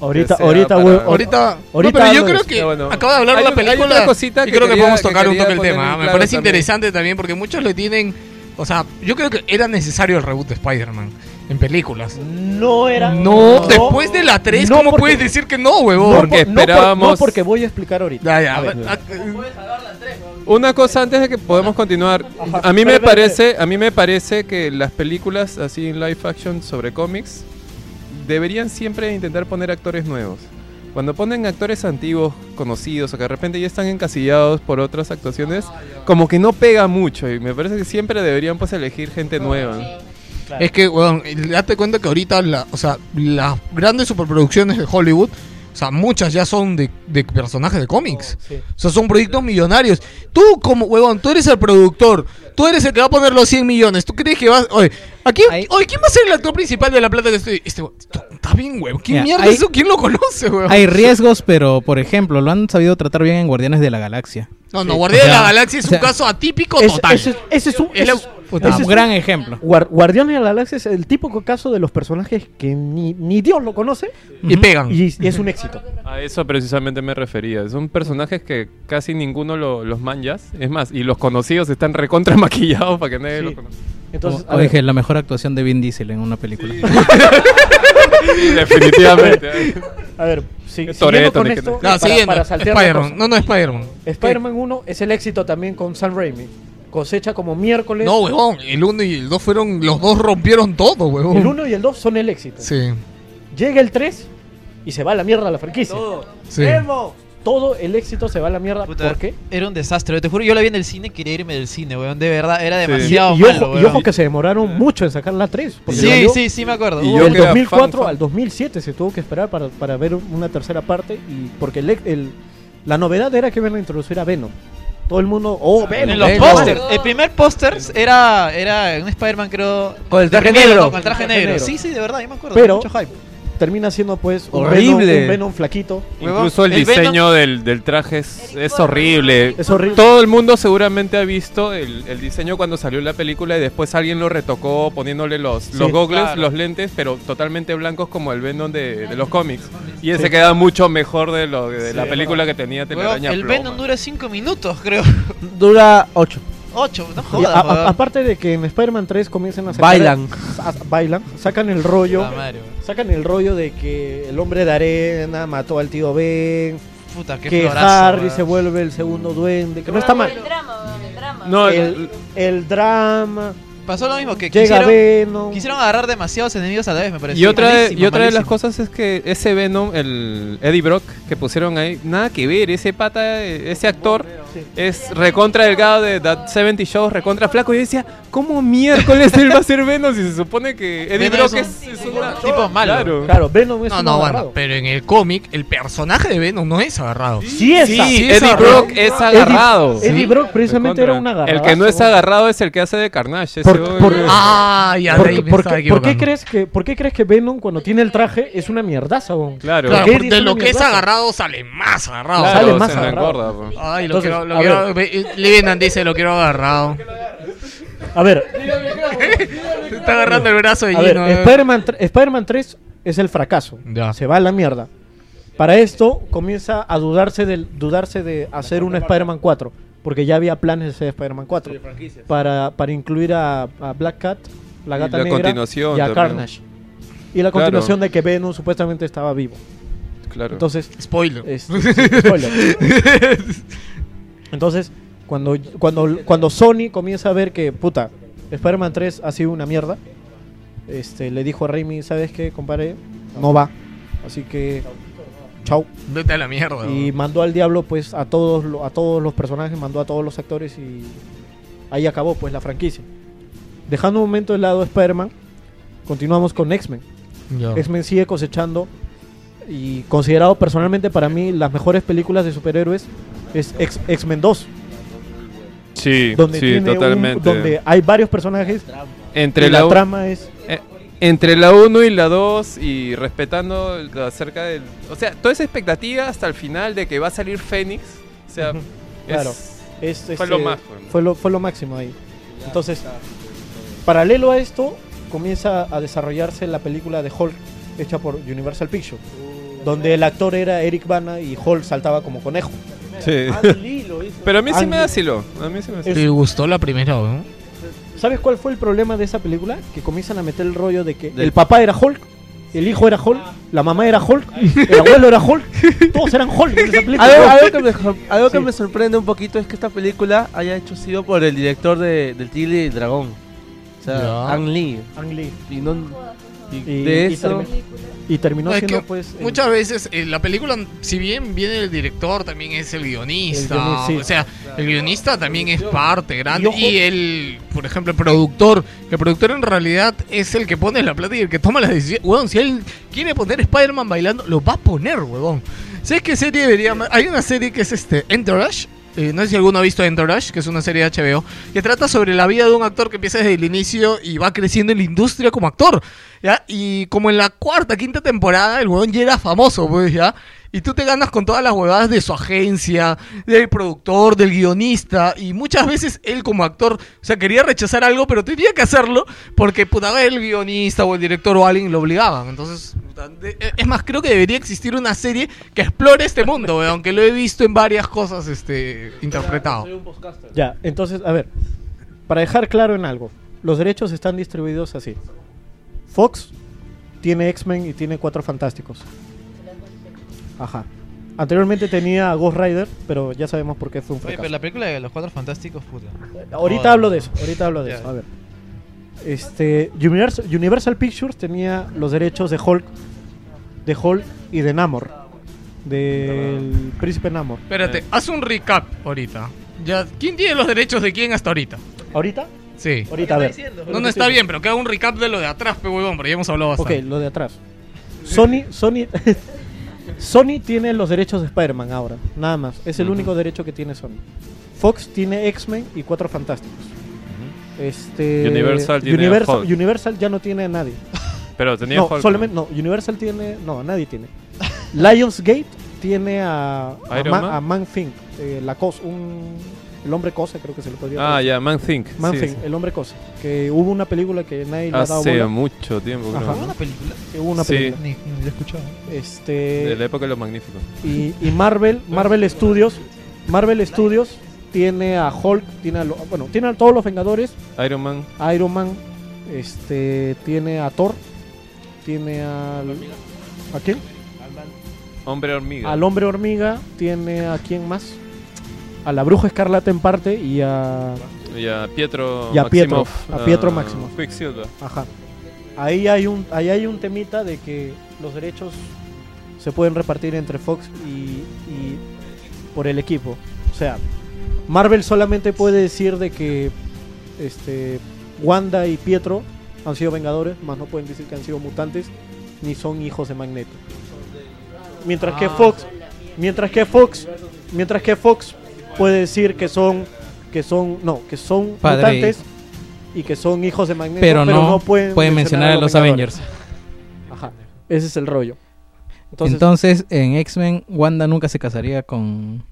S6: que
S12: Ahorita-
S6: sea
S12: ahorita,
S6: para-
S12: güey, ahorita- No, ahorita pero yo hablo de creo eso.
S2: que
S6: Ya, bueno.
S2: acabo de hablar de
S6: Hay
S2: la
S6: un- hay
S2: película
S6: otra cosita
S2: y creo que,
S6: quería-
S2: podemos tocar un
S6: quería
S2: toque el
S6: poner
S2: tema.
S6: en
S2: Ah, Me
S6: claro
S2: parece
S6: también.
S2: interesante también porque muchos le tienen... O sea, yo creo que era necesario el reboot de Spider-Man en películas.
S12: No era...
S2: No, después de la 3,
S12: no
S2: ¿cómo
S12: porque-
S2: puedes decir que no, huevón?
S12: No por- no por- no porque voy a explicar ahorita.
S2: Ya, ya.
S12: A ver.
S2: Ah,
S6: Una cosa antes de que podemos continuar,
S12: Ajá.
S6: a mí
S12: Espera,
S6: me
S12: espera,
S6: parece, a mí me parece que las películas así en live action sobre cómics deberían siempre intentar poner actores nuevos. Cuando ponen actores antiguos, conocidos o que de repente ya están encasillados por otras actuaciones, como que no pega mucho y me parece que siempre deberían pues elegir gente nueva.
S2: Es que, weón, date cuenta que ahorita, la- o sea, las grandes superproducciones de Hollywood, o sea, muchas ya son de, de personajes de cómics. O sea, son proyectos millonarios. Tú, como, huevón, tú eres el productor. Tú eres el que va a poner los 100 millones. ¿Tú crees que vas...? Oye, ¿a quién, oye, ¿quién va a ser el actor principal de La Plata que estoy...? Este, weón, tú- está bien, weón. ¿Quién
S20: Mira,
S2: mierda
S20: hay-
S2: es eso? ¿Quién lo conoce, weón?
S20: Hay riesgos, pero por ejemplo, lo han sabido tratar bien en Guardianes de la Galaxia.
S2: No, no,
S20: Sí.
S2: Guardián
S20: O
S2: de
S20: sea,
S2: la Galaxia es
S20: o sea,
S2: un caso atípico
S12: Ese-
S2: total.
S12: ese- ese es un-
S2: Es la-
S12: ese es-
S2: puta,
S12: ese es
S2: gran
S20: ejemplo.
S12: Guar- Guardianes de la Galaxia es el típico caso de los personajes que ni, ni Dios lo conoce.
S6: Y pegan.
S12: Y, y es un éxito.
S6: A eso precisamente me refería. Son personajes que casi ninguno lo- los manjas. Es más, y los conocidos están recontra [LAUGHS] maquillados para que nadie los conozca.
S12: Entonces,
S20: o- o dije, la mejor actuación de Vin Diesel en una [LAUGHS] película.
S6: Sí,
S20: [LAUGHS]
S6: definitivamente.
S12: A ver, sí,
S6: Toretto,
S12: siguiendo con
S6: ni que
S12: esto,
S6: no.
S12: para-
S2: No, siguiendo.
S12: para saltear
S2: Spider-Man.
S12: la cosa.
S2: No, no, Spider-Man.
S12: Spider-Man 1 es el éxito también con Sam Raimi. Cosecha como miércoles.
S2: No, huevón, el 1 y el 2 fueron... Los dos rompieron todo, huevón.
S12: El 1 y el 2 son el éxito.
S2: Sí.
S12: Llega el 3 y se va a la mierda la franquicia. Todo.
S2: Sí.
S12: Todo el éxito se va a la mierda. ¿Por qué?
S10: Era un desastre, te juro, yo la vi en el cine, quería irme del cine, weón, de verdad, era
S12: Sí.
S10: demasiado
S12: y, y
S10: malo,
S12: ojo, y
S10: weón.
S12: ojo que se demoraron mucho en sacar la 3. porque
S10: Sí,
S12: salió
S10: sí, sí me acuerdo. Y yo
S12: Del
S10: que era
S12: 2004
S10: fan, fan.
S12: al 2007 se tuvo que esperar para, para ver una tercera parte. y Porque el, el- la novedad era que iban a introducir a Venom. Todo el mundo, oh, Venom.
S10: Ah, En los
S12: Venom.
S10: pósters, el primer póster era, era un Spider-Man, creo.
S12: Con el traje
S10: primero,
S12: negro.
S10: no, Con el traje negro. Sí, sí, de verdad, yo me acuerdo.
S12: Pero
S10: mucho hype.
S12: termina siendo pues un
S6: Horrible.
S12: Venom, un Venom flaquito.
S6: Incluso el, diseño del, del traje es, es horrible.
S12: Es horrible.
S6: Todo el mundo seguramente ha visto el, el diseño cuando salió la película y después alguien lo retocó poniéndole los, los
S12: Sí,
S6: goggles,
S12: claro.
S6: los lentes, pero totalmente blancos como el Venom de, de los cómics. Y ese
S12: Sí.
S6: queda mucho mejor de, lo, de la
S10: Sí,
S6: película que
S10: verdad.
S6: tenía
S10: Weón,
S6: Telaraña
S10: el
S6: Ploma.
S10: Venom dura 5 minutos, creo. [LAUGHS]
S14: Dura 8.
S10: 8, no
S12: Y a-
S10: jodas,
S12: a-
S10: weón.
S12: aparte de que en Spider-Man 3 comienzan a sacar-
S14: Bailan.
S12: sa- bailan, sacan el rollo.
S10: Puta madre, weón.
S12: sacan el rollo de que el hombre de arena mató al tío Ben.
S10: Puta, qué
S12: que
S10: florazo,
S12: Harry
S10: weón.
S12: se vuelve el segundo duende. Que no está mal.
S5: El drama, weón, el drama.
S6: No,
S12: el, el drama.
S10: Pasó lo mismo que
S12: Llega
S10: quisieron,
S12: Venom.
S10: quisieron agarrar demasiados enemigos a la vez, me parece.
S6: Y otra, de,
S10: Malísimo,
S6: y otra de las
S10: malísimo.
S6: cosas es que ese Venom, el Eddie Brock que pusieron ahí, nada que ver, ese pata, eh, ese actor es recontra delgado de That 70 Shows, recontra flaco. Y yo decía, ¿cómo miércoles
S2: [LAUGHS]
S6: él va a ser Venom si se supone que Eddie
S10: Venom
S6: Brock
S10: es
S6: es,
S10: un-
S6: es una-
S10: tipo malo.
S6: Claro.
S12: Claro, Venom es
S2: No,
S12: un
S2: no,
S12: agarrado.
S2: bueno, pero en el cómic el personaje de Venom no es agarrado.
S12: Sí es a-
S6: Eddie Brock es agarrado.
S12: Eddie, Eddie Brock precisamente era un agarrado.
S6: El que no es agarrado es el que hace de Carnage. ese
S12: Por-
S6: güey.
S12: por-
S2: Ah, ya,
S12: ¿Por,
S2: de ahí me
S12: por-
S2: estaba
S12: por qué
S2: equivocando.
S12: crees que, ¿Por qué crees que Venom cuando tiene el traje es una mierdaza? weón?
S6: Claro.
S2: Claro,
S12: Eddie
S2: porque de
S12: una
S2: lo que es
S12: mierdaza.
S2: agarrado sale más agarrado.
S12: Claro, Sale más se lo agarrado.
S6: engorda, pues.
S2: Ay, lo
S12: Entonces,
S2: quiero, lo
S12: a
S2: quiero. ve- Livinan dice, lo quiero agarrado.
S12: A ver,
S2: Se está agarrando el brazo de
S12: A ver,
S2: Gino. eh.
S12: Spider-Man tr- Spider-Man 3 es el fracaso. Se va a la mierda. Para esto comienza a dudarse del dudarse de hacer un Spider-Man 4, porque ya había planes de hacer Spider-Man 4 para, para incluir a, a Black Cat, la
S6: Y
S12: gata
S6: la
S12: negra
S6: continuación
S12: y a
S6: también.
S12: Carnage. Y la
S6: Claro.
S12: continuación de que Venom supuestamente estaba vivo.
S6: Claro.
S12: Entonces,
S2: Spoiler.
S12: este, sí, spoiler.
S2: [LAUGHS]
S12: Entonces, cuando, cuando, cuando Sony comienza a ver que, puta, Spider-Man 3 ha sido una mierda, este, le dijo a Raimi, ¿sabes qué, compadre? No va. Así que, chau.
S2: Vete a la mierda.
S12: Y mandó al diablo, pues, a todos, lo- a todos los personajes, mandó a todos los actores y ahí acabó, pues, la franquicia. Dejando un momento de lado Spider-Man, continuamos con X-Men.
S4: Ya.
S12: X-Men sigue cosechando y considerado personalmente para mí las mejores películas de superhéroes es X- X-Men 2.
S6: Sí,
S12: donde
S6: sí,
S12: tiene un-
S6: totalmente.
S12: donde hay varios personajes
S6: entre
S12: y la,
S6: u-
S12: trama es
S6: eh, entre la 1 y la 2 y respetando el- acerca del... O sea, toda esa expectativa hasta el final de que va a salir Fénix. O sea, es-
S12: Claro. Es,
S6: fue
S12: este,
S6: lo más.
S12: Fue lo, fue lo máximo ahí. Entonces, paralelo a esto, comienza a desarrollarse la película de Hulk hecha por Universal Pictures, donde el actor era Eric Bana y Hulk saltaba como conejo.
S6: Sí. [LAUGHS] Pero a mí sí me da silo. Ah, A mí sí me da
S12: Es-
S2: ¿Te gustó la primera, weón?
S12: ¿Sabes cuál fue el problema de esa película? Que comienzan a meter el rollo de que
S2: Del-
S12: el papá era Hulk, el hijo era Hulk, la mamá era Hulk, el abuelo era Hulk, todos eran Hulk en
S2: [LAUGHS]
S12: esa película.
S14: Algo, algo que, me, sor- algo que
S12: Sí.
S14: me sorprende un poquito es que esta película haya hecho sido por el director de, del Tigre y el Dragón. O sea,
S12: Ya.
S14: Ang Lee.
S12: Ang Lee.
S14: Y, no- y
S12: Y-
S14: de
S12: y
S14: eso.
S12: termi- y terminó
S2: No, es
S12: siendo
S2: que
S12: pues el-
S2: muchas veces eh, la película, si bien viene el director, también es el guionista.
S12: El guionista, sí.
S2: O sea, el guionista también es parte grande. Y el, por ejemplo, el productor. El productor en realidad es el que pone la plata y el que toma las decisiones. Weón, si él quiere poner Spider-Man bailando, lo va a poner, weón. ¿Sabes qué serie debería.? Hay una serie que es este, Entourage. Eh, no sé si alguno ha visto Entourage, que es una serie de HBO, que trata sobre la vida de un actor que empieza desde el inicio y va creciendo en la industria como actor. ¿ya? Y como en la cuarta, quinta temporada, el huevón ya era famoso, pues, ¿ya? Y tú te ganas con todas las huevadas de su agencia, del productor, del guionista, y muchas veces él como actor, o sea, quería rechazar algo, pero tenía que hacerlo porque puta, el guionista o el director o alguien lo obligaban. Entonces, puta, de- eh, es más, creo que debería existir una serie que explore este mundo, weón, aunque lo he visto en varias cosas este, interpretado.
S12: Ya, entonces, a ver, para dejar claro en algo, los derechos están distribuidos así. Fox tiene X-Men y tiene Cuatro Fantásticos. Ajá. Anteriormente tenía a Ghost Rider, pero ya sabemos por qué fue un
S10: Oye,
S12: fracaso.
S10: pero la película de los cuatro fantásticos, puta. Oh.
S12: Ahorita
S10: Joder.
S12: hablo de eso, ahorita hablo de eso. A ver. Este, Universal, Universal Pictures tenía los derechos de Hulk, de Hulk y de Namor, del príncipe Namor.
S2: Espérate, haz un recap ahorita. Ya, ¿Quién tiene los derechos de quién hasta ahorita?
S12: ¿Ahorita?
S2: Sí.
S12: Ahorita, a ver.
S2: No, no está bien, pero que haga un recap de lo de atrás, pe huevón, pero ya hemos hablado
S12: Ok,
S2: bastante.
S12: lo de atrás. Sony, Sony, [LAUGHS] Sony tiene los derechos de Spider-Man ahora, nada más. Es el
S2: Ujú.
S12: único derecho que tiene Sony. Fox tiene X-Men y Cuatro Fantásticos. Este,
S6: Universal tiene
S12: Universal,
S6: Hulk.
S12: Universal ya no tiene a nadie.
S6: [LAUGHS] Pero tenía
S12: no,
S6: Hulk,
S12: solamente no. Universal tiene, no, a nadie tiene. Lionsgate tiene a a,
S6: Iron
S12: Man?
S6: Man?
S12: a Man Thing, eh, la cosa, un el hombre cosa, creo que se le podría.
S6: Ah,
S12: decir.
S6: ya, Man Thing,
S12: Man
S6: sí,
S12: Thing,
S6: sí.
S12: el hombre cosa, que hubo una película que nadie le ha dado
S6: Hace
S12: bola.
S6: mucho tiempo. creo,
S12: Ajá.
S6: ¿no?
S12: Que Hubo una
S6: Sí.
S12: película.
S10: Ni, ni lo he escuchado.
S12: Este.
S6: De la época de los magníficos.
S12: Y, y Marvel, Marvel Studios, Marvel Studios tiene a Hulk, tiene a lo- bueno, tiene a todos los Vengadores,
S6: Iron Man.
S12: a Iron Man, este, tiene a Thor, tiene al ¿a quién?
S6: Hombre hormiga.
S12: Al Hombre Hormiga, tiene a quién más? A la Bruja Escarlata en parte y a
S6: Y a Pietro
S12: y a Pietro,
S6: Maximoff,
S12: a Pietro
S6: ah,
S12: Maximoff.
S6: Quicksilver.
S12: Ajá. Ahí hay un ahí hay un temita de que los derechos se pueden repartir entre Fox y, y por el equipo. O sea, Marvel solamente puede decir de que este Wanda y Pietro han sido vengadores, más no pueden decir que han sido mutantes ni son hijos de Magneto. Mientras que
S22: Ah.
S12: Fox, mientras que Fox, mientras que Fox puede decir que son que son no, que son
S20: Padre e
S12: mutantes y que son hijos de Magneto,
S20: Pero no
S12: pueden,
S20: pueden mencionar a los
S12: Vengadores. Ajá. Ese es el rollo. Entonces,
S20: Entonces, en X-Men, Wanda nunca se casaría con.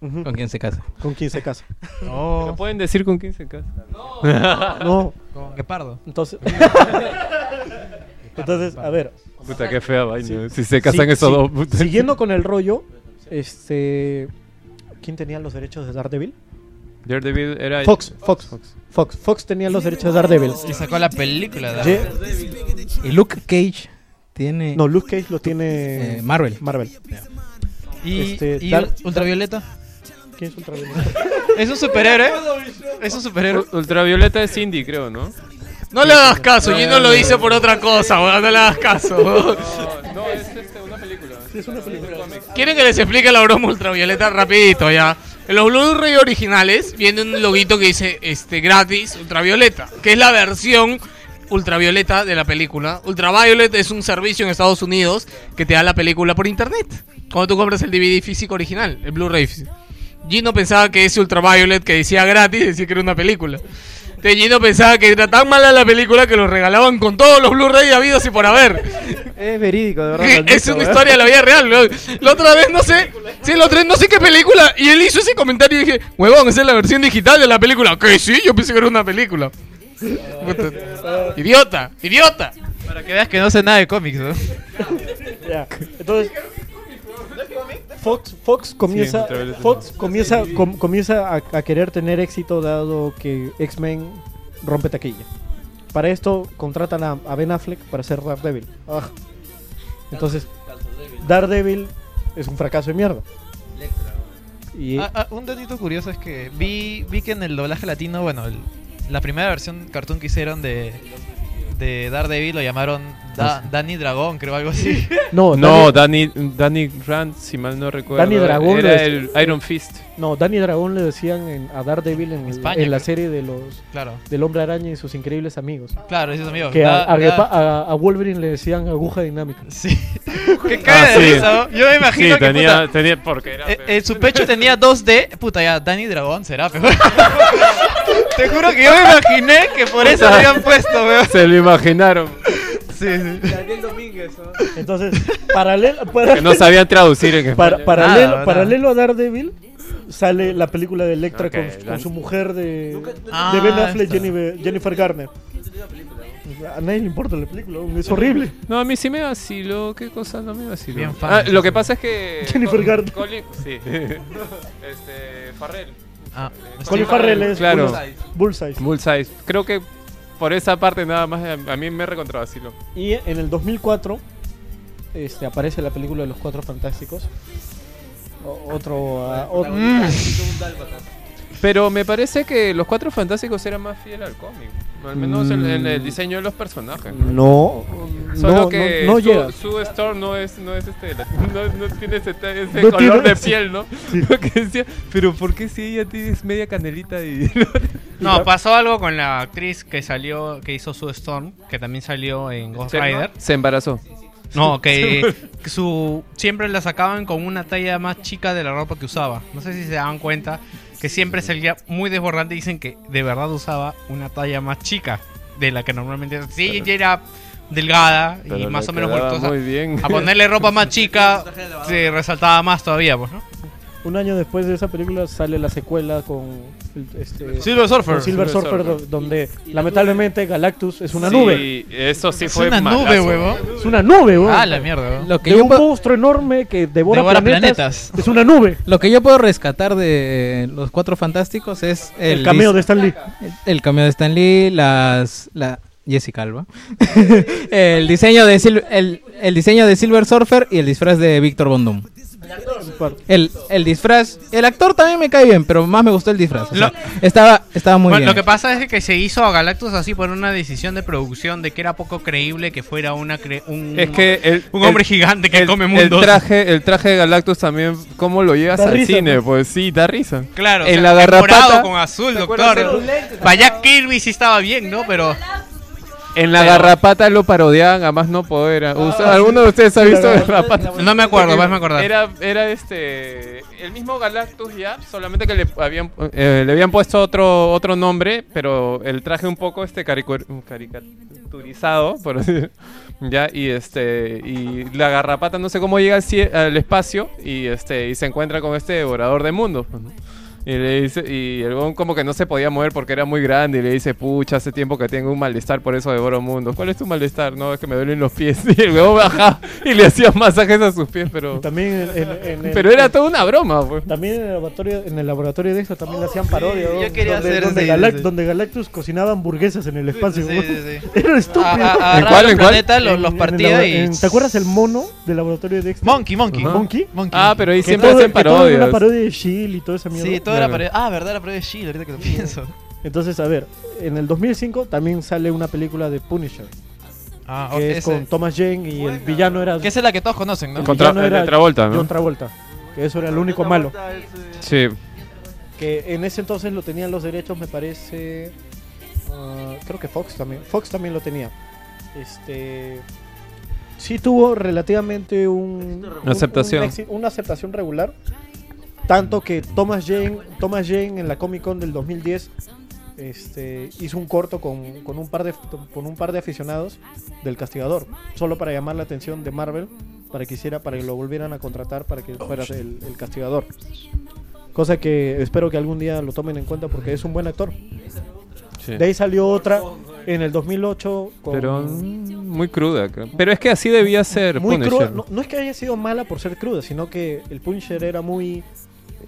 S12: Ujú.
S20: ¿Con quien se casa?
S12: con quién
S6: [LAUGHS]
S12: se casa.
S6: ¿Pero pueden decir con quién se casa? [LAUGHS]
S12: No.
S10: Con Gepardo.
S12: Entonces. Entonces, a ver.
S6: Puta, qué fea vaina. Si se casan esos dos, pues, [LAUGHS] puta.
S12: Siguiendo con el rollo, este. ¿Quién tenía los derechos de Daredevil?
S6: Daredevil era...
S12: Fox, Fox, Fox. Fox, Fox tenía los derechos de Daredevil.
S10: Y sacó la película de
S12: Ye-
S20: Y Luke Cage tiene.
S12: No, Luke Cage lo tiene.
S20: Eh, Marvel.
S12: Marvel.
S10: ¿Y,
S12: Este,
S10: y
S12: Dar-
S10: Ultravioleta?
S12: ¿Quién es Ultravioleta?
S10: [LAUGHS] ¿Es un superhéroe? ¿Es un superhéroe?
S6: U- Ultravioleta es indie, creo, ¿no?
S2: No le hagas caso, Gino lo dice por otra cosa, weón, no le hagas caso. weón.
S6: No, es este, una película.
S12: es una película.
S2: Pues, ¿Quieren que les explique la broma ultravioleta rapidito ya? En los Blu-ray originales viene un loguito que dice este gratis ultravioleta, que es la versión Ultravioleta de la película. Ultraviolet es un servicio en Estados Unidos que te da la película por internet. Cuando tú compras el DVD físico original, el Blu-ray físico. Gino pensaba que ese Ultraviolet que decía gratis decía que era una película. Entonces Gino pensaba que era tan mala la película que lo regalaban con todos los Blu-ray habidos y por haber.
S10: Es verídico, de verdad.
S2: Que [LAUGHS] es una historia de la vida real. weón. La otra vez no sé, sí, la otra vez no sé qué película y él hizo ese comentario y dije, huevón, esa es la versión digital de la película. ¿Qué? Sí, yo pensé que era una película. Puta. idiota, idiota.
S10: Para que veas que no sé nada de cómics, ¿no?
S12: Ya. Entonces, Fox, Fox comienza,
S10: Ultravioleta.
S12: Fox comienza, com- comienza a, a querer tener éxito dado que X-Men rompe taquilla. Para esto contratan a, a Ben Affleck para ser Daredevil. Ah. Entonces, Daredevil es un fracaso de mierda. Y
S10: Ah, ah, un datito curioso es que vi, vi que en el doblaje latino, bueno, el- la primera versión cartoon que hicieron de, de Daredevil lo llamaron Da- Danny Dragón, creo, algo así.
S12: Pues No,
S6: no Danny, Danny Rand, si mal no recuerdo.
S12: Danny Dragón
S6: Era
S12: le
S6: el
S12: decía-
S6: Iron Fist.
S12: No, Danny Dragón le decían en- a Daredevil en, el-
S10: España,
S12: en la
S10: creo.
S12: serie de los
S10: Claro.
S12: del Hombre Araña y sus increíbles amigos.
S10: Claro, esos amigos.
S12: Que a,
S10: Da-
S12: a-
S10: da-
S12: a- a Wolverine le decían aguja dinámica.
S10: Sí. Qué
S6: Ah,
S10: cara de risa, ¿no? Ah, Yo me imagino que puta, eh, eh, su pecho tenía 2D, puta ya, Danny Dragón
S12: [LAUGHS]
S10: será, pero Te juro que yo me imaginé que
S12: [LAUGHS]
S10: por eso le habían puesto, weón.
S6: Se lo imaginaron.
S10: Sí, sí.
S12: Entonces, paralelo. [LAUGHS] para-
S6: Que no sabían traducir en
S12: Para-
S6: español.
S12: paralelo,
S6: Nada,
S12: paralelo a Daredevil sale la película de Electra
S6: Ok,
S12: con- con,
S6: Dan-
S12: su mujer de,
S6: Ah,
S12: de Ben Affleck,
S6: esta.
S12: Jennifer, Jennifer Garner. A nadie le importa la película, es horrible.
S6: No, a mí sí me vaciló. ¿Qué cosa no me vaciló?
S12: Bien fan,
S6: Ah,
S12: eso
S6: lo que
S12: sí.
S6: pasa es que.
S12: Jennifer
S6: Col-
S12: Garner.
S6: Colin-
S12: [LAUGHS]
S6: sí. este. Farrell.
S10: Ah.
S6: Eh,
S12: Colin
S6: Colin
S12: Farrell es
S6: Claro.
S12: Bullseye. Bullseye.
S6: Bullseye. Creo que por esa parte nada más a a mí me recontravaciló.
S12: Y en el 2004 este, aparece la película de los Cuatro Fantásticos. O- otro. ah, ot-
S6: Mm.
S12: [LAUGHS]
S6: Pero me parece que los cuatro fantásticos eran más fieles al cómic. Al menos en, en el diseño de los personajes.
S12: Mm. No.
S6: Solo
S12: No,
S6: que
S12: no, no
S6: su,
S12: llega.
S6: su Storm no es, no es este, la- [LAUGHS] no, no tiene ese, ese
S12: No
S6: color
S12: tiene-
S6: de piel, ¿no? [LAUGHS] Lo que decía, pero ¿por qué si ella tiene- es media canelita y [LAUGHS]
S3: No, pasó algo con la actriz que salió, que hizo Sue Storm, que también salió en Ghost
S6: Se- ¿no?
S3: Rider.
S6: Se embarazó. [LAUGHS]
S3: No, que que su siempre la sacaban con una talla más chica de la ropa que usaba. No sé si se daban cuenta que siempre salía muy desbordante y dicen que de verdad usaba una talla más chica de la que normalmente sí ella era delgada y
S6: pero
S3: más
S6: le
S3: o menos
S6: quedaba
S3: voluptuosa.
S6: muy bien.
S3: A ponerle ropa
S6: [LAUGHS]
S3: más chica se resaltaba más todavía, pues, ¿no?
S12: Un año después de esa película sale la secuela con el- este,
S3: Silver Surfer.
S12: con Silver
S3: Silver
S12: Surfer, do-
S3: Surfer.
S12: donde lamentablemente Galactus es una
S6: Sí,
S12: nube.
S6: eso sí
S12: Es
S6: fue
S12: una nube,
S6: malazo.
S12: huevón. Es una nube, weón.
S10: Ah, la mierda, weón.
S12: Lo
S10: Lo
S12: que
S10: que
S12: de
S10: yo
S12: un
S10: pa-
S12: monstruo enorme que devora,
S10: Devora
S12: planetas,
S10: planetas.
S12: Es una nube.
S4: [LAUGHS] Lo que yo puedo rescatar de Los Cuatro Fantásticos es el,
S12: El cameo
S4: dis-
S12: de Stan Lee.
S4: El cameo de Stan Lee, las la Jessica Alba. [LAUGHS] el diseño de Sil- el, el diseño de Silver Surfer y el disfraz de Víctor Bondum. El, el disfraz, el actor también me cae bien, pero más me gustó el disfraz. o sea, estaba estaba muy
S3: Bueno,
S4: bien.
S3: lo que pasa es que se hizo a Galactus así por una decisión de producción de que era poco creíble que fuera una cre- un,
S6: Es que el-
S3: un hombre
S6: el-
S3: gigante que
S6: el-
S3: come
S6: El
S3: mundos.
S6: traje, el traje de Galactus también, ¿cómo lo llevas
S3: Da
S6: al
S3: risa,
S6: cine?
S3: ¿no?
S6: Pues sí, da risa.
S3: Claro, o
S6: en
S3: sea,
S6: la garrapata.
S3: morado con azul,
S6: acuerdas de
S3: doctor.
S6: los lentes?
S3: Vaya Kirby sí estaba bien, ¿no? Pero
S6: En la garrapata lo parodiaban a más no poder. Usa- ¿Alguno de ustedes ha
S3: Ah, Sí, la
S6: visto
S3: garrapata.
S6: garrapata?
S3: No me [LAUGHS] acuerdo, vas a acordar.
S6: Era, era este. El mismo Galactus ya, solamente que le habían, eh, le habían puesto otro, otro nombre, pero el traje un poco este caricu- caricaturizado, por así [LAUGHS] ya y este y la garrapata no sé cómo llega al, cie- al espacio y este y se encuentra con este devorador de mundos pues, ¿no? y le dice y el huevón como que no se podía mover porque era muy grande y le dice pucha hace tiempo que tengo un malestar por eso devoro mundos cuál es tu malestar no es que me duelen los pies [LAUGHS] y el huevón bajaba [LAUGHS] y le hacía masajes a sus pies pero
S12: también en- en el-
S6: pero era toda una broma pues.
S12: También en el laboratorio, en el laboratorio de esto también le hacían parodia.
S10: Oh, yo
S12: weón,
S10: quería
S12: donde,
S10: hacer
S12: donde,
S10: ese-
S12: Galac-
S10: ese.
S12: donde Galactus cocinaba hamburguesas en el espacio.
S10: sí,
S12: weón.
S10: sí, sí.
S12: [LAUGHS] Era estúpido.
S10: A- a- agarraba ¿En cuál, los en cuál? planetas, los- los
S12: el
S10: partía
S12: labo-
S10: y-
S12: ¿Te acuerdas el mono del laboratorio de Dexter?
S10: Monkey, Monkey.
S6: Ajá.
S12: Monkey.
S6: Ah, pero ahí
S12: Que
S6: siempre
S12: todo-
S6: hacen
S12: que todo era
S6: parodias.
S12: una parodia Este de Shield y toda esa mierda.
S10: Sí, todo era parodia. Ah, verdad, era parodia de Shield, ahorita que lo pienso.
S12: Entonces, a ver, en el 2005 también sale una película de Punisher.
S10: Ah,
S12: que
S10: ok,
S12: es
S10: ese.
S12: con Thomas Jane y el villano era.
S10: Que esa es la que todos conocen, ¿no?
S12: el
S10: Con
S12: villano
S10: Tra-
S12: era
S10: de Travolta, ¿no?
S12: John Travolta. Que eso era
S10: Ah,
S12: el único malo.
S6: sí
S12: Que en ese entonces lo tenían los derechos, me parece. ah, creo que Fox también. Fox también lo tenía. Este. Sí tuvo relativamente un,
S6: Una aceptación.
S12: un éxi- una aceptación regular. Tanto que Thomas Jane, Thomas Jane en la Comic Con del 2010 este, hizo un corto con, con un par de, con un par de aficionados del Castigador, solo para llamar la atención de Marvel, para que, hiciera, para que lo volvieran a contratar para que
S6: Oh,
S12: fuera el, el Castigador. Cosa que espero que algún día lo tomen en cuenta porque es un buen actor.
S6: Sí.
S12: De ahí salió otra en el 2008 con...
S6: Pero mm, muy cruda, creo. Pero es que así debía ser
S12: Muy
S6: Punisher.
S12: cruda. No, no es que haya sido mala por ser cruda, sino que el Punisher era muy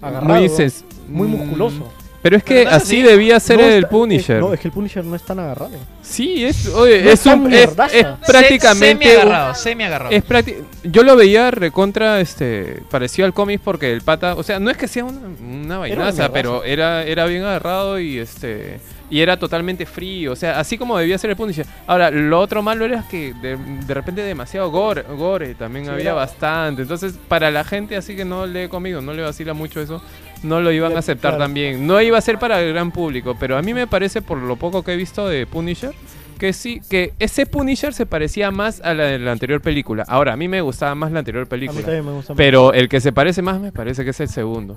S12: agarrado,
S6: Muy
S12: muy,
S6: sens-
S12: musculoso.
S6: mm, Pero es que
S12: Pero no es
S6: así
S12: así.
S6: debía ser
S12: No
S6: el
S12: está-
S6: Punisher.
S12: es- no, es que el Punisher no es tan agarrado.
S6: Sí, es, oye,
S12: No
S6: es,
S12: tan
S6: un, es,
S12: mierdaza.
S6: es
S12: Se-
S6: prácticamente.
S23: semi-agarrado,
S6: un-
S23: semi-agarrado.
S6: es prácti- Yo lo veía recontra, este, parecido al cómic porque el pata, o sea, no es que sea una, una vainaza,
S23: mierdaza.
S6: pero era, era bien agarrado y este, y era totalmente frío, o sea, así como debía ser el Punisher. Ahora, lo otro malo era que de, de repente demasiado gore, gore también
S12: Sí,
S6: había
S12: era-
S6: bastante, entonces para la gente así que no lee conmigo, no le vacila mucho eso. No lo iban a aceptar
S12: claro.
S6: también. No iba a ser para el gran público, pero a mí me parece, por lo poco que he visto de Punisher, que sí, que ese Punisher se parecía más a la de la anterior película. Ahora, a mí me gustaba más la anterior película.
S12: también me gusta más.
S6: pero el que se parece más me parece que es el segundo.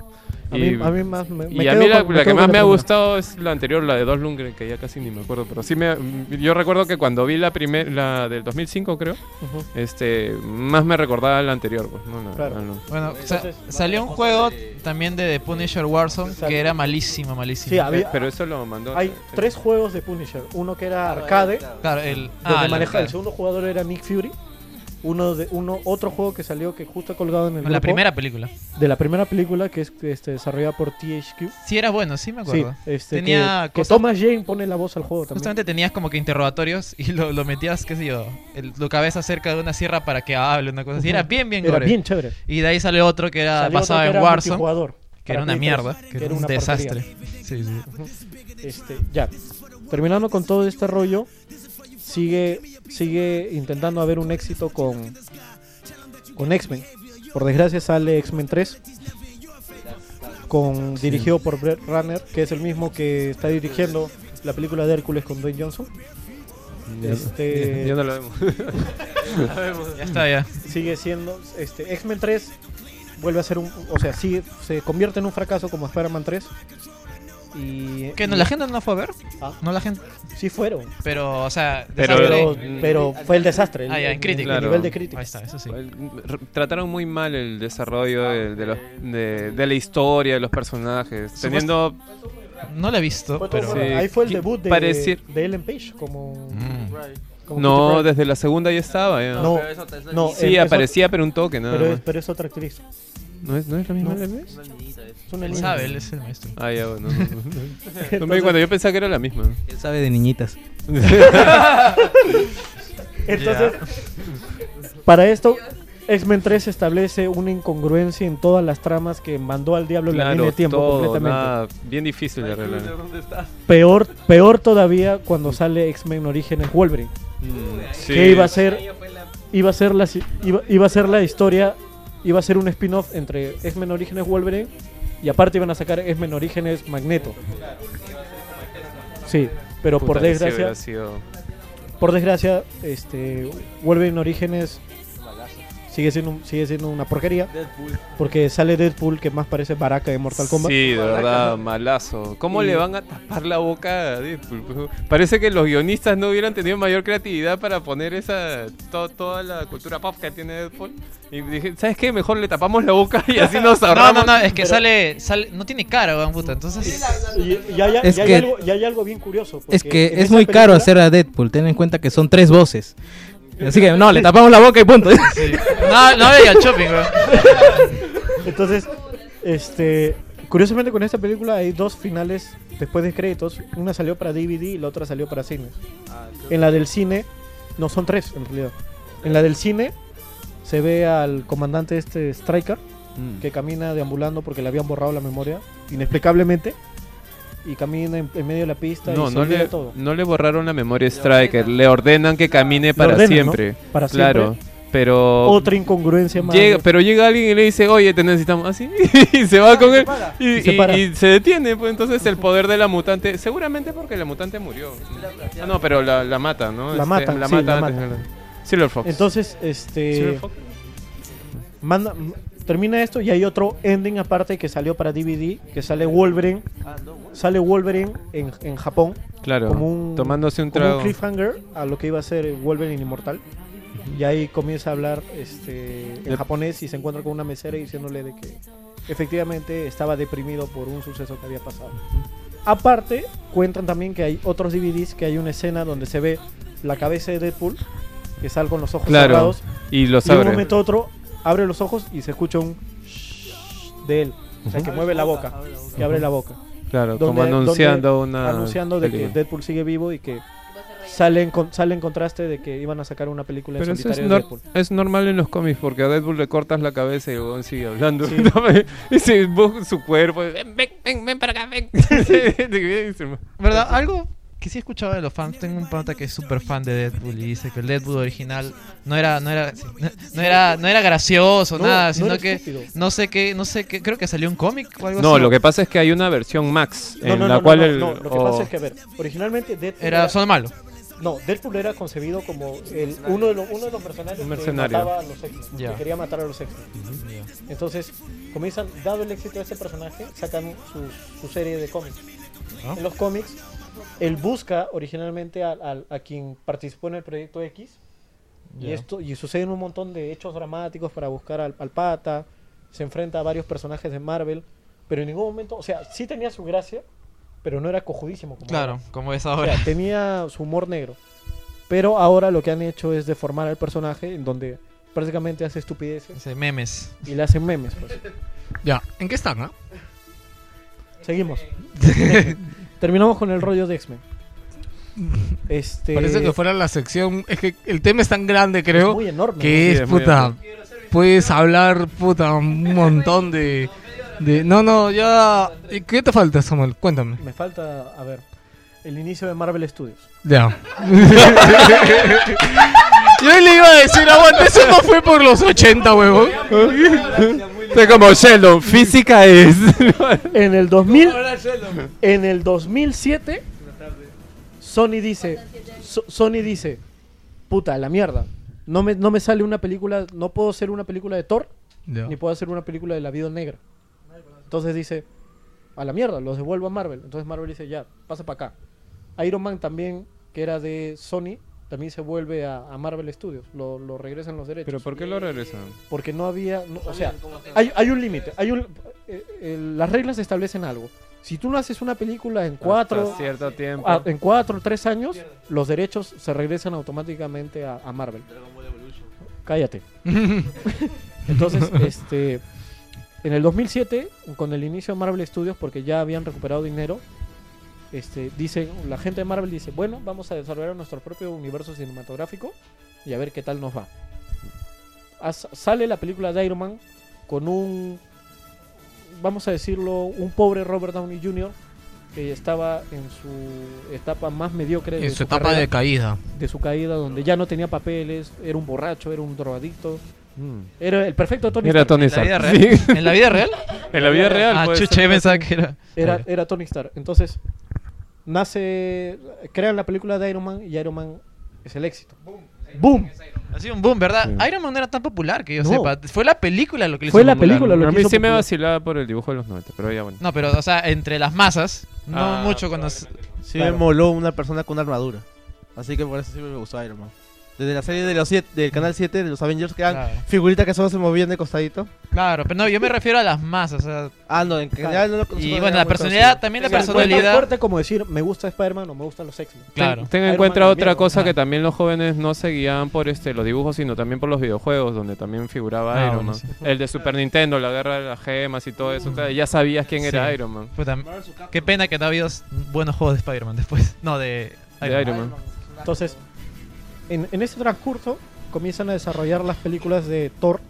S12: A mí- a mí más me-
S6: y
S12: me
S6: a
S12: quedo
S6: mí la, la
S12: con-
S6: que más
S12: me quedo con la
S6: me ha
S12: primera.
S6: gustado es la anterior, la de Dos Lundgren, que ya casi ni me acuerdo, pero sí me yo recuerdo que cuando vi la primer la del 2005 creo,
S12: Ujú.
S6: este más me recordaba la anterior, pues, no, la-
S12: Claro.
S6: la- no.
S23: Bueno, sa-
S12: Entonces,
S23: salió un juego también de The Punisher Warzone que era malísimo, malísimo.
S12: Sí, había-
S6: Pero eso lo mandó
S12: Hay tres juegos de Punisher. Uno que era arcade.
S23: Claro, el-
S12: donde
S23: ah, el
S12: maneja-
S23: arcade.
S12: el segundo jugador era Nick Fury. Uno de uno otro juego que salió que justo colgado en el
S23: La
S12: grupo,
S23: primera película.
S12: de la primera película que es este, desarrollada por THQ
S23: Sí, era bueno, sí me acuerdo.
S12: Sí, este,
S23: Tenía
S12: que, que
S23: cosas-
S12: Thomas Jane pone la voz al juego también
S23: Justamente tenías como que interrogatorios y lo, lo metías, qué sé yo, el- lo cabeza cerca de una sierra para que hable, una cosa así. Era bien, bien
S12: Era
S23: gore.
S12: bien chévere.
S23: Y de ahí salió otro que era
S12: Salió otro
S23: basado
S12: que
S23: en
S12: era
S23: Warzone,
S12: multijugador,
S23: que era
S12: para
S23: una
S12: Play tres,
S23: mierda, que, era un
S12: una porquería.
S23: desastre. Sí, sí.
S12: Ujú. Este, ya. Terminando con todo este rollo, sigue, sigue intentando haber un éxito con, con X-Men. Por desgracia sale X-Men 3, con, dirigido por Brett Runner, que es el mismo que está dirigiendo la película de Hércules con Dwayne Johnson.
S6: Ya-
S12: Este-
S6: [LAUGHS] ya no la vemos.
S12: La vemos.
S23: [LAUGHS] Ya está, ya.
S12: Sigue siendo. Este, X-Men 3 vuelve a ser un. O sea, sigue, se convierte en un fracaso como Spider-Man 3. Y,
S23: Que no, la gente no la fue a ver.
S12: Ah.
S23: No la gente.
S12: Sí fueron.
S23: Pero, o sea,
S6: Pero-
S23: desastre.
S6: Pero-
S12: pero fue el desastre, el-
S23: Ah, ya, en
S12: el-
S23: crítica.
S6: Claro.
S12: nivel de crítica.
S23: Ahí está, eso sí.
S6: R- Trataron muy mal el desarrollo de, de los- de- de la historia, de los personajes. Teniendo.
S23: No la he visto,
S12: Fue todo
S6: pero.
S12: bueno. Ahí fue el
S6: qui-
S12: debut de,
S6: parecir-
S12: de Ellen Page como. como Kitty
S6: Mm. No,
S12: Pryde.
S6: desde la segunda ya estaba. ya.
S12: No, no,
S6: sí,
S12: eh, eso-
S6: aparecía, pero un toque nada
S12: pero,
S6: más.
S12: es, pero es otra actriz.
S6: ¿No es, no es la misma Ellen Page?
S12: Es una
S23: Él
S12: niña.
S23: sabe, él es el maestro.
S6: Ah, ya, bueno. no,
S12: [LAUGHS]
S6: no, no. No me di
S12: Entonces-
S6: cuenta, yo pensaba que era la misma.
S20: Él sabe de
S3: [LAUGHS]
S20: niñitas.
S12: Entonces, para esto, X-Men 3 establece una incongruencia en todas las tramas que mandó al diablo la línea
S6: Claro,
S12: de tiempo
S6: todo,
S12: completamente.
S6: nada, bien difícil de arreglar.
S12: Peor, peor todavía cuando sale X-Men Orígenes Wolverine.
S6: Mm, sí.
S12: Que iba a ser. Iba a ser la si- iba, iba a ser la historia. Iba a ser un spin-off entre X-Men Orígenes Wolverine. Y aparte iban a sacar X-Men Orígenes Magneto. Sí, pero
S6: Puta,
S12: por
S6: que sí
S12: desgracia.
S6: hubiera sido-
S12: Por desgracia, este. Wolverine Orígenes. Sigue siendo, un- sigue siendo una porquería. Porque sale Deadpool, que más parece Baraka de Mortal Kombat.
S6: Sí, de verdad, malazo. ¿Cómo
S12: Y-
S6: le van a tapar la boca a Deadpool? Parece que los guionistas no hubieran tenido mayor creatividad para poner esa to- toda la cultura pop que tiene Deadpool. Y dije, ¿sabes qué? Mejor le tapamos la boca y así
S23: [LAUGHS]
S6: nos
S23: No,
S6: ahorramos.
S23: no, no, es que sale, sale. No tiene cara, weón, puta. Entonces.
S12: Y, y hay,
S20: Es
S12: y hay
S20: que-
S12: algo, y hay algo bien curioso.
S20: Es
S12: porque
S20: que
S12: en
S20: es
S12: esa
S20: muy caro
S12: película-
S20: hacer
S12: [LAUGHS]
S20: a Deadpool. Ten en cuenta que son tres voces. Así que no, le tapamos la boca y punto.
S23: No, no vaya al shopping, weón.
S12: [LAUGHS] Entonces, este, curiosamente con esta película hay dos finales después de créditos. Una salió para DVD y la otra salió para cine. En la del cine, no son tres en realidad. En la del cine se ve al comandante este Striker
S6: Mm.
S12: que camina deambulando porque le habían borrado la memoria inexplicablemente y camina en, en medio de la pista
S6: No,
S12: y se
S6: no
S12: olvida
S6: le,
S12: todo.
S6: no le borraron la memoria Striker, le ordenan que camine para
S12: ordenan, ¿no?
S6: siempre.
S12: Para
S6: claro.
S12: siempre.
S6: Pero.
S12: Otra incongruencia más.
S6: Llega, pero llega alguien y le dice, oye, te necesitamos así. [LAUGHS] y Ah, se va con él. Y,
S12: Y se
S6: y-
S12: para.
S6: y se detiene. Pues entonces el poder de la mutante. Seguramente porque la mutante murió. Ah, no, pero la, la mata, ¿no?
S12: La
S6: Este,
S12: mata,
S6: La
S12: sí,
S6: mata.
S12: la
S6: antes
S12: mata.
S6: de la- Silver Fox.
S12: Entonces,
S6: Silver
S12: este.
S6: Fox.
S12: Manda, m- termina esto y hay otro ending aparte que salió para DVD, que sale Wolverine. Sale Wolverine en, en Japón.
S6: Claro,
S12: Como un,
S6: tomándose un
S12: como
S6: trago.
S12: cliffhanger a lo que iba a ser Wolverine Inmortal. Y ahí comienza a hablar este, en
S6: De-
S12: japonés y se encuentra con una mesera diciéndole de que efectivamente estaba deprimido por un suceso que había pasado. Aparte, cuentan también que hay otros DVDs que hay una escena donde se ve la cabeza de Deadpool que sale con los ojos
S6: Claro,
S12: cerrados
S6: y los
S12: de un
S6: abre.
S12: momento a otro abre los ojos y se escucha un de él, o sea, que mueve la boca, que abre la boca.
S6: Claro, como anunciando una
S12: anunciando de que
S6: película.
S12: Deadpool sigue vivo y que sale en, con- sale en contraste de que iban a sacar una película en
S6: Pero eso es,
S12: solitario de
S6: nor-
S12: Deadpool.
S6: es normal en los cómics porque a Deadpool le cortas la cabeza y el huevón sigue hablando. [LAUGHS] y se busca su cuerpo. Ven, ven, ven, ven para acá, ven. [LAUGHS]
S23: ¿Verdad? Algo que sí he escuchado de los fans. Tengo un pata que es súper fan de Deadpool y dice que el Deadpool original no era, no era, no, no era, no era gracioso,
S12: No,
S23: nada,
S12: no
S23: sino
S12: era
S23: que
S12: estúpido.
S23: no sé qué, no sé qué, creo que salió un cómic o algo
S6: No,
S23: así.
S6: lo que pasa es que hay una versión Max
S12: No,
S6: en
S12: no,
S6: la
S12: no,
S6: cual
S12: no,
S6: el.
S12: no, lo que
S6: o- [LAUGHS]
S12: pasa es que, a ver, originalmente Deadpool
S23: Era- son malo.
S12: No, Deadpool era concebido como el, uno, de los, uno de los personajes
S6: Un
S12: que
S6: mercenario.
S12: mataba a los X-Men,
S6: Ya.
S12: que quería matar a los X-Men. Entonces, comienzan, dado el éxito de este personaje, sacan su, su serie de cómics.
S23: Ah.
S12: En los cómics, él busca originalmente a, a- a quien participó en el proyecto X, y
S23: Ya.
S12: esto y suceden un montón de hechos dramáticos para buscar al, al pata, se enfrenta a varios personajes de Marvel, pero en ningún momento, o sea, sí tenía su gracia, pero no era cojudísimo como
S23: Claro,
S12: ahora.
S23: como es
S12: O sea,
S23: ahora.
S12: tenía su humor negro. Pero ahora lo que han hecho es deformar al personaje en donde prácticamente hace estupideces.
S23: Hace memes.
S12: Y le hacen memes,
S23: [LAUGHS]
S12: pues.
S2: Ya, ¿en qué están, ah? [LAUGHS]
S12: Seguimos. [LAUGHS] Terminamos con el rollo de X-Men. Este...
S2: Parece que fuera la sección. Es que el tema es tan grande, creo.
S12: Es muy enorme.
S2: Que
S12: Sí,
S2: es,
S12: es muy
S2: puta. Puedes hablar, puta, un montón de. de- no, no, ya. ¿y ¿Qué te falta, Samuel? Cuéntame.
S12: Me falta, a ver, el inicio de Marvel
S23: [LAUGHS]
S12: Studios. [LAUGHS]
S2: Ya. Yo le iba a decir, aguanta, eso no fue por los 80, huevón.
S6: Estoy como Sheldon, física [LAUGHS] es.
S12: en el 2000 en el 2007 Sony dice So- Sony dice puta la mierda no me, no me sale una película no puedo hacer una película de Thor
S2: Ya.
S12: ni puedo hacer una película de la vida negra entonces dice a la mierda los devuelvo a Marvel entonces Marvel dice ya pasa para acá Iron Man también que era de Sony también se vuelve a, a Marvel Studios lo, lo regresan los derechos
S6: ¿Pero por qué lo regresan?
S12: porque no había, no- o sea, hay, hay un límite, hay un, eh, eh, las reglas establecen algo. Si tú no haces una película en cuatro,
S6: cierto tiempo.
S12: a- en cuatro o tres años, los derechos se regresan automáticamente a, a Marvel. Cállate. Entonces, este, en el 2007, con el inicio de Marvel Studios, porque ya habían recuperado dinero, este, dicen, la gente de Marvel dice, bueno, vamos a desarrollar nuestro propio universo cinematográfico y a ver qué tal nos va. As- sale la película de Iron Man con un, vamos a decirlo, un pobre Robert Downey Jr. que estaba en su etapa más mediocre.
S2: En
S12: de
S2: su etapa de caída.
S12: De su caída, donde ya no tenía papeles, era un borracho, era un drogadicto. Era el perfecto Tony
S6: Mm. Era
S12: Stark.
S6: Tony ¿En la vida Stark, real? sí. ¿En la vida real? [LAUGHS] En la vida real,
S23: Ah,
S12: pues.
S23: chucha, yo pensaba que era-
S12: Era, era Tony Stark. Entonces, nace. Crean la película de Iron Man y Iron Man es el éxito. ¡Boom!
S23: Ha sido un boom, ¿verdad?
S12: Sí.
S23: Iron Man no era tan popular que yo
S12: No.
S23: sepa. Fue la película lo que le
S12: Fue
S23: hizo
S12: la
S23: popular,
S12: película
S23: ¿no?
S6: a mí sí me vacilaba por el dibujo de los 90, pero ya bueno.
S23: No, pero, o sea, entre las masas, no
S6: Ah,
S23: mucho cuando... se-
S14: Sí me moló una persona con una armadura. Así que por eso siempre me gustó Iron Man. Desde la serie de los siete- del canal 7 de los Avengers que eran
S23: Claro.
S14: figuritas que solo se movían de costadito.
S23: Claro, pero no, yo me refiero a las masas.
S14: Ah, no, en general no lo conocí
S23: Y
S14: cuando
S23: bueno,
S14: era
S23: la
S14: muy
S23: personalidad,
S14: conocido.
S23: también la
S12: Tengan en cuenta,
S23: personalidad.
S12: fuerte como decir, me gusta Spider-Man o me gustan los X-Men.
S6: Ten- Tenga en
S12: Iron
S6: cuenta
S12: Man
S6: otra
S12: también,
S6: cosa
S12: ¿no?
S6: que también los jóvenes no se guían por este los dibujos, sino también por los videojuegos, donde también figuraba
S23: Ah,
S6: Iron
S23: bueno,
S6: Man.
S23: sí.
S6: El de Super Nintendo, la guerra de las gemas y todo eso. o sea, ya sabías quién era
S23: Sí.
S6: Iron Man.
S23: Puta, qué pena que no ha habido s- buenos juegos de Spider-Man después. No, de
S6: De Iron Man.
S12: Entonces, en, en ese transcurso comienzan a desarrollar las películas de Thor.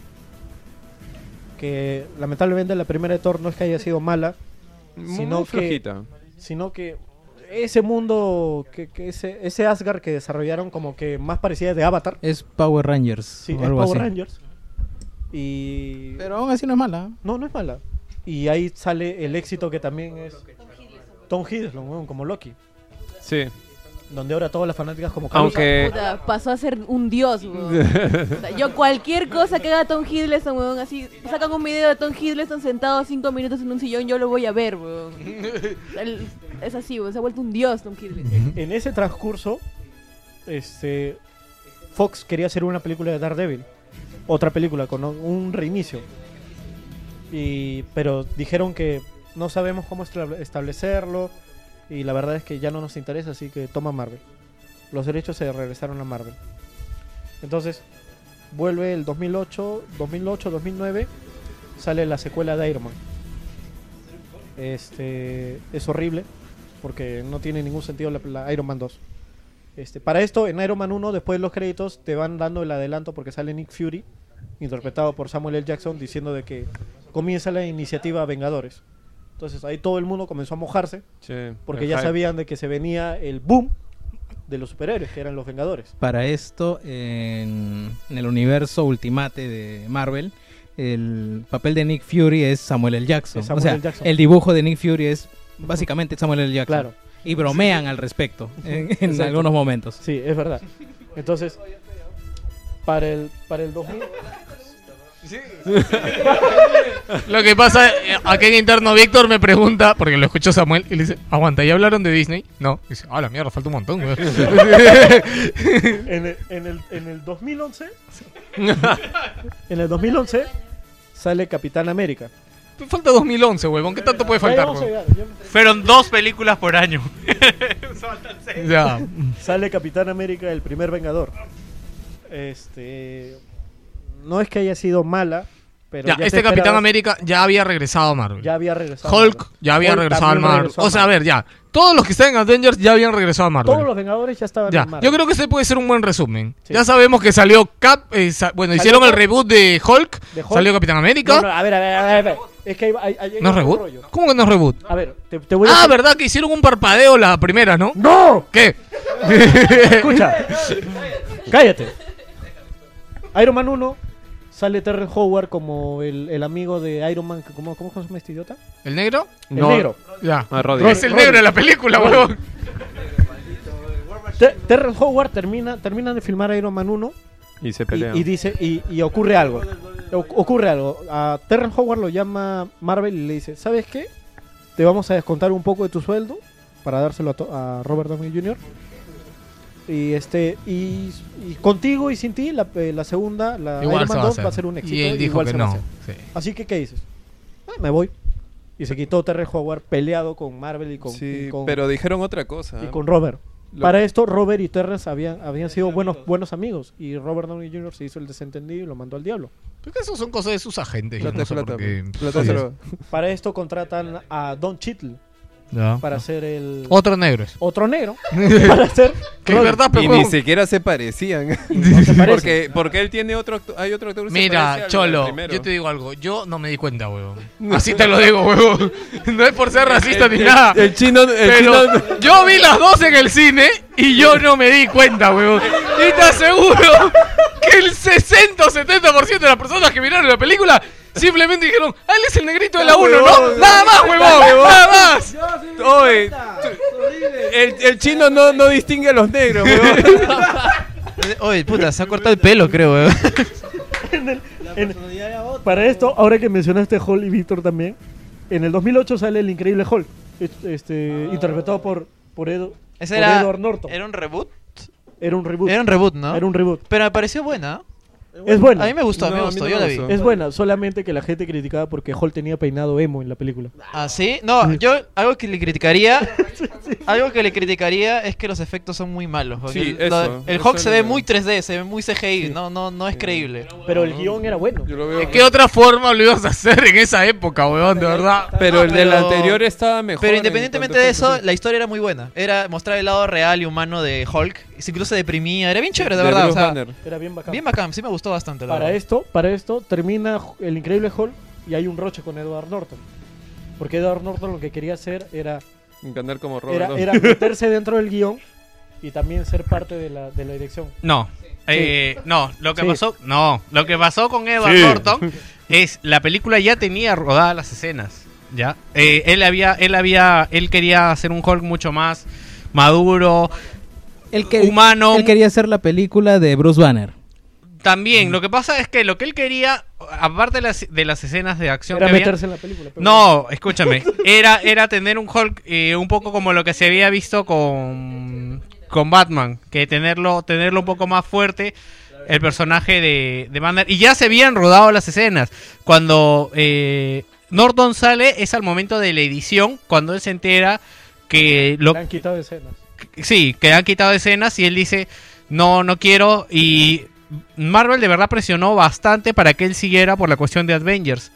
S12: Que lamentablemente la primera de Thor no es que haya sido mala,
S6: Muy
S12: sino que,
S6: flojita.
S12: sino que ese mundo, que, que ese, ese Asgard que desarrollaron como que más parecía de Avatar.
S20: [LAUGHS] Es Power Rangers.
S12: Sí,
S20: o
S12: es
S20: algo
S12: Power
S20: así.
S12: Rangers. Y...
S20: Pero aún así no es mala.
S12: No, no es mala. Y ahí sale el éxito que también es Tom Hiddleston, weón, como Loki.
S6: Sí.
S12: Donde ahora todas las fanáticas como
S6: Aunque-
S5: Puta, pasó a ser un dios, weón. O sea, yo cualquier cosa que haga Tom Hiddleston, weón, así sacan un video de Tom Hiddleston sentado cinco minutos en un sillón, yo lo voy a ver, weón. El- Es así, weón, se ha vuelto un dios Tom Hiddleston.
S12: En ese transcurso, este, Fox quería hacer una película de Daredevil. Otra película con un reinicio. Y, pero dijeron que no sabemos cómo estra- establecerlo. Y la verdad es que ya no nos interesa, así que toma Marvel. Los derechos se regresaron a Marvel. Entonces, vuelve el 2008, 2008, 2009. Sale la secuela de Iron Man. Este, es horrible porque no tiene ningún sentido la, la Iron Man 2. Este, para esto, en Iron Man 1, después de los créditos, te van dando el adelanto porque sale Nick Fury, interpretado por Samuel L. Jackson, diciendo de que comienza la iniciativa Vengadores. Entonces ahí todo el mundo comenzó a mojarse
S6: Sí,
S12: porque
S6: el
S12: ya
S6: hype.
S12: sabían de que se venía el boom de los superhéroes, que eran los Vengadores.
S20: Para esto, en, en el universo ultimate de Marvel, el papel de Nick Fury es Samuel L. Jackson.
S12: Es Samuel
S20: o sea,
S12: L. Jackson.
S20: el dibujo de Nick Fury es básicamente Samuel L. Jackson.
S12: Claro.
S20: Y bromean al respecto en, en
S12: Exacto.
S20: algunos momentos.
S12: Sí, es verdad. Entonces, para el, para
S6: [LAUGHS]
S12: el 2000...
S2: Lo que pasa, eh, aquí en interno Víctor me pregunta, porque lo escuchó Samuel, y le dice, aguanta, ¿ya hablaron de Disney? No. Y dice, ah, la mierda, falta un montón. güey".
S12: en, el, en, el, en
S14: [LAUGHS]
S12: el 2011 [LAUGHS] en el 2011 sale Capitán América
S2: falta 2011 huevón qué tanto puede
S12: Ya, ya
S2: faltar
S12: vamos a
S2: huevón?
S12: llegar, ya-
S11: Fueron dos películas por año.
S2: Ya.
S12: Sale Capitán América, el primer Vengador. Este. No es que haya sido mala, pero.
S2: Ya,
S12: ya te
S2: este Capitán
S12: esperabas-
S2: América ya había regresado a Marvel.
S12: Ya había regresado.
S2: Hulk
S12: Marvel.
S2: ya había
S12: Hulk
S2: regresado a
S12: también
S2: Marvel.
S12: regresó
S2: o sea, a ver, ya. Todos los que están en Avengers ya habían regresado a Marvel.
S12: Todos los Vengadores ya estaban
S2: Ya,
S12: en Marvel.
S2: yo creo que ese puede ser un buen resumen. Ya sabemos que salió Cap, eh, sa- bueno,
S12: Salió
S2: hicieron el
S12: Cap-
S2: reboot de Hulk,
S12: De Hulk-
S2: salió Capitán América.
S12: No, ah. no, a ver, a ver, a ver. a ver. Es que ahí va- ahí- ahí hay
S2: ¿No es
S12: otro
S2: reboot?
S12: rollo.
S2: ¿Cómo que no es reboot?
S12: A ver, te, te voy a.
S2: Ah, verdad que hicieron un parpadeo la primera, ¿no?
S12: ¡No!
S2: ¿Qué? [LAUGHS]
S12: Escucha. Cállate. Iron Man 1 sale Terrence Howard como el, el amigo de Iron Man. que- ¿Cómo, cómo se llama este idiota?
S2: ¿El negro?
S12: El
S2: No.
S12: negro.
S2: Ya.
S6: Ah, Roddy. Es el negro de la película,
S12: Roddy.
S6: huevón.
S12: Ter- Terrence Howard termina, termina de filmar Iron Man 1
S6: Y se
S12: y,
S6: pelean.
S12: y dice y, y ocurre algo. O- ocurre algo. A Terrence Howard lo llama Marvel y le dice, ¿sabes qué? Te vamos a descontar un poco de tu sueldo para dárselo a, to- a Robert Downey Jr. Y este y, y contigo y sin ti la, eh, la segunda la
S2: Igual
S12: Iron
S2: se
S12: Man
S2: va a
S12: 2 va a
S2: hacer.
S12: ser un
S2: Y
S12: éxito.
S2: él dijo
S12: igual
S2: que
S12: se va a
S2: no,
S12: hacer.
S2: sí.
S12: Así que qué dices? "Ah, me voy. Y se quitó Terrence Howard peleado con Marvel y con,
S6: Sí,
S12: y con-
S6: pero dijeron otra cosa. ¿eh?
S12: y con Robert.
S6: Lo-
S12: Para esto, Robert y Terrence habían, habían sido buenos, buenos amigos. Y Robert Downey Jr. se hizo el desentendido y lo mandó al diablo.
S6: Pues
S2: Creo que eso son cosas de sus agentes. yo
S6: Plata
S2: no
S6: es
S2: sé por
S6: plata,
S2: qué.
S6: pe. Plata es
S2: Sí.
S6: droga.
S12: Para esto contratan a Don Chittle.
S2: Ya.
S12: Para ser el.
S2: Otro negro. [LAUGHS]
S12: Otro negro. para ser.
S2: Que es
S12: Robert.
S2: verdad, pe,
S6: y ni
S2: huevón.
S6: siquiera se
S2: [LAUGHS]
S12: [LAUGHS]
S6: parecían. porque, porque él tiene otro actu- hay otro actor que se parece
S2: Mira,
S6: al- al
S2: Cholo,
S6: primero.
S2: yo te digo algo. Yo no me di cuenta, huevón. Así te lo digo, huevón. No es por ser racista
S6: El-
S2: ni
S6: el-
S2: nada.
S6: el chino- el
S2: pero
S6: chino-
S2: yo vi las dos en el cine y yo no me di cuenta, huevón. Y te aseguro que el 60 o 70% de las personas que miraron la película simplemente dijeron, ah, él es el negrito de la 1, ¿no?
S6: huevón.
S2: Nada más, huevón.
S6: Huevón.
S2: Nada más.
S6: Oye, tú- el, el chino no, no distingue a los
S12: [LAUGHS]
S6: negros, huevón.
S23: Oye, puta, se ha cortado el pelo, creo,
S14: [LAUGHS]
S23: weón.
S12: En el- en- para esto, ahora que mencionaste Hulk y Víctor también. En el 2008 sale el increíble Hulk. es- Este, Interpretado por, por, Edu-
S23: Ah. Ese
S12: por
S23: era-
S12: Edward Norton.
S23: ¿Era un reboot?
S12: Era un reboot.
S23: Era un reboot, ¿no?
S12: Era un reboot.
S23: Pero me pareció buena. ¿ah?
S12: Es buena.
S23: A mí me gustó, a mí me gustó, yo la vi.
S12: Es buena, solamente que la gente criticaba porque Hall tenía peinado emo en la película.
S23: ¿Ah, sí? No, yo algo que le
S12: [LAUGHS]
S23: criticaría. Algo que le criticaría es que los efectos son muy malos. porque
S6: Sí,
S23: el, lo-
S6: eso,
S23: el
S6: eso
S23: Hulk
S6: es
S23: se
S6: lo
S23: ve
S6: que-
S23: muy 3D, se ve muy CGI. No, no, no es creíble.
S12: Pero el guión era bueno.
S2: ¿De qué otra forma lo ibas a hacer en esa época, huevón? De verdad.
S6: Pero Pues el del
S23: Pero-
S6: anterior estaba mejor.
S23: Pero
S6: en
S23: independientemente
S6: cuanto a
S23: de eso,
S6: efectos.
S23: la historia era muy buena. Era mostrar el lado real y humano de Hulk. y se- Incluso se deprimía. Era bien chévere, de,
S6: De
S23: verdad.
S6: Bruce
S23: o sea,
S6: Banner.
S12: Era bien bacán.
S23: Bien bacán, sí me gustó bastante, la
S12: Para
S23: verdad.
S12: esto, para esto termina Ju- el increíble Hulk y hay un roche con Edward Norton. Porque Edward Norton lo que quería hacer era
S6: Encantar como Robert.
S12: Era,
S6: ¿no?
S12: era meterse dentro del guión y también ser parte de la, de la dirección.
S3: No. Eh, no, lo que
S12: Sí.
S3: pasó, no, lo que pasó con Edward
S6: Sí.
S3: Norton es la película ya tenía rodadas las escenas, ya. Eh, él había él había él quería hacer un Hulk mucho más maduro,
S4: Él que-
S3: humano,
S4: Él quería hacer la película de Bruce Banner.
S3: También, lo que pasa es que lo que él quería, aparte de las, de las escenas de acción
S12: Era
S3: que había-
S12: meterse en la película, pero-
S3: No, escúchame. era, era tener un Hulk eh, un poco como lo que se había visto con, con Batman, que tenerlo, tenerlo un poco más fuerte el personaje de, de Banner. Y ya se habían rodado las escenas. Cuando eh, Norton sale es al momento de la edición, cuando él se entera que lo,
S12: Le han quitado escenas.
S3: sí, que han quitado escenas y él dice, no, no quiero. Y Marvel de verdad presionó bastante para que él siguiera por la cuestión de Avengers.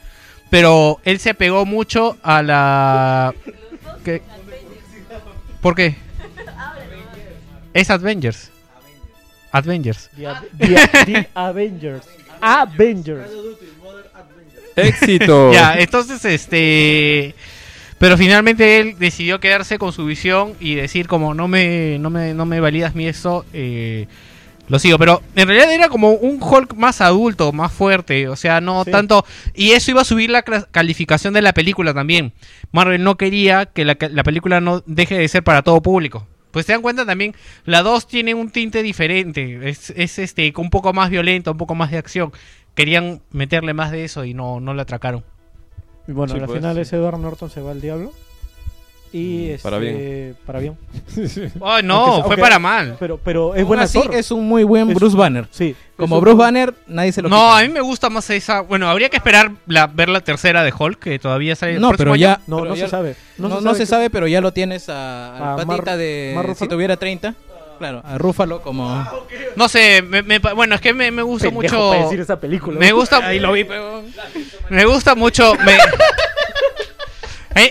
S3: Pero él se apegó mucho a la... ¿Qué? ¿Por qué? Es Avengers. Avengers.
S12: The, Ave- The- [LAUGHS] The Avengers. Avengers.
S6: Éxito.
S3: ya, entonces este pero finalmente él decidió quedarse con su visión y decir como no me no me no me validas mi eso eh, lo sigo, pero en realidad era como un Hulk más adulto, más fuerte, o sea, no tanto... Y eso iba a subir la clas- calificación de la película también. Marvel no quería que la, ca- la película no deje de ser para todo público. Pues se dan cuenta también, la 2 tiene un tinte diferente, es, es, este un poco más violenta, un poco más de acción. Querían meterle más de eso y no, no la atracaron.
S12: Y bueno,
S3: Sí,
S12: al
S3: pues,
S12: final
S3: sí.
S12: ese Edward Norton se va al diablo. Y este,
S6: para bien.
S12: Para
S23: [LAUGHS]
S12: bien.
S3: Ay, no, fue para mal.
S12: Pero, pero es
S4: Aún
S12: buen
S4: así,
S12: actor.
S4: es un muy buen Bruce Banner.
S12: Sí.
S4: Como
S12: Es un
S4: Bruce
S12: buen-
S4: Banner, nadie se lo
S3: No,
S4: quita.
S3: a mí me gusta más esa... Bueno, habría que esperar la, ver la tercera de Hulk, que todavía sale... el
S4: No,
S3: próximo
S4: pero ya.
S3: año.
S12: No, no se sabe.
S4: No, no se,
S12: que-
S4: sabe, pero ya lo tienes a, al
S12: A Mar-
S4: patita de.
S12: Mar Ruffalo.
S4: si tuviera 30. Claro, a Rúfalo como.
S3: No sé, me- me pa- bueno, es que me, me gusta
S4: Pendejo
S3: mucho.
S4: para decir esa película.
S3: Me gusta.
S4: Ahí lo vi,
S3: Me gusta mucho.
S4: [LAUGHS]
S3: Me... A,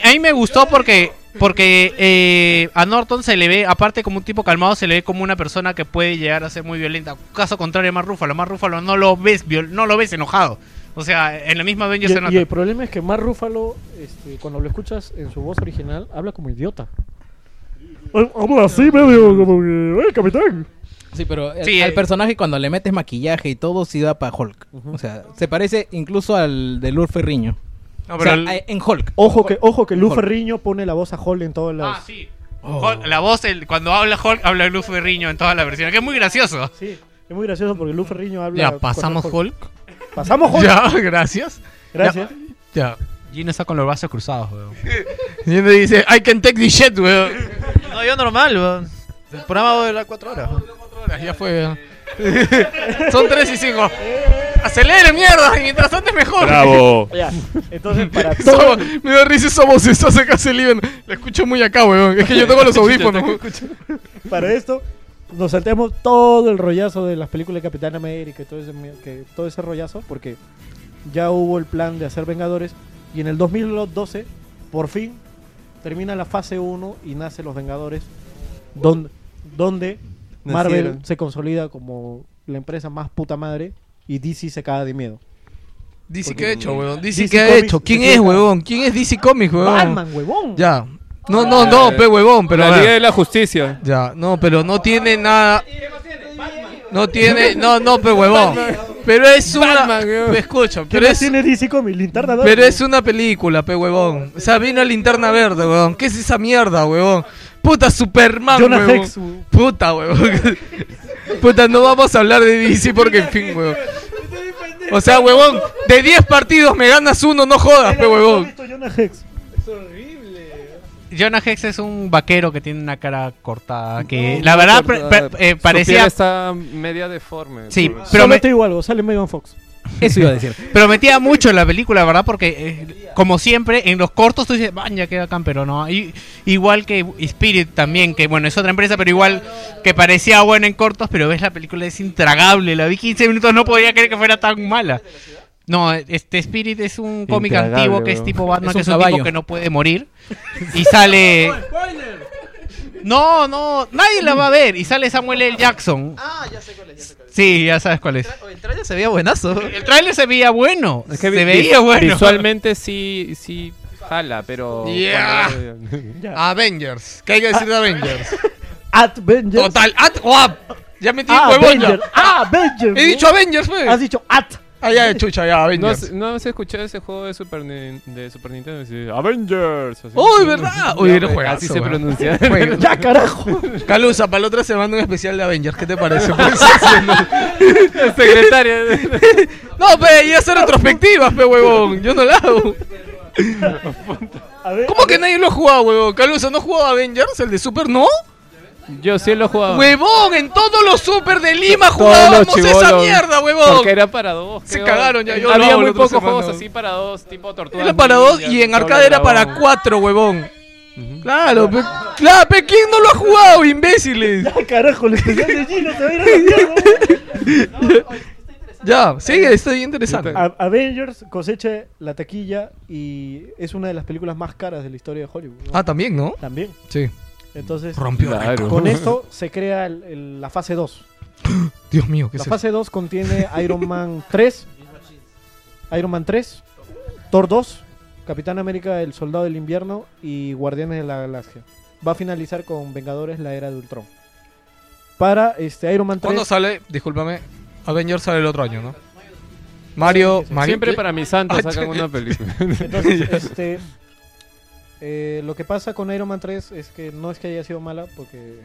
S3: a mí me gustó porque porque eh, a Norton se le ve, aparte como un tipo calmado, se le ve como una persona que puede llegar a ser muy violenta. Caso contrario a Mar Rúfalo. Mar Rúfalo no lo ves viol- no lo ves enojado. O sea, en la misma
S12: Y,
S3: Avengers
S12: y
S3: se
S12: el
S3: nota.
S12: problema es que Mark Ruffalo, este, cuando lo escuchas en su voz original, habla como idiota. Habla así medio como que, ¡eh, capitán!
S4: Sí, pero al-
S12: Sí,
S4: al
S12: eh.
S4: personaje cuando le metes maquillaje y todo, sí da para Hulk. O sea, se parece incluso al de Lur Ferriño.
S3: No,
S4: O
S3: pero
S4: sea, eh,
S3: el-
S4: a- en Hulk.
S12: Ojo que, ojo que Lou
S4: Hulk.
S12: Ferrigno pone la voz a Hulk en todas
S3: Ah,
S12: las... Oh.
S3: Hulk- la voz, el- cuando habla Hulk, habla Luz Ferriño en todas las versiones, que es muy gracioso.
S12: Sí. Es muy gracioso porque Lou Ferrigno habla...
S3: Ya,
S12: con
S3: pasamos
S12: Pasamos
S4: [LAUGHS]
S12: Hulk.
S3: Ya, gracias.
S12: Gracias.
S3: Ya. Gino está con los brazos cruzados, weón. Gino dice, I can take this shit, weón.
S24: No, yo normal, weón. El programa va a durar cuatro horas.
S3: Ya fue,
S12: [LAUGHS]
S3: weón. Son tres y cinco. Acelere, mierda, y mientras antes
S2: [LAUGHS]
S3: mejor.
S2: Bravo.
S12: Ya, entonces para
S2: Somos- me da risa somos estás acá se liben. La escucho muy acá, weón. [LAUGHS] Es que yo tengo
S12: [LAUGHS]
S2: los audífonos.
S12: Para esto nos saltamos todo el rollazo de las películas de Capitán América y todo ese, mi- que, todo ese rollazo porque ya hubo el plan de hacer Vengadores y en el 2012 por fin termina la fase 1 y nace Los Vengadores donde, donde Marvel
S25: Nacieron.
S12: se consolida como la empresa más puta madre y DC se caga de miedo.
S2: Dice
S12: Porque-
S2: que ha hecho, weón. Dice
S12: DC
S2: que ha
S12: Comics
S2: hecho. ¿Quién
S12: se
S2: es,
S12: queda-
S2: weón? ¿Quién es DC Comics, weón?
S12: Batman, huevón.
S2: Ya. No, no, no, pe huevón, pero.
S6: Eh, La
S2: a ver.
S6: Liga de la Justicia.
S2: Ya, no, pero no tiene nada. No tiene, no, no, pe huevón. Pero es una. pe, escucha,
S12: ¿Qué
S2: pero
S12: más
S2: es,
S12: tiene DC Comics? Linterna verde.
S2: pero es una película, pe huevón. O sea, vino linterna verde, huevón. ¿Qué es esa mierda, huevón? Puta Superman,
S12: Jonah
S2: huevón.
S12: Hex, huevón.
S2: Puta, huevón. [LAUGHS] Puta, no vamos a hablar de DC porque, en fin, huevón. O sea, huevón, de 10 partidos me ganas uno, no jodas, pe huevón.
S12: Jonah Hex.
S3: Jonah Hex es un vaquero que tiene una cara cortada. Que la verdad pre- pre- eh,
S6: Su piel
S3: parecía.
S6: está media deforme. pues.
S3: Sí,
S6: Por-
S3: pero
S12: Pero
S3: me-
S12: me... digo algo, sale Megan Fox.
S4: Eso iba a decir.
S3: Prometía mucho en la película, ¿verdad? Porque, eh, como siempre, en los cortos tú dices, vaya, queda acá, pero no. Y- igual que Spirit también, que bueno, es otra empresa, pero igual que parecía buena en cortos, pero ves la película, es intragable. La vi 15 minutos, no podía creer que fuera tan mala. No, este Spirit es un cómic
S2: Intragable,
S3: antiguo que es
S2: weón.
S3: tipo Batman,
S2: Es
S3: que
S2: un
S3: es un tipo
S2: caballo.
S3: que no puede morir.
S2: [LAUGHS]
S3: Y sale. No, no, nadie la va a ver. Y sale Samuel L. Jackson.
S24: Ah, ya sé cuál es.
S3: Sí, ya sabes cuál es.
S24: El trailer se veía buenazo.
S3: El tráiler se veía bueno.
S6: Es que
S3: se
S6: vi-
S3: veía
S6: vi-
S3: bueno.
S6: Visualmente sí, sí Jala, pero.
S2: Yeah. [LAUGHS]
S6: Ya.
S2: Avengers. ¿Qué hay que decir de Avengers?
S12: Ah. [LAUGHS] Avengers.
S2: Total. At guap. Ya metí
S12: Ah,
S2: huevón ya.
S12: Avengers. Avengers.
S2: He dicho Avengers, pues.
S12: Has dicho at.
S2: Ah, ya, chucha, ya,
S6: ¿No
S2: Avengers.
S6: has, ¿No has escuchado ese juego de Super, Nin- de Super Nintendo? Dice, ¡Avengers! Así. [LAUGHS]
S2: ¡Uy, verdad! Uy,
S6: Ya,
S2: era
S6: pues,
S2: juegazo.
S6: Así se
S2: weón. [LAUGHS]
S6: pronuncia.
S2: Juego.
S6: [LAUGHS]
S2: Calusa, para la otra semana un especial de Avengers. ¿Qué te parece? [LAUGHS] Pues,
S6: [LAUGHS]
S2: Secretaria. no, pe, y hacer retrospectivas, pe, huevón. Yo no la hago. ¿Cómo que nadie lo ha jugado, huevón? Calusa, ¿no ha jugado Avengers? ¿El de Super no?
S6: Yo sí lo he jugado.
S2: Huevón, en todos los Super de Lima
S6: Todos los
S2: jugábamos esa
S6: chibolos.
S2: mierda, huevón.
S6: Porque era para dos.
S2: Se
S6: creo.
S2: cagaron ya. Yo lo
S6: Había
S2: hago
S6: muy
S2: la otra
S6: pocos
S2: semana,
S6: juegos
S2: huevón.
S6: así para dos, tipo tortuga.
S2: Era para dos y en arcade era para cuatro, huevón. Claro, pe, claro, pe, ¿quién no lo ha jugado,
S12: [LAUGHS]
S2: imbéciles? Ya, carajo, el especial de Gino te va a ir Ya, sigue, está bien interesante.
S12: A- Avengers cosecha la taquilla y es una de las películas más caras de la historia de Hollywood. ¿no?
S2: Ah, también, ¿no?
S12: También.
S2: Sí.
S12: Entonces,
S2: Rompió récord.
S12: con esto se crea el- el- la fase 2.
S2: [GASPS] Dios mío, ¿qué
S12: La
S2: es
S12: fase 2 contiene Iron Man 3, Iron Man 3, Thor 2, Capitán América, El Soldado del Invierno y Guardianes de la Galaxia. Va a finalizar con Vengadores, la era de Ultron. Para este Iron Man 3.
S2: ¿Cuándo sale? Discúlpame. Avengers sale el otro año, ¿no? Mario, Mario.
S6: Siempre para mi santo
S2: Ah,
S6: sacan una
S2: [LAUGHS]
S6: película.
S12: Entonces, este, eh, lo que pasa con Iron Man 3 es que no es que haya sido mala, porque.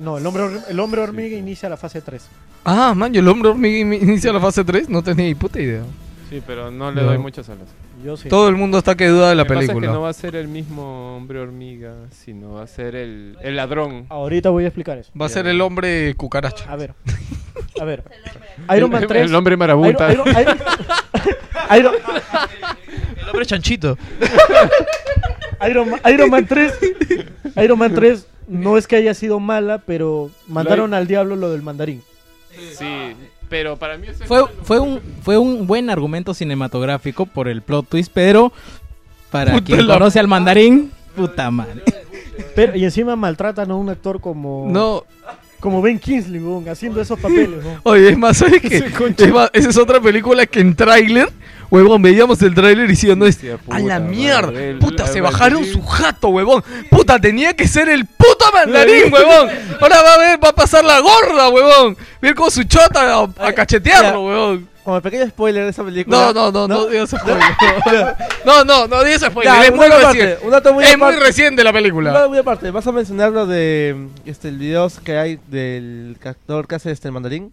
S12: No, el hombre, hor- el hombre hormiga inicia la fase 3.
S2: Ah, man, yo el hombre hormiga in- inicia la fase 3, no tenía ni puta idea.
S6: Sí, pero no le
S2: No.
S6: doy muchas alas.
S12: Yo sí.
S2: Todo el mundo está que duda de la
S6: Lo que pasa es que
S2: película.
S6: no va a ser el mismo hombre hormiga, sino va a ser el, el ladrón.
S12: Ahorita voy a explicar eso.
S2: Va a ser el hombre cucaracha.
S12: A ver.
S6: [LAUGHS]
S12: A ver. Iron Man
S6: El-
S12: 3.
S6: el hombre marabunta.
S12: Iron- Iron- Iron- Iron- [LAUGHS]
S10: El hombre chanchito.
S12: Iron, Ma- Iron Man 3. Iron Man 3 no es que haya sido mala, pero mandaron al diablo lo del mandarín.
S6: Sí, pero para mí eso es
S4: Fue, fue, un, fue un buen argumento cinematográfico por el plot twist, pero para
S12: Puta
S4: quien
S12: la-
S4: conoce al mandarín, puta madre.
S12: Pero, y encima maltratan a un actor como.
S2: No.
S12: Como Ben Kingsley, weón, haciendo esos papeles. weón.
S2: Oye, es más, ¿sabes
S12: [LAUGHS]
S2: qué? Es más, esa es otra película que en tráiler, huevón, veíamos el tráiler y decían, no es... A la mierda, puta, se bajaron su jato, huevón. Puta, tenía que ser el puto mandarín, huevón. Ahora va a ver, va a pasar la gorda, huevón. Ver con su chota a, a cachetearlo, huevón.
S14: Como pequeño spoiler de esa película.
S2: No, no, no, no digas
S14: [LAUGHS]
S2: spoiler. No, no, no digas spoiler.
S14: Ya,
S2: es
S14: un
S2: muy
S14: dato
S2: reciente.
S14: aparte, un dato muy
S2: es muy
S14: aparte.
S2: reciente la película.
S14: No, muy aparte, ¿vas a mencionar lo de este, el videos que hay del actor que hace este, el mandarín?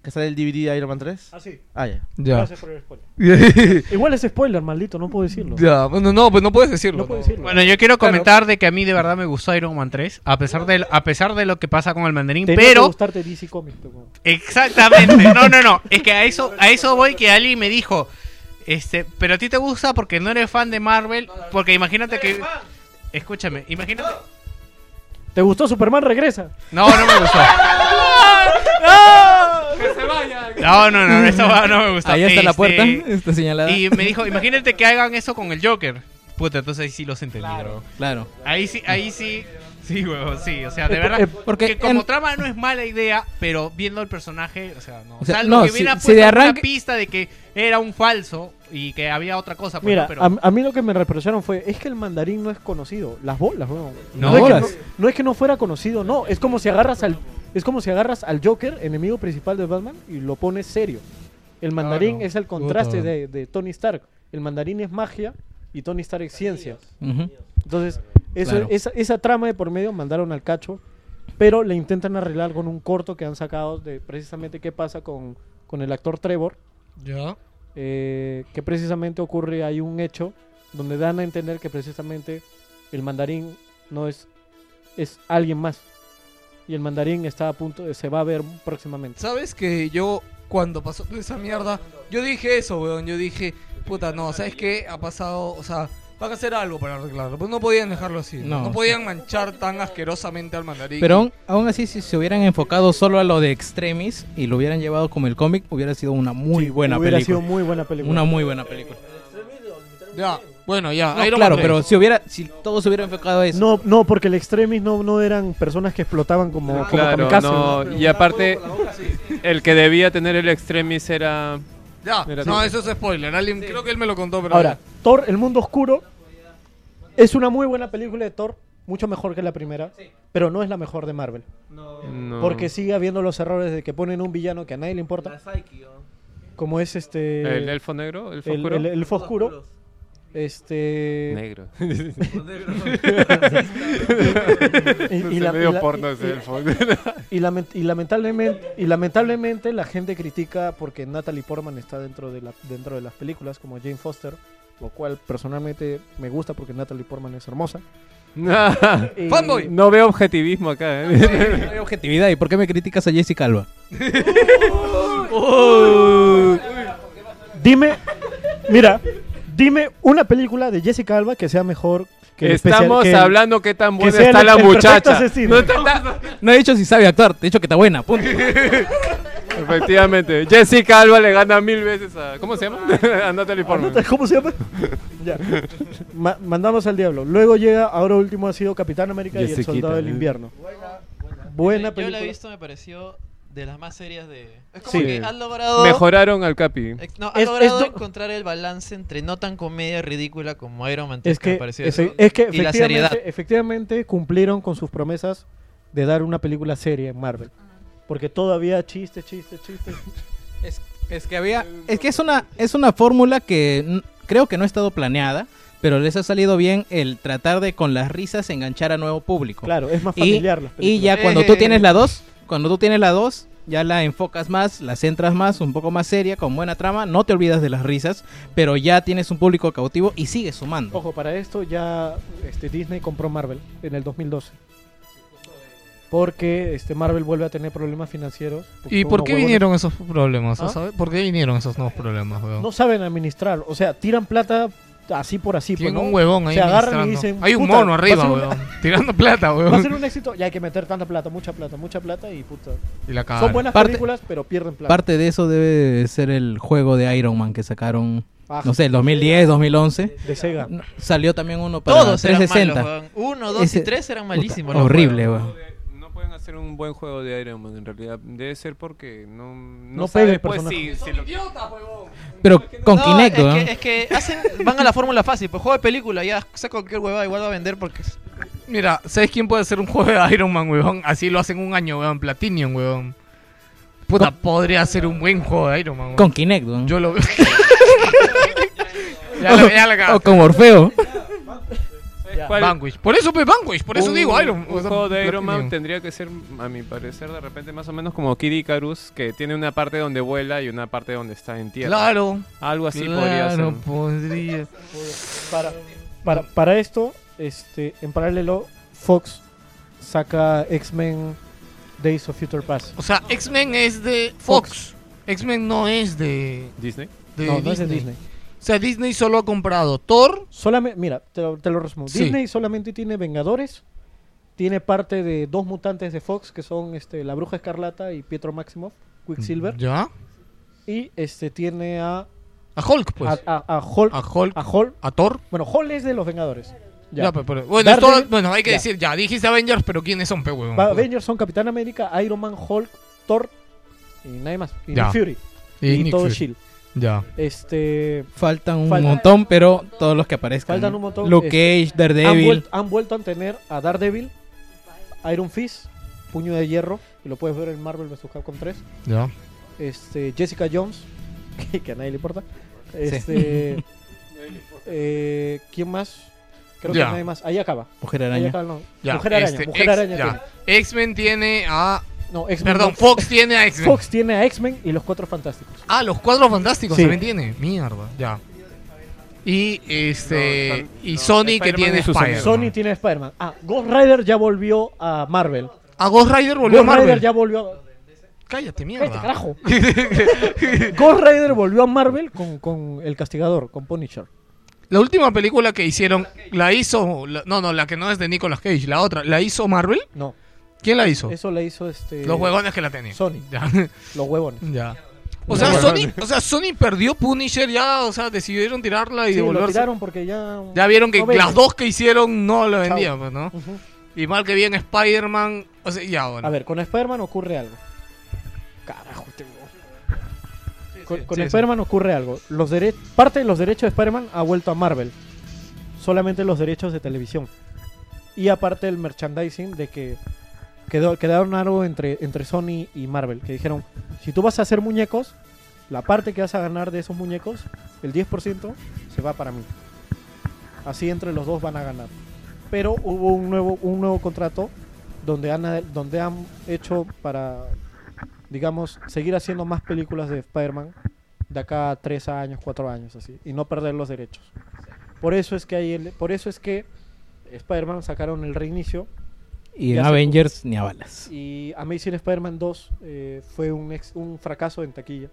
S14: Que sale el DVD de Iron Man 3.
S12: Ah, sí.
S14: Ah, ya.
S2: Ya.
S12: Gracias por el
S2: [LAUGHS]
S12: spoiler. Igual es spoiler, maldito, no puedo decirlo.
S2: Ya, bueno, no, pues no puedes decirlo.
S12: puedo decirlo.
S3: Bueno, yo quiero comentar de que a mí de verdad me gustó Iron Man 3, a pesar de, a pesar de lo que pasa con el mandarín,
S12: Tenía que
S3: pero...
S12: gustarte DC Comics, pero, weón.
S24: [LAUGHS]
S3: Exactamente, no, no, no, es que a eso, a eso voy que alguien me dijo, este, pero a ti te gusta porque no eres fan de Marvel, porque imagínate que... Escúchame, imagínate...
S12: ¿Te gustó Superman Regresa?
S3: No, no me
S12: [LAUGHS]
S3: gustó.
S6: ¡Que se vaya!
S3: No, no, no, eso va- no me gusta. Este,
S4: Ahí está la puerta, está señalada.
S3: Y me dijo, imagínate que hagan eso con el Joker. Puta, entonces ahí sí los entendí. Claro,
S4: claro.
S3: Ahí sí, ahí sí. Sí, huevo, sí, o sea, de
S4: Eh,
S3: verdad.
S4: eh,
S3: porque
S4: porque
S3: que como
S4: en-
S3: trama no es mala idea, pero viendo el personaje, o sea, no. O
S4: sea,
S3: sea,
S4: no,
S3: que
S4: si-
S3: hubiera
S4: si
S3: puesto
S4: de
S3: alguna
S4: arranque-
S3: pista de que era un falso y que había otra cosa, pues,
S12: Mira,
S3: no, pero.
S12: a, a mí lo que me reprocharon fue, es que el mandarín no es conocido. Las bolas, weón.
S3: No.
S12: es, que no,
S3: Bolas.
S12: no es que no fuera conocido, no. Es como si agarras al es como si agarras al Joker, enemigo principal de Batman, y lo pones serio. El mandarín es el contraste
S4: Puta.
S12: de, de Tony Stark. El mandarín es magia y Tony Stark es ciencia.
S4: Ujú.
S12: Entonces, eso,
S4: Claro.
S12: esa, esa trama de por medio mandaron al cacho, pero le intentan arreglar con un corto que han sacado de precisamente qué pasa con, con el actor Trevor
S2: Ya.
S12: eh, que precisamente ocurre, hay un hecho donde dan a entender que precisamente el mandarín no es, es alguien más. Y el mandarín está a punto, de, se va a ver próximamente.
S2: ¿Sabes que yo cuando pasó toda esa mierda, yo dije eso, weón, yo dije, puta, no, ¿sabes qué? Ha pasado, o sea, van a hacer algo para arreglarlo, pues no podían dejarlo así, no,
S4: No, sí.
S2: podían manchar tan asquerosamente al mandarín.
S4: Pero aún, aún así, si se hubieran enfocado solo a lo de Extremis y lo hubieran llevado como el cómic, hubiera sido una muy buena
S12: Hubiera
S4: película.
S12: sido muy buena película.
S4: Una
S2: [LAUGHS]
S4: muy buena película.
S2: Ya, bueno, ya,
S4: No,
S2: Iron Man
S4: claro,
S2: 3.
S4: pero si hubiera, si todo se hubiera enfocado a eso.
S12: No, no, porque el extremis no, no eran personas que explotaban como, como
S6: Claro,
S12: kamikaze,
S6: no,
S12: ¿no?
S6: y aparte, el que debía tener el extremis era
S2: Ya,
S12: Mira,
S2: no,
S12: sí.
S2: eso es spoiler. Alguien, creo que él me lo contó, pero.
S12: Ahora, Thor, El Mundo Oscuro, es una muy buena película de Thor, mucho mejor que la primera, pero no es la mejor de Marvel.
S6: No.
S12: Porque sigue habiendo los errores de que ponen un villano que a nadie le importa. Como es este...
S6: ¿El elfo negro? ¿Elfo
S12: el,
S6: oscuro?
S12: el- el elfo oscuro. Este...
S6: Negro.
S12: [LAUGHS] y, y
S6: No sé,
S12: la-
S6: medio
S12: y la-
S6: porno
S12: y-
S6: ese elfo.
S12: [LAUGHS] y- y lament- y lamentablemente y lamentablemente la gente critica porque Natalie Portman está dentro de la dentro de las películas como Jane Foster lo cual personalmente me gusta porque Natalie Portman es
S6: [LAUGHS]
S12: hermosa Y-
S6: Fanboy. No veo objetivismo acá. ¿eh?
S4: Hay objetividad. ¿Y por qué me criticas a Jessica Alba?
S12: Dime, mira, dime una película de Jessica Alba que sea mejor que el especial-
S6: Estamos
S12: que el-
S6: hablando qué tan
S12: que
S6: buena
S12: sea
S6: está
S12: el-
S6: la
S12: el perfecto
S6: muchacha.
S12: asesino.
S6: No está-
S4: No he dicho si sabe actuar, te he dicho que está buena, punto.
S6: [LAUGHS] Efectivamente. Jessica Alba le gana mil veces a. ¿Cómo se llama? [LAUGHS] a Natalie Portman.
S12: Ah, ¿Cómo se llama? Ya. Ma- mandamos al diablo. Luego llega, ahora último ha sido Capitán América y el
S6: Jessiquita,
S12: Soldado del
S6: ¿eh?
S12: Invierno. Buena,
S10: Yo la
S12: película.
S10: he visto, me pareció de las más serias de. Es como
S12: Sí.
S10: que han logrado.
S6: Mejoraron al Capi.
S10: Ex- No, han
S12: Es-
S10: logrado
S12: esto-
S10: encontrar el balance entre no tan comedia ridícula como Iron Man.
S12: Es
S10: me
S12: que,
S10: pareció
S12: es,
S10: eso,
S12: es que
S10: y la
S12: efectivamente,
S10: seriedad. [LAUGHS]
S12: efectivamente cumplieron con sus promesas de dar una película seria en Marvel. Porque todavía chiste, chiste, chiste.
S4: Es que había. Es que es una, es una fórmula que n- creo que no ha estado planeada, pero les ha salido bien el tratar de con las risas enganchar a nuevo público.
S12: Claro, es más
S4: Y-
S12: familiar las
S4: Y,
S12: películas.
S4: ya cuando tú
S12: Eh.
S4: tienes la 2, cuando tú tienes la 2, ya la enfocas más, la centras más, un poco más seria, con buena trama, no te olvidas de las risas, pero ya tienes un público cautivo y sigues sumando.
S12: Ojo, para esto ya este, Disney compró Marvel en el 2012. Porque este, Marvel vuelve a tener problemas financieros. porque
S2: ¿Y
S12: son
S2: por
S12: unos
S2: qué
S12: huevones.
S2: vinieron esos problemas?
S12: ¿Ah?
S2: ¿Sabes? ¿Por qué vinieron esos nuevos problemas, weón?
S12: No saben administrar. O sea, tiran plata así por así.
S2: Tienen
S12: pues, ¿no?
S2: un huevón ahí
S12: Se agarran y
S2: administrando.
S12: dicen.
S2: Hay un
S12: "Puta,
S2: mono
S12: va a
S2: arriba,
S12: ser un-
S2: weón, tirando plata, weón".
S12: Va a ser un éxito. Y hay que meter tanta plata, mucha plata, mucha plata y puta.
S2: Y la
S12: Son
S4: cagan.
S12: buenas
S4: Parte-
S12: películas, pero pierden plata.
S4: Parte de eso debe ser el juego de Iron Man que sacaron,
S12: Ah,
S4: no sé, el 2010, 2011.
S12: De Sega.
S4: Salió también uno para
S10: Todos eran
S4: 360.
S10: malos, weón. Uno, dos y tres eran
S4: puta,
S10: malísimos los
S4: Horrible,
S10: juegos.
S4: weón.
S6: No pueden hacer un buen juego de Iron Man en realidad. Debe ser porque no. No,
S12: No pega
S6: sabes,
S12: el
S6: pues
S12: personaje. pues.
S6: si, si lo-
S4: Pero con
S10: No,
S4: Kinect,
S10: es
S4: weón.
S10: que, es que hacen, van a la fórmula fácil, pues juego de película, ya saco cualquier huevada, igual va a vender porque es-
S2: Mira, ¿sabes quién puede hacer un juego de Iron Man, weón? Así lo hacen un año, weón. Platinum, weón. Puta, podría ser un buen juego de Iron Man, weón.
S4: Con Kinect, weón.
S2: Yo
S4: [LAUGHS]
S2: lo veo. ya lo ya la
S4: o, o
S2: cagaste.
S4: con Orfeo.
S6: ¿Cuál?
S2: Vanquish. Por eso, pues, Vanquish. Por eso
S6: Un-
S2: digo Iron
S6: Un juego de Iron Man
S2: Platinum.
S6: tendría que ser, a mi parecer, de repente más o menos como Kid Icarus, que tiene una parte donde vuela y una parte donde está en tierra.
S2: Claro.
S6: Algo así
S2: Claro,
S6: podría ser.
S2: Ah, podría.
S12: Para, para, para esto, este, en paralelo, Fox saca X-Men Days of Future Past.
S2: O sea, X-Men es de Fox. X-Men no es de.
S6: ¿Disney?
S2: de
S12: no,
S2: Disney.
S12: no es de Disney.
S2: O sea, Disney solo ha comprado Thor.
S12: Solamente, mira, te lo, te lo resumo.
S2: Sí.
S12: Disney solamente tiene Vengadores, tiene parte de dos mutantes de Fox, que son este, la Bruja Escarlata y Pietro Maximoff, Quicksilver.
S2: Ya.
S12: Y este tiene a...
S2: A Hulk, pues.
S12: A, a- a Hulk.
S2: A Hulk.
S12: A Hulk.
S2: A Thor.
S12: Bueno, Hulk es de los Vengadores. Ya.
S2: Ya, pe- pero- bueno, esto-
S12: Daredevil-
S2: bueno, hay que
S12: ya.
S2: decir, ya, dijiste Avengers, pero ¿quiénes son, pe, huevón?
S12: Va- Avengers son Capitán América, Iron Man, Hulk, Thor y nadie más. Y
S2: Ya.
S12: Nick Fury.
S2: Y
S12: Y,
S2: Nick
S12: todo
S2: Fury.
S12: Shield.
S2: Ya.
S12: Este.
S4: Faltan un
S12: Faltan-
S4: montón, pero todos los que aparezcan.
S12: Faltan
S4: ¿no?
S12: un montón.
S4: Luke
S12: este,
S4: Cage, Daredevil.
S12: Han, vuel- han vuelto a tener a Daredevil, Iron Fist, Puño de Hierro, que lo puedes ver en Marvel vs. Capcom 3.
S2: Ya.
S12: Este, Jessica Jones, [LAUGHS] que, que a nadie le importa. Este.
S2: [LAUGHS]
S12: eh, ¿Quién más? Creo
S2: Ya.
S12: que nadie más. Ahí acaba.
S4: Mujer
S12: Ahí
S4: Araña.
S12: acaba, no.
S2: Ya,
S12: Mujer Araña.
S2: este,
S12: Mujer
S2: X-
S12: Araña.
S2: ya.
S12: tiene.
S2: X-Men tiene a.
S12: No, X-Men
S2: Perdón,
S12: no.
S2: Fox tiene a X-Men.
S12: Fox tiene a X-Men y los Cuatro Fantásticos.
S2: Ah, los cuadros fantásticos
S12: Sí.
S2: también tiene. Mierda, ya. Y este.
S12: No,
S2: y Sony que tiene Spider.
S12: Sony tiene Spider-Man. Ah, Ghost Rider ya volvió a Marvel.
S2: Ah, Ghost Rider volvió a
S12: Ghost Rider
S2: Marvel.
S12: ya volvió a...
S2: Cállate, mierda.
S12: Cállate,
S2: [LAUGHS]
S12: carajo. [LAUGHS] Ghost Rider volvió a Marvel con, con El Castigador, con Punisher.
S2: La última película que hicieron, la hizo. la- no, no, la que no es de Nicolas Cage, la otra. ¿La hizo Marvel?
S12: No.
S2: ¿Quién la hizo?
S12: Eso la hizo este...
S2: Los huevones que la tenían.
S12: Sony.
S2: [LAUGHS] Ya.
S12: Los huevones.
S2: Ya. O
S12: [LAUGHS]
S2: sea, Sony, o sea, Sony perdió Punisher ya, o sea, decidieron tirarla y
S12: Sí, lo
S2: devolverse.
S12: tiraron porque ya...
S2: Ya vieron que
S12: no vende.
S2: las dos que hicieron no la vendían,
S12: Chao.
S2: pues, ¿no?
S12: Ujú.
S2: Y mal que bien Spider-Man, o sea, ya, bueno.
S12: A ver, con Spider-Man ocurre algo. Carajo, este huevón. Con, con
S23: Sí, sí.
S12: Spider-Man ocurre algo. Los dere- parte de los derechos de Spider-Man ha vuelto a Marvel. Solamente los derechos de televisión. Y aparte el merchandising de que quedó, quedaron algo entre, entre Sony y Marvel. Que dijeron, si tú vas a hacer muñecos, la parte que vas a ganar de esos muñecos, el 10%, se va para mí. Así entre los dos van a ganar. Pero hubo un nuevo, un nuevo contrato donde han, donde han hecho para, digamos, seguir haciendo más películas de Spider-Man de acá a 3 años, 4 años, así, y no perder los derechos. Por eso es que hay el- por eso es que Spider-Man sacaron el reinicio.
S20: Y en
S12: hace-
S20: Avengers ni a balas.
S12: Y Amazing Spider-Man 2 eh, fue un, ex- un fracaso en taquilla.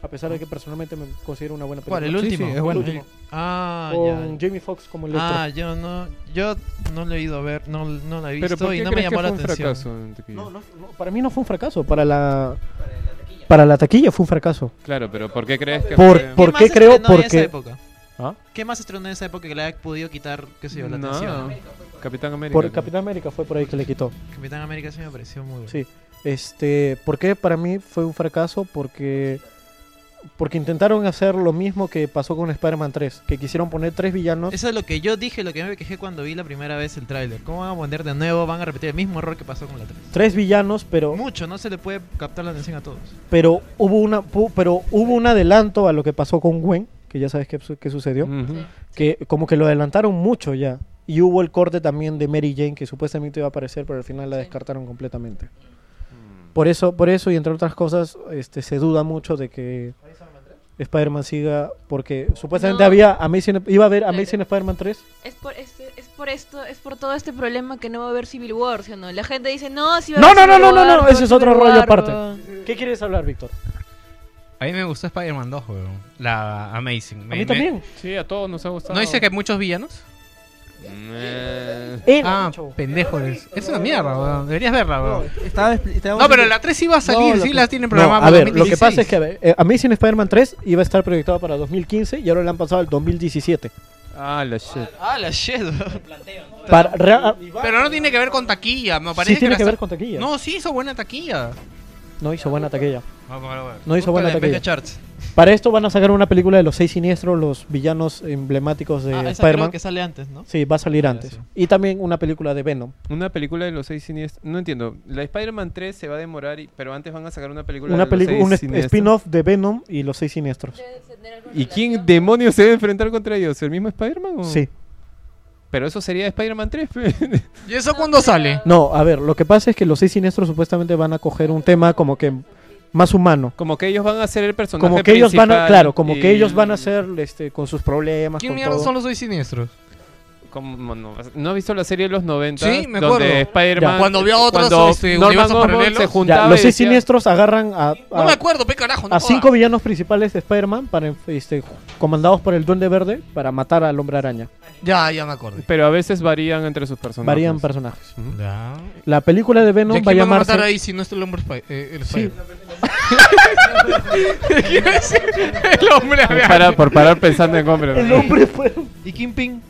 S12: A pesar de que personalmente me considero una buena película.
S23: ¿Cuál? ¿El último?
S12: El último.
S23: Ah,
S12: Con
S23: ya.
S12: Jamie Foxx como el
S23: Ah, yo no, yo no lo he ido a ver, no, no la he
S6: ¿Pero
S23: visto
S6: por qué
S23: y no me
S6: crees que
S23: llamó la
S6: fue un
S23: atención.
S6: fracaso en taquilla?
S12: Para mí no fue un fracaso, para la para la taquilla fue un fracaso.
S6: Claro, pero ¿por qué crees que
S12: Por-
S6: fue-
S12: por-
S23: más
S12: qué
S23: estrenó
S12: creo?
S23: en esa
S12: Porque-
S23: época?
S12: ¿Ah?
S23: ¿Qué más estrenó en esa época que le haya podido quitar, qué sé yo, la
S6: No.
S23: atención?
S6: Capitán América.
S12: Por Capitán América fue por ahí que le quitó.
S23: Capitán América sí me pareció muy bueno.
S12: Sí. Este, ¿por qué para mí fue un fracaso? Porque porque intentaron hacer lo mismo que pasó con Spider-Man 3, que quisieron poner tres villanos.
S23: Eso es lo que yo dije, lo que me quejé cuando vi la primera vez el tráiler. ¿Cómo van a poner de nuevo? Van a repetir el mismo error que pasó con la 3.
S12: Tres villanos, pero
S23: Mucho, no se le puede captar la atención a todos.
S12: pero hubo una pu- pero hubo un adelanto a lo que pasó con Gwen, que ya sabes qué, su- qué sucedió, que como que lo adelantaron mucho ya. Y hubo el corte también de Mary Jane que supuestamente iba a aparecer, pero al final la descartaron completamente. Por eso, por eso y entre otras cosas, este se duda mucho de que Spider-Man siga porque supuestamente
S5: No.
S12: había Amazing, iba a haber Amazing Spider-Man 3.
S5: Es por, este- es por esto, es por todo este problema que no va a haber Civil War, ¿sí o no? La gente dice, no, si va a
S12: No,
S5: haber
S12: no, no,
S5: Civil
S12: no, no,
S5: War,
S12: no, ese es otro
S5: Civil
S12: rollo
S5: War,
S12: aparte.
S5: weón".
S12: ¿Qué quieres hablar, Víctor?
S11: A mí me gustó Spider-Man 2, weón. La Amazing. Me-
S6: mí
S11: me-
S6: también. Sí, a todos nos ha gustado.
S11: ¿No dice que hay muchos villanos?
S10: Eh.
S12: ah,
S11: pendejo eres. Es una mierda, weón. Deberías verla, weón.
S14: Estaba expli- estábamos
S11: No, pero
S14: expli-
S11: la 3 sí va a salir,
S14: No,
S11: sí
S14: lo
S11: la
S14: que-
S11: tienen
S12: No,
S11: programada.
S12: a
S11: para
S12: ver, lo que
S11: 2016.
S12: pasa es que a ver, eh, Amazing Spider-Man 3 iba a estar proyectado para 2015 y ahora lo han pasado al 2017.
S6: Ah, la shit.
S23: Ah, la shit, weón.
S12: Para- rea-
S11: Pero no tiene que ver con taquilla, me parece
S12: tiene
S11: la
S12: que
S11: sa-
S12: ver con taquilla.
S11: No, sí hizo buena taquilla.
S12: No hizo buena taquilla.
S11: Ah, bueno, bueno.
S12: No hizo
S11: Búscala
S12: buena
S11: en vez
S12: taquilla.
S11: de charts.
S12: Para esto van a sacar una película de los seis siniestros, los villanos emblemáticos de
S23: Ah, esa
S12: Spider-Man.
S23: creo que sale antes, ¿no?
S12: Sí, va a salir antes. Y también una película de Venom.
S6: Una película de los seis siniestros. No entiendo. La Spider-Man 3 se va a demorar, y- pero antes van a sacar una película
S12: Una
S6: de los
S12: película,
S6: seis
S12: un es-
S6: siniestros.
S12: spin-off de Venom y los seis siniestros.
S6: ¿Y quién demonios se debe enfrentar contra ellos? ¿El mismo Spider-Man? o-
S12: Sí.
S6: Pero eso sería Spider-Man 3. pe.
S11: [LAUGHS] ¿Y eso
S6: [LAUGHS]
S11: cuándo sale?
S12: No, a ver, lo que pasa es que los seis siniestros supuestamente van a coger un tema como que más humano.
S6: como que ellos van a ser el personaje
S12: Como que ellos van a,
S6: principal
S12: claro, como
S6: y-
S12: que ellos van a ser este, con sus problemas.
S11: ¿Quién
S12: con
S11: mierda
S12: todo.
S11: son los seis siniestros?
S6: Como no, ¿No has visto la serie de los 90?
S11: Sí, me acuerdo.
S6: Donde Spider-Man.
S11: Ya. Cuando vio a otros,
S6: cuando
S11: este,
S6: Norman
S11: universos
S6: Osborn
S11: paralelos.
S6: se
S11: Ya,
S6: juntaba
S12: Ya, los
S6: y
S12: seis
S6: decía-
S12: siniestros agarran a, a-
S11: No me acuerdo, pe carajo, no
S12: a
S11: jodas.
S12: cinco villanos principales de Spider-Man para, este, comandados por el Duende Verde para matar al Hombre Araña.
S11: Ya, ya me acuerdo.
S6: Pero a veces varían entre sus personajes.
S12: Varían personajes.
S6: Ujú.
S12: La película de
S11: ¿De
S12: Venom va a
S11: quién van a
S12: llamarse
S11: matar ahí si no es el hombre Spy- eh, el
S12: Sí.
S11: Spider?
S2: [LAUGHS]
S11: ¿Qué iba a decir? El hombre araña.
S6: Para- por parar pensando en
S12: [LAUGHS]
S6: hombre.
S23: El hombre fue. ¿Y Kingpin?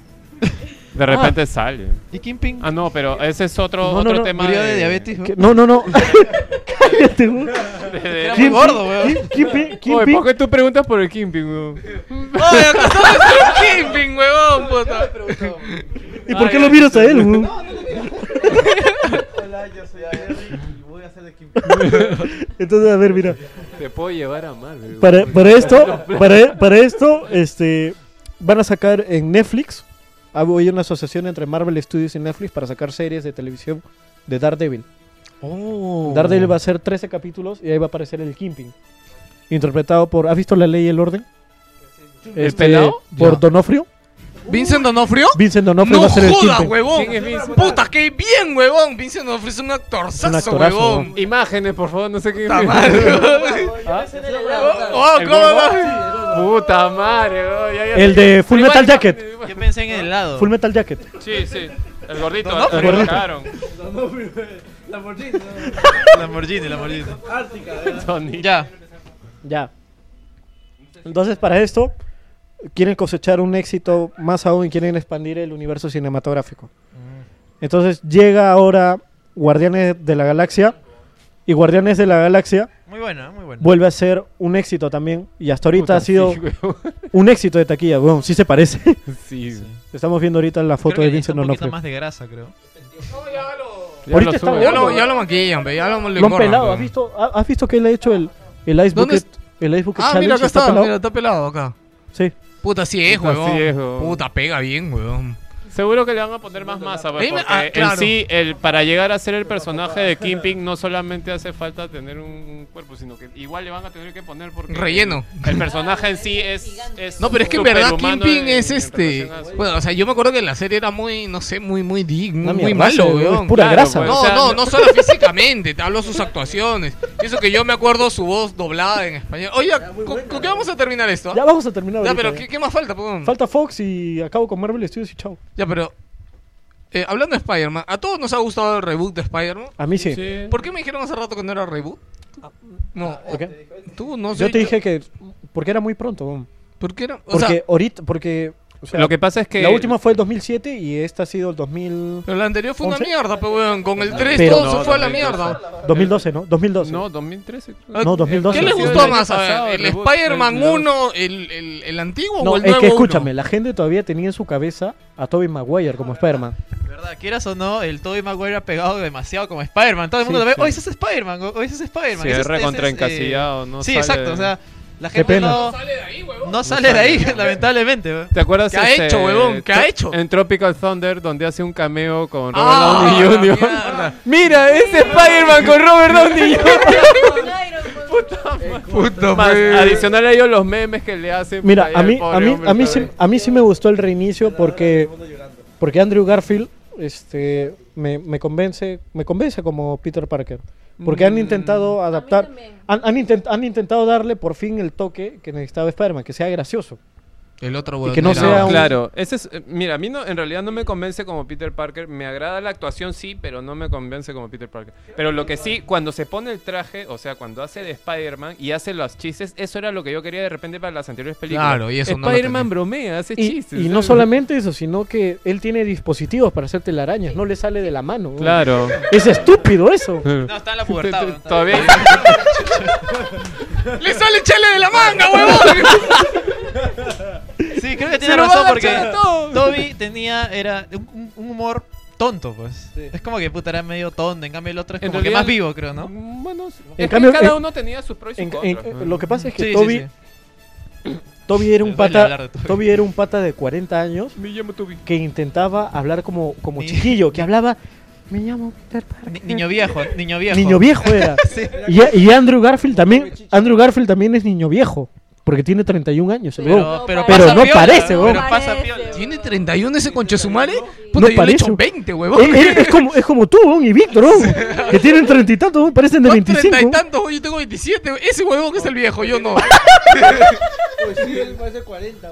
S6: De repente sale.
S23: ¿Y Kingpin?
S6: Ah, no, pero ese es otro,
S23: No, no,
S6: otro
S23: no.
S6: tema.
S23: Murió de diabetes, ¿no?
S12: Que- No, no,
S11: [LAUGHS]
S12: no. Cállate, güey.
S6: Era
S12: Kim-
S6: muy gordo, weón.
S12: Kim- Kim- Kim-
S6: Oye,
S12: Kim-
S6: ¿por qué tú preguntas por el Kimping, weón?
S11: Oye, acá está el Kingpin, huevón, puta.
S12: ¿Y por qué lo miras a él, güey?
S14: Hola, yo soy y voy a hacer de
S12: Entonces, a ver, mira.
S6: Te puedo llevar a Marvel.
S12: Para,
S6: weón.
S12: para
S6: [LAUGHS]
S12: esto, para, e- para esto, este, van a sacar en Netflix. ah, Hay una asociación entre Marvel Studios y Netflix para sacar series de televisión de Daredevil.
S11: Oh.
S12: Daredevil va a ser 13 capítulos y ahí va a aparecer el Kimping. Interpretado por. ¿Has visto la ley y el orden? Este,
S11: ¿El pelado?
S12: Por
S11: Ya.
S12: Donofrio.
S11: ¿Vincent Donofrio?
S12: Vincent Donofrio
S11: No
S12: va a ser el
S11: jodas,
S12: Kingpin.
S11: huevón. Puta, qué bien, huevón. Vincent Donofrio es un
S12: Un
S11: actorzazo,
S12: actorazo,
S11: huevón.
S6: Imágenes, por favor, no sé qué.
S11: Puta madre,
S6: ¿Ah?
S11: Oh,
S6: El
S11: ¿cómo
S6: huevón.
S11: va?
S6: Puta madre, weón. ya- ya-
S12: El de Full
S6: Igual-
S12: Metal Jacket.
S23: Yo pensé en el helado.
S12: Full Metal Jacket.
S6: Sí, sí. El gordito.
S23: No, no,
S6: el
S23: pero-
S6: gordito. Cagaron.
S23: ¿eh?
S14: Lamborghini.
S23: Lamborghini, Lamborghini.
S14: Ártica,
S23: Ya.
S12: Ya. Entonces, para esto, quieren cosechar un éxito más aún y quieren expandir el universo
S2: Mm.
S12: cinematográfico. Entonces, llega ahora Guardianes de la Galaxia Y Guardianes de la Galaxia.
S23: Muy buena, muy buena.
S12: Vuelve a ser un éxito también. Y hasta ahorita
S23: Puta,
S12: ha
S2: [LAUGHS]
S12: sido
S23: sí, weón.
S12: un éxito de taquilla, weón. Sí se parece.
S6: Sí.
S12: Estamos viendo ahorita la foto
S23: Creo
S12: de
S23: que le hizo
S12: Vincent
S23: un poquito
S12: Onofrio.
S23: más de grasa, creo.
S2: Ya
S12: [LAUGHS] Ahorita
S2: lo
S12: está
S2: suben. ya,
S12: guapo,
S2: lo, ya
S12: ¿eh?
S2: lo maquillan, pe, ya lo le
S12: Lo han
S2: engordan,
S12: pelado.
S2: pe.
S12: ¿Has visto, ha- has visto que él ha hecho el, el Ice
S2: ¿Dónde
S12: Bucket? El Ice Bucket
S2: Ah,
S12: Challenge
S2: mira, acá está,
S12: pelado.
S2: mira, está pelado acá.
S12: Sí.
S2: Puta, sí es,
S6: Puta,
S2: huevón.
S6: sí es, huevón.
S2: Puta, pega bien, huevón.
S6: Seguro que le van a poner más masa, pues,
S2: Dime-
S6: porque
S2: ah, claro.
S6: en sí, el, para llegar a ser el personaje de Kingpin no solamente hace falta tener un- un cuerpo, sino que igual le van a tener que poner porque...
S2: Relleno.
S6: El, el personaje en sí es... es
S2: No, pero es que en verdad
S6: superhumano
S2: Kingpin
S6: en-
S2: es
S6: en
S2: este.
S6: relación a su-
S2: Bueno, o sea, yo me acuerdo que la serie era muy, no sé, muy, muy digno,
S6: Una
S2: muy
S6: mierda,
S2: malo,
S6: sí,
S2: weón.
S6: es pura grasa,
S2: No,
S6: o sea,
S2: no,
S6: no-
S2: no solo físicamente, te hablo sus actuaciones. Y Eso que yo me acuerdo su voz doblada en español. Oye, ¿con, con qué vamos a terminar esto? ah?
S12: Ya vamos a terminar.
S2: Ya,
S12: ahorita,
S2: pero
S12: ya.
S2: ¿qué, qué más falta, po?
S12: Falta Fox y acabo con Marvel Studios y chao.
S2: Ya, pero. eh, hablando de Spider-Man, ¿a todos nos ha gustado el reboot de Spider-Man?
S12: A mí sí.
S2: ¿Por qué me dijeron hace rato que no era reboot? No,
S12: ¿Por qué?
S2: tú no sé.
S12: Yo te dije que porque era muy pronto. weón.
S2: ¿Por qué era? O
S12: Porque
S2: sea-
S12: ahorita, porque o sea,
S6: Lo que pasa es que-
S12: la última fue el 2007 y esta ha sido el 2000
S2: Pero la anterior fue una mierda, pe, weón. Con el 3
S12: Pero-
S2: todo se
S12: No,
S2: fue a la
S6: 2012.
S2: mierda.
S12: 2012, ¿no? 2012.
S6: No, 2013.
S12: Ah, No, 2012.
S2: ¿Qué les
S12: Sí,
S2: gustó
S12: el
S2: más?
S12: año
S2: A ver,
S12: pasado,
S2: ¿El
S12: el reboot,
S2: Spider-Man
S12: el- el-
S2: 1, el, el, el antiguo
S12: No,
S2: o el
S12: es
S2: nuevo?
S12: que
S2: 1?
S12: escúchame, la gente todavía tenía en su cabeza a Tobey Maguire como Spider-Man.
S23: ¿Verdad? Quieras o no, el Tobey Maguire ha pegado demasiado como Spider-Man. Todo el mundo
S6: Sí,
S23: lo ve,
S6: sí.
S23: hoy ese es Spider-Man, hoy ese es Spider-Man.
S6: Sí,
S23: ese
S6: es
S23: ese
S6: recontra
S23: eh,
S6: encasillado, no
S23: Sí,
S6: sale-
S23: exacto, o sea, la
S6: Qué
S23: gente
S6: pena.
S23: no...
S6: No
S23: sale de ahí, huevón. No sale de ahí, lamentablemente. weón.
S6: ¿Te acuerdas?
S23: ¿Qué ha
S6: este,
S23: hecho, huevón? ¿Qué ha
S6: Tro-
S23: hecho?
S6: En Tropical Thunder, donde hace un cameo con Robert
S23: Ah, la
S6: Downey Jr. [LAUGHS] Mira, es Spider-Man con Robert
S2: [LAUGHS]
S6: Downey Jr.
S2: Puta
S6: Más,
S2: madre.
S6: adicional a ellos los memes que le hacen.
S12: Mira,
S6: Ahí
S12: a
S6: al
S12: mí,
S6: pobre
S12: a mí,
S6: hombre,
S12: a mí,
S6: pobre.
S12: sí, a mí sí me gustó el reinicio porque, porque Andrew Garfield este, me, me convence me convence como Peter Parker. Porque han
S22: Mm.
S12: intentado adaptar, han, han intent- han intentado darle por fin el toque que necesitaba Spider-Man, que sea gracioso.
S2: El otro
S12: Y que no sea un-
S6: Claro, ese es, eh, mira, a mí no, en realidad no me convence como Peter Parker. Me agrada la actuación, sí, pero no me convence como Peter Parker. Pero lo que sí, cuando se pone el traje, o sea, cuando hace de Spider-Man y hace los chistes, eso era lo que yo quería de repente para las anteriores películas.
S2: Claro, y eso no lo
S6: Spider-Man
S2: tenía.
S6: bromea, hace
S12: Y,
S6: chistes. ¿eh?
S12: y no
S6: ¿sabes? [LAUGHS]
S12: solamente eso, sino que él tiene dispositivos para hacer telarañas, no le sale de la mano. güey.
S6: Claro.
S12: Es estúpido eso.
S6: No,
S23: está en la pubertad. weón.
S6: [LAUGHS] Todavía.
S2: ¡Le sale chele de la manga,
S23: [LAUGHS]
S2: huevón!
S23: Sí, creo
S2: Se
S23: que tiene
S2: lo
S23: razón
S2: van a
S23: porque
S2: echar a todos.
S23: Toby tenía era un, un humor tonto, pues. Es como que puta era medio tonto, en cambio el otro es
S6: En
S23: como que
S6: realidad-
S23: más vivo, creo, ¿no?
S6: Bueno, sí.
S12: En
S6: Es que
S12: cambio,
S6: cada
S12: en-
S6: uno tenía sus pros y
S12: en-
S6: sus
S12: en-
S6: contras.
S12: lo que pasa es que
S6: Sí, sí,
S12: Toby, Toby era un
S6: Me duele
S12: pata,
S6: hablar de Toby.
S12: Toby era un pata de 40 años que intentaba hablar como, como chiquillo, que hablaba Me llamo Peter Parker.
S23: niño viejo, niño viejo.
S12: niño viejo
S10: [LAUGHS]
S12: era.
S23: [LAUGHS] Sí.
S12: y, y Andrew Garfield también, Andrew Garfield también es niño viejo. Porque tiene 31 años, el
S23: Pero-
S12: huevón.
S23: pero
S12: Pero
S23: pasa
S12: no
S23: piola,
S12: parece,
S23: ¿no?
S12: weón.
S23: Pero pasa piola.
S2: ¿Tiene 31 ese conchesumare?
S12: No
S2: Puta, yo le he
S12: parece.
S2: hecho 20, huevón.
S12: Es, es- es como, es como tú, weón, y Víctor, weón, que tienen treinta y tantos, weón, parecen de 25.
S2: [LAUGHS] Treinta y
S12: weón.
S2: tantos, oye, yo tengo 27. Ese huevón que es el viejo, yo no.
S9: Pues sí, él parece 40.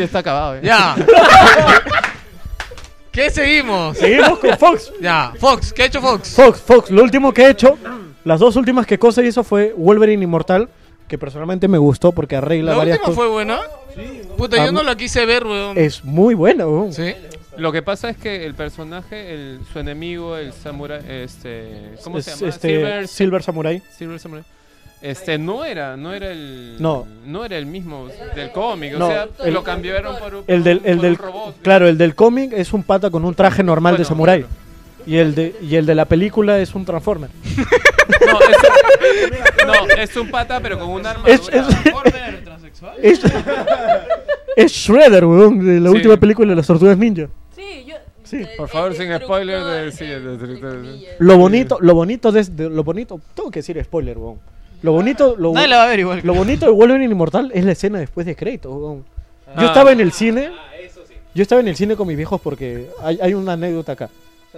S6: [LAUGHS]
S12: [LAUGHS]
S6: y está acabado, eh.
S2: Ya. ¿Qué seguimos?
S12: Seguimos con Fox.
S2: Ya, Fox, ¿qué ha hecho Fox?
S12: Fox, Fox, lo último que he hecho, las dos últimas que cosa hizo fue Wolverine Inmortal, que personalmente me gustó porque arregla
S2: ¿La
S12: varias
S2: última
S12: cosas.
S2: fue buena? Puta,
S12: Ah,
S2: yo no la quise ver, huevón.
S12: Es muy buena, weón.
S6: Lo que pasa es que el personaje, el, su enemigo, el samurai, este, ¿cómo se
S12: Es,
S6: llama?
S12: este, Silver Samurai.
S6: Silver Samurai. Este, no era, no era el,
S12: No.
S6: no era el mismo del cómic,
S12: No,
S6: o sea,
S12: el-
S6: lo cambiaron por un,
S12: El del,
S6: por
S12: el
S6: un
S12: del,
S6: robot.
S12: claro, el del cómic es un pata con un traje normal de samurai. Y el de, y el de la película es un
S6: [LAUGHS]
S12: transformer.
S6: No es, [LAUGHS] no, es un pata pero con un arma.
S12: Es- es- [LAUGHS] es, es Shredder, weón, de la
S6: Sí.
S12: última película de las tortugas ninja.
S6: Por favor, sin spoiler de, sí, de- de- de- de-
S12: Lo bonito, lo bonito de, de- lo bonito, tengo que decir spoiler, weón. Lo bonito, lo,
S23: Nadie la va a ver igual.
S12: lo bonito de Wolverine Inmortal es la escena después de crédito, weón.
S23: Ah.
S12: Yo estaba en el cine, yo estaba en el cine con mis viejos porque hay, hay una anécdota acá.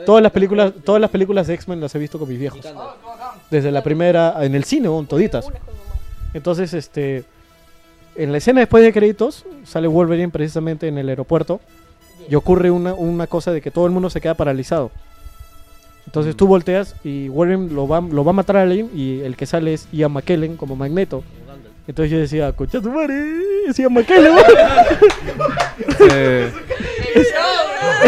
S12: Todas las películas, todas las películas de X-Men las he visto con mis viejos. Desde la primera, en el cine, weón, toditas. Entonces, este, en la escena después de créditos, sale Wolverine precisamente en el aeropuerto y ocurre una, una cosa de que todo el mundo se queda paralizado. Entonces tú volteas y Wolverine lo va, lo va a matar a alguien y el que sale es Ian McKellen como Magneto. Entonces yo decía,
S2: [LAUGHS]
S12: cocha tu madre, es Ian McKellen.
S6: Sí.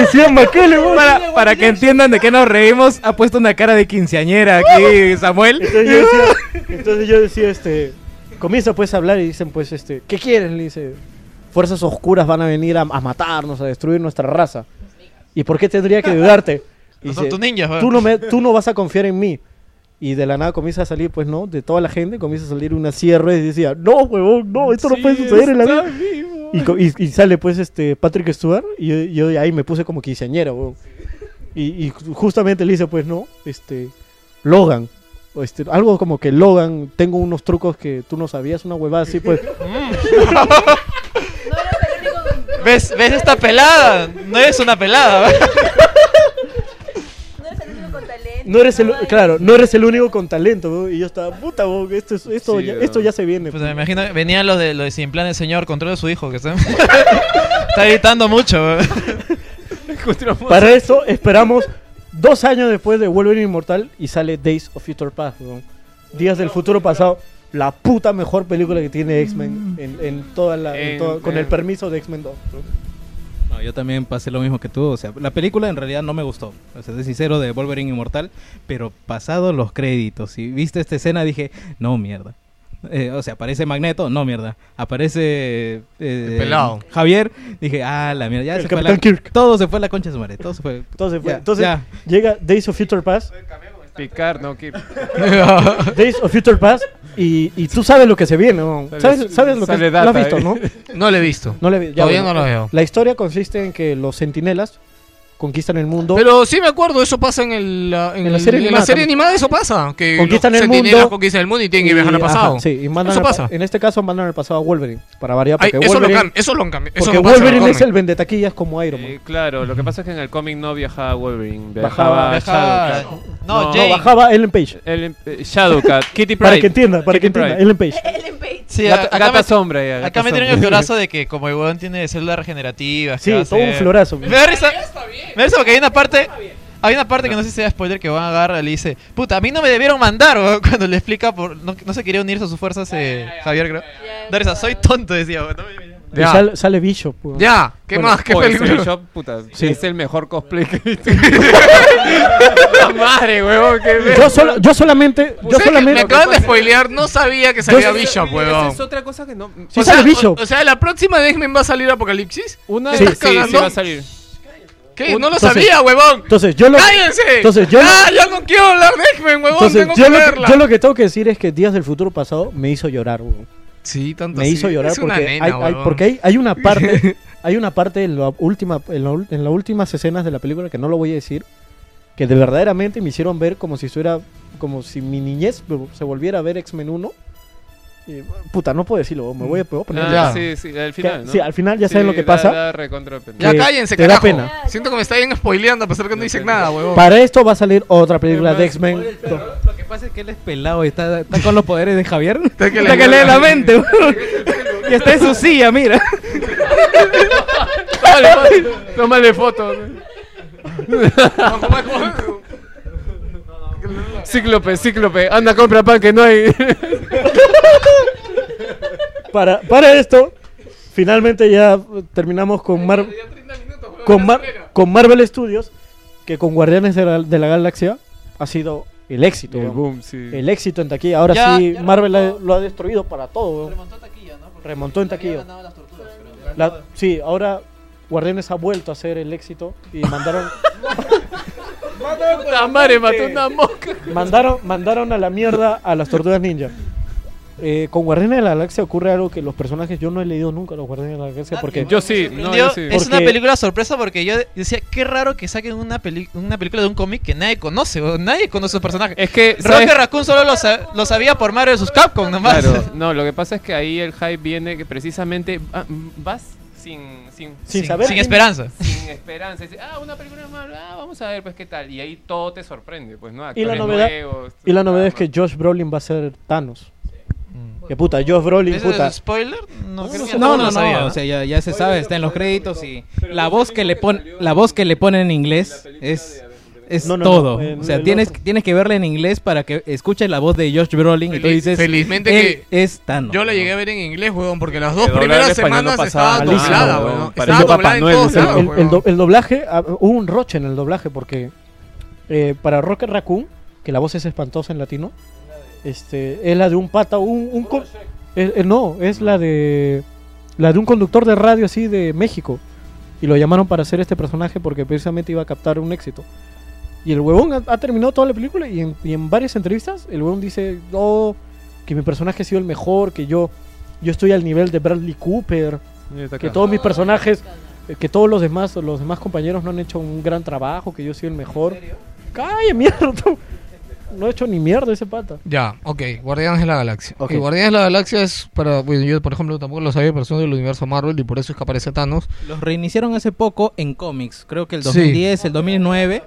S26: Decía Makele, para, para que entiendan de qué nos reímos, ha puesto una cara de quinceañera aquí, Samuel.
S12: Entonces yo
S10: [LAUGHS]
S12: decía, entonces yo decía, este, comienza pues a hablar y dicen pues, este, ¿qué quieres? Le dice, fuerzas oscuras van a venir a, a matarnos, a destruir nuestra raza. ¿Y por qué tendría que ayudarte? Y
S10: [LAUGHS] No son tus ninjas, weón.
S12: tú, no me- tú no vas a confiar en mí. Y de la nada comienza a salir, pues no, de toda la gente comienza a salir una sierra y decía, no, huevón, no, esto no puede suceder en la vida. Y, co- y- y sale pues este Patrick Stewart y yo, yo de ahí me puse como quinceañera, weón. Y, y ju- justamente le dice, pues no, este, Logan. O este, algo como que Logan, tengo unos trucos que tú no sabías, una huevada así, pues.
S10: ¿Ves, ¿Ves esta pelada? No es una
S23: [LAUGHS]
S10: pelada.
S12: No eres el, claro, no eres el único con talento, weón. Y yo estaba, puta, weón, esto, es- esto,
S10: Sí,
S12: ya,
S10: weón.
S12: esto ya se viene.
S10: Pues me imagino que venían los de los de sin plan del señor, control de su
S23: [LAUGHS]
S10: hijo, que está, está gritando mucho.
S4: ¿eh?
S10: weón.
S12: Para eso esperamos dos años después de Wolverine Inmortal y sale Days of Future Past, weón. Días del futuro pasado. La puta mejor película que tiene X-Men en, en toda la, en
S4: Eh,
S12: toda- con
S4: eh.
S12: el permiso de X-Men 2. weón.
S4: No, yo también pasé lo mismo que tú. O sea, la película en realidad no me gustó. O sea, de sincero, de Wolverine Inmortal. Pero pasado los créditos y viste esta escena, dije, no, mierda. Eh, o sea, aparece Magneto, no, mierda. Aparece eh,
S3: pelado.
S4: Javier, dije, ah, la mierda. Ya
S12: El
S4: se fue
S12: Capitán
S4: la- Todo se fue a la concha de su madre. Todo se fue.
S12: Todo se fue.
S4: Ya,
S12: Entonces
S4: ya.
S12: llega Days of Future
S4: [LAUGHS]
S12: Past.
S6: Picar, no, Kip.
S12: Days of Future Past y, y tú sabes lo que se viene, ¿no?
S6: Sale-
S12: ¿Sabes, sabes lo que
S6: sale
S12: lo has
S6: data,
S12: visto,
S6: eh.
S2: [LAUGHS]
S4: [LAUGHS]
S12: no?
S6: No lo he visto.
S12: No lo he vi- ya,
S6: Todavía
S12: bueno.
S6: no lo veo.
S12: La historia consiste en que los sentinelas conquistan el mundo.
S2: Pero sí me acuerdo, eso pasa en, el, la- en,
S12: En la
S2: el-
S12: serie
S2: en
S12: animada también.
S2: animada, eso pasa. Que
S12: conquistan
S2: los
S12: el
S2: centinelas
S12: mundo.
S2: conquistan el mundo y tienen que viajar al
S12: ajá,
S2: pasado.
S12: sí, y mandan
S2: eso
S12: al pa-
S2: pasa.
S12: En este caso mandan al pasado a Wolverine. Para variar,
S2: Ay,
S12: porque
S2: eso, lo
S12: Wolverine,
S2: cam- eso lo cambia. Eso
S12: porque
S2: no pasa en el
S12: Wolverine es
S2: cómic.
S12: el vendetaquillas como Iron Man.
S6: Eh, claro, lo que pasa es que en el cómic no viajaba Wolverine,
S12: Bajaba-
S6: viajaba,
S12: Bajaba-
S6: Shadowcat.
S12: no, Jane. bajaba Ellen Page.
S6: Ellen- eh,
S12: [LAUGHS]
S6: Shadowcat, Kitty Pryde.
S12: Para que entienda, para que
S6: Kitty
S12: entienda.
S6: Pryde.
S12: Ellen Page.
S10: Sí,
S6: Gata-
S10: acá
S6: gata
S10: me-
S6: sombra, ya, gata
S10: acá me tienen el
S6: sombra.
S10: florazo de que como el huevón tiene células regenerativas.
S12: Sí,
S10: que va a
S12: todo un
S10: ser-
S12: florazo.
S10: Me da risa. Me da risa porque hay una parte. Hay una parte que no sé si sea spoiler que van a agarrar y le dice, puta, a mí no me debieron mandar, [LAUGHS] weón", cuando le explica, por, no, no se quería unirse a sus fuerzas, eh, Javier, creo. Da risa, soy tonto, decía, weón, no me deberían mandar.
S12: Y sale, sale Bishop. weón. Bueno,
S6: Oye,
S12: película?
S6: ese Bishop, puta,
S12: Sí.
S6: Es el mejor cosplay que he visto. La [LAUGHS] madre, huevón, qué
S12: Yo, solo- yo solamente. Yo
S2: Ustedes Me
S12: solamente.
S2: acaban de spoilear, no sabía que salía Bishop,
S6: Esa
S2: huevón.
S6: es otra cosa que no.
S12: Sí sale Bishop.
S2: O, o sea, la próxima de X-Men va a salir Apocalipsis.
S6: Una
S2: ¿Te
S6: sí,
S2: estás
S6: sí, sí
S2: cagando?
S6: va a salir.
S2: ¿Qué? No lo
S12: Entonces-
S2: sabía, huevón.
S12: Entonces, yo lo.
S2: ¡Cállense!
S12: Entonces, yo lo-
S2: ¡Ah, ya no quiero hablar de X-Men, huevón!
S12: Entonces,
S2: Tengo
S12: yo
S2: que
S12: lo, que,
S2: verla.
S12: yo lo que tengo que decir es que Días del Futuro Pasado me hizo llorar, weón.
S2: Sí, tanto
S12: Me
S2: así.
S12: hizo llorar
S2: Es una
S12: porque,
S2: nena,
S12: hay, hay-
S2: huevón.
S12: porque hay, hay
S2: [LAUGHS]
S12: una parte, hay una parte en, la última, en, la ul- en las últimas escenas de la película que no lo voy a decir, que de verdaderamente me hicieron ver como si estuviera, como si mi niñez se volviera a ver X-Men 1. Y, puta, no puedo decirlo, me voy a, me voy a poner...
S6: Ah, sí, sí, al final.
S12: Que-
S6: ¿no?
S12: sí, al final ya saben lo que
S6: da-
S12: pasa.
S6: da recontra pena.
S2: Ya
S12: que
S2: cállense,
S12: te da
S2: carajo.
S12: pena.
S2: Siento que me está bien spoileando a pesar que no dicen nada, huevón.
S12: Para esto va a salir otra película de X-Men.
S4: Lo que pasa es que él es pelado y está, está con los poderes de Javier. está
S2: que
S4: que
S2: le-
S4: le lee la mente, weón. Y está en su silla, mira.
S6: Tómale, foto, tómale foto. Cíclope, cíclope, anda compra pan que no hay.
S12: Para, para esto, finalmente ya terminamos con, Mar- con, Mar- con Marvel Studios, que con Guardianes de la, de la Galaxia ha sido el éxito.
S6: El
S12: weón.
S6: boom, sí.
S12: El éxito en taquilla. Ahora
S6: Ya-
S12: sí,
S6: ya
S12: Marvel ha- lo ha destruido para todo. Remontó Remontó en taquilla. La- sí, ahora Guardianes ha vuelto a ser el éxito y mandaron...
S6: Puta madre, mató una mosca.
S12: mandaron, mandaron a la mierda a las tortugas ninja. Eh, con Guardianes de la Galaxia ocurre algo que los personajes yo no he leído nunca los Guardianes de la Galaxia porque
S6: Ah, Yo sí, no, yo sí.
S10: Es una
S12: Porque-
S10: película sorpresa porque yo de- decía, qué raro que saquen una, peli- una película de un cómic que nadie conoce, weón. nadie conoce sus personajes.
S6: Es que,
S10: Roger
S6: ¿sabes?
S10: Raccoon solo lo, sa- lo sabía por Mario de sus Capcom nomás. [LAUGHS]
S6: Claro, no, lo que pasa es que ahí el hype viene que precisamente ah, mm, vas sin, sin,
S10: Sin Sin- saber sin quién- esperanza.
S6: Sin esperanza. Dices, ah, una película más, ah, vamos a ver, pues qué tal. Y ahí todo te sorprende, pues, ¿no?
S12: Y la
S6: Actores
S12: novedad,
S6: nuevos,
S12: y la novedad es que Josh Brolin va a ser Thanos. Que puta, Josh
S10: ¿Eso
S12: Brolin,
S10: es
S12: puta.
S10: spoiler? No, creo que
S4: No,
S10: todo
S4: no,
S10: lo
S4: no,
S10: sabía,
S4: o sea, ya, ya se sabe, está en los créditos y la voz que le pon, la voz que le pone en inglés es Es
S12: No, no, no,
S4: todo.
S12: eh,
S4: o sea,
S12: el
S4: tienes, tienes que verla en inglés para que escuches la voz de Josh Brolin y tú dices.
S2: felizmente
S4: "Él
S2: que-
S4: es Thanos.
S2: Yo la llegué a ver en inglés, huevón, porque las dos
S4: El doblaje
S2: primeras
S4: en español no
S2: semanas
S4: pasaba
S2: estaba doblada,
S12: Ah, Malísimo,
S2: huevón.
S12: weón.
S2: Estaba
S12: Parecía
S2: doblada en todos
S12: el,
S2: lados,
S12: el- el
S2: huevón.
S12: do- el doblaje, ah, hubo un roche en el doblaje porque eh, para Rocket Raccoon, que la voz es espantosa en latino, este, es la de un pata, un... un con- es- es- no, es la de la de un conductor de radio así de México. Y lo llamaron para hacer este personaje porque precisamente iba a captar un éxito. Y el huevón ha, ha terminado toda la película y en, y en varias entrevistas el huevón dice, oh, que mi personaje ha sido el mejor, que yo, yo estoy al nivel de Bradley Cooper,
S6: Y está
S12: que
S6: acá.
S12: todos mis personajes, eh, que todos los demás, los demás compañeros no han hecho un gran trabajo, que yo soy el mejor. ¡Calla, mierda! [LAUGHS] tú! No he hecho ni mierda ese pata.
S2: Ya, ok, Guardianes de la Galaxia.
S12: Ok.
S2: Y Guardianes de la Galaxia es para. Bueno, yo, por ejemplo, tampoco lo sabía, pero son del universo Marvel y por eso es que aparece Thanos.
S4: Los reiniciaron hace poco en cómics, creo que el
S2: Sí.
S4: 2010, el 2009.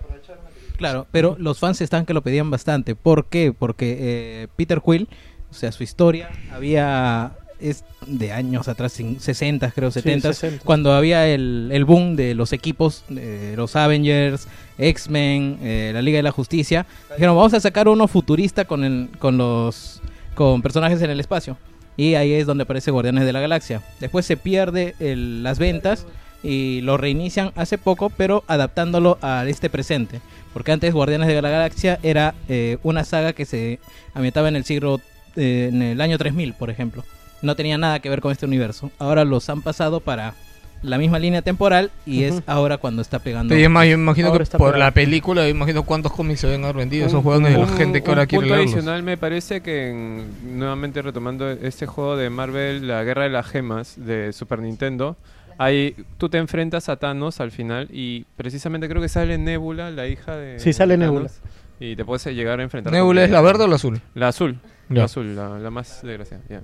S4: Claro, pero los fans están que lo pedían bastante. ¿Por qué? Porque eh, Peter Quill, o sea, su historia había es de años atrás, cin- 60 creo, 70,
S12: 60.
S4: cuando había el, el boom de los equipos, eh, los Avengers, X-Men, eh, la Liga de la Justicia. Dijeron, vamos a sacar uno futurista con, el, con los con personajes en el espacio. Y ahí es donde aparece Guardianes de la Galaxia. Después se pierde el- las ventas y lo reinician hace poco, pero adaptándolo a este presente. Porque antes Guardianes de la Galaxia era eh, una saga que se ambientaba en el siglo, eh, en el año 3000, por ejemplo. No tenía nada que ver con este universo. Ahora los han pasado para la misma línea temporal y es
S2: Ujú.
S4: ahora cuando está pegando.
S2: Sí, es más, yo imagino
S4: Ahora
S2: que
S4: está
S2: por
S4: pegando.
S2: la película, yo imagino cuántos cómics se deben haber vendido esos
S6: Un-
S2: juegos de la
S6: un-
S2: gente que ahora
S6: un
S2: quiere
S6: punto
S2: leerlos.
S6: adicional me parece que en- nuevamente retomando este juego de Marvel, la Guerra de las Gemas de Super Nintendo, ahí tú te enfrentas a Thanos al final y precisamente creo que sale Nebula, la hija de
S12: Sí, sale
S6: de Thanos,
S12: Nebula.
S6: Y te puedes llegar a enfrentar.
S2: ¿Nebula
S6: con
S2: es la verde o la azul?
S6: La azul.
S2: Ya.
S6: La azul, la, la más desgraciada. ya.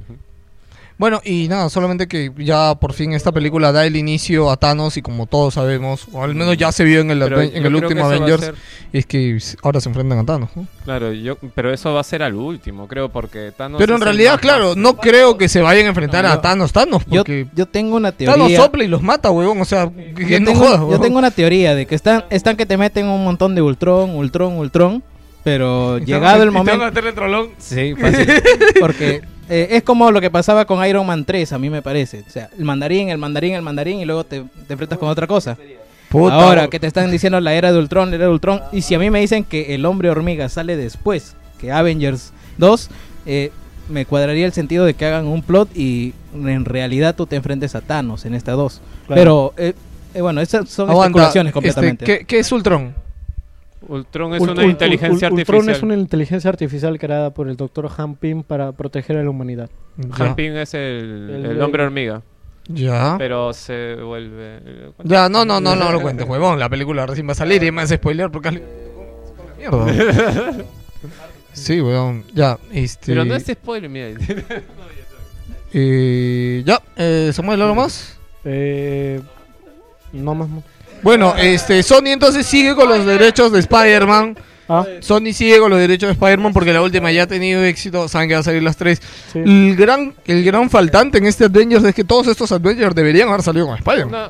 S2: Bueno, y nada, solamente que ya por fin esta película da el inicio a Thanos y como todos sabemos, o al menos ya se vio en el,
S6: Pero
S2: Aven- en
S6: yo
S2: el
S6: creo que eso
S2: último
S6: va a
S2: Avengers,
S6: ser-
S2: es que s- ahora se enfrentan a Thanos. ¿no?
S6: Claro, yo, pero eso va a ser al último, creo, porque Thanos.
S2: Pero
S6: es el
S2: en realidad,
S6: más-
S2: claro, no creo que se vayan a enfrentar a Thanos, Thanos, porque
S4: Yo tengo una
S2: Thanos
S4: teoría.
S2: sopla y los mata, huevón, o sea, que- que
S4: yo,
S2: no
S4: tengo,
S2: jodas,
S4: yo
S2: huevón.
S4: tengo una teoría de que están, están que te meten un montón de Ultron, Ultron, Ultron, pero llegado
S6: [LAUGHS]
S4: el momento... Sí,
S2: [LAUGHS]
S4: fácil. Porque eh, es como lo que pasaba con Iron Man 3, a mí me parece. O sea, el mandarín, el mandarín, el mandarín y luego te, te enfrentas con otra cosa.
S2: Puta,
S4: Ahora
S2: bro.
S4: que te están diciendo la era de Ultron, la era de Ultron. Y si a mí me dicen que el hombre hormiga sale después que Avengers 2, eh, me cuadraría el sentido de que hagan un plot y en realidad tú te enfrentes a Thanos en esta 2.
S27: Claro.
S4: Pero eh, eh, bueno, esas son
S2: Aguanta,
S4: especulaciones
S2: este,
S4: completamente.
S2: ¿qué, qué es Ultron?
S6: Ultron es
S12: Ult-
S6: una
S12: Ult-
S6: inteligencia
S12: Ult-
S6: artificial.
S12: Ultron es una inteligencia artificial creada por el doctor Hampin para proteger a la humanidad.
S6: Hamping es el,
S12: El-
S6: el, hombre hormiga.
S2: Ya.
S6: Pero se vuelve. eh,
S2: Ya, no, no, no,
S6: [LAUGHS]
S2: no lo cuentes, huevón, la película recién va a salir y me hace spoiler porque... has le- Mierda. Sí, huevón, ya, este...
S6: Pero no es spoiler, mira.
S2: Eh, ya, eh, Samuel, ¿algo más?
S12: Eh, no más.
S2: Bueno, este, Sony entonces sigue con los derechos de Spider-Man.
S12: Ah.
S2: Sony sigue con los derechos de Spider-Man porque la última ya ha tenido éxito. Saben que van a salir las tres. El, gran, el gran faltante en este Avengers es que todos estos Avengers deberían haber salido con Spider-Man.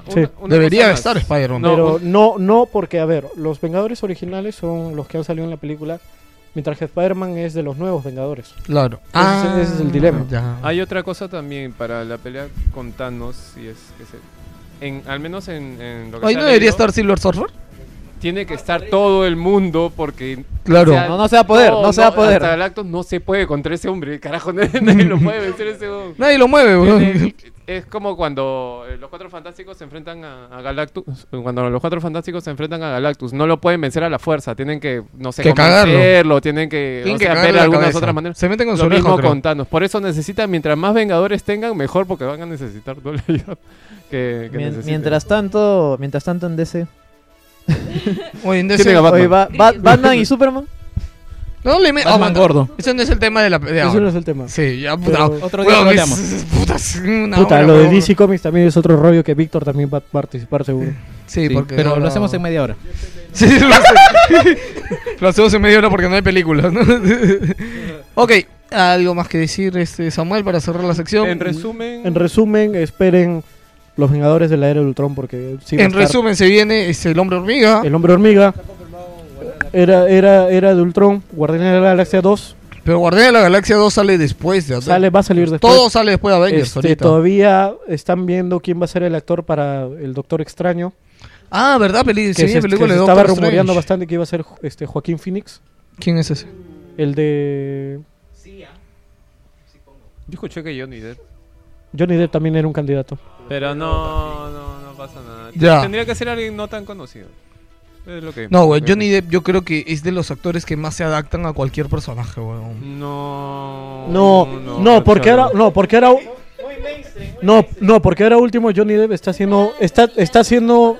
S2: Debería estar Spider-Man.
S12: Pero no, no, porque, a ver, los Vengadores originales son los que han salido en la película, mientras que Spider-Man es de los nuevos Vengadores.
S2: Claro. Ah,
S12: Ese, es- ese es el
S6: [LAUGHS]
S12: dilema.
S6: Hay otra cosa también para la pelea con Thanos. Y es que se- en, al menos en, en lo que
S2: Ahí
S6: se
S2: no
S6: ha
S2: debería
S6: leído,
S2: estar Silver Surfer.
S6: Tiene que estar todo el mundo porque.
S2: Claro.
S6: o sea,
S2: No, no se va a poder, no se va a poder.
S6: Hasta Galactus no se puede contra ese hombre. Carajo, [LAUGHS] nadie lo puede vencer ese hombre.
S2: [LAUGHS] Nadie lo mueve, bro.
S6: Tiene- Es como cuando eh, los cuatro fantásticos se enfrentan a, a Galactus. eh, Cuando los cuatro fantásticos se enfrentan a Galactus, no lo pueden vencer a la fuerza. Tienen que, no sé,
S2: Que cagarlo.
S6: convencerlo, Tienen que,
S2: Tienen
S6: o
S2: que
S6: sea,
S2: cagarle
S6: ver
S2: la
S6: algunas
S2: cabeza.
S6: otras maneras.
S2: Se meten con
S6: lo
S2: su oreja,
S6: mismo
S2: creo.
S6: con Thanos. Por eso necesitan, mientras más vengadores tengan, mejor, porque van a necesitar toda la [LAUGHS] ayuda que, que
S10: Mien-
S6: necesiten.
S10: mientras tanto, mientras tanto
S2: [LAUGHS]
S10: en DC.
S2: Oye, en
S6: DC-
S10: Oye, va- va- Batman y Superman.
S2: No le me...
S10: Batman
S2: aguanta.
S10: gordo.
S2: Ese no es el tema de la de
S10: Ese
S2: ahora.
S10: no es el tema.
S2: Sí, ya puta.
S10: Pero- Otro día
S2: Huevón,
S10: lo
S2: es-
S10: hablamos.
S2: es- puta, es una
S12: Puta,
S2: hora,
S12: lo de
S2: huevón.
S12: DC Comics también es otro rollo que Víctor también va a participar seguro.
S2: Sí, porque
S4: pero
S2: no,
S4: lo
S2: no.
S4: hacemos en media hora.
S2: [LAUGHS] Sí, lo, hace- lo hacemos en media hora porque no hay películas. ¿no? [LAUGHS] ok, algo más que decir, este Samuel, para cerrar la sección.
S6: En resumen,
S12: En resumen, esperen los Vengadores de la Era de Ultron porque sí va a
S2: en
S12: estar
S2: resumen se viene este, el hombre hormiga.
S12: el Hombre Hormiga. era, era, era de Ultron, Guardianes de la Galaxia 2.
S2: Pero Guardianes de la Galaxia 2 sale después de
S12: Sale, va a salir después.
S2: pues, Todo sale después de Avengers
S12: Este,
S2: ahorita.
S12: Todavía están viendo quién va a ser el actor para el Doctor Extraño.
S2: Ah, ¿verdad? Peli-
S12: Que
S2: se viene
S12: se-
S2: película
S12: que
S2: de
S12: se estaba
S2: Doctor Strange.
S12: rumoreando bastante que iba a ser jo- este, Joaquín Phoenix.
S28: ¿Quién es ese?
S12: El de...
S6: Yo escuché que Johnny Depp.
S12: Johnny Depp también era un candidato.
S6: Pero no, no, no pasa nada.
S2: Ya.
S6: Tendría que ser alguien no tan conocido. Es lo que.
S2: No, güey,
S6: lo que-
S2: Johnny Depp yo creo que es de los actores que más se adaptan a cualquier personaje, güey.
S6: No.
S12: No, no, porque ahora, no, porque ahora, no, no, porque ahora último Johnny Depp está haciendo, está, está haciendo,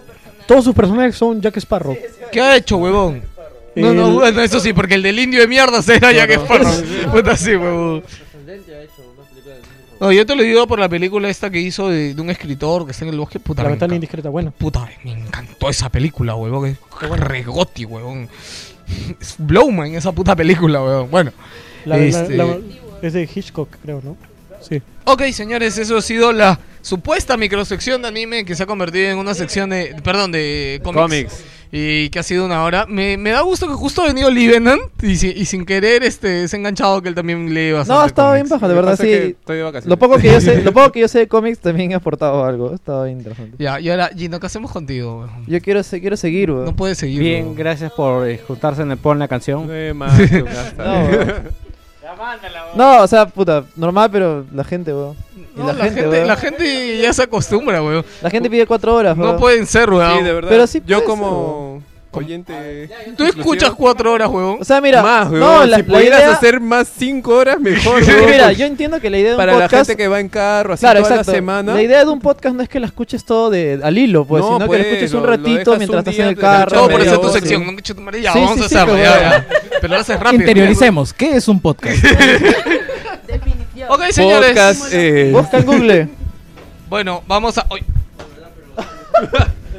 S12: todos sus personajes son Jack Sparrow.
S2: ¿Qué ha hecho, huevón? No, no,
S12: El-
S2: bueno, eso sí, porque el del indio de mierda será ya que es
S12: [LAUGHS]
S2: por... Puta, sí, huevón. No, yo te lo digo por la película esta que hizo de, de un escritor que está en el bosque. Puta,
S12: La
S2: me
S12: ventana
S2: encantó
S12: indiscreta, bueno.
S2: Puta, me encantó esa película, huevón. Es regoti, huevón. Es Blowman esa puta película, huevón. Bueno.
S12: La- la-
S2: este-
S12: la- es de Hitchcock, creo, ¿no? Sí.
S2: Ok, señores, eso ha sido la supuesta microsección de anime que se ha convertido en una sección de. Perdón, de cómics.
S6: Cómics.
S2: Y que ha sido una hora. Me, me da gusto que justo ha venido Livenan y, si- y sin querer este, se ha enganchado que él también lee bastante.
S10: No, estaba bien
S2: cómics.
S10: bajo, de verdad, sí. Lo poco que
S6: [LAUGHS]
S10: yo sé, lo poco que yo sé de cómics también ha aportado algo. Estaba bien interesante.
S2: [LAUGHS] Ya, y ahora, Gino, ¿qué hacemos contigo? weón?
S10: Yo quiero, se- quiero seguir, weón.
S2: No puedes seguir.
S3: Bien, gracias por eh, juntarse en el pon la canción.
S6: [LAUGHS]
S10: [LAUGHS] No, weón. No, o sea, puta, normal, pero la gente, weón. Y
S2: No, la, gente,
S10: weón.
S2: la gente ya se acostumbra, weón.
S10: La gente pide cuatro horas,
S2: No
S10: weón.
S2: pueden ser, weón.
S10: Sí, de verdad. Pero sí
S2: Yo
S10: puede
S2: como.
S6: Oyente.
S2: Tú escuchas cuatro horas, huevón.
S10: O sea, mira,
S6: Más,
S10: no,
S6: weón.
S10: la-
S6: si
S10: la
S6: pudieras
S10: idea-
S6: hacer más cinco horas, mejor.
S10: [LAUGHS] Sí,
S6: weón.
S10: mira, yo entiendo que la idea de un
S6: Para
S10: podcast...
S6: la gente que va en carro, así
S10: Claro,
S6: toda
S10: exacto.
S6: la semana.
S10: La idea de un podcast no es que la escuches todo de, al hilo, pues,
S6: No,
S10: sino que
S6: pues,
S10: la escuches un
S6: lo- lo
S10: ratito
S6: dejas
S10: mientras
S6: un
S10: estás en
S6: día,
S10: el
S6: te la
S10: carro.
S2: Todo por
S10: media
S2: hacer tu
S10: hora,
S2: sección.
S10: sí.
S2: ¿no? Chuta madre, ya,
S10: Sí,
S2: vamos
S10: sí,
S2: a
S10: sí,
S2: hacerlo,
S10: pero-
S2: ya, ya. Pero lo haces rápido.
S4: Interioricemos, ¿qué es un podcast?
S2: Ok, señores.
S4: Podcast, eh.
S10: Busca en Google.
S2: [LAUGHS] Bueno, vamos
S10: [LAUGHS]
S2: a. Ay.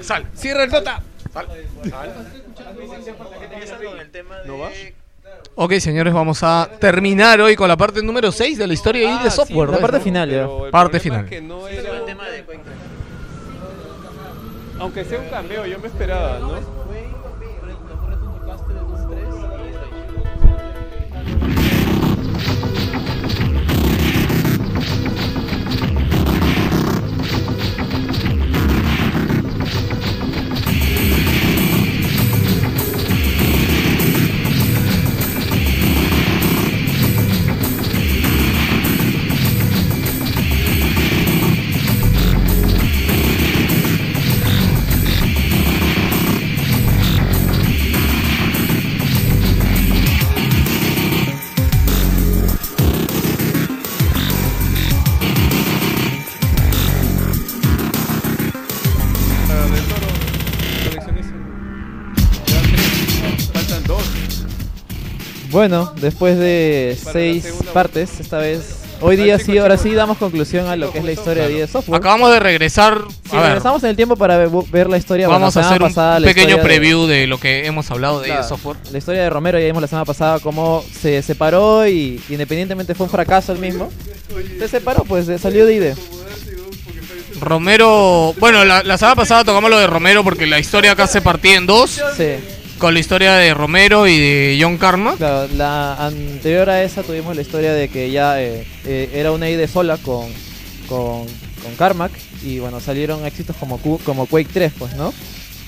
S2: Sal. Cierra el nota. Ok, señores, vamos a terminar hoy con la parte número 6 de la historia ahí de software.
S10: Ah, la
S2: ¿no?
S10: parte final, ya. Pero el
S2: Parte final.
S10: problema es
S6: Que no era... tema de
S2: [LAUGHS]
S6: Cuenca. Aunque sea un cameo, yo me esperaba, ¿no? Faltan dos.
S10: Bueno, después de seis partes, esta vez, hoy día sí, ahora sí damos conclusión a lo que es la historia de 10 software.
S2: Acabamos de regresar.
S10: Sí,
S2: a ver,
S10: regresamos en el tiempo para ver, ver la historia. bueno,
S2: vamos
S10: la
S2: a
S10: semana
S2: hacer un
S10: pasada, la
S2: pequeño
S10: historia de-
S2: preview de... lo que hemos hablado de ahí de
S10: Claro.
S2: software.
S10: La historia de Romero ya vimos la semana pasada cómo se separó y independientemente fue un fracaso el mismo. Se separó, pues eh, salió de ID.
S2: Romero. Bueno, la, la semana pasada tocamos lo de Romero porque la historia acá se partía en dos. Con la historia de Romero y de John Karma.
S10: Claro, la anterior a esa tuvimos la historia de que ya eh, eh, era una ID sola con, con, con Carmack y bueno, salieron éxitos como, Cu- como Quake 3, pues, ¿no?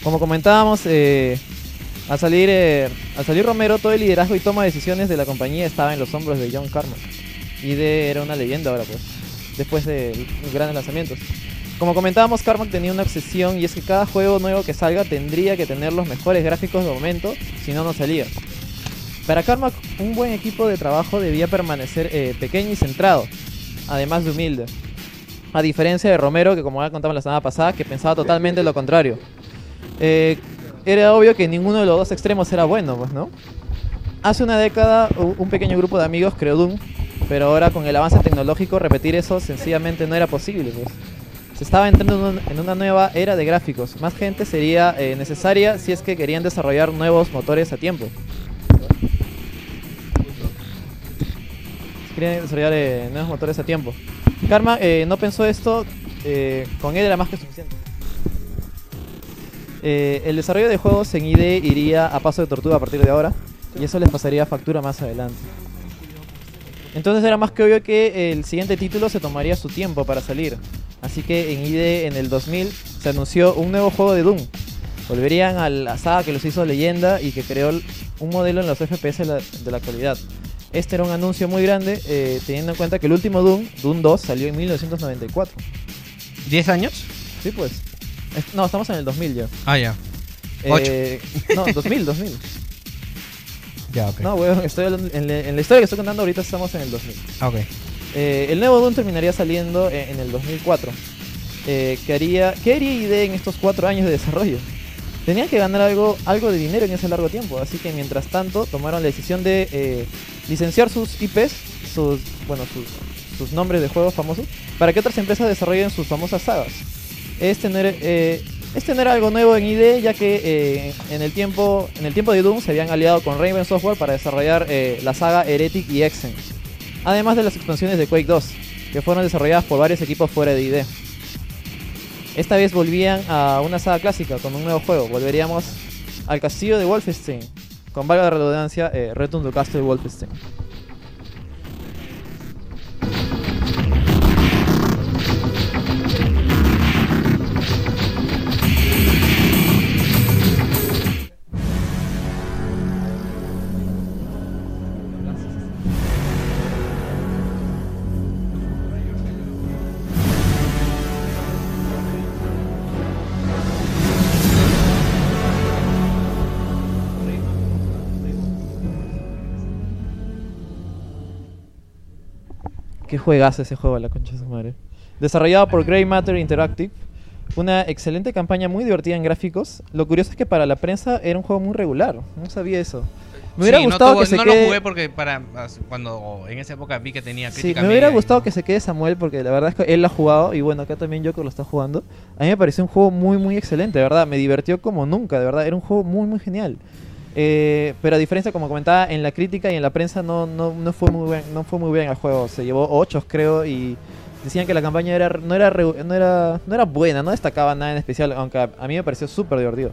S10: Como comentábamos, eh, al, salir, eh, al salir Romero, todo el liderazgo y toma de decisiones de la compañía estaba en los hombros de John Carmack. ID era una leyenda ahora, pues, después de los grandes lanzamientos. Como comentábamos, Carmack tenía una obsesión y es que cada juego nuevo que salga tendría que tener los mejores gráficos de momento, si no, no salía. Para Carmack, un buen equipo de trabajo debía permanecer eh, pequeño y centrado, además de humilde. A diferencia de Romero, que como ya contamos la semana pasada, que pensaba totalmente lo contrario. Eh, era obvio que ninguno de los dos extremos era bueno, pues, ¿no? Hace una década, u- un pequeño grupo de amigos creó Doom, pero ahora con el avance tecnológico, repetir eso sencillamente no era posible, pues. Se estaba entrando en un- en una nueva era de gráficos. Más gente sería eh, necesaria si es que querían desarrollar nuevos motores a tiempo. querían desarrollar eh, nuevos motores a tiempo. Karma eh, no pensó esto, eh, con él era más que suficiente. eh, el desarrollo de juegos en ID iría a paso de tortuga a partir de ahora y eso les pasaría factura más adelante. Entonces era más que obvio que el siguiente título se tomaría su tiempo para salir. Así que en ID en el 2000 se anunció un nuevo juego de Doom. Volverían a la saga que los hizo leyenda y que creó un modelo en los FPS de la- de la actualidad. Este era un anuncio muy grande eh, teniendo en cuenta que el último Doom, Doom 2, salió en 1994.
S23: ¿10 años?
S10: Sí, pues. Es- No, estamos en el 2000 ya.
S23: Ah, ya.
S10: Eh, no, 2000, 2000.
S23: Ya, ok.
S10: No, weón, estoy hablando- en, la- en la historia que estoy contando ahorita estamos en el 2000.
S23: Ah, ok.
S10: Eh, el nuevo Doom terminaría saliendo en, en el 2004. Eh, ¿qué, haría, ¿Qué haría ID en estos cuatro años de desarrollo? Tenían que ganar algo, algo de dinero en ese largo tiempo, así que mientras tanto tomaron la decisión de eh, licenciar sus IPs, sus, bueno, sus, sus nombres de juegos famosos, para que otras empresas desarrollen sus famosas sagas. Este no era, eh, este no era algo nuevo en ID, ya que eh, en, el tiempo, en el tiempo de Doom se habían aliado con Raven Software para desarrollar eh, la saga Heretic y Exen, además de las expansiones de Quake 2, que fueron desarrolladas por varios equipos fuera de ID. Esta vez volvían a una saga clásica con un nuevo juego. Volveríamos al castillo de Wolfenstein. Con valga de redundancia, eh, Return to Castle Wolfenstein. Qué juegazo ese juego, la concha de su madre. Desarrollado por Grey Matter Interactive. Una excelente campaña muy divertida en gráficos. Lo curioso es que para la prensa era un juego muy regular. No sabía eso. Me hubiera
S11: Sí, no
S10: gustado
S11: tuvo-
S10: que se
S11: no
S10: quede...
S11: lo jugué porque para cuando en esa época vi que tenía
S10: Sí,
S11: crítica
S10: me hubiera
S11: media.
S10: gustado que se quede Samuel porque la verdad es que él lo ha jugado y bueno, acá también Joker lo está jugando. A mí me pareció un juego muy, muy excelente, de verdad. Me divirtió como nunca, de verdad. Era un juego muy, muy genial. Eh, pero a diferencia, como comentaba, en la crítica y en la prensa no, no, no fue muy bien, no fue muy bien el juego. Se llevó 8, creo, y decían que la campaña era, no, era, regu- no, era, no era buena, no destacaba nada en especial, aunque a, a mí me pareció súper divertido.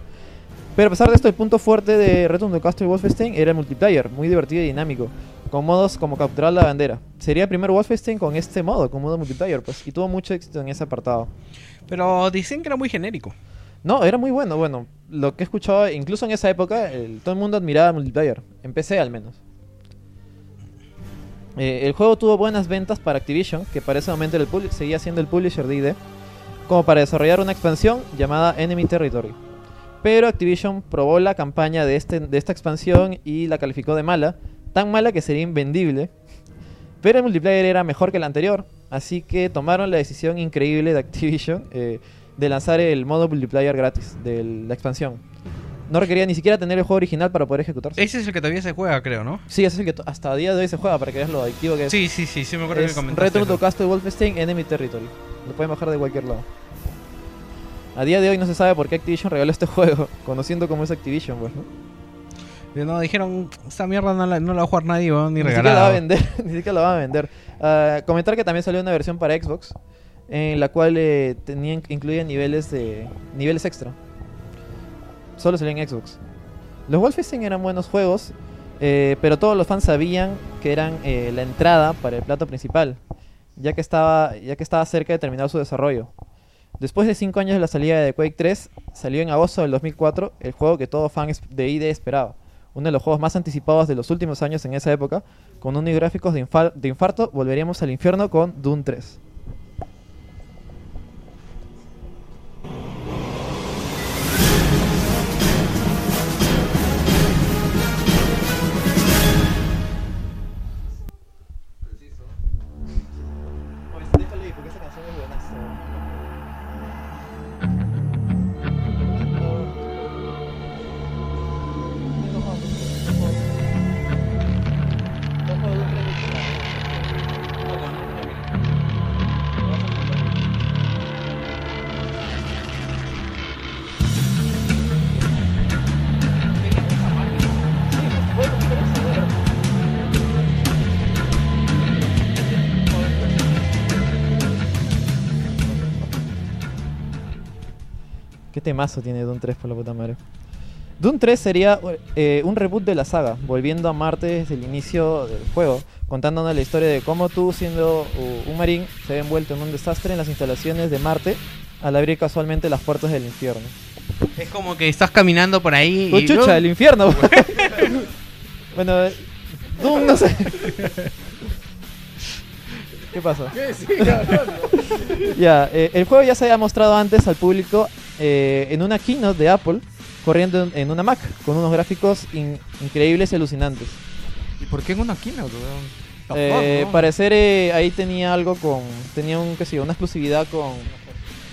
S10: Pero a pesar de esto, el punto fuerte de Return to Castle Wolfenstein era el multiplayer, muy divertido y dinámico, con modos como capturar la bandera. Sería el primer Wolfenstein con este modo, con modo multiplayer, pues, y tuvo mucho éxito en ese apartado.
S11: Pero dicen que era muy genérico.
S10: No, era muy bueno, bueno, lo que he escuchado, incluso en esa época, el- todo el mundo admiraba el multiplayer, en PC al menos. Eh, el juego tuvo buenas ventas para Activision, que para ese momento era el publi- seguía siendo el publisher de ID, como para desarrollar una expansión llamada Enemy Territory. Pero Activision probó la campaña de, este, de esta expansión y la calificó de mala, tan mala que sería invendible. Pero el multiplayer era mejor que el anterior, así que tomaron la decisión increíble de Activision [LAUGHS] eh, de lanzar el modo multiplayer gratis de la expansión. No requería ni siquiera tener el juego original para poder ejecutarse.
S11: Ese es el que todavía se juega, creo, ¿no?
S10: Sí, ese es el que to- hasta a día de hoy se juega para que veas lo adictivo que es.
S11: Sí, sí, sí, sí, me acuerdo que
S10: es
S11: comentaste
S10: Retro
S11: eso.
S10: to Castle Wolfenstein Enemy Territory. Lo pueden bajar de cualquier lado. A día de hoy no se sabe por qué Activision regaló este [LAUGHS] juego, conociendo cómo es Activision, pues, ¿no?
S11: No, dijeron, esta mierda no la, no la va a jugar nadie, weón, ni
S10: Ni siquiera la va a
S11: regalada.
S10: vender. [LAUGHS] ni siquiera la va a vender. Ah, comentar que también salió una versión para Xbox, en la cual eh, tenían, incluían niveles de niveles extra. Solo salió en Xbox. Los Wolfenstein eran buenos juegos, eh, pero todos los fans sabían que eran eh, la entrada para el plato principal, ya que estaba ya que estaba cerca de terminar su desarrollo. Después de 5 años de la salida de Quake 3, salió en agosto del 2004 el juego que todo fan es- de ID esperaba. Uno de los juegos más anticipados de los últimos años en esa época, con unos gráficos de, infar- de infarto, volveríamos al infierno con Doom 3. temazo tiene Doom 3 por la puta madre. Doom 3 sería eh, un reboot de la saga, volviendo a Marte desde el inicio del juego, contándonos la historia de cómo tú, siendo uh, un marín, se ve envuelto en un desastre en las instalaciones de Marte al abrir casualmente las puertas del infierno.
S29: Es como que estás caminando por ahí.
S10: ¡Oh,
S29: y-
S10: chucha, el
S3: [LAUGHS]
S10: infierno! bueno, eh, Doom, no sé. ¿Qué pasó? Ya, eh, el juego ya se había mostrado antes al público eh, en una keynote de Apple, corriendo en, en una Mac, con unos gráficos in- increíbles y alucinantes.
S30: ¿Y por qué en una keynote?
S10: Eh, Parecer eh, ahí tenía algo con. tenía un, qué sé yo, una exclusividad con.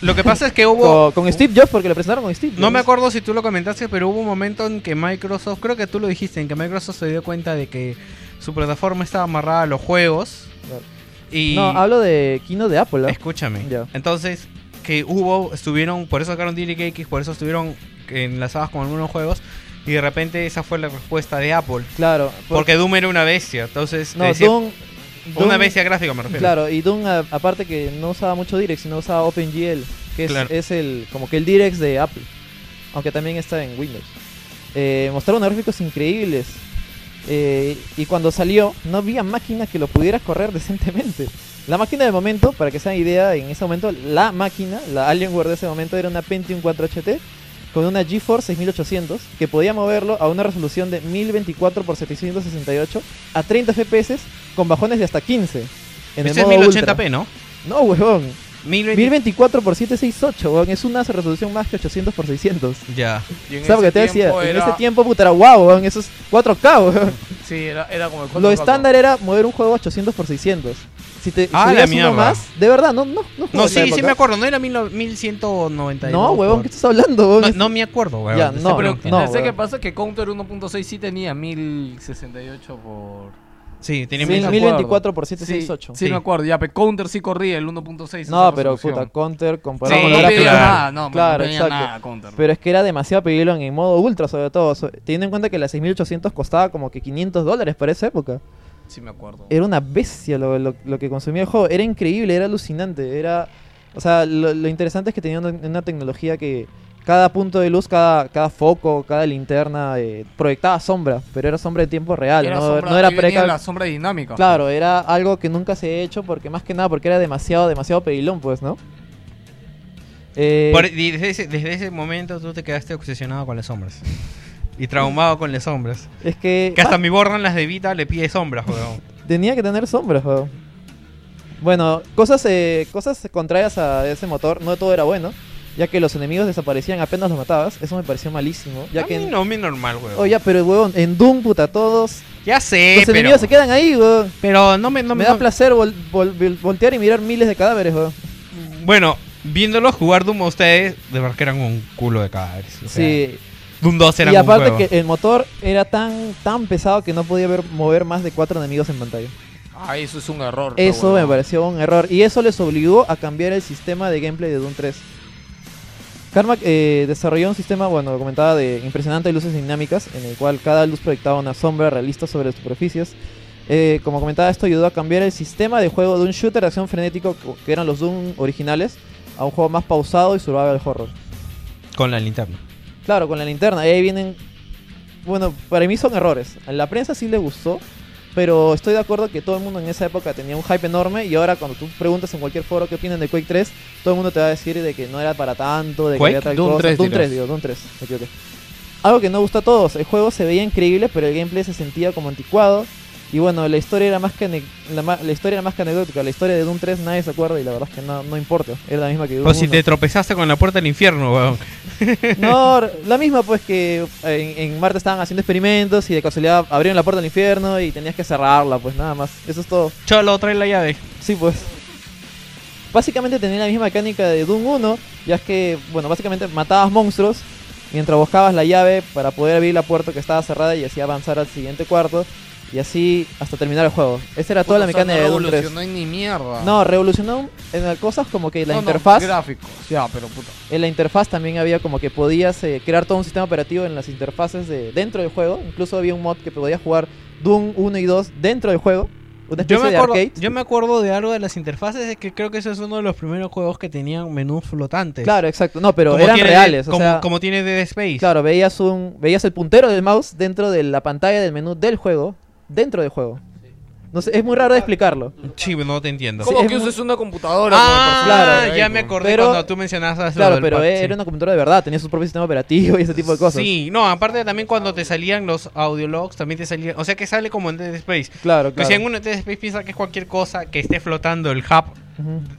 S3: Lo que pasa es que hubo-
S10: Con, con Steve Jobs, porque lo presentaron con Steve Jobs.
S3: No me acuerdo si tú lo comentaste, pero hubo un momento en que Microsoft, creo que tú lo dijiste, en que Microsoft se dio cuenta de que su plataforma estaba amarrada a los juegos.
S10: Claro.
S3: Y
S10: No, hablo de Kino de Apple. ¿ah?
S3: Escúchame.
S10: Ya.
S3: Entonces, que hubo, estuvieron, por eso sacaron DirectX, por eso estuvieron enlazadas con algunos juegos. Y de repente esa fue la respuesta de Apple.
S10: Claro. por-
S3: Porque Doom era una bestia. Entonces,
S10: No,
S3: te decía-
S10: Doom-
S3: Una
S10: Doom-
S3: bestia gráfica, me refiero.
S10: Claro, y Doom, a- aparte que no usaba mucho Direct, sino usaba OpenGL, que es,
S3: Claro.
S10: es el como que el Direct de Apple, aunque también está en Windows. Eh, mostraron gráficos increíbles. eh, y cuando salió, no había máquina que lo pudiera correr decentemente. La máquina de momento, para que se hagan idea, en ese momento, la máquina, la Alienware de ese momento, era una Pentium 4 HT con una GeForce 6800 que podía moverlo a una resolución de 1024 x 768 a 30 FPS con bajones de hasta 15. En el
S3: Ese Este es
S10: modo
S3: 1080p,
S10: Ultra.
S3: ¿no?
S10: No, huevón. 1024 x 768, huevón. Es una resolución más que 800 x 600.
S3: Ya.
S31: Y en
S10: ¿Sabes lo que
S31: ese
S10: te decía?
S31: tiempo
S10: En
S31: era-
S10: ese tiempo, puta, era guau, huevón. Eso es 4K, huevón.
S31: Sí, era, era como el
S10: Lo
S31: cuatro
S10: estándar era mover un juego a 800 x 600. Si te
S3: Ah,
S10: subías uno
S3: la mierda.
S10: más, de verdad, no, no, no.
S3: No,
S10: juegas la
S3: sí, sí
S10: época.
S3: me acuerdo. No era 1190.
S10: No, huevón, ¿qué estás hablando,
S3: No,
S10: huevón?
S3: no me acuerdo, huevón.
S10: Ya,
S3: Este
S10: no,
S3: pero-
S10: no,
S3: Pensé
S10: huevón.
S3: que-
S2: ¿Qué pasa? Que Counter 1.6 sí tenía 1068 por...
S3: Sí, tenía
S2: me
S10: 1024
S2: acuerdo.
S10: por 768.
S2: Sí, sí,
S10: Sí.
S2: me acuerdo. Ya, pero Counter sí corría el 1.6.
S10: No,
S2: esa
S10: pero
S2: resolución.
S10: puta, Counter comparado
S2: Sí,
S10: con
S2: no
S10: los
S2: pedía
S10: gráficos.
S2: nada, no,
S10: claro,
S2: no pedía
S10: exacto.
S2: nada, Counter.
S10: Pero es que era demasiado pedirlo en modo ultra, sobre todo. so- teniendo en cuenta que la 6800 costaba como que 500 dólares para esa época.
S2: Sí, me acuerdo.
S10: Era una bestia lo, lo- lo que consumía el juego. Era increíble, era alucinante. Era. O sea, lo, lo interesante es que tenía una, una tecnología que cada punto de luz, cada, cada foco, cada linterna eh, proyectaba sombra, pero era sombra en tiempo real.
S2: Era
S10: no,
S2: sombra-
S10: no era
S2: ahí venía
S10: precal-
S2: la sombra dinámica.
S10: Claro, era algo que nunca se ha hecho porque más que nada porque era demasiado, demasiado pedilón, pues, ¿no? Eh,
S3: Por- y desde, ese, desde ese momento tú te quedaste obsesionado con las sombras. Y traumado con las sombras.
S10: Es que.
S3: Que hasta mi Borran las de Vita le pide sombras, huevón.
S10: Tenía que tener sombras, weón. Bueno, cosas, eh, cosas contrarias a ese motor, no todo era bueno, ya que los enemigos desaparecían apenas los matabas, eso me pareció malísimo, ya
S3: A
S10: que...
S3: mí no, a mí normal, huevón.
S10: Oye, pero weón, en Doom, puta, todos...
S3: Ya sé,
S10: Los
S3: pero-
S10: enemigos se quedan ahí, weón.
S3: Pero no me... No,
S10: me
S3: no-
S10: da placer vol- vol- vol- voltear y mirar miles de cadáveres, weón.
S3: Bueno, viéndolos jugar Doom a ustedes, de verdad que eran un culo de cadáveres. o sea,
S10: Sí.
S3: Doom 2 eran
S10: Y
S3: un
S10: aparte
S3: huevo.
S10: que el motor era tan, tan pesado que no podía ver, mover más de cuatro enemigos en pantalla.
S2: Ah, eso es un error. pero
S10: Eso
S2: bueno.
S10: me pareció un error. Y eso les obligó a cambiar el sistema de gameplay de Doom 3. Carmack eh, desarrolló un sistema, bueno, lo comentaba, de impresionante luces dinámicas, en el cual cada luz proyectaba una sombra realista sobre las superficies. Eh, como comentaba, esto ayudó a cambiar el sistema de juego de un shooter de acción frenético, co- que eran los Doom originales, a un juego más pausado y survival horror.
S3: Con la linterna.
S10: Claro, con la linterna. Y ahí vienen. Bueno, para mí son errores. A la prensa sí le gustó. Pero estoy de acuerdo que todo el mundo en esa época tenía un hype enorme. Y ahora, cuando tú preguntas en cualquier foro qué opinan de Quake 3, todo el mundo te va a decir de que no era para tanto, de
S4: ¿Quake?
S10: que era tal
S4: Doom
S10: cosa.
S4: 3
S10: Doom
S4: dirás.
S10: 3, digo, Doom 3. me equivoqué. Algo que no gustó a todos. El juego se veía increíble, pero el gameplay se sentía como anticuado. Y bueno, la historia era más que ane- la, ma- la historia era más que anecdótica. La historia de Doom 3 nadie se acuerda y la verdad es que no, no importa. Era la misma que Doom
S3: Pues si
S10: 1.
S3: te tropezaste con la puerta del infierno, huevón.
S10: [LAUGHS] No, la misma pues que en, en Marte estaban haciendo experimentos y de casualidad abrieron la puerta del infierno y tenías que cerrarla, pues nada más. Eso es todo.
S3: Cholo, trae la llave.
S10: Sí, pues. Básicamente tenía la misma mecánica de Doom 1, ya que, bueno, básicamente matabas monstruos mientras buscabas la llave para poder abrir la puerta que estaba cerrada y así avanzar al siguiente cuarto y así hasta terminar el juego. Esa era toda la
S2: Puta, o sea,
S10: mecánica de
S2: no
S10: Doom 3.
S2: revolucionó en ni mierda.
S10: No, revolucionó en cosas como que la
S2: No, no,
S10: interfaz
S2: gráficos, ya, pero puta.
S10: en la interfaz también había como que podías eh, crear todo un sistema operativo en las interfaces de dentro del juego. Incluso había un mod que podías jugar Doom 1 y 2 dentro del juego. Una
S32: Yo
S10: especie
S32: me,
S10: de
S32: acuerdo,
S10: arcade.
S32: yo me acuerdo de algo de las interfaces, es que creo que ese es uno de los primeros juegos que tenían menús flotantes.
S10: Claro, exacto. No, pero
S32: Como
S10: eran
S32: tiene-
S10: reales.
S32: como-
S10: como
S3: tiene Dead Space.
S10: Claro, veías un veías el puntero del mouse dentro de la pantalla del menú del juego, dentro del juego. No sé, es muy raro de explicarlo.
S3: Sí, no te entiendo.
S10: ¿Cómo Sí, es que muy-
S3: uses
S2: una computadora?
S3: Ah,
S10: Claro.
S3: ya me acordé
S10: Pero-
S3: cuando tú mencionabas
S10: Claro, pero era una computadora de verdad, tenía su propio sistema operativo y ese tipo de cosas.
S3: Sí, no, aparte también cuando te salían los audiologs, también te salían. O sea que sale como en Dead Space.
S10: Claro, claro.
S3: Que Pues si en uno de Dead Space piensa que es cualquier cosa que esté flotando el hub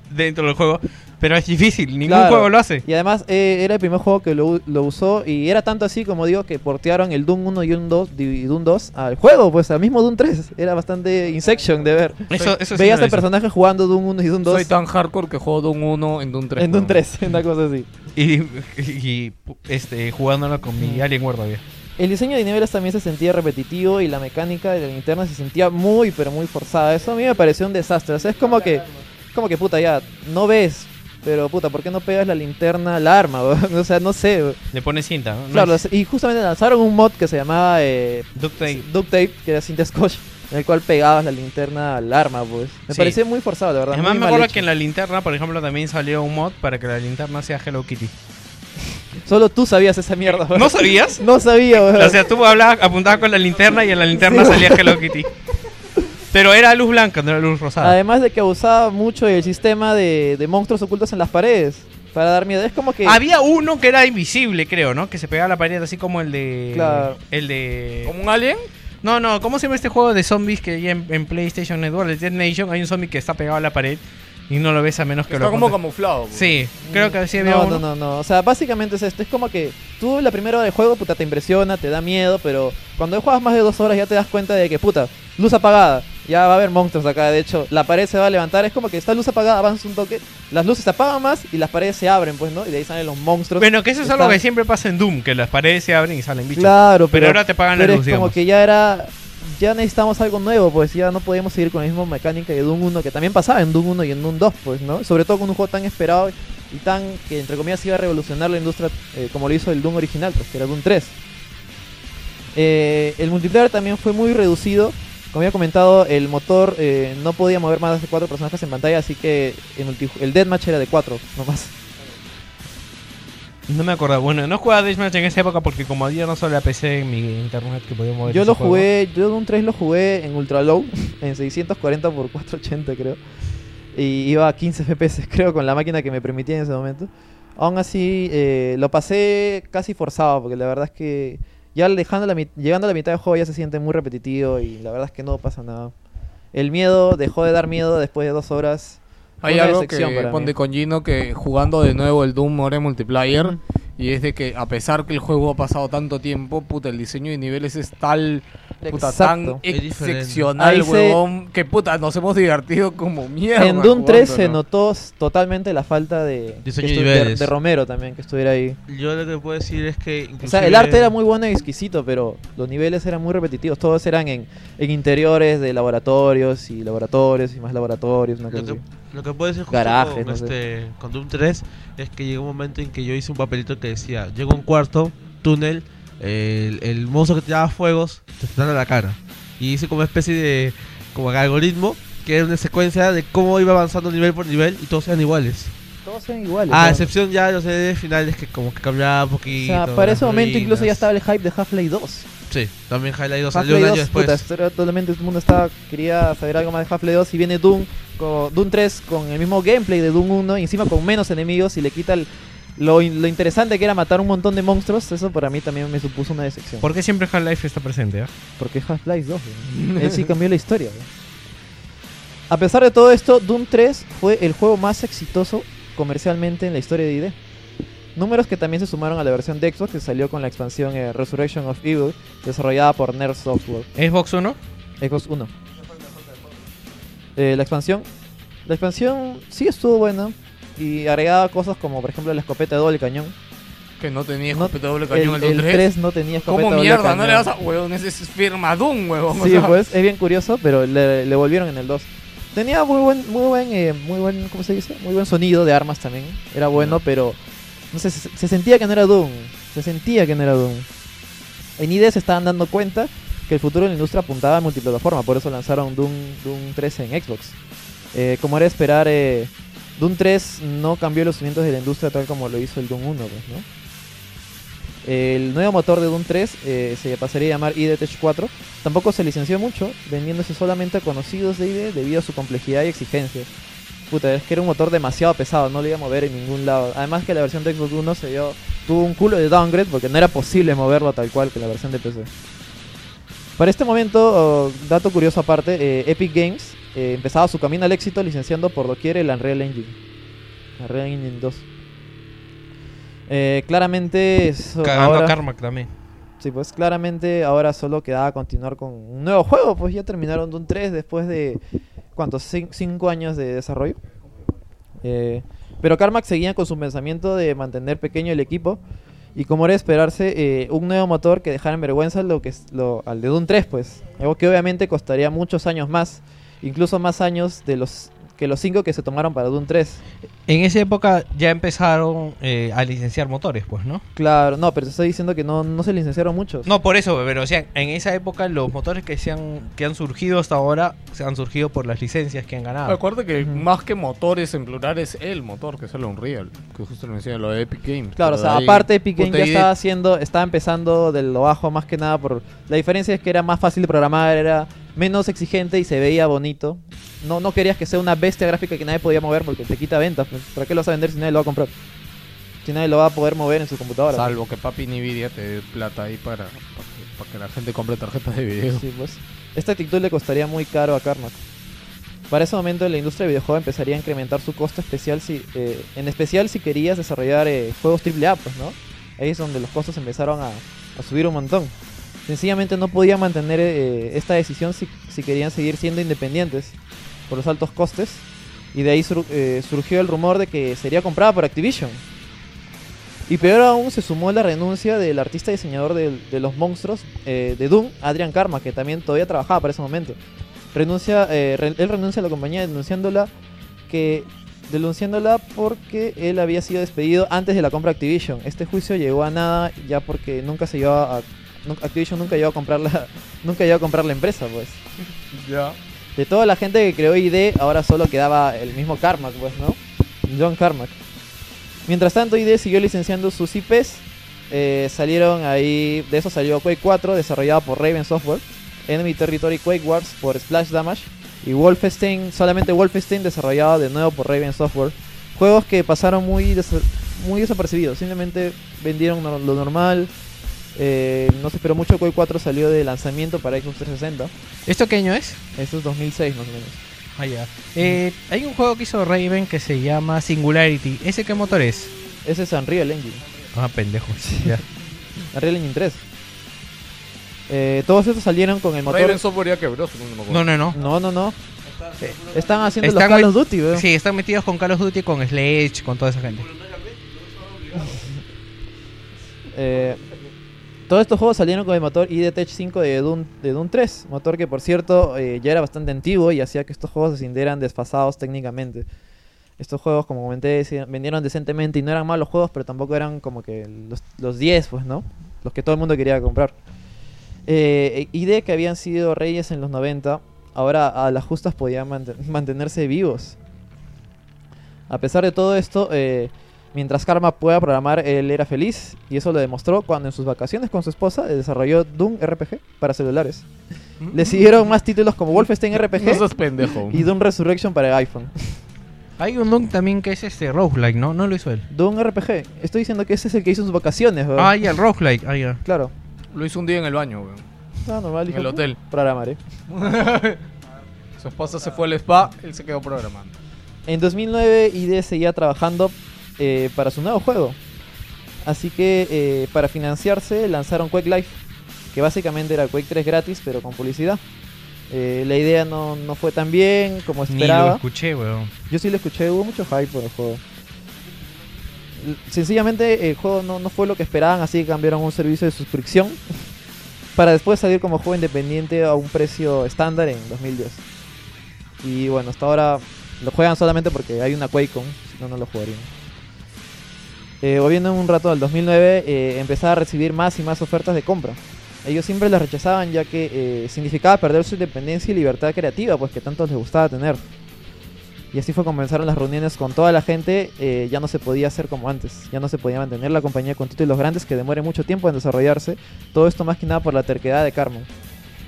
S3: dentro del juego, pero es difícil, ningún
S10: Claro.
S3: juego lo hace.
S10: Y además eh, era el primer juego que lo, u- lo usó y era tanto así como digo que portearon el Doom 1 y un 2 y Doom 2 al juego, pues al mismo Doom 3. Era bastante Insection de ver.
S2: Eso- eso sí
S10: Veías
S2: no lo
S10: al
S2: hice.
S10: personaje jugando Doom 1 y Doom 2.
S2: Soy tan hardcore que juego Doom 1 en Doom 3.
S10: En Doom 3, [LAUGHS] una cosa así.
S3: Y, y, este, jugándolo con mi Alienware todavía.
S10: El diseño de niveles también se sentía repetitivo y la mecánica de la linterna se sentía muy, pero muy forzada. Eso a mí me pareció un desastre. O sea, es como que, como que puta, ya, no ves, pero puta, ¿por qué no pegas la linterna al arma? [LAUGHS] weón? O sea, no sé. weón.
S3: Le pones cinta, ¿no?
S10: Claro,
S3: No es-
S10: y justamente lanzaron un mod que se llamaba eh,
S3: Duct tape.
S10: duct tape, que era cinta scotch, en el cual pegabas la linterna al arma, pues. Me
S3: Sí.
S10: pareció muy forzado, la verdad.
S3: Además,
S10: muy
S3: me
S10: mal
S3: acuerdo
S10: hecho.
S3: que en la linterna, por ejemplo, también salió un mod para que la linterna sea Hello Kitty.
S10: Solo tú sabías esa mierda. weón.
S3: ¿No
S10: [LAUGHS]
S3: sabías?
S10: no sabía, weón.
S3: O sea, tú hablabas, apuntabas con la linterna y en la linterna
S10: Sí.
S3: salía
S10: [LAUGHS]
S3: Hello Kitty. Pero era luz blanca, no era luz rosada.
S10: Además de que abusaba mucho del sistema de, de monstruos ocultos en las paredes para dar miedo. Es como que.
S3: Había uno que era invisible, creo, ¿no? Que se pegaba a la pared así como el de...
S10: Claro.
S3: El de...
S2: ¿Como un alien?
S3: No, no, ¿cómo se llama este juego de zombies que hay en, en PlayStation Network? El Dead Nation, hay un zombie que está pegado a la pared y no lo ves a menos que lo
S2: Está como
S3: apuntes.
S2: camuflado.
S3: Sí, creo que así había
S10: no,
S3: uno.
S10: no, no, no. O sea, básicamente es esto. Es como que tú la primera hora del juego, puta, te impresiona, te da miedo, pero cuando juegas más de dos horas ya te das cuenta de que, puta, luz apagada. Ya va a haber monstruos acá. De hecho, la pared se va a levantar. Es como que esta luz apagada avanza un toque. Las luces se apagan más y las paredes se abren, pues, ¿no? Y de ahí salen los monstruos.
S3: Bueno, que eso es algo
S10: Están-
S3: que siempre pasa en Doom, que las paredes se abren y salen bichos.
S10: Claro, pero,
S3: ahora te pagan la
S10: pero
S3: luz,
S10: es como
S3: digamos.
S10: que ya era ya necesitamos algo nuevo, pues ya no podemos seguir con la misma mecánica de Doom 1 que también pasaba en Doom 1 y en Doom 2, pues, ¿no? Sobre todo con un juego tan esperado y tan que entre comillas iba a revolucionar la industria eh, como lo hizo el Doom original, pues que era Doom 3. Eh, el multiplayer también fue muy reducido. Como había comentado, el motor eh, no podía mover más de cuatro personajes en pantalla, así que el, multi- el deathmatch era de cuatro nomás.
S3: No me acordaba. Bueno, no jugaba Deathmatch en esa época porque como había no solo la PC en mi internet que podía mover
S10: Yo
S3: ese
S10: lo
S3: juego.
S10: jugué, yo Doom 3 lo jugué en ultra low, [LAUGHS] en 640 x 480 creo. Y iba a 15 FPS [LAUGHS] creo con la máquina que me permitía en ese momento. Aún así eh, lo pasé casi forzado porque la verdad es que ya dejando la, mi- llegando a la mitad del juego ya se siente muy repetitivo y la verdad es que no pasa nada. El miedo dejó de dar miedo después de dos horas. Fue
S2: Hay
S10: una
S2: algo
S10: decepción
S2: que
S10: para mí.
S2: ponte con Gino que jugando de nuevo el Doom ahora en multiplayer y es de que a pesar que el juego ha pasado tanto tiempo, puta, el diseño de niveles es tal puta tan
S10: Exacto. Es diferente.
S2: excepcional,
S10: Ahí se-
S2: huevón, que puta, nos hemos divertido como mierda.
S10: En Doom 3 se
S2: jugándolo.
S10: notó s- totalmente la falta de, que
S2: Diseño
S14: de
S10: estu- de-
S14: niveles.
S10: de Romero también, que estuviera ahí.
S14: Yo lo que puedo decir es que.
S10: O sea, el arte era muy bueno y exquisito, pero los niveles eran muy repetitivos. Todos eran en, en interiores de laboratorios y laboratorios y más laboratorios. Una cosa
S14: Lo que,
S10: así.
S14: lo que puedo decir justo
S10: Garajes,
S14: con,
S10: no sé.
S14: este, con Doom 3 es que llegó un momento en que yo hice un papelito que decía: Llego a un cuarto, túnel, el, el monstruo que te daba fuegos te están a la cara. Y hice como una especie de como algoritmo que era una secuencia de cómo iba avanzando nivel por nivel y todos eran iguales.
S10: Todos eran iguales.
S14: A
S10: ¿no?
S14: excepción ya de los EDs finales que como que cambiaba un
S10: O
S14: poquito.
S10: sea, para
S14: las
S10: ese momento
S14: ruinas.
S10: incluso ya estaba el hype de Half-Life 2.
S14: Sí, también Highlight 2 salió
S10: Half-Life
S14: un año
S10: 2, puta,
S14: después.
S10: esto era totalmente todo el mundo estaba, quería saber algo más de Half-Life 2 y viene Doom, con, Doom 3 con el mismo gameplay de Doom 1 y encima con menos enemigos y le quita el- lo, in- lo interesante que era matar un montón de monstruos. Eso para mí también me supuso una decepción.
S3: ¿Por qué siempre Half-Life está presente? ah?
S10: Porque Half-Life 2,
S3: [LAUGHS]
S10: weón. él sí cambió la historia. weón. A pesar de todo esto, Doom 3 fue el juego más exitoso comercialmente en la historia de ID. Números que también se sumaron a la versión de Xbox que salió con la expansión eh, Resurrection of Evil, desarrollada por Nerd Software.
S3: ¿Xbox 1?
S10: Xbox 1. Eh, la expansión. La expansión sí estuvo buena y agregaba cosas como, por ejemplo, la escopeta de doble cañón.
S2: que no tenía
S10: Eh, No,
S2: escopeta doble cañón
S10: el-
S2: Doom
S10: el 3 no tenía escopeta
S2: ¿Cómo
S10: doble
S2: mierda? No
S10: cañón.
S2: le vas a huevón, ese es firma Doom, huevón. o
S10: Sí,
S2: sea.
S10: pues es bien curioso, pero le, le volvieron en el 2. Tenía muy buen, muy buen, eh, muy buen, ¿cómo se dice? Muy buen sonido de armas también. Era bueno, pero no sé, se, se sentía que no era Doom. Se sentía que no era Doom. En ID se estaban dando cuenta que que el futuro de la industria apuntaba a multiplataforma, por eso lanzaron Doom, Doom 3 en Xbox. Eh, como era de esperar, eh, Doom 3 no cambió los cimientos de la industria tal como lo hizo el Doom 1, pues, ¿no? El nuevo motor de Doom 3 eh, se pasaría a llamar IDTech 4. Tampoco se licenció mucho, vendiéndose solamente a conocidos de ID debido a su complejidad y exigencias. Puta, es que era un motor demasiado pesado, no lo iba a mover en ningún lado. Además que la versión de Xbox 1 se dio, tuvo un culo de downgrade porque no era posible moverlo tal cual que la versión de PC. Para este momento, oh, dato curioso aparte, eh, Epic Games eh, empezaba su camino al éxito licenciando por doquier el Unreal Engine. Unreal Engine 2. Eh, claramente. eso
S23: Cagando
S10: ahora-
S23: a Carmack también.
S10: Sí, pues claramente ahora solo quedaba continuar con un nuevo juego. Pues ya terminaron Doom 3 después de. ¿Cuántos? 5 años de desarrollo. Eh, pero Carmack seguía con su pensamiento de mantener pequeño el equipo. Y como era de esperarse, eh, un nuevo motor que dejara en vergüenza lo que es- lo, al de Doom 3, pues. Algo que obviamente costaría muchos años más. Incluso más años de los que los 5 que se tomaron para Doom 3.
S23: En esa época ya empezaron eh, a licenciar motores, pues, ¿no?
S10: Claro, no, pero te estoy diciendo que no, no se licenciaron muchos.
S23: No, por eso, pero o sea, en esa época los motores que se han, que han surgido hasta ahora se han surgido por las licencias que han ganado.
S33: Acuérdate que más que motores en plural es el motor que sale Unreal, que justo lo mencioné, lo de Epic Games.
S10: Claro, o sea, aparte Epic Games ya estaba haciendo, estaba empezando de lo bajo más que nada por la diferencia es que era más fácil de programar, era menos exigente y se veía bonito. No, no querías que sea una bestia gráfica que nadie podía mover porque te quita ventas. pues. ¿Para qué lo vas a vender si nadie lo va a comprar? Si nadie lo va a poder mover en su computadora. pues.
S33: Salvo que papi Nvidia te dé plata ahí para, para, que, para que la gente compre tarjetas de video.
S10: Sí, pues. Esta actitud le costaría muy caro a Carmack. Para ese momento la industria de videojuegos empezaría a incrementar su costo especial si, eh, en especial si querías desarrollar eh, juegos AAA, pues, ¿no? Ahí es donde los costos empezaron a, a subir un montón. Sencillamente no podían mantener eh, esta decisión si, si querían seguir siendo independientes por los altos costes. Y de ahí sur- eh, surgió el rumor de que sería comprada por Activision. Y peor aún se sumó la renuncia del artista y diseñador de, de los monstruos eh, de Doom, Adrian Karma, que también todavía trabajaba para ese momento. Renuncia, eh, re- él renuncia a la compañía denunciándola que denunciándola porque él había sido despedido antes de la compra de Activision. Este juicio llegó a nada ya porque nunca se llegó a nu- Activision nunca llegó a comprar la [LAUGHS] nunca llegó a comprar la empresa, pues.
S33: Ya.
S10: De toda la gente que creó ID, ahora solo quedaba el mismo Carmack, pues, ¿no? John Carmack. Mientras tanto, ID siguió licenciando sus IPs. Eh, salieron ahí, de eso salió Quake 4, desarrollado por Raven Software. Enemy Territory Quake Wars por Splash Damage. Y Wolfenstein, solamente Wolfenstein, desarrollado de nuevo por Raven Software. Juegos que pasaron muy, desa- muy desapercibidos, simplemente vendieron no- lo normal. Eh, no se esperó mucho, Quake 4 salió de lanzamiento para Xbox 360.
S23: ¿Esto qué año es?
S10: Esto es 2006 más o menos.
S23: Ah, ya. Eh, hay un juego que hizo Raven que se llama Singularity. ¿Ese qué motor es?
S10: Ese es Unreal Engine.
S23: Ah, pendejo.
S10: [LAUGHS]
S23: ya.
S10: Unreal Engine 3. Eh, todos estos salieron con el motor.
S33: Raven Software ya quebró, si no me acuerdo.
S23: No, no, no.
S10: No, no, no. Eh, Están haciendo
S23: Están
S10: los
S23: met-
S10: Call of Duty, weón.
S23: Sí, están metidos con Call of Duty, con Sledge, con toda esa gente.
S10: Eh, todos estos juegos salieron con el motor IDTech 5 de Doom, de Doom 3. Motor que, por cierto, eh, ya era bastante antiguo y hacía que estos juegos se sintieran desfasados técnicamente. Estos juegos, como comenté, se vendieron decentemente y no eran malos juegos, pero tampoco eran como que los, los 10, pues, ¿no? Los que todo el mundo quería comprar. Eh, ID que habían sido reyes en los 90, ahora a las justas podían manten- mantenerse vivos. A pesar de todo esto, eh, mientras Karma pueda programar, él era feliz. Y eso lo demostró cuando en sus vacaciones con su esposa eh, desarrolló Doom RPG para celulares.
S23: Mm.
S10: Le siguieron más títulos como Wolfenstein RPG
S33: No seas pendejo.
S10: y Doom Resurrection para iPhone.
S23: Hay un Doom también que es este roguelike, ¿no? No lo hizo él.
S10: Doom RPG. Estoy diciendo que ese es el que hizo en sus vacaciones. weón.
S23: Ah, ya, el roguelike. Ah, ya.
S10: Claro.
S33: Lo hizo un día en el baño, weón.
S10: Ah, normal,
S33: En
S10: hijo.
S33: el hotel.
S10: Programaré. [LAUGHS]
S33: Su esposa se fue al spa, él se quedó programando.
S10: En 2009 ID seguía trabajando eh, para su nuevo juego. Así que eh, para financiarse lanzaron Quake Life, que básicamente era Quake 3 gratis pero con publicidad. Eh, la idea no, no fue tan bien como
S23: Ni lo
S10: esperaba.
S23: escuché, weón.
S10: Yo sí lo escuché, hubo mucho hype por el juego. L- Sencillamente el juego no, no fue lo que esperaban, así que cambiaron un servicio de suscripción [LAUGHS] para después salir como juego independiente a un precio estándar en 2010. Y bueno, hasta ahora lo juegan solamente porque hay una QuakeCon, si no, no lo jugarían. Eh, volviendo un rato al 2009, eh, empezaba a recibir más y más ofertas de compra. ellos siempre los rechazaban ya que eh, significaba perder su independencia y libertad creativa, pues que tanto les gustaba tener. Y así fue comenzaron las reuniones con toda la gente, eh, ya no se podía hacer como antes, ya no se podía mantener la compañía con títulos grandes que demoren mucho tiempo en desarrollarse, todo esto más que nada por la terquedad de Carmen.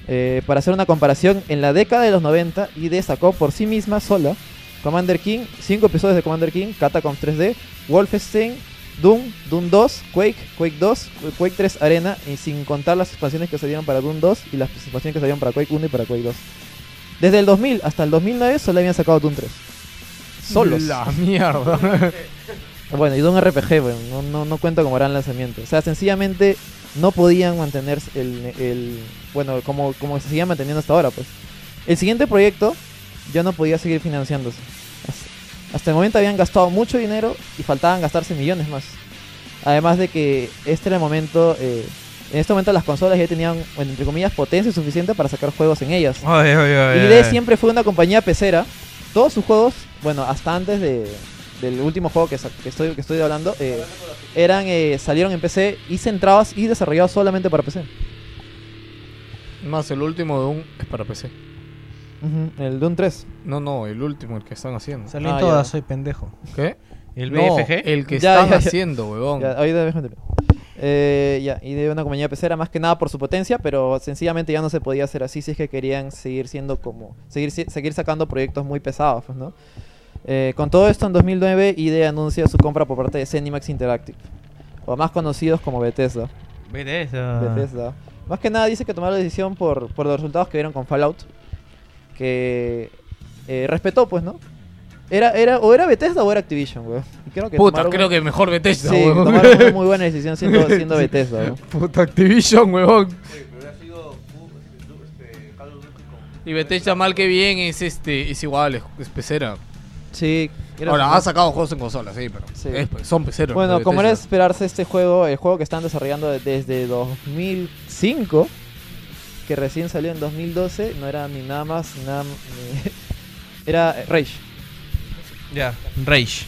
S10: Eh, para hacer una comparación, en la década de los 90, ID sacó por sí misma sola Commander King, 5 episodios de Commander King, Catacombs 3D, Wolfenstein, Doom, Doom 2, Quake, Quake 2, Quake 3 Arena, y sin contar las expansiones que salieron para Doom 2 y las expansiones que salieron para Quake 1 y para Quake 2. Desde el 2000 hasta el 2009 solo habían sacado Doom 3. Solos.
S33: La mierda.
S10: [LAUGHS] Bueno, y Doom RPG, bueno, no, no, no cuenta como gran lanzamiento. O sea, sencillamente no podían mantener el, el bueno, como, como se seguía manteniendo hasta ahora, pues. El siguiente proyecto ya no podía seguir financiándose. Hasta- Hasta el momento habían gastado mucho dinero y faltaban gastarse millones más. Además de que este era el momento, eh, en este momento las consolas ya tenían, bueno, entre comillas, potencia suficiente para sacar juegos en ellas.
S23: Ay, ay, ay,
S10: y
S23: ay,
S10: de
S23: ay.
S10: siempre fue una compañía pecera. Todos sus juegos, bueno, hasta antes de, del último juego que, sa- que estoy, que estoy hablando, eh, eran, eh, salieron en PC y centrados y desarrollados solamente para PC.
S33: Más el último de un es para PC.
S10: El Doom 3.
S33: No, no, el último, el que están haciendo.
S10: Salió en Ah, todas, ya.
S20: soy pendejo.
S33: ¿Qué?
S20: ¿El
S33: No,
S20: BFG?
S33: el que
S10: Ya,
S33: están
S10: ya, ya.
S33: haciendo, huevón.
S10: Ya, ahorita déjame terminar. Eh, ya, y de una compañía pecera más que nada por su potencia, pero sencillamente ya no se podía hacer así si es que querían seguir siendo como seguir si- seguir sacando proyectos muy pesados, pues, ¿no? Eh, con todo esto en 2009 ID E anuncia su compra por parte de Zenimax Interactive, o más conocidos como Bethesda.
S23: Bethesda.
S10: Bethesda. Más que nada dice que tomaron la decisión por, por los resultados que vieron con Fallout. Que eh, respetó, pues, ¿no? Era, era, o era Bethesda o era Activision, weón. Y creo que
S33: Puta,
S10: tomaron
S33: creo que mejor Bethesda,
S10: Sí,
S33: weón.
S10: tomaron una muy buena decisión siendo,
S6: [LAUGHS]
S10: siendo Bethesda, weón.
S33: Puta Activision, huevón. Y Bethesda mal que bien es este es igual, es, es pecera.
S10: Sí. era-
S33: Ahora, ha sacado juegos en consolas, sí, pero es- pues, son peceros.
S10: Bueno,
S33: de
S10: como era de
S33: Bethesda.
S10: esperarse este juego, el juego que están desarrollando de- desde 2005, que recién salió en 2012, no era ni nada más, ni nada m- ni- era eh, Rage.
S23: Ya, Rage.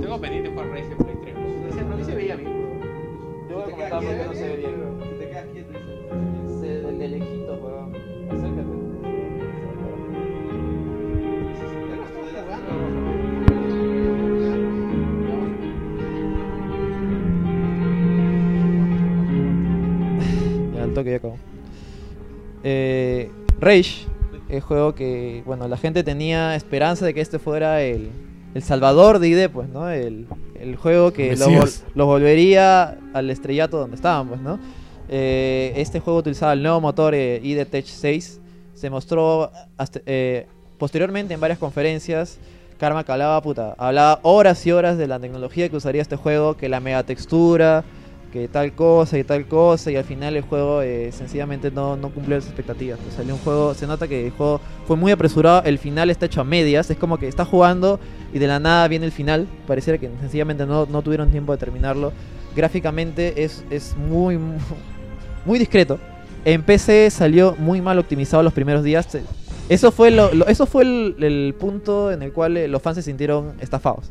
S11: Tengo pendiente jugar Rage en Play 3. No se veía bien.
S10: Yo voy a comentar porque no se ve bien. Si te quedas quieto, se de, de lejito, weón. Acércate. Ya, al toque ya acabó. Eh, Rage, el juego que, bueno, la gente tenía esperanza de que este fuera el, el salvador de ID, pues, ¿no? El, el juego que lo, vol-
S33: Mesías.
S10: lo volvería al estrellato donde estaban, pues, ¿no? Eh, este juego utilizaba el nuevo motor eh, ID Tech 6. Se mostró hasta- eh, posteriormente en varias conferencias. Karma que hablaba, puta, hablaba horas y horas de la tecnología que usaría este juego, que la mega textura, que tal cosa y tal cosa, y al final el juego eh, sencillamente no, no cumplió las expectativas. Pues salió un juego, se nota que el juego fue muy apresurado, el final está hecho a medias, es como que está jugando y de la nada viene el final, pareciera que sencillamente no, no tuvieron tiempo de terminarlo. Gráficamente es, es muy, muy, muy discreto. En PC salió muy mal optimizado los primeros días. Se- Eso fue, lo, lo- eso fue el, el punto en el cual eh, los fans se sintieron estafados.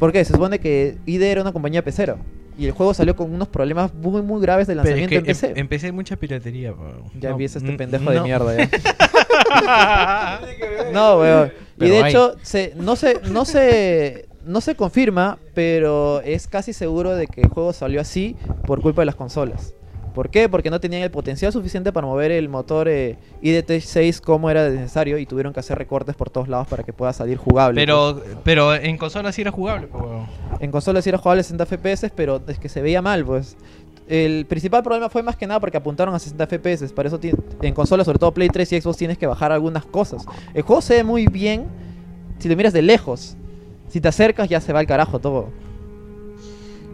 S10: Porque se supone que ID era una compañía pecera. Y el juego salió con unos problemas muy, muy graves de
S23: Pero es
S10: lanzamiento
S23: que
S10: en PC.
S23: em- empecé mucha piratería, bro.
S10: Ya
S23: No,
S10: empieza este
S23: mm,
S10: pendejo de
S23: no.
S10: mierda
S3: [LAUGHS]
S10: ya. no, weón. Y
S23: Pero
S10: de
S23: hay.
S10: hecho, se, no se, no se, no se confirma, pero es casi seguro de que el juego salió así por culpa de las consolas. ¿Por qué? Porque no tenían el potencial suficiente para mover el motor eh, IDT6 como era necesario y tuvieron que hacer recortes por todos lados para que pueda salir jugable. pues.
S23: Pero, pero en consola sí era jugable, pues, weón.
S10: En consolas sí era jugable a 60 FPS, pero es que se veía mal, pues. El principal problema fue más que nada porque apuntaron a 60 FPS. Para eso ti- en consolas, sobre todo Play 3 y Xbox, tienes que bajar algunas cosas. El juego se ve muy bien si lo miras de lejos. Si te acercas ya se va al carajo todo.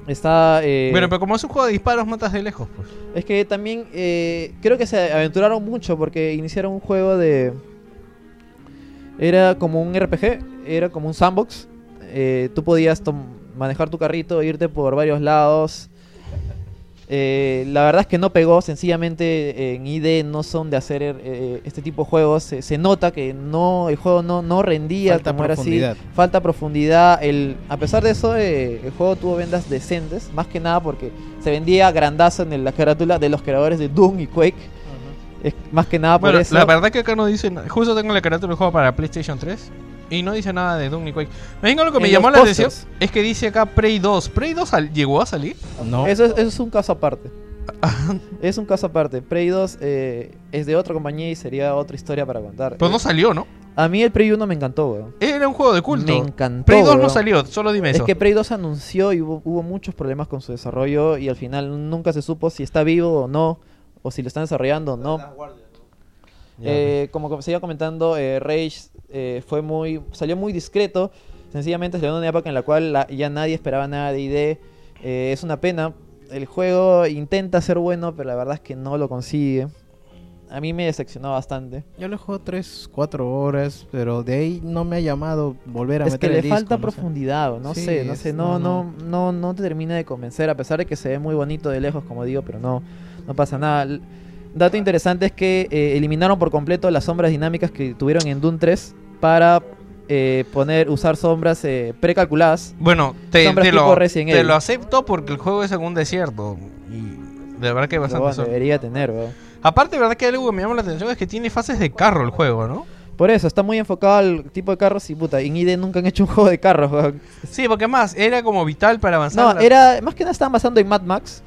S10: Está... eh,
S23: Bueno, pero como es un juego de disparos, matas de lejos, pues.
S10: es que también eh, creo que se aventuraron mucho porque iniciaron un juego de... Era como un RPG, era como un sandbox. Eh, tú podías tom- manejar tu carrito, irte por varios lados. Eh, la verdad es que no pegó, sencillamente eh, en ID no son de hacer eh, este tipo de juegos. Se, se nota que no el juego no, no rendía
S4: Falta
S10: como era así.
S4: profundidad.
S10: Falta profundidad. El, a pesar de eso, eh, el juego tuvo vendas decentes, más que nada porque se vendía grandazo en el- la carátula de los creadores de Doom y Quake. Es más que nada Ah, por
S3: Bueno,
S10: eso.
S3: la verdad que acá no dice nada. Justo tengo la carátula del juego para PlayStation 3 y no dice nada de Doom ni Quake. Me digo lo que me
S10: En
S3: llamó
S10: los
S3: la
S10: pósters.
S3: atención es que dice acá Prey 2. ¿Prey 2 sal- llegó a salir?
S10: Eso, es, eso es un caso aparte. es un caso aparte. Prey 2 eh, es de otra compañía y sería otra historia para contar.
S3: Pero Pues no salió, ¿no?
S10: A mí el Prey 1 me encantó, weón.
S3: Era un juego de culto.
S10: Me encantó.
S3: Prey 2 no
S10: weón.
S3: salió, solo dime
S10: Es
S3: eso.
S10: que Prey 2 anunció y hubo, hubo muchos problemas con su desarrollo y al final nunca se supo si está vivo o no, o si lo están desarrollando o no.
S34: Ya.
S3: pues.
S10: Eh, como com- se iba comentando, eh, Rage eh, fue muy, salió muy discreto. Sencillamente salió en una época en la cual la- ya nadie esperaba nada de ID. Eh, es una pena. El juego intenta ser bueno, pero la verdad es que no lo consigue. A mí me decepcionó bastante.
S4: Yo le juego 3, 4 horas, pero de ahí no me ha llamado volver a
S10: es que
S4: meter
S10: le
S4: el disco,
S10: falta
S4: no sé.
S10: profundidad, o no
S4: Sí,
S10: sé, no
S4: es-
S10: sé, no, no, no, no te termina de convencer, a pesar de que se ve muy bonito de lejos, como digo, pero no, no pasa nada. L- Dato interesante es que eh, eliminaron por completo las sombras dinámicas que tuvieron en Doom 3 para eh, poner, usar sombras eh, precalculadas.
S3: Bueno, te,
S10: sombras
S3: te
S10: tipo
S3: lo,
S10: Resident
S3: te
S10: Evil.
S3: lo acepto porque el juego es en un desierto. Y de verdad que
S10: Pero
S3: bastante
S10: bueno,
S3: sol.
S10: debería tener, weón.
S3: Aparte, de verdad que algo que me llama la atención es que tiene fases de carro el juego, ¿no?
S10: Por eso, está muy enfocado al tipo de carros y puta, en ID nunca han hecho un juego de carros, weón.
S3: Sí, porque más, era como vital para avanzar.
S10: No,
S3: la-
S10: era más que nada estaban basando en Mad Max.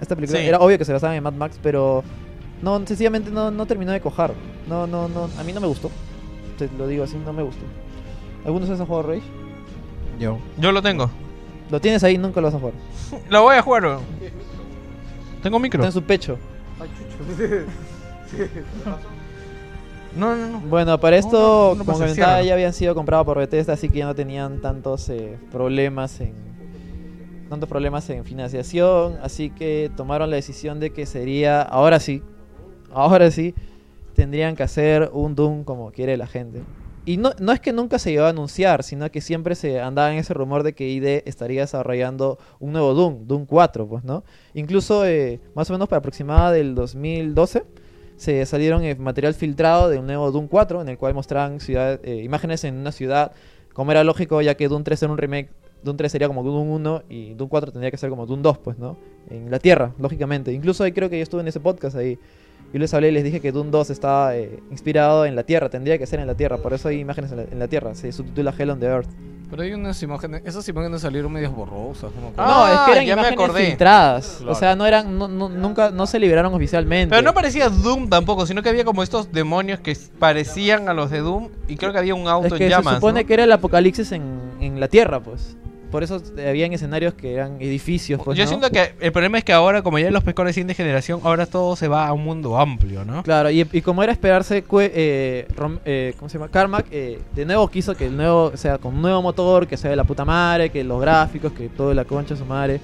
S10: Esta película
S3: Sí.
S10: era obvio que se basaban en Mad Max, pero no sencillamente no, no terminó de cojar. No, no, no, a mí no me gustó. Te lo digo así, no me gustó. ¿Algunos de esos juegos Rage?
S4: Yo.
S3: Yo lo tengo.
S10: Lo tienes ahí, nunca lo vas a jugar.
S3: [LAUGHS]
S10: Eh,
S3: Lo voy a jugar. weón. Tengo micro.
S10: Está en su pecho.
S3: No, no, no.
S10: Bueno, para esto,
S3: No, no, no
S10: como
S3: pasa,
S10: comentaba,
S3: ciérralo.
S10: ya habían sido comprados por Bethesda, así que ya no tenían tantos eh, problemas en tantos problemas en financiación, así que tomaron la decisión de que sería, ahora sí, ahora sí, tendrían que hacer un Doom como quiere la gente. Y no, no es que nunca se llegó a anunciar, sino que siempre se andaba en ese rumor de que ID estaría desarrollando un nuevo Doom, Doom 4, pues, ¿no? Incluso, eh, más o menos para aproximada del 2012, se salieron eh, material filtrado de un nuevo Doom 4, en el cual mostraban ciudad, eh, imágenes en una ciudad, como era lógico, ya que Doom 3 era un remake, Doom 3 sería como Doom 1 y Doom 4 tendría que ser como Doom 2, pues, ¿no? En la Tierra, lógicamente. Incluso ahí creo que yo estuve en ese podcast ahí. Yo les hablé y les dije que Doom 2 estaba eh, inspirado en la Tierra, tendría que ser en la Tierra, por eso hay imágenes en la, en la Tierra, se subtitula Hell on the Earth.
S35: Pero hay unas imágenes, esas imágenes salieron medias borrosas, no me acuerdo.
S10: no, es que eran
S3: Ah, ya me
S10: imágenes
S3: acordé.
S10: filtradas,
S3: Claro.
S10: o sea, no eran, no- no- nunca, no se liberaron oficialmente.
S3: Pero no parecía Doom tampoco, sino que había como estos demonios que parecían a los de Doom y creo que había un auto
S10: Es que
S3: en llamas.
S10: se supone
S3: ¿no?
S10: que era el apocalipsis en, en la Tierra, pues. Por eso eh, habían escenarios que eran edificios, pues,
S3: Yo
S10: ¿no?
S3: siento que el problema es que ahora, como ya los pescadores de generación, ahora todo se va a un mundo amplio, ¿no?
S10: Claro, y, y como era esperarse, cue- eh, Rom- eh, ¿cómo se llama? Carmack eh, de nuevo quiso que el nuevo, o sea, con un nuevo motor, que sea de la puta madre, que los gráficos, que todo de la concha de su madre.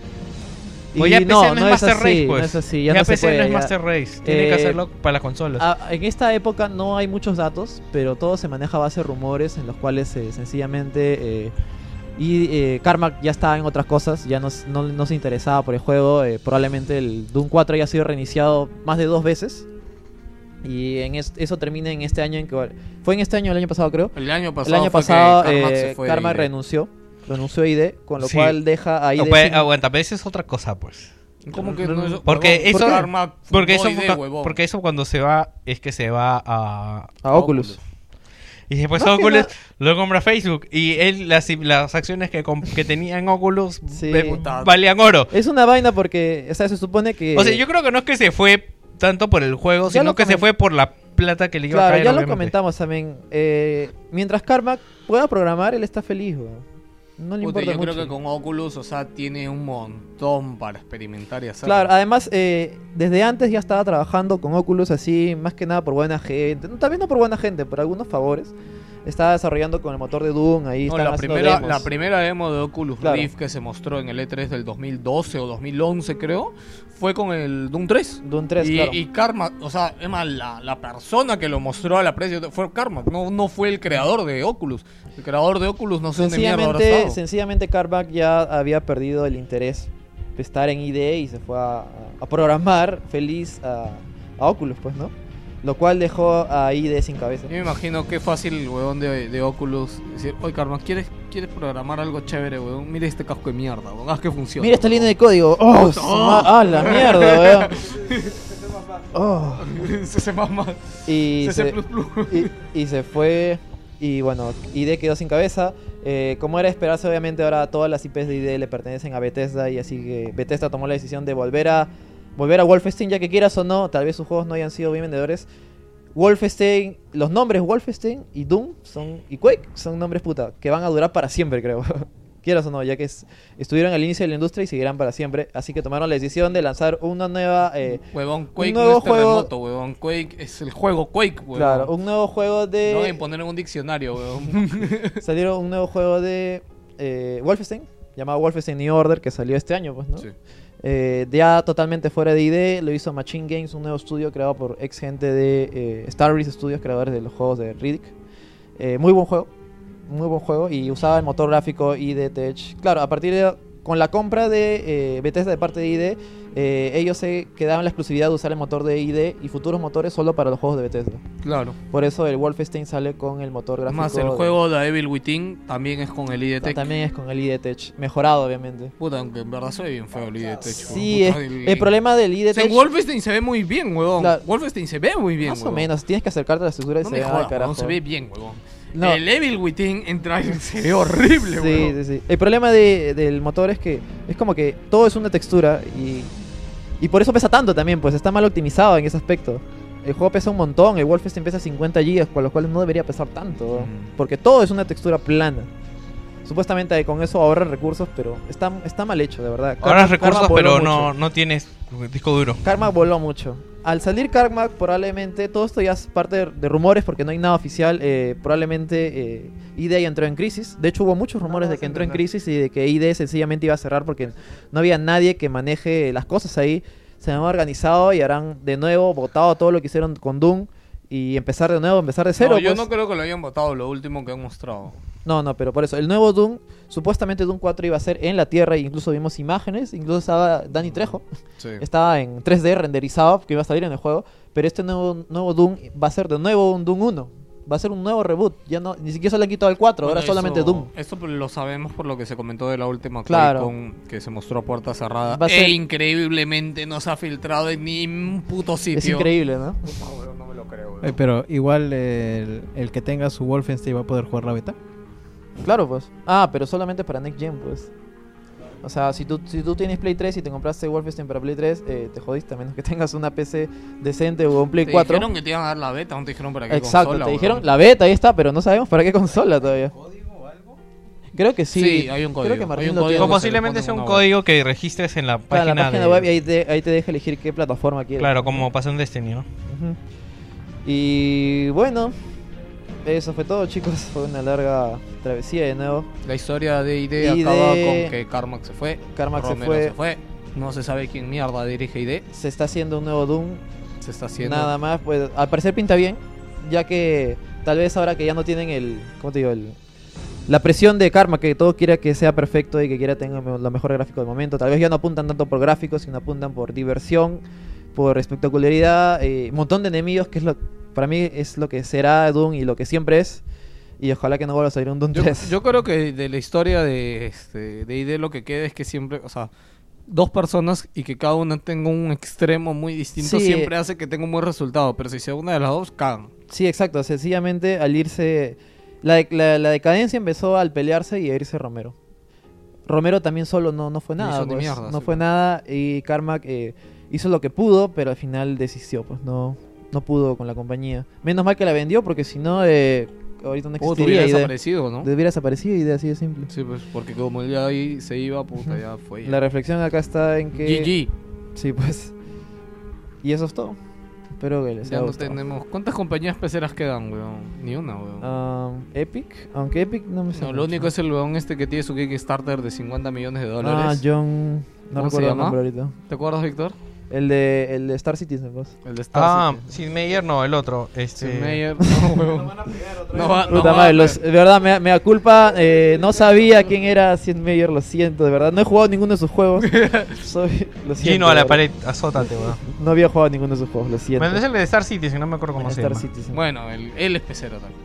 S3: Oye, Pues ya PC no es Master
S10: así,
S3: Race, pues.
S10: no es así, ya,
S3: Ya
S10: no se
S3: PC no
S10: puede,
S3: es
S10: ya. Eh,
S3: Master Race, tiene que hacerlo para las consolas.
S10: ah, en esta época no hay muchos datos, pero todo se maneja a base de rumores en los cuales eh, sencillamente eh, y eh, Carmack ya estaba en otras cosas, ya no, s- no- no se interesaba por el juego, eh, probablemente el Doom 4 haya sido reiniciado más de dos veces. Y en es- eso termina en este año en que fue en este año el año pasado creo.
S2: El año pasado
S10: El año
S2: fue que
S10: pasado
S2: Carmack
S10: eh,
S2: se fue de
S10: Carmack
S2: ID.
S10: renunció, renunció a ID, con lo
S3: Sí.
S10: cual deja a ID
S3: No, pues,
S10: sin-
S3: Aguanta, pero eso es otra cosa, pues.
S35: ¿Cómo que no es-
S3: Porque
S35: huevón?
S3: eso,
S35: ¿Por qué? Arma
S3: porque eso,
S35: fundó idea,
S3: cua-
S35: huevón.
S3: porque eso cuando se va es que se va a
S10: a Oculus.
S3: Y después
S10: Más que
S3: Oculus
S10: nada-
S3: lo compra Facebook y él las, las acciones que, comp- que tenía en Oculus
S10: Sí.
S3: eh, valían oro.
S10: Es una vaina porque, o sea, se supone que...
S3: O sea, yo creo que no es que se fue tanto por el juego,
S10: Ya
S3: sino
S10: lo
S3: que se
S10: comen-
S3: fue por la plata que le iba a
S10: Claro,
S3: caer.
S10: ya lo
S3: obviamente.
S10: comentamos también. Eh, mientras Carmack pueda programar, él está feliz, weón. No le
S2: Puta,
S10: importa
S2: yo
S10: mucho.
S2: creo que con Oculus, o sea, tiene un montón para experimentar y hacer.
S10: Claro, además, eh, desde antes ya estaba trabajando con Oculus así, más que nada por buena gente. No, También no por buena gente, por algunos favores. Estaba desarrollando con el motor de Doom, ahí
S2: No,
S10: estaban
S2: la,
S10: haciendo
S2: primera,
S10: demos.
S2: la primera demo de Oculus
S10: Claro.
S2: Rift que se mostró en el E3 del 2012 o 2011, creo, fue con el Doom 3.
S10: Doom 3,
S2: y,
S10: claro.
S2: y Karma, o sea, es más, la, la persona que lo mostró a la prensa fue Karma, no, no fue el creador de Oculus. El creador de Oculus no sé dónde mierda habrá
S10: Sencillamente,
S2: estado.
S10: sencillamente Carmack ya había perdido el interés estar en ID y se fue a, a programar feliz a, a Oculus, pues, ¿no? Lo cual dejó a ID sin cabeza.
S2: Yo me imagino qué fácil el huevón de, de Oculus decir, oye Carmen, ¿quieres, ¿quieres programar algo chévere, huevón? Mira este casco de mierda, huevón, haz que funcione.
S10: Mira esta línea de código.
S2: [LAUGHS]
S10: ¡Oh! su ma- ¡Ah, la mierda, weón!
S2: Oh. [LAUGHS] CC++.
S10: Y
S2: CC++.
S10: se, y, y se fue. Y bueno, ID quedó sin cabeza. Eh, como era de esperarse, obviamente ahora todas las IPs de ID le pertenecen a Bethesda. Y así que Bethesda tomó la decisión de volver a volver a Wolfenstein, ya que quieras o no, tal vez sus juegos no hayan sido bien vendedores. Wolfenstein, los nombres Wolfenstein y Doom son, y Quake son nombres puta, que van a durar para siempre, creo. [LAUGHS] quieras o no, ya que es- estuvieron al inicio de la industria y seguirán para siempre. Así que tomaron la decisión de lanzar una nueva. eh,
S2: Huevón,
S10: un
S2: Quake
S10: nuevo
S2: no es
S10: juego-
S2: terremoto, huevón. Quake es el juego Quake, huevón.
S10: Claro, un nuevo juego de.
S2: No deben poner en un diccionario,
S10: [LAUGHS]
S2: huevón. [LAUGHS]
S10: salieron un nuevo juego de eh, Wolfenstein, llamado Wolfenstein New Order, que salió este año, pues, ¿no? Eh, ya totalmente fuera de ID, lo hizo Machine Games, un nuevo estudio creado por ex gente de eh, Star Wars Studios, creadores de los juegos de Riddick. Eh, muy buen juego, muy buen juego, y usaba el motor gráfico ID Tech. Claro, a partir de. Con la compra de eh, Bethesda de parte de ID, eh, ellos se quedaban la exclusividad de usar el motor de ID y futuros motores solo para los juegos de Bethesda.
S2: Claro.
S10: Por eso el Wolfenstein sale con el motor gráfico.
S2: Más el
S10: de-
S2: juego de Evil Within también es con el ID Tech.
S10: también es con el ID Tech, mejorado obviamente.
S2: Puta, aunque en verdad se ve bien feo el ID Tech.
S10: Sí, es- el problema del ID
S2: O sea, en
S10: Tech-
S2: Wolfenstein se ve muy bien, huevón.
S10: Claro.
S2: Wolfenstein se ve muy bien,
S10: Más o
S2: huevón.
S10: menos, tienes que acercarte a la estructura y
S2: No
S10: se
S2: me
S10: ve al
S2: jodas,
S10: carajo.
S2: huevón, se ve bien, huevón.
S10: No.
S2: El Evil Within en trailer [LAUGHS] se ve horrible,
S10: Sí,
S2: huevón.
S10: sí, sí. El problema de- del motor es que es como que todo es una textura y, y por eso pesa tanto también, pues está mal optimizado en ese aspecto. El juego pesa un montón, el Wolfenstein pesa 50 gigas, con los cuales no debería pesar tanto,
S2: Mm.
S10: porque todo es una textura plana. Supuestamente eh, con eso ahorran recursos, pero está, está mal hecho, de verdad.
S23: Ahora
S10: Karma-
S23: recursos,
S10: Karma voló
S23: pero
S10: mucho.
S23: no, no tienes disco duro.
S10: Karma voló mucho. Al salir Karma, probablemente, todo esto ya es parte de, de rumores porque no hay nada oficial, eh, probablemente eh, ID ya entró en crisis. De hecho, hubo muchos
S2: Ah,
S10: rumores de que entró en crisis y de que ID sencillamente iba a cerrar porque no había nadie que maneje las cosas ahí. Se han organizado y harán de nuevo, votado todo lo que hicieron con Doom y empezar de nuevo, empezar de cero.
S2: No, yo
S10: pues.
S2: no creo que lo hayan votado lo último que han mostrado.
S10: No, no, pero por eso. El nuevo Doom, supuestamente Doom 4 iba a ser en la Tierra, e incluso vimos imágenes, incluso estaba Danny Trejo.
S2: Sí.
S10: Estaba en 3D renderizado, que iba a salir en el juego. Pero este nuevo, nuevo Doom va a ser de nuevo un Doom 1. Va a ser un nuevo reboot. Ya no, ni siquiera se le han quitado el 4, ahora
S2: Bueno,
S10: solamente
S2: eso-
S10: Doom.
S2: Eso lo sabemos por lo que se comentó de la última
S10: Claro.
S2: Con, que se mostró a puerta cerrada.
S10: Va a
S2: e
S10: ser-
S2: increíblemente no se ha filtrado en ni un puto sitio.
S10: Es increíble, ¿no?
S20: Eh, pero igual eh, el, el que tenga su Wolfenstein va a poder jugar la beta.
S10: Claro, pues. Ah, pero solamente para Next Gen, pues. O sea, si tú, si tú tienes Play 3 y te compraste Wolfenstein para Play 3, eh, te jodiste, a menos que [LAUGHS] tengas una PC decente o un Play
S2: Te
S10: 4.
S2: dijeron que te iban a dar la beta, no te dijeron para qué
S10: Exacto,
S2: consola,
S10: te
S2: weón.
S10: dijeron la beta, ahí está, pero no sabemos para qué consola todavía. Creo que sí.
S2: Sí, hay un código,
S10: Creo que
S2: hay
S10: Martín
S2: un
S10: lo
S2: código
S10: tiene.
S2: que
S23: Posiblemente sea un código que registres en la
S10: Claro, en
S23: página,
S10: la página
S23: de-
S10: web y ahí te, ahí te deja elegir qué plataforma quieres.
S23: Claro, como pasa en Destiny, ¿no?
S10: Ujú. Y bueno, eso fue todo, chicos. Fue una larga travesía de nuevo.
S2: La historia de ID
S10: ID
S2: acaba con que Carmack se fue.
S10: Carmack se
S2: Romero
S10: fue.
S2: No se sabe quién mierda dirige ID.
S10: Se está haciendo un nuevo Doom.
S2: Se está haciendo.
S10: Nada más, pues al parecer pinta bien, ya que tal vez ahora que ya no tienen el, ¿cómo te digo? El, la presión de karma, que todo quiera que sea perfecto y que quiera tenga me- lo mejor gráfico del momento. Tal vez ya no apuntan tanto por gráficos, sino apuntan por diversión, por espectacularidad, eh, un montón de enemigos, que es lo, para mí es lo que será Doom y lo que siempre es. Y ojalá que no vuelva a salir un Doom 3.
S2: Yo creo que de la historia de, este, de ID lo que queda es que siempre, o sea, dos personas y que cada una tenga un extremo muy distinto
S10: Sí.
S2: siempre hace que tenga un buen resultado. Pero si sea una de las dos, cagan.
S10: Sí, exacto. Sencillamente al irse. La, de- la- la decadencia empezó al pelearse y a irse Romero. Romero también solo no, no fue
S2: No
S10: nada.
S2: hizo ni
S10: pues,
S2: mierda,
S10: no
S2: sí.
S10: fue nada. Y Carmack eh, hizo lo que pudo, pero al final desistió. Pues no, no pudo con la compañía. Menos mal que la vendió, porque si no, eh, ahorita no
S2: Puta,
S10: existiría.
S2: hubiera
S10: y de-
S2: desaparecido, ¿no?
S10: Hubiera desaparecido, idea así de simple.
S2: Sí, pues porque como él ya ahí se iba, puta, ya fue. ya.
S10: La reflexión acá está en que.
S2: GG.
S10: Sí, pues. Y eso es todo. Espero que les
S2: Ya
S10: haya
S2: no
S10: gustado.
S2: tenemos. ¿Cuántas compañías peceras quedan, weón? Ni una, weón.
S10: Um, Epic, aunque Epic no me sé
S2: No, lo
S10: mucho.
S2: único es el weón este que tiene su Kickstarter de 50 millones de dólares.
S10: Ah, John- no
S2: ¿Cómo se
S10: recuerdo el
S2: llama?
S10: nombre ahorita.
S2: ¿Te acuerdas, Víctor?
S10: El de, el de Star Citizen, pues.
S36: El
S10: de
S36: Ah, Sid Meier no, el otro. Este... [LAUGHS]
S10: Sid Meier,
S36: no,
S10: No va- Puta madre, los- de verdad, me, me da culpa. eh, no sabía quién era Sid Meier, lo siento, de verdad. No he jugado ninguno de sus [LAUGHS] juegos. Soy, lo siento,
S36: Gino a
S10: de
S36: la
S10: verdad.
S36: pared, azótate, weón.
S10: No había jugado ninguno de sus juegos, lo siento.
S36: Bueno, es el de Star Citizen, no me acuerdo cómo se
S10: Star
S36: llama.
S10: Citizen.
S2: Bueno, el, él es pecero también.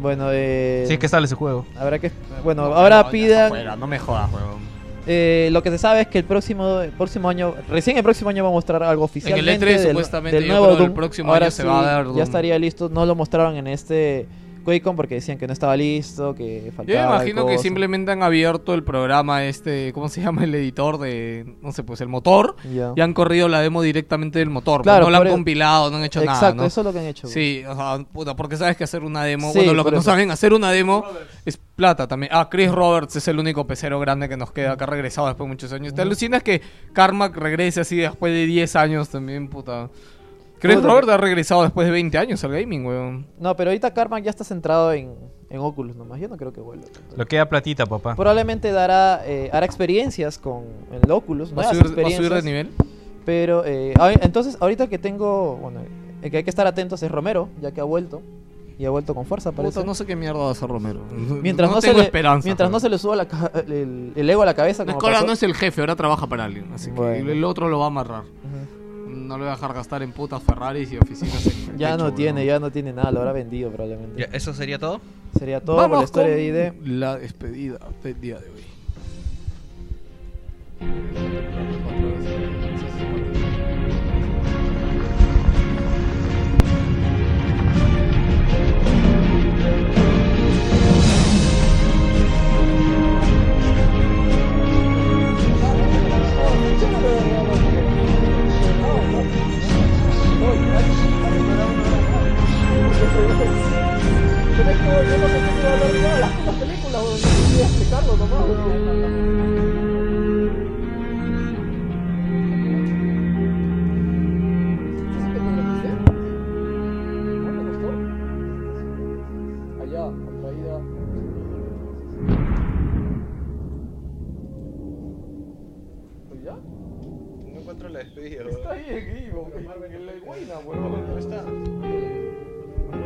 S10: Bueno, eh.
S36: Si es que sale ese juego.
S10: Habrá que. Bueno,
S36: No,
S10: ahora
S36: no, ya
S10: pidan.
S36: no juega, no me jodas, huevón.
S10: Eh, lo que se sabe es que el próximo, el próximo año, recién el próximo año va a mostrar algo oficial.
S2: E3 E supuestamente, yo creo que el próximo año se va a dar Doom.
S10: Ya estaría listo, no lo mostraron en este QuakeCon porque decían que no estaba listo, que
S2: Yo
S10: faltaba.
S2: me imagino que
S10: cosas.
S2: simplemente han abierto el programa este, ¿cómo se llama? El editor de, no sé, pues el motor.
S10: Ya.
S2: Y han corrido la demo directamente del motor. pues
S10: Claro,
S2: no la
S10: por
S2: han
S10: el-
S2: compilado, no han hecho nada.
S10: Exacto,
S2: ¿no?
S10: eso es lo que han hecho.
S2: Sí, o sea, puta, porque sabes que hacer una demo,
S10: Sí,
S2: bueno, lo que
S10: por
S2: no
S10: eso.
S2: saben hacer una demo es plata también. Ah, Chris Roberts es el único pecero grande que nos queda, que ha regresado después de muchos años. ¿Te alucinas que Carmack regrese así después de 10 años también, puta? Chris
S10: Puta.
S2: Roberts ha regresado después de 20 años al gaming, weón.
S10: No, pero ahorita Karma ya está centrado en, en Oculus nomás. Yo no creo que vuelva.
S36: Lo queda platita, papá.
S10: Probablemente dará eh, hará experiencias con el Oculus.
S2: ¿Va a
S10: nuevas
S2: subir- va a subir de
S10: experiencias.
S2: nivel?
S10: Pero, eh, ah, entonces, ahorita que tengo. Bueno, el que hay que estar atentos es Romero, ya que ha vuelto. Y ha vuelto con fuerza, parece.
S2: Puta, no sé qué mierda va a hacer Romero.
S10: Mientras no, se
S2: tengo
S10: le,
S2: esperanza.
S10: Mientras no se le suba la ca- el, el ego a la cabeza.
S2: No, es
S10: como
S2: que ahora
S10: pasó.
S2: no es el jefe, ahora trabaja para alguien. Así que
S10: Bueno.
S2: el otro lo va a amarrar. No le va a dejar gastar en putas Ferraris y oficinas. en
S10: Ya
S2: techo,
S10: no
S2: weón.
S10: tiene, ya no tiene nada, lo habrá vendido probablemente.
S36: ¿Eso sería todo?
S10: Sería todo por la historia
S2: con
S10: ahí de.
S2: la despedida del día de hoy.
S10: Allá, contraída.
S6: No encuentro la despedida,
S10: Está ahí en vivo, en la iguana, huevón. ¿Dónde está?
S6: eh, "Oh, No,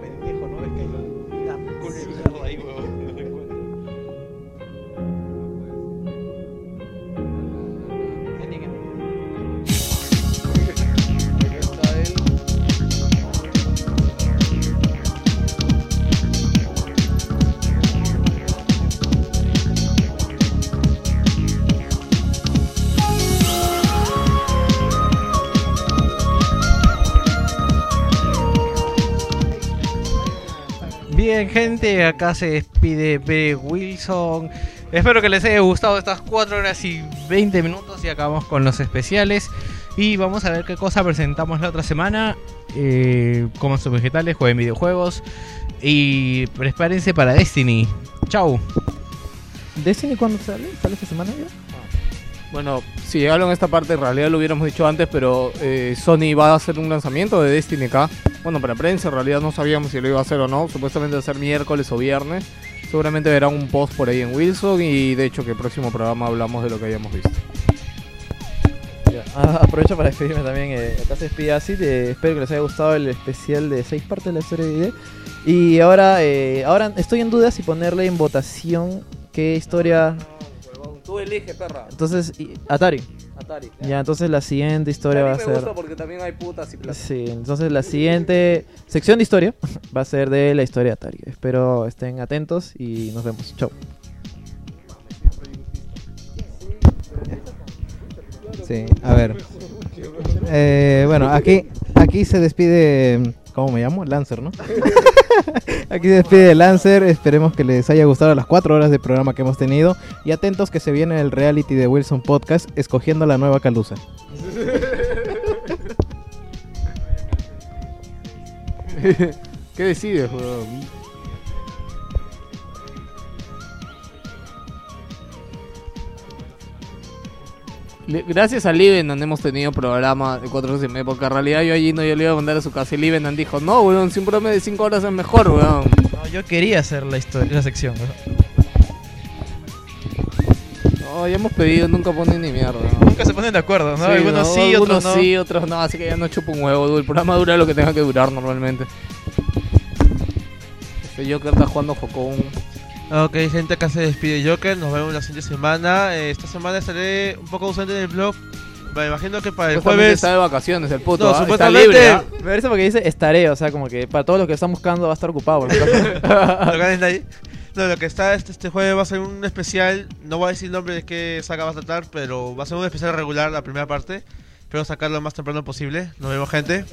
S6: pendejo, no ves que hay la con el perro ahí, huevón. [LAUGHS] No lo encuentro.
S3: Bien, gente, acá se despide B. Wilson. Espero que les haya gustado estas 4 horas y 20 minutos y acabamos con los especiales. Y vamos a ver qué cosa presentamos la otra semana. Eh, coman sus vegetales, jueguen videojuegos y prepárense para Destiny. Chau.
S10: ¿Destiny cuándo sale? ¿Sale esta semana ya?
S2: Bueno, si llegaron a esta parte, en realidad lo hubiéramos dicho antes, pero eh, Sony va a hacer un lanzamiento de Destiny acá. Bueno, para prensa, en realidad no sabíamos si lo iba a hacer o no. Supuestamente va a ser miércoles o viernes. Seguramente verán un post por ahí en Wilson y de hecho que el próximo programa hablamos de lo que hayamos visto.
S10: Ya, ah, aprovecho para despedirme también. Eh, acá se despide así. eh, espero que les haya gustado el especial de seis partes de la historia de ID. Y ahora, eh, ahora estoy en duda si ponerle en votación qué historia.
S2: Tú elige, perra.
S10: Entonces, y- Atari.
S2: Atari.
S10: Ya, entonces la siguiente historia va a ser.
S2: porque también hay putas y
S10: Sí, entonces la siguiente sección de historia [LAUGHS] va a ser de la historia de Atari. Espero estén atentos y nos vemos. Chau.
S4: Sí, a ver. Eh, bueno, aquí, aquí se despide. ¿Cómo me llamo? Lancer, ¿no? [LAUGHS] aquí se despide Lancer. Esperemos que les haya gustado las cuatro horas de programa que hemos tenido. Y atentos que se viene el reality de Wilson Podcast, escogiendo la nueva calusa.
S19: [LAUGHS]
S2: [LAUGHS] ¿Qué decides, weón? Le- Gracias a Livenan hemos tenido programa de 4 horas y media, porque en realidad yo allí no yo le iba a mandar a su casa y Livenan dijo, no, weón, si un programa de 5 horas es mejor, weón.
S36: No, yo quería hacer la, historia, la sección. weón.
S2: No, No, ya hemos pedido, nunca ponen ni mierda.
S37: Nunca se ponen de acuerdo, ¿no? Algunos sí, otros no.
S2: Algunos sí, otros no, así que ya no chupo un huevo. El programa dura lo que tenga que durar normalmente. Este Joker está jugando Jocón.
S14: Ok, gente, acá se despide Joker. Nos vemos la siguiente semana. Eh, esta semana estaré un poco ausente en el blog. Me imagino que para el
S2: Supuestamente
S14: jueves.
S2: está de vacaciones el puto,
S14: No,
S2: ¿ah? Está
S14: supuestamente.
S2: libre, ¿ah?
S10: Me parece porque dice estaré, o sea, como que para todos los que están buscando va a estar ocupado. por lo tanto.
S14: [LAUGHS] Lo
S2: [LAUGHS]
S14: que está ahí. No, lo que está este, este jueves va a ser un especial. No voy a decir el nombre de qué saga va a tratar, pero va a ser un especial regular la primera parte. Espero sacarlo lo más temprano posible. Nos vemos, gente.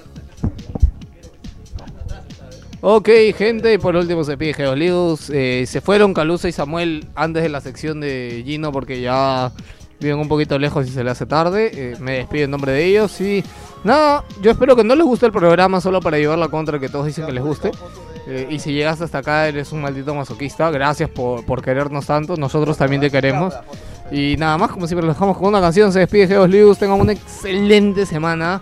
S2: Ok, gente, y por último se pide Geolius. Eh, se fueron Calusa y Samuel antes de la sección de Gino porque ya viven un poquito lejos y se le hace tarde. Eh, me despido en nombre de ellos y nada, yo espero que no les guste el programa solo para llevar la contra que todos dicen que les guste. Eh, y si llegaste hasta acá eres un maldito masoquista. Gracias por, por querernos tanto. Nosotros también te queremos. Y nada más, como siempre, los dejamos con una canción. Se despide Geolius. Tengan una excelente semana.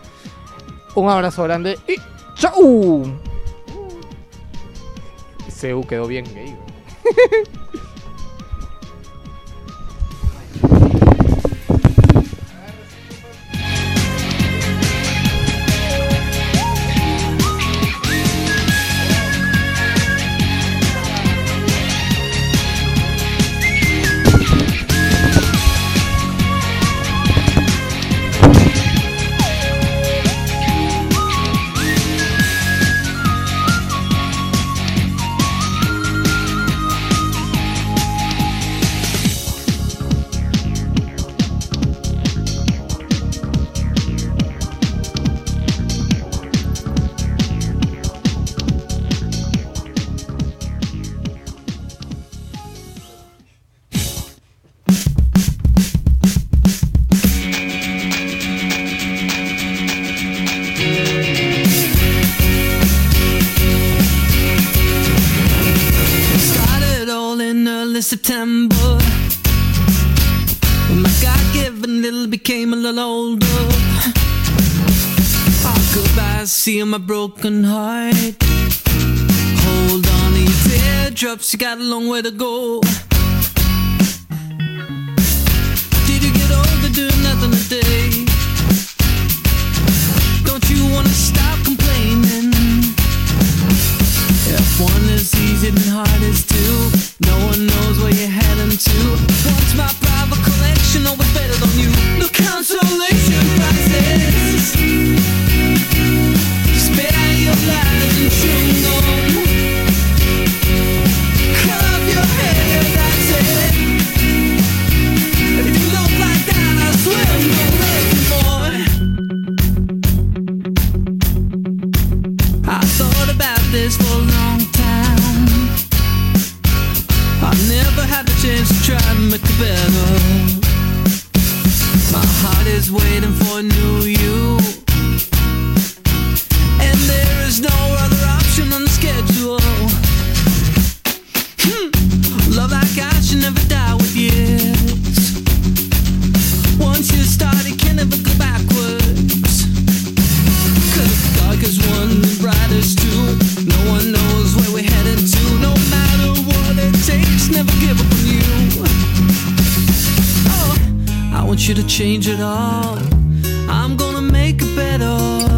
S2: Un abrazo grande y ¡chau! CU quedó bien gay.
S19: Started all in early September. When my God given little became a little older. All goodbye, see my broken heart. Hold on to your teardrops, you got a long way to go. Did you get older doing nothing today? Don't you wanna stop complaining? If one is easy, then hard is two. No one knows where you're heading to. What's my private collection? Always better than you. No consolation prizes. Spit out your lies and chewing gum. Cut off your hair, that's it. If you look like that, I swear I'm gonna let you more. I thought about this for a long time. I never had the chance to try and make it better. My heart is waiting for a new you. And there is no other option on the schedule. Hmm. Love like I should never die with years. Once you start, it can never go backwards. Cause dark is one, the bright is two. No one knows where we're headed to. No matter what it takes, never give up on you. Oh, I want you to change it all. I'm gonna make it better.